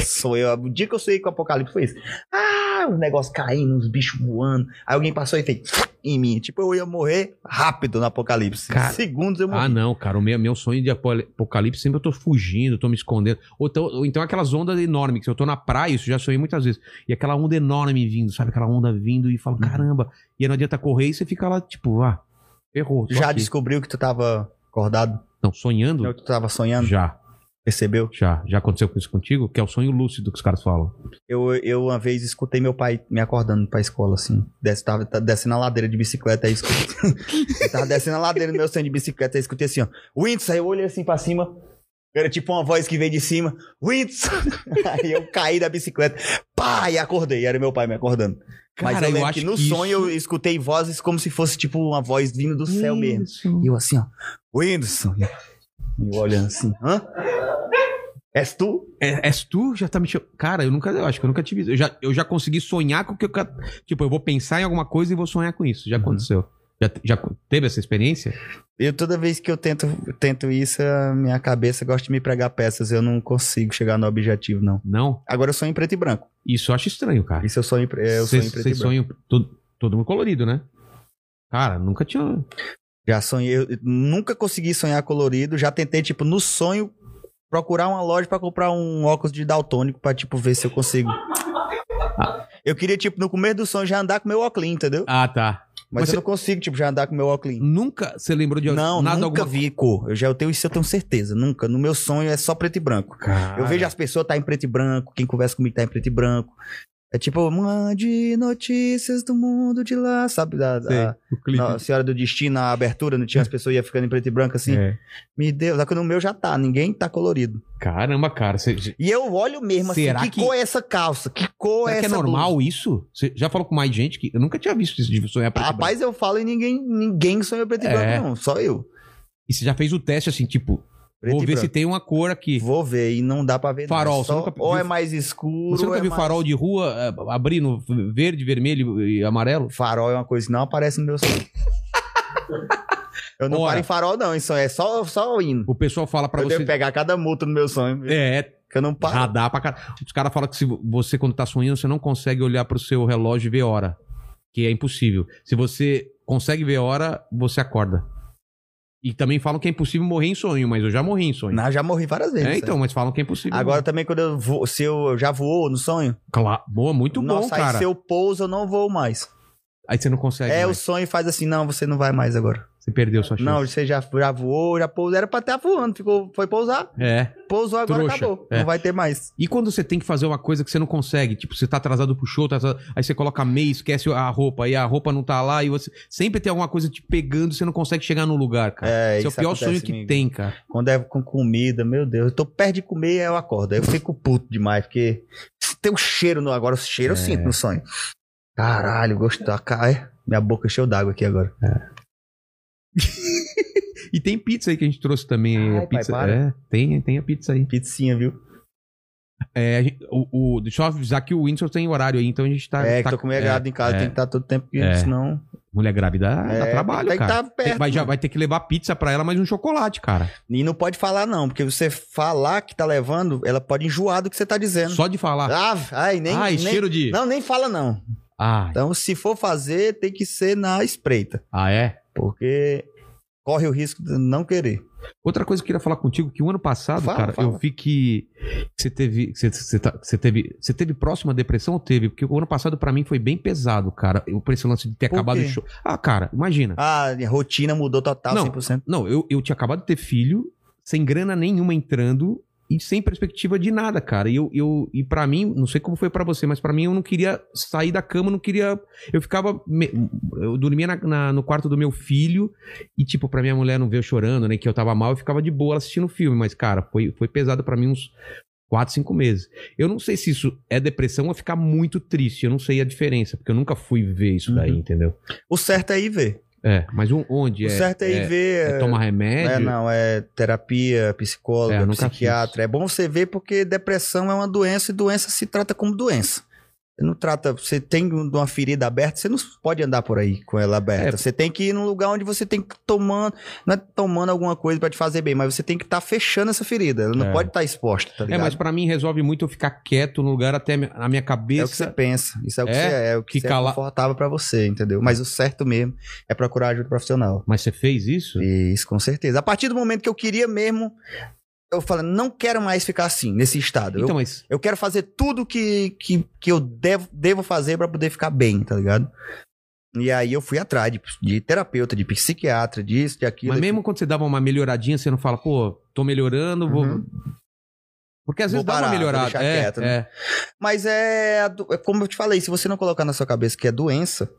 Speaker 2: Sou eu. O dia que eu sonhei com o Apocalipse foi isso. Ah, uns negócios caindo, uns bichos voando. Aí alguém passou e fez em mim. Tipo, eu ia morrer rápido no apocalipse.
Speaker 1: Cara-
Speaker 2: Segundos eu morri.
Speaker 1: Ah, não, cara, o meu, meu sonho de apo- apocalipse sempre eu tô fugindo, tô me escondendo. Ou, tô- ou então aquelas ondas enormes, que eu tô na praia, isso eu já sonhei muitas vezes. E aquela onda enorme vindo, sabe? Aquela onda vindo e fala,
Speaker 2: Uhum.
Speaker 1: caramba. E aí não adianta correr e você fica lá, tipo, ah, errou.
Speaker 2: Já descobriu que tu tava acordado?
Speaker 1: Não, sonhando?
Speaker 2: É Que tu tava sonhando?
Speaker 1: Já,
Speaker 2: Percebeu?
Speaker 1: já. Já aconteceu com isso contigo? Que é o sonho lúcido que os caras falam.
Speaker 2: Eu, eu uma vez escutei meu pai me acordando pra escola, assim. Desce, tava, tá descendo a ladeira de bicicleta, aí escutei. eu tava descendo a ladeira no meu sonho de bicicleta, aí escutei assim, ó. Windsor, aí eu olhei assim pra cima. Era tipo uma voz que veio de cima. Windsor! aí eu caí da bicicleta. Pá! E acordei. Era meu pai me acordando. Mas
Speaker 1: Cara,
Speaker 2: eu
Speaker 1: eu
Speaker 2: lembro
Speaker 1: acho
Speaker 2: que no
Speaker 1: que
Speaker 2: sonho eu escutei vozes como se fosse tipo uma voz vindo do céu
Speaker 1: Hum.
Speaker 2: mesmo. E eu assim, ó. Whindersson. E eu olhando assim, hã? És tu?
Speaker 1: É, és tu? Já tá me chamando. Cara, eu nunca. Eu acho que eu nunca tive isso. Eu já, eu já consegui sonhar com o que eu. ca- Tipo, eu vou pensar em alguma coisa e vou sonhar com isso. Já
Speaker 2: Uhum.
Speaker 1: aconteceu. Já, já teve essa experiência?
Speaker 2: Eu toda vez que eu tento, tento isso, a minha cabeça gosta de me pregar peças. Eu não consigo chegar no objetivo, não.
Speaker 1: Não?
Speaker 2: Agora eu sonho em preto e branco.
Speaker 1: Isso eu acho estranho, cara.
Speaker 2: Isso eu sonho em, pre- é, eu sonho em preto e branco.
Speaker 1: sonham todo, todo mundo colorido, né? Cara, nunca tinha.
Speaker 2: Já sonhei, eu nunca consegui sonhar colorido. Já tentei, tipo, no sonho, procurar uma loja pra comprar um óculos de daltônico pra, tipo, ver se eu consigo. Eu queria, tipo, no começo do sonho já andar com meu óculos, entendeu?
Speaker 1: Ah, tá.
Speaker 2: Mas,
Speaker 1: Mas
Speaker 2: eu não consigo, tipo, já andar com meu óculos.
Speaker 1: Nunca você lembrou de
Speaker 2: Não,
Speaker 1: nada
Speaker 2: nunca
Speaker 1: alguma
Speaker 2: vi cor. Eu já eu tenho isso, eu tenho certeza. Nunca. No meu sonho é só preto e branco.
Speaker 1: Cara.
Speaker 2: Eu vejo as pessoas tá em preto e branco, quem conversa comigo tá em preto e branco. É tipo, mande notícias do mundo de lá, sabe? Da, da-
Speaker 1: Sei, o clipe.
Speaker 2: na Senhora do Destino, a abertura, não tinha as pessoas ia ficando em preto e branco assim.
Speaker 1: É.
Speaker 2: Me deu, só que no meu já tá, ninguém tá colorido.
Speaker 1: Caramba, cara. Você,
Speaker 2: E eu olho mesmo
Speaker 1: Será
Speaker 2: assim, que,
Speaker 1: que-
Speaker 2: cor é essa calça? Que cor
Speaker 1: será
Speaker 2: é
Speaker 1: que
Speaker 2: essa
Speaker 1: é normal isso? Você já falou com mais gente que. Eu nunca tinha visto isso de sonhar
Speaker 2: blusa?
Speaker 1: preto e branco.
Speaker 2: Rapaz, eu falo e ninguém, ninguém sonha preto e
Speaker 1: É.
Speaker 2: branco, não, só eu.
Speaker 1: E você já fez o teste assim, tipo,
Speaker 2: Preto
Speaker 1: vou
Speaker 2: e
Speaker 1: ver se
Speaker 2: branco.
Speaker 1: tem uma cor aqui.
Speaker 2: Vou ver e não dá pra ver. não.
Speaker 1: Farol,
Speaker 2: É
Speaker 1: você
Speaker 2: só-
Speaker 1: nunca
Speaker 2: ou
Speaker 1: viu-
Speaker 2: é mais escuro.
Speaker 1: Você
Speaker 2: ou
Speaker 1: nunca
Speaker 2: é
Speaker 1: viu
Speaker 2: mais-
Speaker 1: farol de rua eh, abrindo verde, vermelho e amarelo?
Speaker 2: Farol é uma coisa que não aparece no meu sonho. eu não
Speaker 1: Ora.
Speaker 2: paro em farol, não. Isso é só, só o hino.
Speaker 1: O pessoal fala pra
Speaker 2: Eu
Speaker 1: você.
Speaker 2: devo pegar cada multa no meu sonho. viu?
Speaker 1: É,
Speaker 2: Que eu não paro.
Speaker 1: radar pra caralho. Os caras falam que se você, quando tá sonhando, você não consegue olhar pro seu relógio e ver hora. Que é impossível. Se você consegue ver hora, você acorda. E também falam que é impossível morrer em sonho, mas eu já morri em sonho.
Speaker 2: Não, eu já morri várias vezes.
Speaker 1: é,
Speaker 2: sabe?
Speaker 1: então, mas falam que é impossível.
Speaker 2: Agora também, quando eu vou, se eu eu já voou no sonho,
Speaker 1: Claro. Boa, muito bom,
Speaker 2: nossa,
Speaker 1: cara.
Speaker 2: aí se eu pouso, eu não voo mais.
Speaker 1: Aí você não consegue.
Speaker 2: é, o
Speaker 1: mais.
Speaker 2: sonho faz assim, não, você não vai mais agora.
Speaker 1: Você perdeu sua chance.
Speaker 2: Não, você já, já voou, já pousou, era pra estar voando, ficou, foi pousar,
Speaker 1: É.
Speaker 2: pousou, agora
Speaker 1: Trouxa.
Speaker 2: acabou,
Speaker 1: É.
Speaker 2: não vai ter mais.
Speaker 1: E quando você tem que fazer uma coisa que você não consegue, tipo, você tá atrasado pro show, tá atrasado, aí você coloca meia, esquece a roupa, aí a roupa não tá lá, e você sempre tem alguma coisa te pegando, você não consegue chegar no lugar, cara.
Speaker 2: É,
Speaker 1: Esse é o
Speaker 2: isso
Speaker 1: pior
Speaker 2: acontece
Speaker 1: sonho que
Speaker 2: comigo.
Speaker 1: tem, cara.
Speaker 2: Quando é com comida, meu Deus. Eu tô perto de comer, aí eu acordo. Aí eu fico puto demais, porque se tem um cheiro no, agora, o cheiro eu
Speaker 1: É.
Speaker 2: sinto no sonho. Caralho, gostou. Cai. é. Minha boca encheu d'água aqui agora.
Speaker 1: E tem pizza aí que a gente trouxe também. aí,
Speaker 2: Ai,
Speaker 1: a
Speaker 2: pai,
Speaker 1: pizza,
Speaker 2: para.
Speaker 1: é, tem, tem a pizza aí.
Speaker 2: Pizzinha, viu?
Speaker 1: É, a gente- o, o- deixa eu avisar que o Windsor tem horário aí, então a gente tá.
Speaker 2: é,
Speaker 1: tá-
Speaker 2: que tô com minha grávida em casa,
Speaker 1: é.
Speaker 2: tem que estar todo tempo, porque
Speaker 1: É.
Speaker 2: senão.
Speaker 1: Mulher grávida dá
Speaker 2: é,
Speaker 1: trabalho,
Speaker 2: tem
Speaker 1: cara.
Speaker 2: que estar perto.
Speaker 1: Tem- vai, já
Speaker 2: mano.
Speaker 1: vai ter que levar pizza pra ela, mais um chocolate, cara.
Speaker 2: E não pode falar, não, porque você falar que tá levando, ela pode enjoar do que você tá dizendo.
Speaker 1: Só de falar.
Speaker 2: Ah, ai, nem.
Speaker 1: Ai,
Speaker 2: nem-
Speaker 1: cheiro de.
Speaker 2: Não, nem fala, não.
Speaker 1: Ai,
Speaker 2: Então, se for fazer, tem que ser na espreita.
Speaker 1: ah, é?
Speaker 2: Porque corre o risco de não querer.
Speaker 1: Outra coisa que eu queria falar contigo, que o ano passado,
Speaker 2: Fala,
Speaker 1: cara,
Speaker 2: fala.
Speaker 1: eu vi que você teve, que você, você tá- que você teve, você teve próxima depressão ou teve? Porque o ano passado pra mim foi bem pesado, cara, eu- por esse lance de ter
Speaker 2: Por
Speaker 1: acabado o
Speaker 2: quê?
Speaker 1: show. Ah, cara, imagina.
Speaker 2: Ah, a rotina mudou total,
Speaker 1: Não.
Speaker 2: 100%.
Speaker 1: Não, eu, eu tinha acabado de ter filho, sem grana nenhuma entrando e sem perspectiva de nada, cara. E, eu, eu, e para mim, não sei como foi pra você, mas pra mim eu não queria sair da cama, não queria. Eu ficava. me- Eu dormia na- na- no quarto do meu filho e, tipo, pra minha mulher não ver eu chorando, né? Que eu tava mal, eu ficava de boa assistindo filme. Mas, cara, foi, foi pesado pra mim uns. Quatro, cinco meses. Eu não sei se isso é depressão ou ficar muito triste. Eu não sei a diferença, porque eu nunca fui ver isso daí,
Speaker 2: Uhum.
Speaker 1: entendeu?
Speaker 2: O certo é ir ver.
Speaker 1: É, mas o- onde
Speaker 2: o
Speaker 1: é?
Speaker 2: certo é ir
Speaker 1: é,
Speaker 2: ver.
Speaker 1: é tomar
Speaker 2: é,
Speaker 1: remédio?
Speaker 2: não, é terapia,
Speaker 1: É,
Speaker 2: psicóloga,
Speaker 1: eu nunca
Speaker 2: psiquiatra. É bom você ver porque depressão é uma doença e doença se trata como doença. Não trata. Você tem uma ferida aberta, você não pode andar por aí com ela aberta.
Speaker 1: É.
Speaker 2: Você tem que ir num lugar onde você tem que tomando. Não é tomando alguma coisa pra te fazer bem, mas você tem que estar fechando essa ferida. Ela não
Speaker 1: É.
Speaker 2: pode estar exposta, tá
Speaker 1: É,
Speaker 2: ligado?
Speaker 1: mas pra mim resolve muito eu ficar quieto no lugar até a minha
Speaker 2: É o que você
Speaker 1: cabeça.
Speaker 2: pensa. Isso é o que,
Speaker 1: É?
Speaker 2: você é, é o que,
Speaker 1: Que
Speaker 2: você
Speaker 1: cala-
Speaker 2: é confortável pra você, entendeu? Mas o certo mesmo é procurar ajuda profissional.
Speaker 1: Mas você fez isso?
Speaker 2: Isso, com certeza. A partir do momento que eu queria mesmo, eu falei, não quero mais ficar assim, nesse estado. Eu-
Speaker 1: Então, mas.
Speaker 2: eu, quero fazer tudo que, que, que eu devo, devo fazer pra poder ficar bem, tá ligado? E aí eu fui atrás de, de terapeuta, de psiquiatra, disso, de aquilo.
Speaker 1: Mas mesmo quando você dava uma melhoradinha, você não fala, pô, tô melhorando,
Speaker 2: Uhum.
Speaker 1: vou. Porque às
Speaker 2: Vou
Speaker 1: vezes dá
Speaker 2: parar,
Speaker 1: uma
Speaker 2: vou
Speaker 1: melhorada.
Speaker 2: deixar
Speaker 1: É,
Speaker 2: quieto, né?
Speaker 1: é.
Speaker 2: Mas é, a do- é como eu te falei, se você não colocar na sua cabeça que é doença,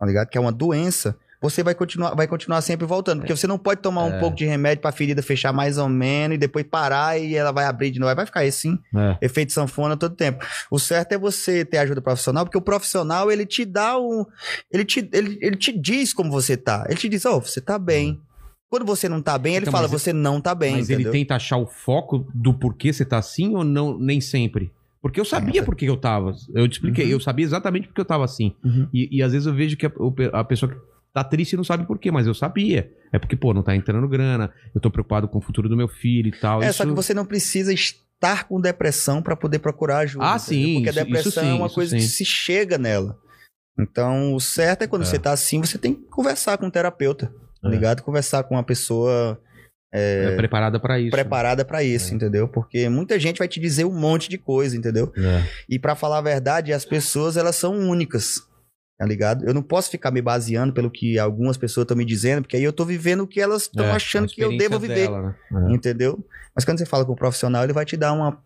Speaker 2: tá ligado? Que é uma doença, você vai continuar, vai continuar sempre voltando. Porque você não pode tomar
Speaker 1: É.
Speaker 2: um pouco de remédio pra ferida fechar mais ou menos e depois parar e ela vai abrir de novo. Vai ficar assim,
Speaker 1: É.
Speaker 2: efeito sanfona todo tempo. O certo é você ter ajuda profissional, porque o profissional, ele te dá o... Ele te, ele, ele te diz como você tá. Ele te diz, ó, você tá bem. Quando você não tá bem, ele
Speaker 1: Hum. Então,
Speaker 2: fala,
Speaker 1: mas ele-
Speaker 2: você não tá bem,
Speaker 1: Mas ele
Speaker 2: entendeu?
Speaker 1: tenta achar o foco do porquê você tá assim ou não, nem sempre. Porque eu sabia por que eu tava. Eu te expliquei,
Speaker 2: É. Uhum.
Speaker 1: eu sabia exatamente por que eu tava assim.
Speaker 2: Uhum.
Speaker 1: E, e às vezes eu vejo que a, o pe- a pessoa que tá triste não sabe por quê, mas eu sabia. É porque, pô, não tá entrando grana, eu tô preocupado com o futuro do meu filho e tal.
Speaker 2: É,
Speaker 1: isso...
Speaker 2: só que você não precisa estar com depressão pra poder procurar ajuda.
Speaker 1: Ah,
Speaker 2: entendeu?
Speaker 1: sim,
Speaker 2: Porque
Speaker 1: isso-
Speaker 2: a
Speaker 1: isso
Speaker 2: depressão
Speaker 1: sim,
Speaker 2: é uma
Speaker 1: isso
Speaker 2: coisa
Speaker 1: sim.
Speaker 2: que se chega nela. Então, o certo é quando
Speaker 1: É.
Speaker 2: você tá assim, você tem que conversar com um terapeuta, tá
Speaker 1: É.
Speaker 2: ligado? Conversar com uma pessoa
Speaker 1: é preparada pra isso. É.
Speaker 2: preparada pra isso, entendeu? Porque muita gente vai te dizer um monte de coisa, entendeu?
Speaker 1: É.
Speaker 2: E pra falar a verdade, as pessoas elas são únicas. Tá ligado? Eu não posso ficar me baseando pelo que algumas pessoas estão me dizendo, porque aí eu tô vivendo o que elas estão
Speaker 1: É,
Speaker 2: achando
Speaker 1: a
Speaker 2: que eu devo
Speaker 1: experiência
Speaker 2: viver.
Speaker 1: dela, né?
Speaker 2: Entendeu? Mas quando você fala com o profissional, ele vai te dar uma,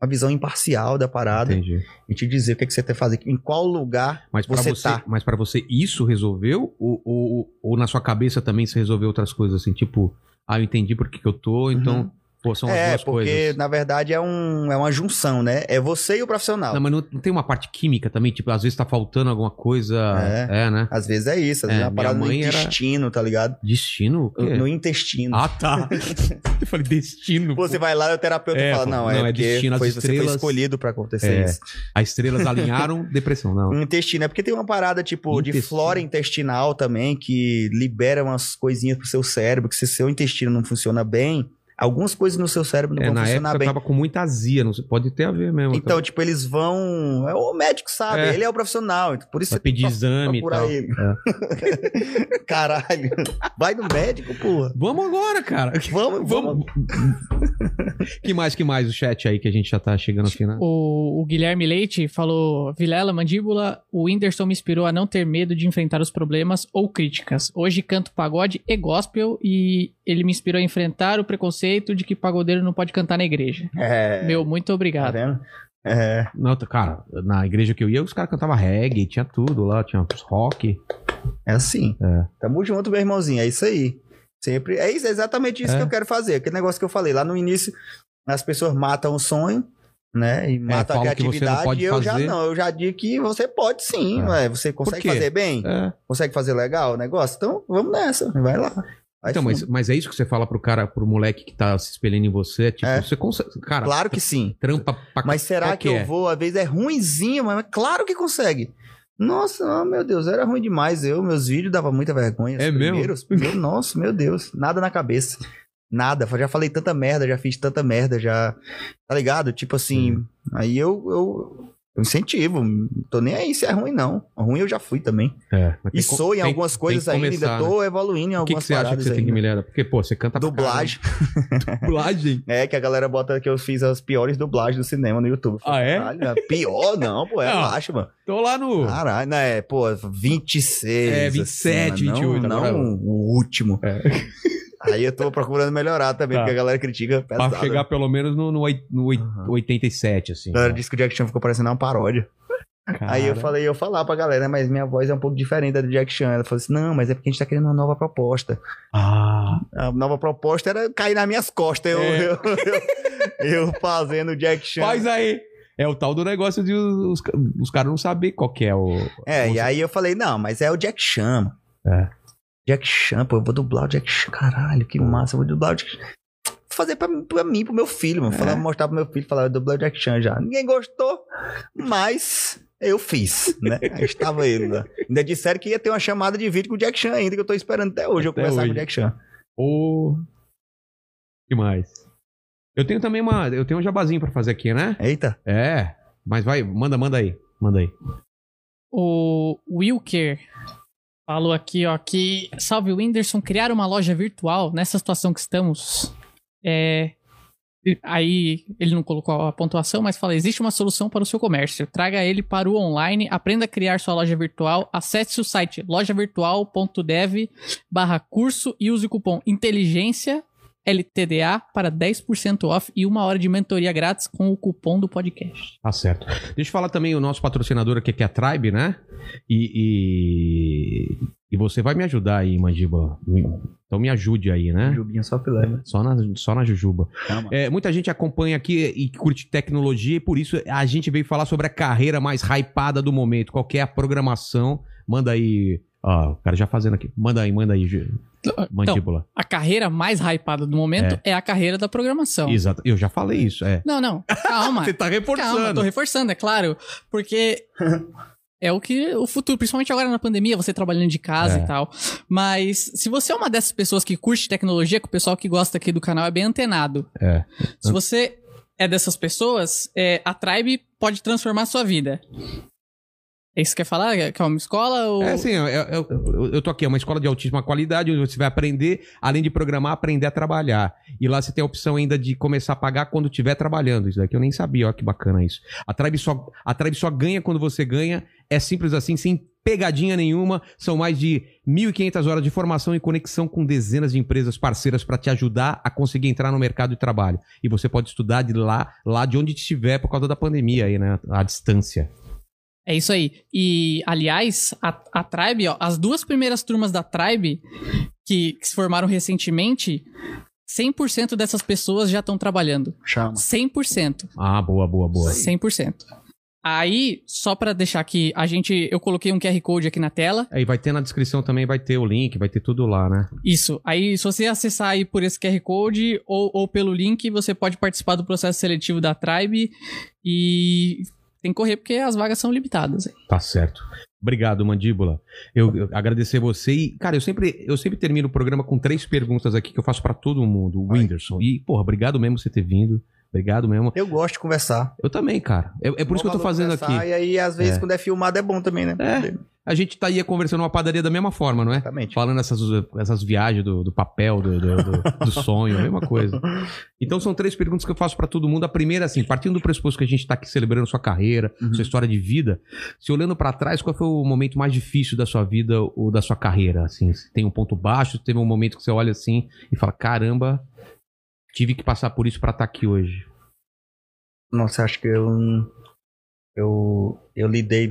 Speaker 2: uma visão imparcial da
Speaker 1: É,
Speaker 2: parada
Speaker 1: entendi.
Speaker 2: e te dizer o que, é que você tem que fazer, em qual lugar.
Speaker 1: Mas pra você,
Speaker 2: Você tá.
Speaker 1: mas para você isso resolveu ou, ou, ou na sua cabeça também se resolveu outras coisas assim, tipo, ah, eu entendi por que, que eu tô, então, pô, são as
Speaker 2: Uhum. é,
Speaker 1: duas
Speaker 2: porque
Speaker 1: coisas.
Speaker 2: na verdade é, um, é uma junção, né? É você e o profissional.
Speaker 1: Não, mas não, não tem uma parte química também, tipo, às vezes tá faltando alguma coisa, é,
Speaker 2: É.
Speaker 1: né?
Speaker 2: Às vezes é isso, às
Speaker 1: É,
Speaker 2: vezes é
Speaker 1: minha
Speaker 2: uma parada no
Speaker 1: mãe era-
Speaker 2: intestino, tá ligado?
Speaker 1: Destino? O quê?
Speaker 2: No intestino.
Speaker 1: Ah, tá. eu falei destino.
Speaker 2: Pô, Você
Speaker 1: pô.
Speaker 2: vai lá e o terapeuta
Speaker 1: É,
Speaker 2: fala:
Speaker 1: pô,
Speaker 2: Não,
Speaker 1: não,
Speaker 2: é,
Speaker 1: é
Speaker 2: porque
Speaker 1: destino, as
Speaker 2: foi, você
Speaker 1: estrelas-
Speaker 2: foi escolhido pra acontecer
Speaker 1: É.
Speaker 2: isso.
Speaker 1: As estrelas alinharam, depressão, não.
Speaker 2: No intestino, é porque tem uma parada, tipo, de
Speaker 1: Intestino.
Speaker 2: flora intestinal também, que libera umas coisinhas pro seu cérebro, que se seu intestino não funciona bem, algumas coisas no seu cérebro não
Speaker 1: É,
Speaker 2: vão
Speaker 1: na
Speaker 2: funcionar
Speaker 1: época
Speaker 2: bem.
Speaker 1: eu tava com muita azia, não sei, pode ter a ver mesmo.
Speaker 2: Então, tipo, eles vão. é, O médico sabe,
Speaker 1: É.
Speaker 2: ele é o profissional, então por isso
Speaker 1: Vai
Speaker 2: você
Speaker 1: pedir
Speaker 2: pro-
Speaker 1: exame e
Speaker 2: procurar
Speaker 1: tal.
Speaker 2: ele. Caralho. Vai no médico, porra.
Speaker 1: Vamos agora, cara.
Speaker 2: Vamos,
Speaker 1: Vamos.
Speaker 2: vamos.
Speaker 1: que mais, que mais? O chat aí que a gente já tá chegando ao final.
Speaker 4: O, o Guilherme Leite falou: Vilela, mandíbula, o Whindersson me inspirou a não ter medo de enfrentar os problemas ou críticas. Hoje canto pagode e gospel e ele me inspirou a enfrentar o preconceito de que pagodeiro não pode cantar na igreja.
Speaker 2: É.
Speaker 4: Meu, muito
Speaker 2: Tá
Speaker 4: obrigado.
Speaker 2: vendo? É.
Speaker 1: Não, t- cara, na igreja que eu ia, os caras cantavam reggae, tinha tudo lá, tinha rock.
Speaker 2: É assim. Tamo junto, meu irmãozinho. É isso aí. Sempre. É isso, é exatamente isso
Speaker 1: É.
Speaker 2: que eu quero fazer. Aquele negócio que eu falei lá no início, as pessoas matam o sonho, né? E matam a
Speaker 1: É, falam que você não
Speaker 2: criatividade.
Speaker 1: pode
Speaker 2: E eu já
Speaker 1: fazer.
Speaker 2: não. Eu já digo que você pode sim,
Speaker 1: É.
Speaker 2: ué. Você consegue
Speaker 1: quê?
Speaker 2: fazer bem?
Speaker 1: É.
Speaker 2: Consegue fazer legal o negócio? Então, vamos nessa. Vai lá. Vai
Speaker 1: Então,
Speaker 2: fundo.
Speaker 1: mas, mas é isso que você fala pro cara, pro moleque que tá se espelhando em você? Tipo,
Speaker 2: É.
Speaker 1: você consegue. Cara,
Speaker 2: Claro que sim.
Speaker 1: trampa pra
Speaker 2: Mas será
Speaker 1: qual
Speaker 2: que,
Speaker 1: que é?
Speaker 2: eu vou? Às vezes é ruinzinho, mas claro que consegue. Nossa, ah, meu Deus, era ruim demais. Eu, meus vídeos dava muita vergonha. Os
Speaker 1: É mesmo?
Speaker 2: primeiros, meu, nossa, meu Deus, nada na cabeça. Nada, já falei tanta merda, já fiz tanta merda, já. Tá ligado? Tipo assim, aí eu, eu, eu incentivo, não tô nem aí se é ruim, não. Ruim eu já fui também.
Speaker 1: É, mas
Speaker 2: E
Speaker 1: tem co-
Speaker 2: sou em
Speaker 1: tem-
Speaker 2: algumas
Speaker 1: tem
Speaker 2: coisas
Speaker 1: que
Speaker 2: ainda,
Speaker 1: começar,
Speaker 2: ainda tô evoluindo em
Speaker 1: Né? O que, que
Speaker 2: algumas
Speaker 1: você acha que
Speaker 2: paradas
Speaker 1: você tem que
Speaker 2: ainda.
Speaker 1: melhorar? Porque, pô, você canta pra
Speaker 2: Dublagem.
Speaker 1: caralho. Dublagem?
Speaker 2: É, que a galera bota que eu fiz as piores dublagens do cinema no YouTube.
Speaker 1: Ah, é?
Speaker 2: Caralho, pior não, pô, é
Speaker 1: Não.
Speaker 2: relaxa, mano.
Speaker 1: Tô lá no.
Speaker 2: Caralho, né? Pô, 26.
Speaker 1: É, 27,
Speaker 2: né?
Speaker 1: 28,
Speaker 2: Não,
Speaker 1: agora-
Speaker 2: não o último.
Speaker 1: É.
Speaker 2: Aí eu tô procurando melhorar também,
Speaker 1: Tá.
Speaker 2: porque a galera critica
Speaker 1: pra
Speaker 2: pesado.
Speaker 1: chegar pelo menos no, no, oit- no oit-
Speaker 2: é Aham.
Speaker 1: 87, assim.
Speaker 2: A galera disse que o Jack Chan ficou parecendo uma paródia. Aí eu
Speaker 1: Cara.
Speaker 2: falei, eu falar pra galera, mas minha voz é um pouco diferente da do Jack Chan. Ela falou assim, não, mas é porque a gente tá querendo uma nova proposta.
Speaker 1: Ah,
Speaker 2: A nova proposta era cair nas minhas costas. Eu,
Speaker 1: É.
Speaker 2: eu, eu, eu fazendo o Jack Chan.
Speaker 1: faz aí. É o tal do negócio de os, os caras não saber qual que é o.
Speaker 2: É,
Speaker 1: o-
Speaker 2: e aí eu falei, não, mas é o Jack Chan. mano.
Speaker 1: É.
Speaker 2: Jack Chan, pô, eu vou dublar o Jack Chan. Caralho, que massa, eu vou dublar o Jack Chan. Vou Fazer pra, mim- pra
Speaker 1: É.
Speaker 2: mim, pro meu filho, mano. Falar, mostrar pro meu filho, falar, eu dublei o Jack Chan já. Ninguém gostou, mas Eu fiz, né? Aí estava ele lá. Ainda disseram que ia ter uma chamada de vídeo com o Jack Chan ainda, que eu tô esperando até hoje eu
Speaker 1: Até
Speaker 2: conversar
Speaker 1: hoje.
Speaker 2: com o Jack Chan.
Speaker 1: Ô. que mais? Eu tenho também uma. Eu tenho um jabazinho pra fazer aqui, né?
Speaker 2: Eita,
Speaker 1: É. Mas vai, manda, manda aí. Manda aí.
Speaker 4: O Wilker falou aqui, ó, que salve Whindersson, criar uma loja virtual nessa situação que estamos. É. e- Aí ele não colocou a pontuação, mas fala: existe uma solução para o seu comércio. Traga ele para o online, aprenda a criar sua loja virtual, acesse o site lojavirtual.dev barra curso e use o cupom inteligência LTDA para 10% off e uma hora de mentoria grátis com o cupom do podcast.
Speaker 1: Tá certo. Deixa eu falar também o nosso patrocinador aqui, que é a Tribe, né? E, e, e você vai me ajudar aí, Mandiba. Então me ajude aí, né?
Speaker 2: Jubinha só filé, né?
Speaker 1: Só na, só na Jujuba.
Speaker 2: Calma.
Speaker 1: É, muita gente acompanha aqui e curte tecnologia e por isso a gente veio falar sobre a carreira mais hypada do momento. Qual que é a programação? Manda aí. Ó, o cara já fazendo aqui. Manda aí, manda aí, Ju- mandíbula.
Speaker 4: A carreira mais hypada do momento é, a carreira da programação.
Speaker 1: Exato. Eu já falei isso, é.
Speaker 4: Não, então. não. Calma.
Speaker 1: Você tá
Speaker 4: calma, tô
Speaker 1: reforçando.
Speaker 4: reforçando, é claro. Porque é o que o futuro, principalmente agora na pandemia, você trabalhando de casa
Speaker 1: É.
Speaker 4: e tal. Mas se você é uma dessas pessoas que curte tecnologia, que o pessoal que gosta aqui do canal é bem antenado.
Speaker 1: É.
Speaker 4: Se você é dessas pessoas, é, a Tribe pode transformar a sua vida. É isso que quer falar? Que é uma escola ou
Speaker 1: É assim, eu, eu, eu- eu tô aqui, é uma escola de altíssima qualidade, onde você vai aprender, além de programar, aprender a trabalhar. E lá você tem a opção ainda de começar a pagar quando estiver trabalhando. Isso daqui eu nem sabia, olha que bacana isso. A Tribe só, a Tribe só ganha quando você ganha, é simples assim, sem pegadinha nenhuma. São mais de 1.500 horas de formação e conexão com dezenas de empresas parceiras para te ajudar a conseguir entrar no mercado de trabalho. E você pode estudar de lá, lá de onde estiver, por causa da pandemia aí, né? À distância.
Speaker 4: É isso aí. E, aliás, a, a Tribe, ó, as duas primeiras turmas da Tribe que, que se formaram recentemente, 100% dessas pessoas já estão trabalhando.
Speaker 2: Chama.
Speaker 4: 100%.
Speaker 1: Ah, boa, boa, boa.
Speaker 4: 100%. Aí, só pra deixar aqui, a gente, eu coloquei um QR Code aqui na tela.
Speaker 1: Aí vai ter na descrição também, vai ter o link, vai ter tudo lá, né?
Speaker 4: Isso. Aí, se você acessar aí por esse QR Code ou, ou pelo link, você pode participar do processo seletivo da Tribe e tem que correr porque as vagas são limitadas.
Speaker 1: Tá certo. Obrigado, Mandíbula. Eu, eu agradecer você e, cara, eu sempre, eu sempre termino o programa com três perguntas aqui que eu faço pra todo mundo, o Whindersson. E, porra, obrigado mesmo você ter vindo. Obrigado mesmo.
Speaker 2: Eu gosto de conversar.
Speaker 1: Eu também, cara. É, é por isso que eu tô
Speaker 2: Bom valor
Speaker 1: fazendo
Speaker 2: conversar,
Speaker 1: aqui.
Speaker 2: E aí, às vezes,
Speaker 1: É.
Speaker 2: quando é filmado, é bom também, né?
Speaker 1: É. A gente tá aí conversando uma padaria da mesma forma, não é?
Speaker 2: Exatamente.
Speaker 1: Falando essas, essas viagens do, do papel, do, do, do- do sonho, a mesma coisa. Então são três perguntas que eu faço pra todo mundo. A primeira, assim, partindo do pressuposto que a gente tá aqui celebrando sua carreira,
Speaker 2: Uhum.
Speaker 1: sua história de vida, se olhando pra trás, qual foi o momento mais difícil da sua vida ou da sua carreira? Assim, se tem um ponto baixo, se teve um momento que você olha assim e fala: caramba, tive que passar por isso pra estar aqui hoje.
Speaker 2: Nossa, acho que eu. Eu, eu lidei.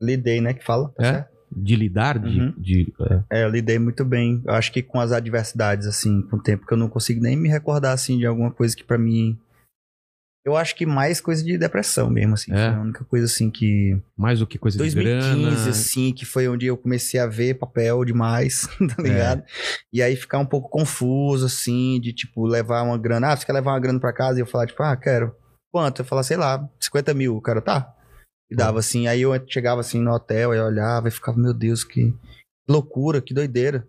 Speaker 2: Lidei, né? Que fala, tá
Speaker 1: É?
Speaker 2: certo?
Speaker 1: De lidar, de.
Speaker 2: Uhum.
Speaker 1: de- é.
Speaker 2: É, eu lidei muito bem. Eu acho que com as adversidades, assim, com o tempo, que eu não consigo nem me recordar, assim, de alguma coisa que pra mim. Eu acho que mais coisa de depressão mesmo, assim.
Speaker 1: É. né?
Speaker 2: Foi a única coisa, assim, que.
Speaker 1: Mais do que coisa
Speaker 2: 2015,
Speaker 1: de grana.
Speaker 2: assim, que foi onde eu comecei a ver papel demais,
Speaker 1: é.
Speaker 2: tá ligado? E aí ficar um pouco confuso, assim, de tipo, levar uma grana. Ah, você quer levar uma grana pra casa? E eu falar, tipo, ah, quero. Quanto? Eu falar, sei lá, 50 mil, o cara tá? E dava assim, aí eu chegava assim no hotel, aí eu olhava e ficava, meu Deus, que loucura, que doideira.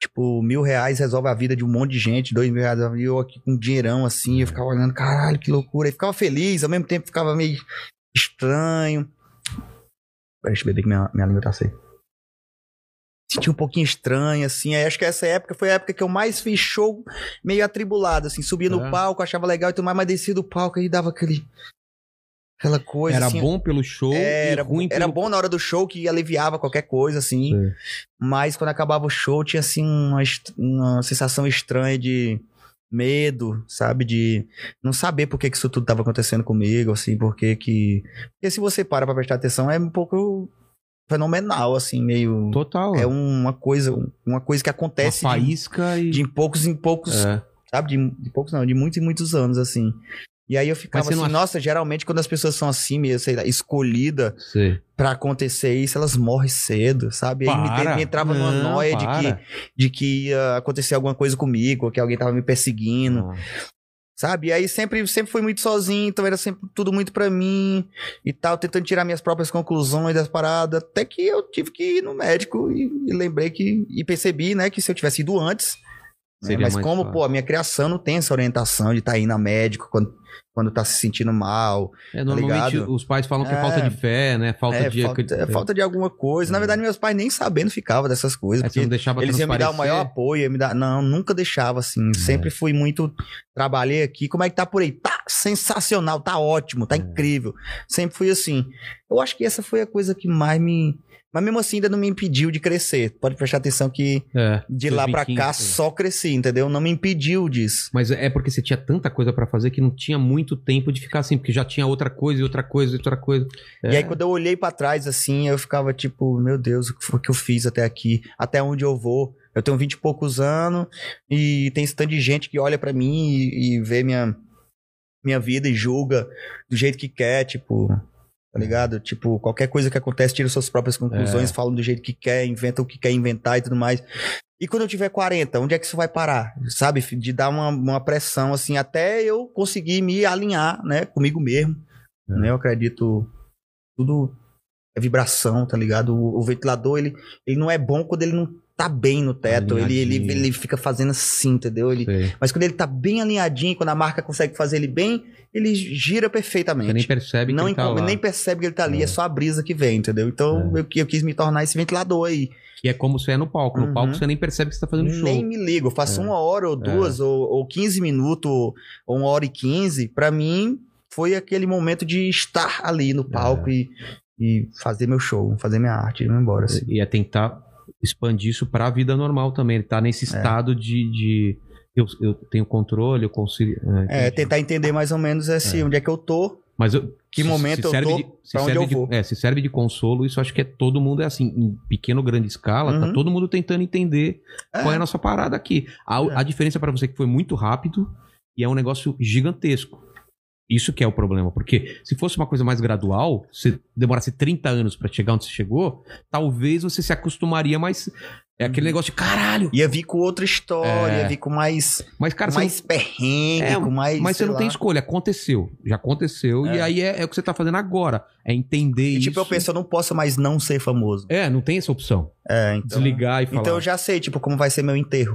Speaker 2: Tipo, mil reais resolve a vida de um monte de gente, dois mil reais, e eu aqui com um dinheirão assim, eu ficava olhando, caralho, que loucura. E ficava feliz, ao mesmo tempo ficava meio estranho. Pera, Deixa eu beber que minha, minha língua tá seca. Senti um pouquinho estranho, assim. Aí acho que essa época foi a época que eu mais fiz show meio atribulado, assim. Subia no
Speaker 1: É.
Speaker 2: palco, achava legal e tudo mais, mas descia do palco e dava aquele. Aquela coisa.
Speaker 1: Era
Speaker 2: assim, É,
Speaker 1: bom pelo show
Speaker 2: era,
Speaker 1: e ruim
Speaker 2: era
Speaker 1: pelo
Speaker 2: bom na hora do show que aliviava qualquer coisa, assim.
Speaker 1: Sim.
Speaker 2: Mas quando acabava o show, tinha assim uma, est- uma sensação estranha de medo, sabe? De não saber por que, que isso tudo tava acontecendo comigo, assim, por que que. Porque se você para pra prestar atenção, é um pouco fenomenal, assim, meio.
Speaker 1: Total.
Speaker 2: É uma coisa, uma coisa que
Speaker 1: uma
Speaker 2: acontece de,
Speaker 1: faísca e.
Speaker 2: de em poucos em poucos
Speaker 1: É.
Speaker 2: sabe? De, de poucos não, de muitos e muitos anos, assim. E aí eu ficava
Speaker 1: Mas você
Speaker 2: assim,
Speaker 1: não acha-
Speaker 2: nossa, geralmente quando as pessoas são assim, meio, sei lá, escolhida
Speaker 1: Sei.
Speaker 2: pra acontecer isso, elas morrem cedo, sabe? Aí me, de-
Speaker 1: Para.
Speaker 2: me entrava numa
Speaker 1: Não,
Speaker 2: noia de
Speaker 1: para.
Speaker 2: que, de que ia acontecer alguma coisa comigo, ou que alguém tava me perseguindo.
Speaker 1: Ah,
Speaker 2: Sabe? E aí sempre, sempre fui muito sozinho, então era sempre tudo muito pra mim e tal, tentando tirar minhas próprias conclusões das paradas, até que eu tive que ir no médico e, e lembrei que, e percebi, né, que se eu tivesse ido antes, né,
Speaker 1: Seria
Speaker 2: mas
Speaker 1: mais
Speaker 2: como,
Speaker 1: fácil.
Speaker 2: pô, a minha criação não tem essa orientação de estar tá indo a médico quando, quando tá se sentindo mal,
Speaker 1: É, normalmente
Speaker 2: tá ligado?
Speaker 1: os pais falam que é
Speaker 2: É.
Speaker 1: falta de fé, né? Falta
Speaker 2: é,
Speaker 1: de.
Speaker 2: falta, é, falta de alguma coisa. Na verdade, meus pais nem sabendo ficavam dessas coisas.
Speaker 1: Aí você É, não
Speaker 2: Porque
Speaker 1: deixava
Speaker 2: eles iam me dar o maior
Speaker 1: transparecer.
Speaker 2: apoio, ia me dar... Não, nunca deixava, assim.
Speaker 1: É.
Speaker 2: Sempre fui muito... Trabalhei aqui. Como é que tá por aí? Tá sensacional, tá ótimo,
Speaker 1: É.
Speaker 2: tá incrível. Sempre fui assim. Eu acho que essa foi a coisa que mais me... Mas mesmo assim ainda não me impediu de crescer. Pode prestar atenção que
Speaker 1: É,
Speaker 2: de lá pra cá
Speaker 1: 2015.
Speaker 2: só cresci, entendeu? Não me impediu disso.
Speaker 1: Mas é porque você tinha tanta coisa pra fazer que não tinha muito tempo de ficar assim, porque já tinha outra coisa e outra coisa e outra coisa. É.
Speaker 2: E aí, quando eu olhei pra trás, assim, eu ficava tipo, meu Deus, o que foi que eu fiz até aqui? Até onde eu vou? Eu tenho vinte e poucos anos e tem esse tanto de gente que olha pra mim e, e vê minha, minha vida e julga do jeito que quer, tipo, tá ligado? Tipo, qualquer coisa que acontece, tira suas próprias conclusões,
Speaker 1: É.
Speaker 2: falam do jeito que quer, inventa o que quer inventar e tudo mais. E quando eu tiver 40, onde é que isso vai parar? Sabe? fi? De dar uma, uma pressão, assim, até eu conseguir me alinhar, né, comigo mesmo.
Speaker 1: É.
Speaker 2: Né? Eu acredito tudo é vibração, tá ligado? O, o ventilador, ele, ele não é bom quando ele não tá bem no teto. Ele, ele,
Speaker 1: Alinhadinho.
Speaker 2: ele fica fazendo assim, entendeu? Ele,
Speaker 1: Sei.
Speaker 2: mas quando ele tá bem alinhadinho, quando a marca consegue fazer ele bem, ele gira
Speaker 1: Você nem
Speaker 2: perfeitamente.
Speaker 1: percebe
Speaker 2: Não
Speaker 1: que tá
Speaker 2: incom-
Speaker 1: lá.
Speaker 2: nem percebe que ele tá ali,
Speaker 1: É.
Speaker 2: é. só a brisa que vem, entendeu? Então eu, eu quis me tornar esse ventilador aí.
Speaker 1: Que é como você é no palco. No
Speaker 2: Uhum.
Speaker 1: palco você nem percebe que você tá fazendo show.
Speaker 2: Nem me ligo, eu faço
Speaker 1: É.
Speaker 2: uma hora ou duas, ou, ou 15 minutos, ou ou uma hora e 15. Pra mim, foi aquele momento de estar ali no palco
Speaker 1: É.
Speaker 2: e, e fazer meu show, fazer minha arte e ir embora. Assim.
Speaker 1: E é tentar expandir isso pra vida normal também. Ele tá nesse
Speaker 2: É.
Speaker 1: estado de. de eu, eu tenho controle, eu consigo.
Speaker 2: É,
Speaker 1: entendi.
Speaker 2: tentar entender mais ou menos assim, onde é que eu tô.
Speaker 1: Mas eu,
Speaker 2: Que
Speaker 1: se-
Speaker 2: momento
Speaker 1: se
Speaker 2: eu
Speaker 1: serve
Speaker 2: tô,
Speaker 1: de- se
Speaker 2: pra onde
Speaker 1: serve
Speaker 2: eu
Speaker 1: de-
Speaker 2: vou.
Speaker 1: É, se serve de consolo, isso acho que é todo mundo é assim, em pequeno, grande escala, tá
Speaker 2: Uhum.
Speaker 1: todo mundo tentando entender
Speaker 2: É.
Speaker 1: qual é a nossa parada aqui. A, a diferença pra você é que foi muito rápido e é um negócio gigantesco. Isso que é o problema, porque se fosse uma coisa mais gradual, se demorasse 30 anos pra chegar onde você chegou, talvez você se acostumaria, mas é
Speaker 2: Uhum.
Speaker 1: aquele negócio de caralho.
Speaker 2: Ia vir com outra história,
Speaker 1: É.
Speaker 2: ia vir com mais,
Speaker 1: Mas, cara,
Speaker 2: com
Speaker 1: você não
Speaker 2: mais perrengue,
Speaker 1: É,
Speaker 2: com mais.
Speaker 1: Mas você
Speaker 2: sei
Speaker 1: não
Speaker 2: lá.
Speaker 1: tem escolha, aconteceu, já aconteceu, e
Speaker 2: É.
Speaker 1: aí é, é o que você tá fazendo agora, é entender
Speaker 2: E,
Speaker 1: isso.
Speaker 2: tipo, eu penso, eu não posso mais não ser famoso.
Speaker 1: É, não tem essa opção.
Speaker 2: É, então.
Speaker 1: Desligar e falar.
Speaker 2: Então eu já sei, tipo, como vai ser meu enterro.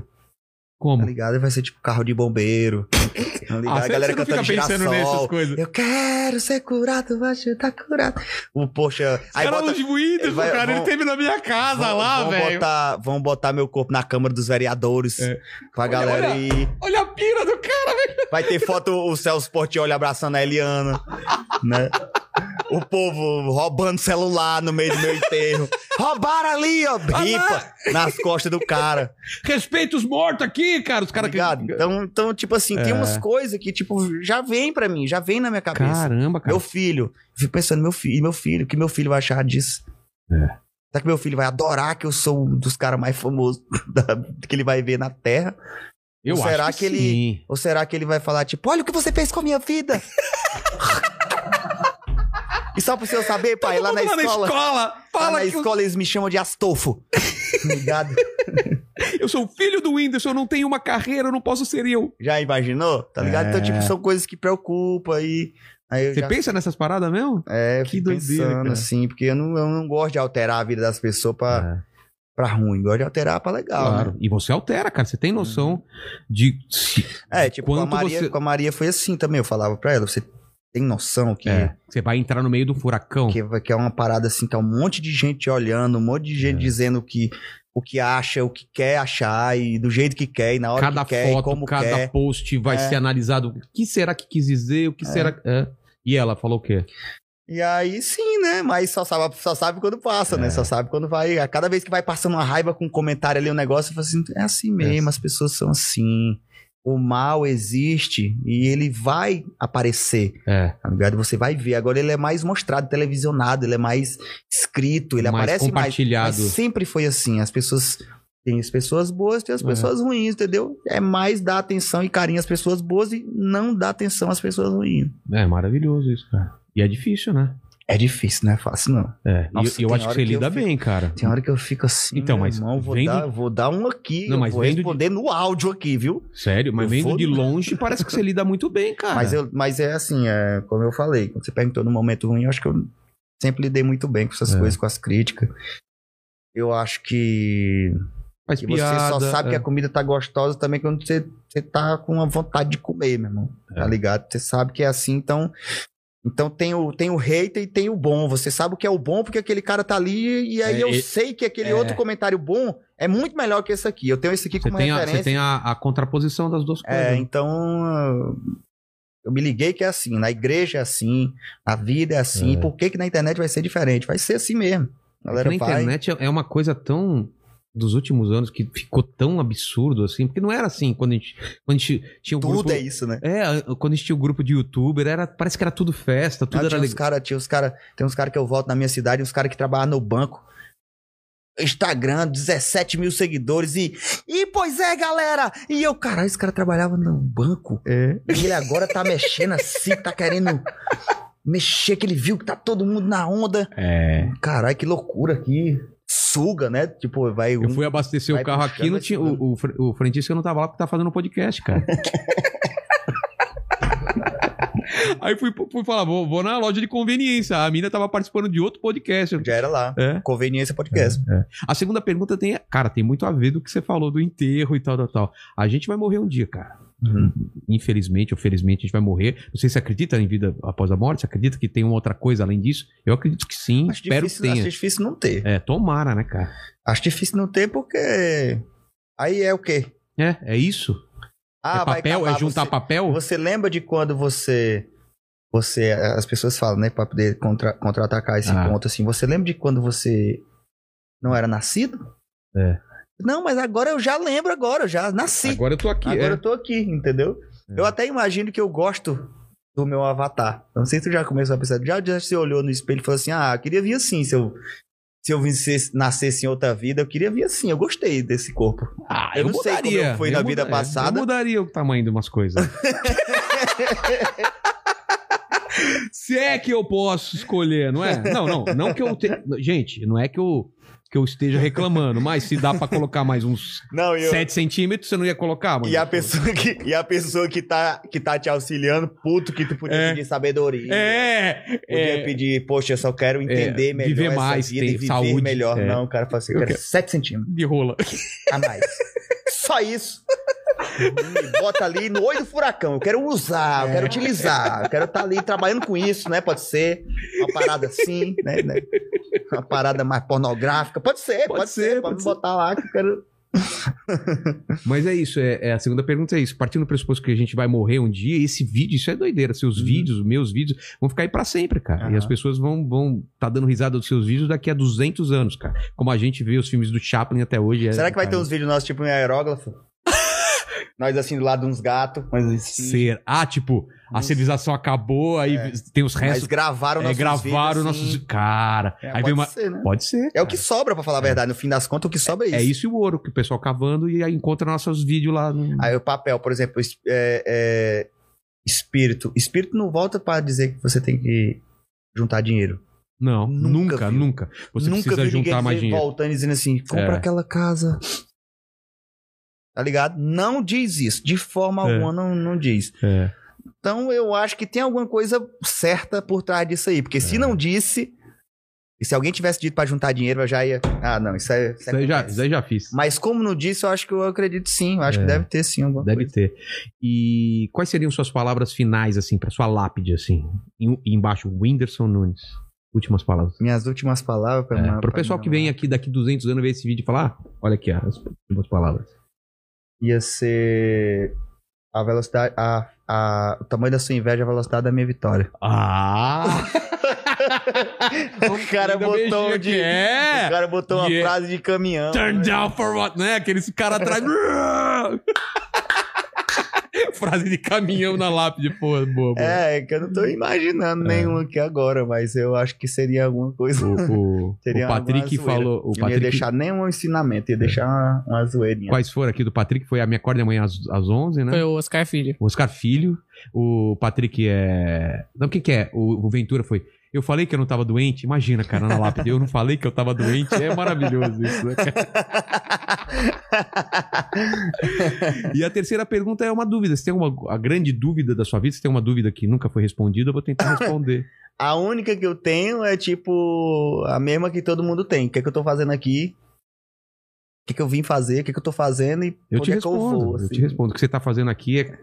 Speaker 2: Tá
Speaker 1: Como?
Speaker 2: ligado? Vai ser tipo carro de bombeiro. Tá
Speaker 1: Ah,
Speaker 2: ligado? a galera cantando girassol.
Speaker 1: coisas.
Speaker 2: Eu quero ser curado, vai ajudar curado. O poxa. Aí bota,
Speaker 1: de Whindersson,
Speaker 2: vai- vão-
Speaker 1: teve na minha casa
Speaker 2: vão, vão botar, vão botar meu corpo na Câmara dos Vereadores.
Speaker 1: É.
Speaker 2: Com a
Speaker 1: Olha,
Speaker 2: galera
Speaker 1: olha.
Speaker 2: aí.
Speaker 1: Olha a pira do cara.
Speaker 2: Vai ter foto o Celso Portioli abraçando a Eliana, né? O povo roubando celular no meio do meu enterro. Roubaram ali, ó, ripa, nas costas do cara.
Speaker 1: Respeita os mortos aqui, cara. Os
Speaker 2: Tá
Speaker 1: caras que.
Speaker 2: ligado? Então, então, tipo assim,
Speaker 1: É.
Speaker 2: tem umas coisas que, tipo, já vem pra mim, já vem na minha cabeça.
Speaker 1: Caramba, cara.
Speaker 2: Meu filho. Eu fico pensando, meu filho, meu filho, o que meu filho vai achar disso?
Speaker 1: É.
Speaker 2: Será que meu filho vai adorar que eu sou um dos caras mais famosos da- que ele vai ver na Terra?
Speaker 1: Eu
Speaker 2: será
Speaker 1: acho que,
Speaker 2: que ele-
Speaker 1: sim.
Speaker 2: Ou será que ele vai falar, tipo, olha o que você fez com a minha vida? e só pra você saber, pai, lá na escola.
Speaker 1: escola,
Speaker 2: Lá
Speaker 1: fala
Speaker 2: na
Speaker 1: que eu-
Speaker 2: escola eles me chamam de Astolfo. Ligado?
Speaker 1: eu, sou o filho do Whindersson, eu não tenho uma carreira, eu não posso ser eu.
Speaker 2: Já imaginou? Tá ligado? Então, tipo, são coisas que preocupam aí. Aí eu
Speaker 1: É. Você
Speaker 2: já
Speaker 1: pensa nessas paradas mesmo?
Speaker 2: é, eu
Speaker 1: Que
Speaker 2: fico
Speaker 1: doideira,
Speaker 2: pensando,
Speaker 1: cara.
Speaker 2: assim, porque eu não, eu não gosto de alterar a vida das pessoas pra,
Speaker 1: É,
Speaker 2: pra ruim. Gosto de alterar pra legal,
Speaker 1: claro.
Speaker 2: Ah, né? Uhum.
Speaker 1: E você altera, cara. Você tem noção de. se-
Speaker 2: É, tipo, com a,
Speaker 1: Quanto
Speaker 2: Maria,
Speaker 1: você-
Speaker 2: com a Maria foi assim também. Eu falava pra ela, você tem noção que
Speaker 1: É, Você vai entrar no meio do furacão.
Speaker 2: que, que é uma parada assim, que é um monte de gente olhando, um monte de
Speaker 1: É.
Speaker 2: gente dizendo que, o que acha, o que quer achar, e do jeito que quer, e na hora
Speaker 1: cada
Speaker 2: que quer, e
Speaker 1: foto,
Speaker 2: como
Speaker 1: cada
Speaker 2: quer.
Speaker 1: post vai
Speaker 2: É.
Speaker 1: ser analisado. O que será que quis dizer? O que será que. é. E ela falou o quê?
Speaker 2: E aí sim, né? Mas só sabe, só sabe quando passa,
Speaker 1: É.
Speaker 2: né? Só sabe quando vai. A cada vez que vai passando uma raiva com um comentário ali, um negócio, eu falo assim: é assim mesmo, as pessoas são assim. O mal existe e ele vai aparecer.
Speaker 1: É.
Speaker 2: Tá ligado? Você vai ver. Agora ele é mais mostrado, televisionado, ele é mais escrito, ele
Speaker 1: Mais
Speaker 2: aparece mais.
Speaker 1: compartilhado.
Speaker 2: Mas sempre foi assim. As pessoas. Tem as pessoas boas, tem as
Speaker 1: É.
Speaker 2: pessoas ruins, entendeu? É mais dar atenção e carinho às pessoas boas e não dar atenção às pessoas ruins.
Speaker 1: É maravilhoso isso, cara. E é difícil, né?
Speaker 2: É difícil, não é fácil, não.
Speaker 1: É, e
Speaker 2: Nossa,
Speaker 1: eu- eu acho que
Speaker 2: tem hora
Speaker 1: você
Speaker 2: que eu
Speaker 1: lida
Speaker 2: fico-
Speaker 1: bem, cara.
Speaker 2: Tem hora que eu fico assim,
Speaker 1: Então,
Speaker 2: meu
Speaker 1: mas
Speaker 2: irmão, vou,
Speaker 1: vendo-
Speaker 2: dar, vou dar um aqui,
Speaker 1: Não,
Speaker 2: eu
Speaker 1: mas
Speaker 2: vou
Speaker 1: vendo de-
Speaker 2: responder no áudio aqui, viu?
Speaker 1: Sério, mas
Speaker 2: Eu
Speaker 1: vendo
Speaker 2: vou-
Speaker 1: de longe parece que você lida muito bem, cara.
Speaker 2: Mas, eu, mas é assim, é, como eu falei, quando você perguntou no momento ruim, eu acho que eu sempre lidei muito bem com essas
Speaker 1: É.
Speaker 2: coisas, com as críticas. Eu acho que,
Speaker 1: Faz
Speaker 2: que você só
Speaker 1: piada,
Speaker 2: sabe
Speaker 1: é.
Speaker 2: que a comida tá gostosa também quando você, você tá com a vontade de comer, meu irmão.
Speaker 1: É.
Speaker 2: Tá ligado? Você sabe que é assim, então. Então tem o, tem o hater e tem o bom. Você sabe o que é o bom porque aquele cara tá ali e aí
Speaker 1: É,
Speaker 2: eu
Speaker 1: e-
Speaker 2: sei que aquele
Speaker 1: é.
Speaker 2: outro comentário bom é muito melhor que esse aqui. Eu tenho esse aqui
Speaker 1: Você
Speaker 2: como
Speaker 1: tem, a,
Speaker 2: referência.
Speaker 1: você tem a, a contraposição das duas coisas.
Speaker 2: É,
Speaker 1: né?
Speaker 2: então eu me liguei que é assim, na igreja é assim, na vida é assim,
Speaker 1: É.
Speaker 2: por que que na internet vai ser diferente? Vai ser assim mesmo. A galera
Speaker 1: Na
Speaker 2: vai.
Speaker 1: internet é- é uma coisa tão dos últimos anos que ficou tão absurdo assim, porque não era assim quando a gente, quando a gente tinha um
Speaker 2: Tudo
Speaker 1: grupo.
Speaker 2: é isso, né?
Speaker 1: É, quando a gente tinha o grupo de youtuber, era, parece que era tudo festa, tudo
Speaker 2: Não,
Speaker 1: era
Speaker 2: Ah, tinha uns
Speaker 1: legal.
Speaker 2: cara, tinha uns cara, tem uns caras que eu volto na minha cidade, uns caras que trabalham no banco. Instagram, 17 mil seguidores e. E pois é, galera! E eu, caralho, esse cara trabalhava no banco.
Speaker 1: É.
Speaker 2: E ele agora tá mexendo assim, tá querendo mexer, que ele viu que tá todo mundo na onda.
Speaker 1: é.
Speaker 2: Caralho, que loucura que suga, né? Tipo, vai
Speaker 1: Eu
Speaker 2: um.
Speaker 1: fui abastecer
Speaker 2: Vai
Speaker 1: o carro aqui, não
Speaker 2: puxando, vai
Speaker 1: tinha,
Speaker 2: segurando.
Speaker 1: o, o, fre- o frentista não tava lá porque tá fazendo um podcast, cara. Aí fui, fui falar, vou, vou na loja de conveniência. A mina tava participando de outro podcast.
Speaker 2: Já era lá.
Speaker 1: É.
Speaker 2: Conveniência podcast.
Speaker 1: A segunda pergunta tem, cara, tem muito a ver do que você falou do enterro e tal, tal, tal. A gente vai morrer um dia, cara.
Speaker 2: Uhum.
Speaker 1: Infelizmente ou felizmente a gente vai morrer. Não sei se você acredita em vida após a morte, você acredita que tem uma outra coisa além disso? Eu acredito que sim,
Speaker 2: Acho,
Speaker 1: espero
Speaker 2: difícil,
Speaker 1: que tenha.
Speaker 2: acho difícil não ter.
Speaker 1: É, tomara, né, cara?
Speaker 2: Acho difícil não ter porque. Aí é o quê? Ah,
Speaker 1: É, é isso? é papel?
Speaker 2: acabar,
Speaker 1: é juntar
Speaker 2: você,
Speaker 1: papel?
Speaker 2: Você lembra de quando você. Você. As pessoas falam, né? Pra poder contra- contra-atacar esse
Speaker 1: Ah.
Speaker 2: ponto assim. Você lembra de quando você não era nascido?
Speaker 1: É.
Speaker 2: Não, mas agora eu já lembro, agora, eu já nasci.
Speaker 1: Agora eu tô aqui.
Speaker 2: Agora
Speaker 1: é.
Speaker 2: eu tô aqui, entendeu?
Speaker 1: É.
Speaker 2: Eu até imagino que eu gosto do meu avatar. Eu Não sei se tu já começou a pensar. Já, já se olhou no espelho e falou assim: ah, eu queria vir assim. Se eu, se eu vincesse- nascesse em outra vida, eu queria vir assim. Eu gostei desse corpo.
Speaker 1: Ah,
Speaker 2: eu não sei como eu fui na vida
Speaker 1: mudaria,
Speaker 2: passada.
Speaker 1: Eu mudaria o tamanho de umas coisas. Se é que eu posso escolher, não é? Não, não, não que eu te... gente, não é que eu que eu esteja reclamando, mas se dá pra colocar mais uns
Speaker 2: Não, e eu.
Speaker 1: 7 centímetros, você não ia colocar, mano.
Speaker 2: E a, pessoa que, e a pessoa que tá, que tá te auxiliando, puto, que tu podia
Speaker 1: É.
Speaker 2: pedir sabedoria.
Speaker 1: É,
Speaker 2: Podia
Speaker 1: é.
Speaker 2: pedir, poxa, eu só quero entender
Speaker 1: É,
Speaker 2: melhor
Speaker 1: viver
Speaker 2: essa
Speaker 1: mais,
Speaker 2: vida
Speaker 1: ter
Speaker 2: e viver
Speaker 1: saúde,
Speaker 2: melhor.
Speaker 1: é.
Speaker 2: Não, o cara fala assim, eu
Speaker 1: Eu
Speaker 2: quero 7 centímetros.
Speaker 1: de rola.
Speaker 2: a mais. Só isso. Me bota ali no olho do furacão. Eu quero usar, eu quero
Speaker 1: É.
Speaker 2: utilizar, eu quero estar ali trabalhando com isso, né? Pode ser uma parada assim, né? né? Uma parada mais pornográfica. Pode ser, pode,
Speaker 1: Pode
Speaker 2: ser,
Speaker 1: ser,
Speaker 2: Pode
Speaker 1: pode
Speaker 2: me
Speaker 1: ser.
Speaker 2: botar lá que eu quero.
Speaker 1: Mas é isso, é, é, a segunda pergunta é isso. Partindo do pressuposto que a gente vai morrer um dia, esse vídeo, isso é doideira. Seus
Speaker 2: Uhum.
Speaker 1: vídeos, meus vídeos, vão ficar aí pra sempre, cara. E
Speaker 2: Aham.
Speaker 1: as pessoas vão vão tá dando risada dos seus vídeos daqui a 200 anos, cara. Como a gente vê os filmes do Chaplin até hoje. é-
Speaker 2: Será que vai ter
Speaker 1: cara,
Speaker 2: uns vídeos nossos, tipo, em aerógrafo? Nós assim do lado de uns gatos, mas assim.
Speaker 1: Ser. Ah, tipo, a
Speaker 2: Uns-
Speaker 1: civilização acabou, aí
Speaker 2: É.
Speaker 1: tem os
Speaker 2: Mas
Speaker 1: restos.
Speaker 2: gravaram
Speaker 1: é,
Speaker 2: nossos
Speaker 1: gravaram
Speaker 2: vídeos, assim.
Speaker 1: nossos. Cara,
Speaker 2: É,
Speaker 1: aí
Speaker 2: pode
Speaker 1: vem uma.
Speaker 2: ser, né?
Speaker 1: Pode ser.
Speaker 2: É o
Speaker 1: cara.
Speaker 2: que sobra, pra falar a verdade. No fim das contas, o que sobra é isso.
Speaker 1: É isso e o ouro que o pessoal cavando e aí encontra nossos vídeos lá. no-
Speaker 2: Aí o papel, por exemplo, es- é- é, espírito. Espírito não volta pra dizer que você tem que juntar dinheiro.
Speaker 1: Não,
Speaker 2: Nunca
Speaker 1: nunca, nunca.
Speaker 2: viu.
Speaker 1: Você
Speaker 2: Nunca
Speaker 1: precisa
Speaker 2: vi ninguém
Speaker 1: juntar mais
Speaker 2: dizer-
Speaker 1: dinheiro.
Speaker 2: voltando e dizendo assim, compra
Speaker 1: É.
Speaker 2: aquela casa. Tá ligado? Não diz isso. De forma
Speaker 1: É.
Speaker 2: alguma não, não diz.
Speaker 1: É.
Speaker 2: Então eu acho que tem alguma coisa certa por trás disso aí. Porque
Speaker 1: É.
Speaker 2: se não disse... E se alguém tivesse dito pra juntar dinheiro, eu já ia... Ah, não, isso é...
Speaker 1: Isso aí, já, isso aí já fiz.
Speaker 2: Mas como não disse, eu acho que eu acredito sim. Eu acho
Speaker 1: É.
Speaker 2: que deve ter sim alguma
Speaker 1: Deve
Speaker 2: coisa.
Speaker 1: ter. E quais seriam suas palavras finais, assim, pra sua lápide, assim? Em- embaixo, Whindersson Nunes. Últimas palavras.
Speaker 2: Minhas últimas palavras pra
Speaker 1: É,
Speaker 2: minha-
Speaker 1: pro
Speaker 2: pra
Speaker 1: pessoal
Speaker 2: minha
Speaker 1: que vem aqui daqui 200 anos ver esse vídeo e falar, ah, olha aqui ó, as últimas palavras.
Speaker 2: ia ser a velocidade, a, a- o tamanho da sua inveja, a velocidade da minha vitória.
Speaker 1: Ah!
Speaker 2: o cara
Speaker 1: Ainda
Speaker 2: botou um
Speaker 1: beijinho
Speaker 2: de,
Speaker 1: aqui, é.
Speaker 2: o cara botou uma
Speaker 1: Yeah.
Speaker 2: frase de caminhão.
Speaker 1: Turn down for what, né? Aqueles cara atrás. Frase de caminhão na lápide, pô, boa, boa.
Speaker 2: É, é que eu não tô imaginando
Speaker 1: É.
Speaker 2: nenhum aqui agora, mas eu acho que seria alguma coisa.
Speaker 1: O, o-
Speaker 2: Seria
Speaker 1: o
Speaker 2: uma
Speaker 1: Patrick
Speaker 2: zoeira.
Speaker 1: falou. O
Speaker 2: Eu não ia
Speaker 1: Patrick,
Speaker 2: deixar nenhum ensinamento, ia deixar uma, uma zoeirinha.
Speaker 1: Quais foram aqui do Patrick? Foi a minha corda amanhã às, às 11, né?
Speaker 4: Foi o Oscar Filho.
Speaker 1: O Oscar Filho, o Patrick é. Não, o que, que é? O, o Ventura foi. Eu Eu falei que eu não tava doente. Imagina, cara, na lápide. Eu não falei que eu tava doente. É maravilhoso isso, né, cara? E a terceira pergunta é uma dúvida. Se tem uma a grande dúvida da sua vida, se tem uma dúvida que nunca foi respondida, eu vou tentar responder.
Speaker 2: A única que eu tenho é tipo a mesma que todo mundo tem. O que é que eu tô fazendo aqui? O que é que eu vim fazer? O que é que eu tô fazendo? E
Speaker 1: Eu te
Speaker 2: onde é que eu
Speaker 1: respondo.
Speaker 2: vou?
Speaker 1: Eu
Speaker 2: assim?
Speaker 1: te respondo. O que você tá fazendo aqui é.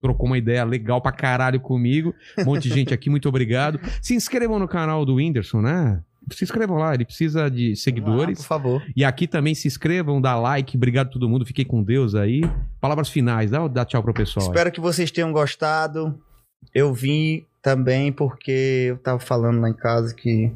Speaker 1: Trocou uma ideia legal pra caralho comigo. Um monte de gente aqui, muito obrigado. Se inscrevam no canal do Whindersson, né? Se inscrevam lá, ele precisa de
Speaker 2: Ah,
Speaker 1: seguidores. Então,
Speaker 2: por favor.
Speaker 1: E aqui também se inscrevam, dá like. Obrigado a todo mundo. Fiquei com Deus aí. Palavras finais, dá, dá tchau pro pessoal. aí.
Speaker 2: Espero que vocês tenham gostado. Eu vim também porque eu tava falando lá em casa que.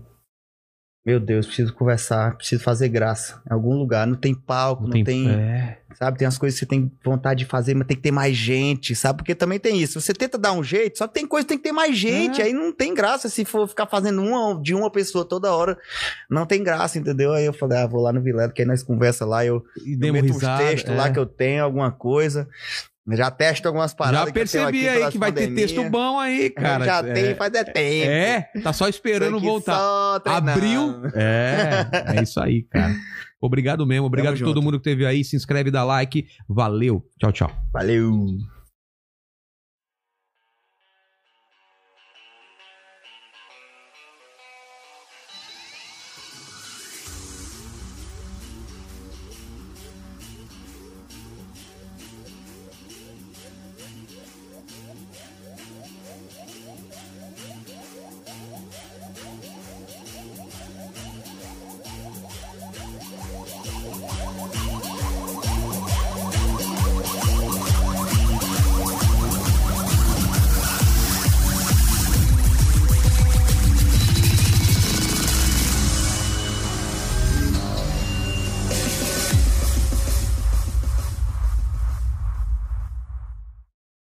Speaker 2: Meu Deus, preciso conversar, preciso fazer graça em algum lugar. Não tem palco, não, tem.
Speaker 1: É.
Speaker 2: Sabe, tem umas coisas que você tem vontade de fazer, mas tem que ter mais gente, sabe? Porque também tem isso. Você tenta dar um jeito, só que tem coisa que tem que ter mais gente. Aí não tem graça se for ficar fazendo uma de uma pessoa toda hora. Não tem graça, entendeu? Aí eu falei, ah, vou lá no Vilela, que aí nós conversa lá, eu,
Speaker 1: E
Speaker 2: eu
Speaker 1: demos
Speaker 2: meto
Speaker 1: risada.
Speaker 2: uns textos
Speaker 1: é.
Speaker 2: lá que eu tenho, alguma coisa. Já testo algumas
Speaker 1: Já
Speaker 2: paradas. que eu tenho
Speaker 1: percebi
Speaker 2: aqui
Speaker 1: aí
Speaker 2: pelas
Speaker 1: que vai ter
Speaker 2: pandemias.
Speaker 1: texto bom aí, cara.
Speaker 2: já
Speaker 1: é,
Speaker 2: tem, faz é tempo.
Speaker 1: É, tá só esperando
Speaker 2: Aqui
Speaker 1: voltar.
Speaker 2: só treinando.
Speaker 1: Abril. É, é isso aí, cara. Obrigado mesmo. Obrigado
Speaker 2: Tamo
Speaker 1: a todo
Speaker 2: junto.
Speaker 1: mundo que teve aí. Se inscreve, dá like. Valeu. Tchau, tchau.
Speaker 2: Valeu.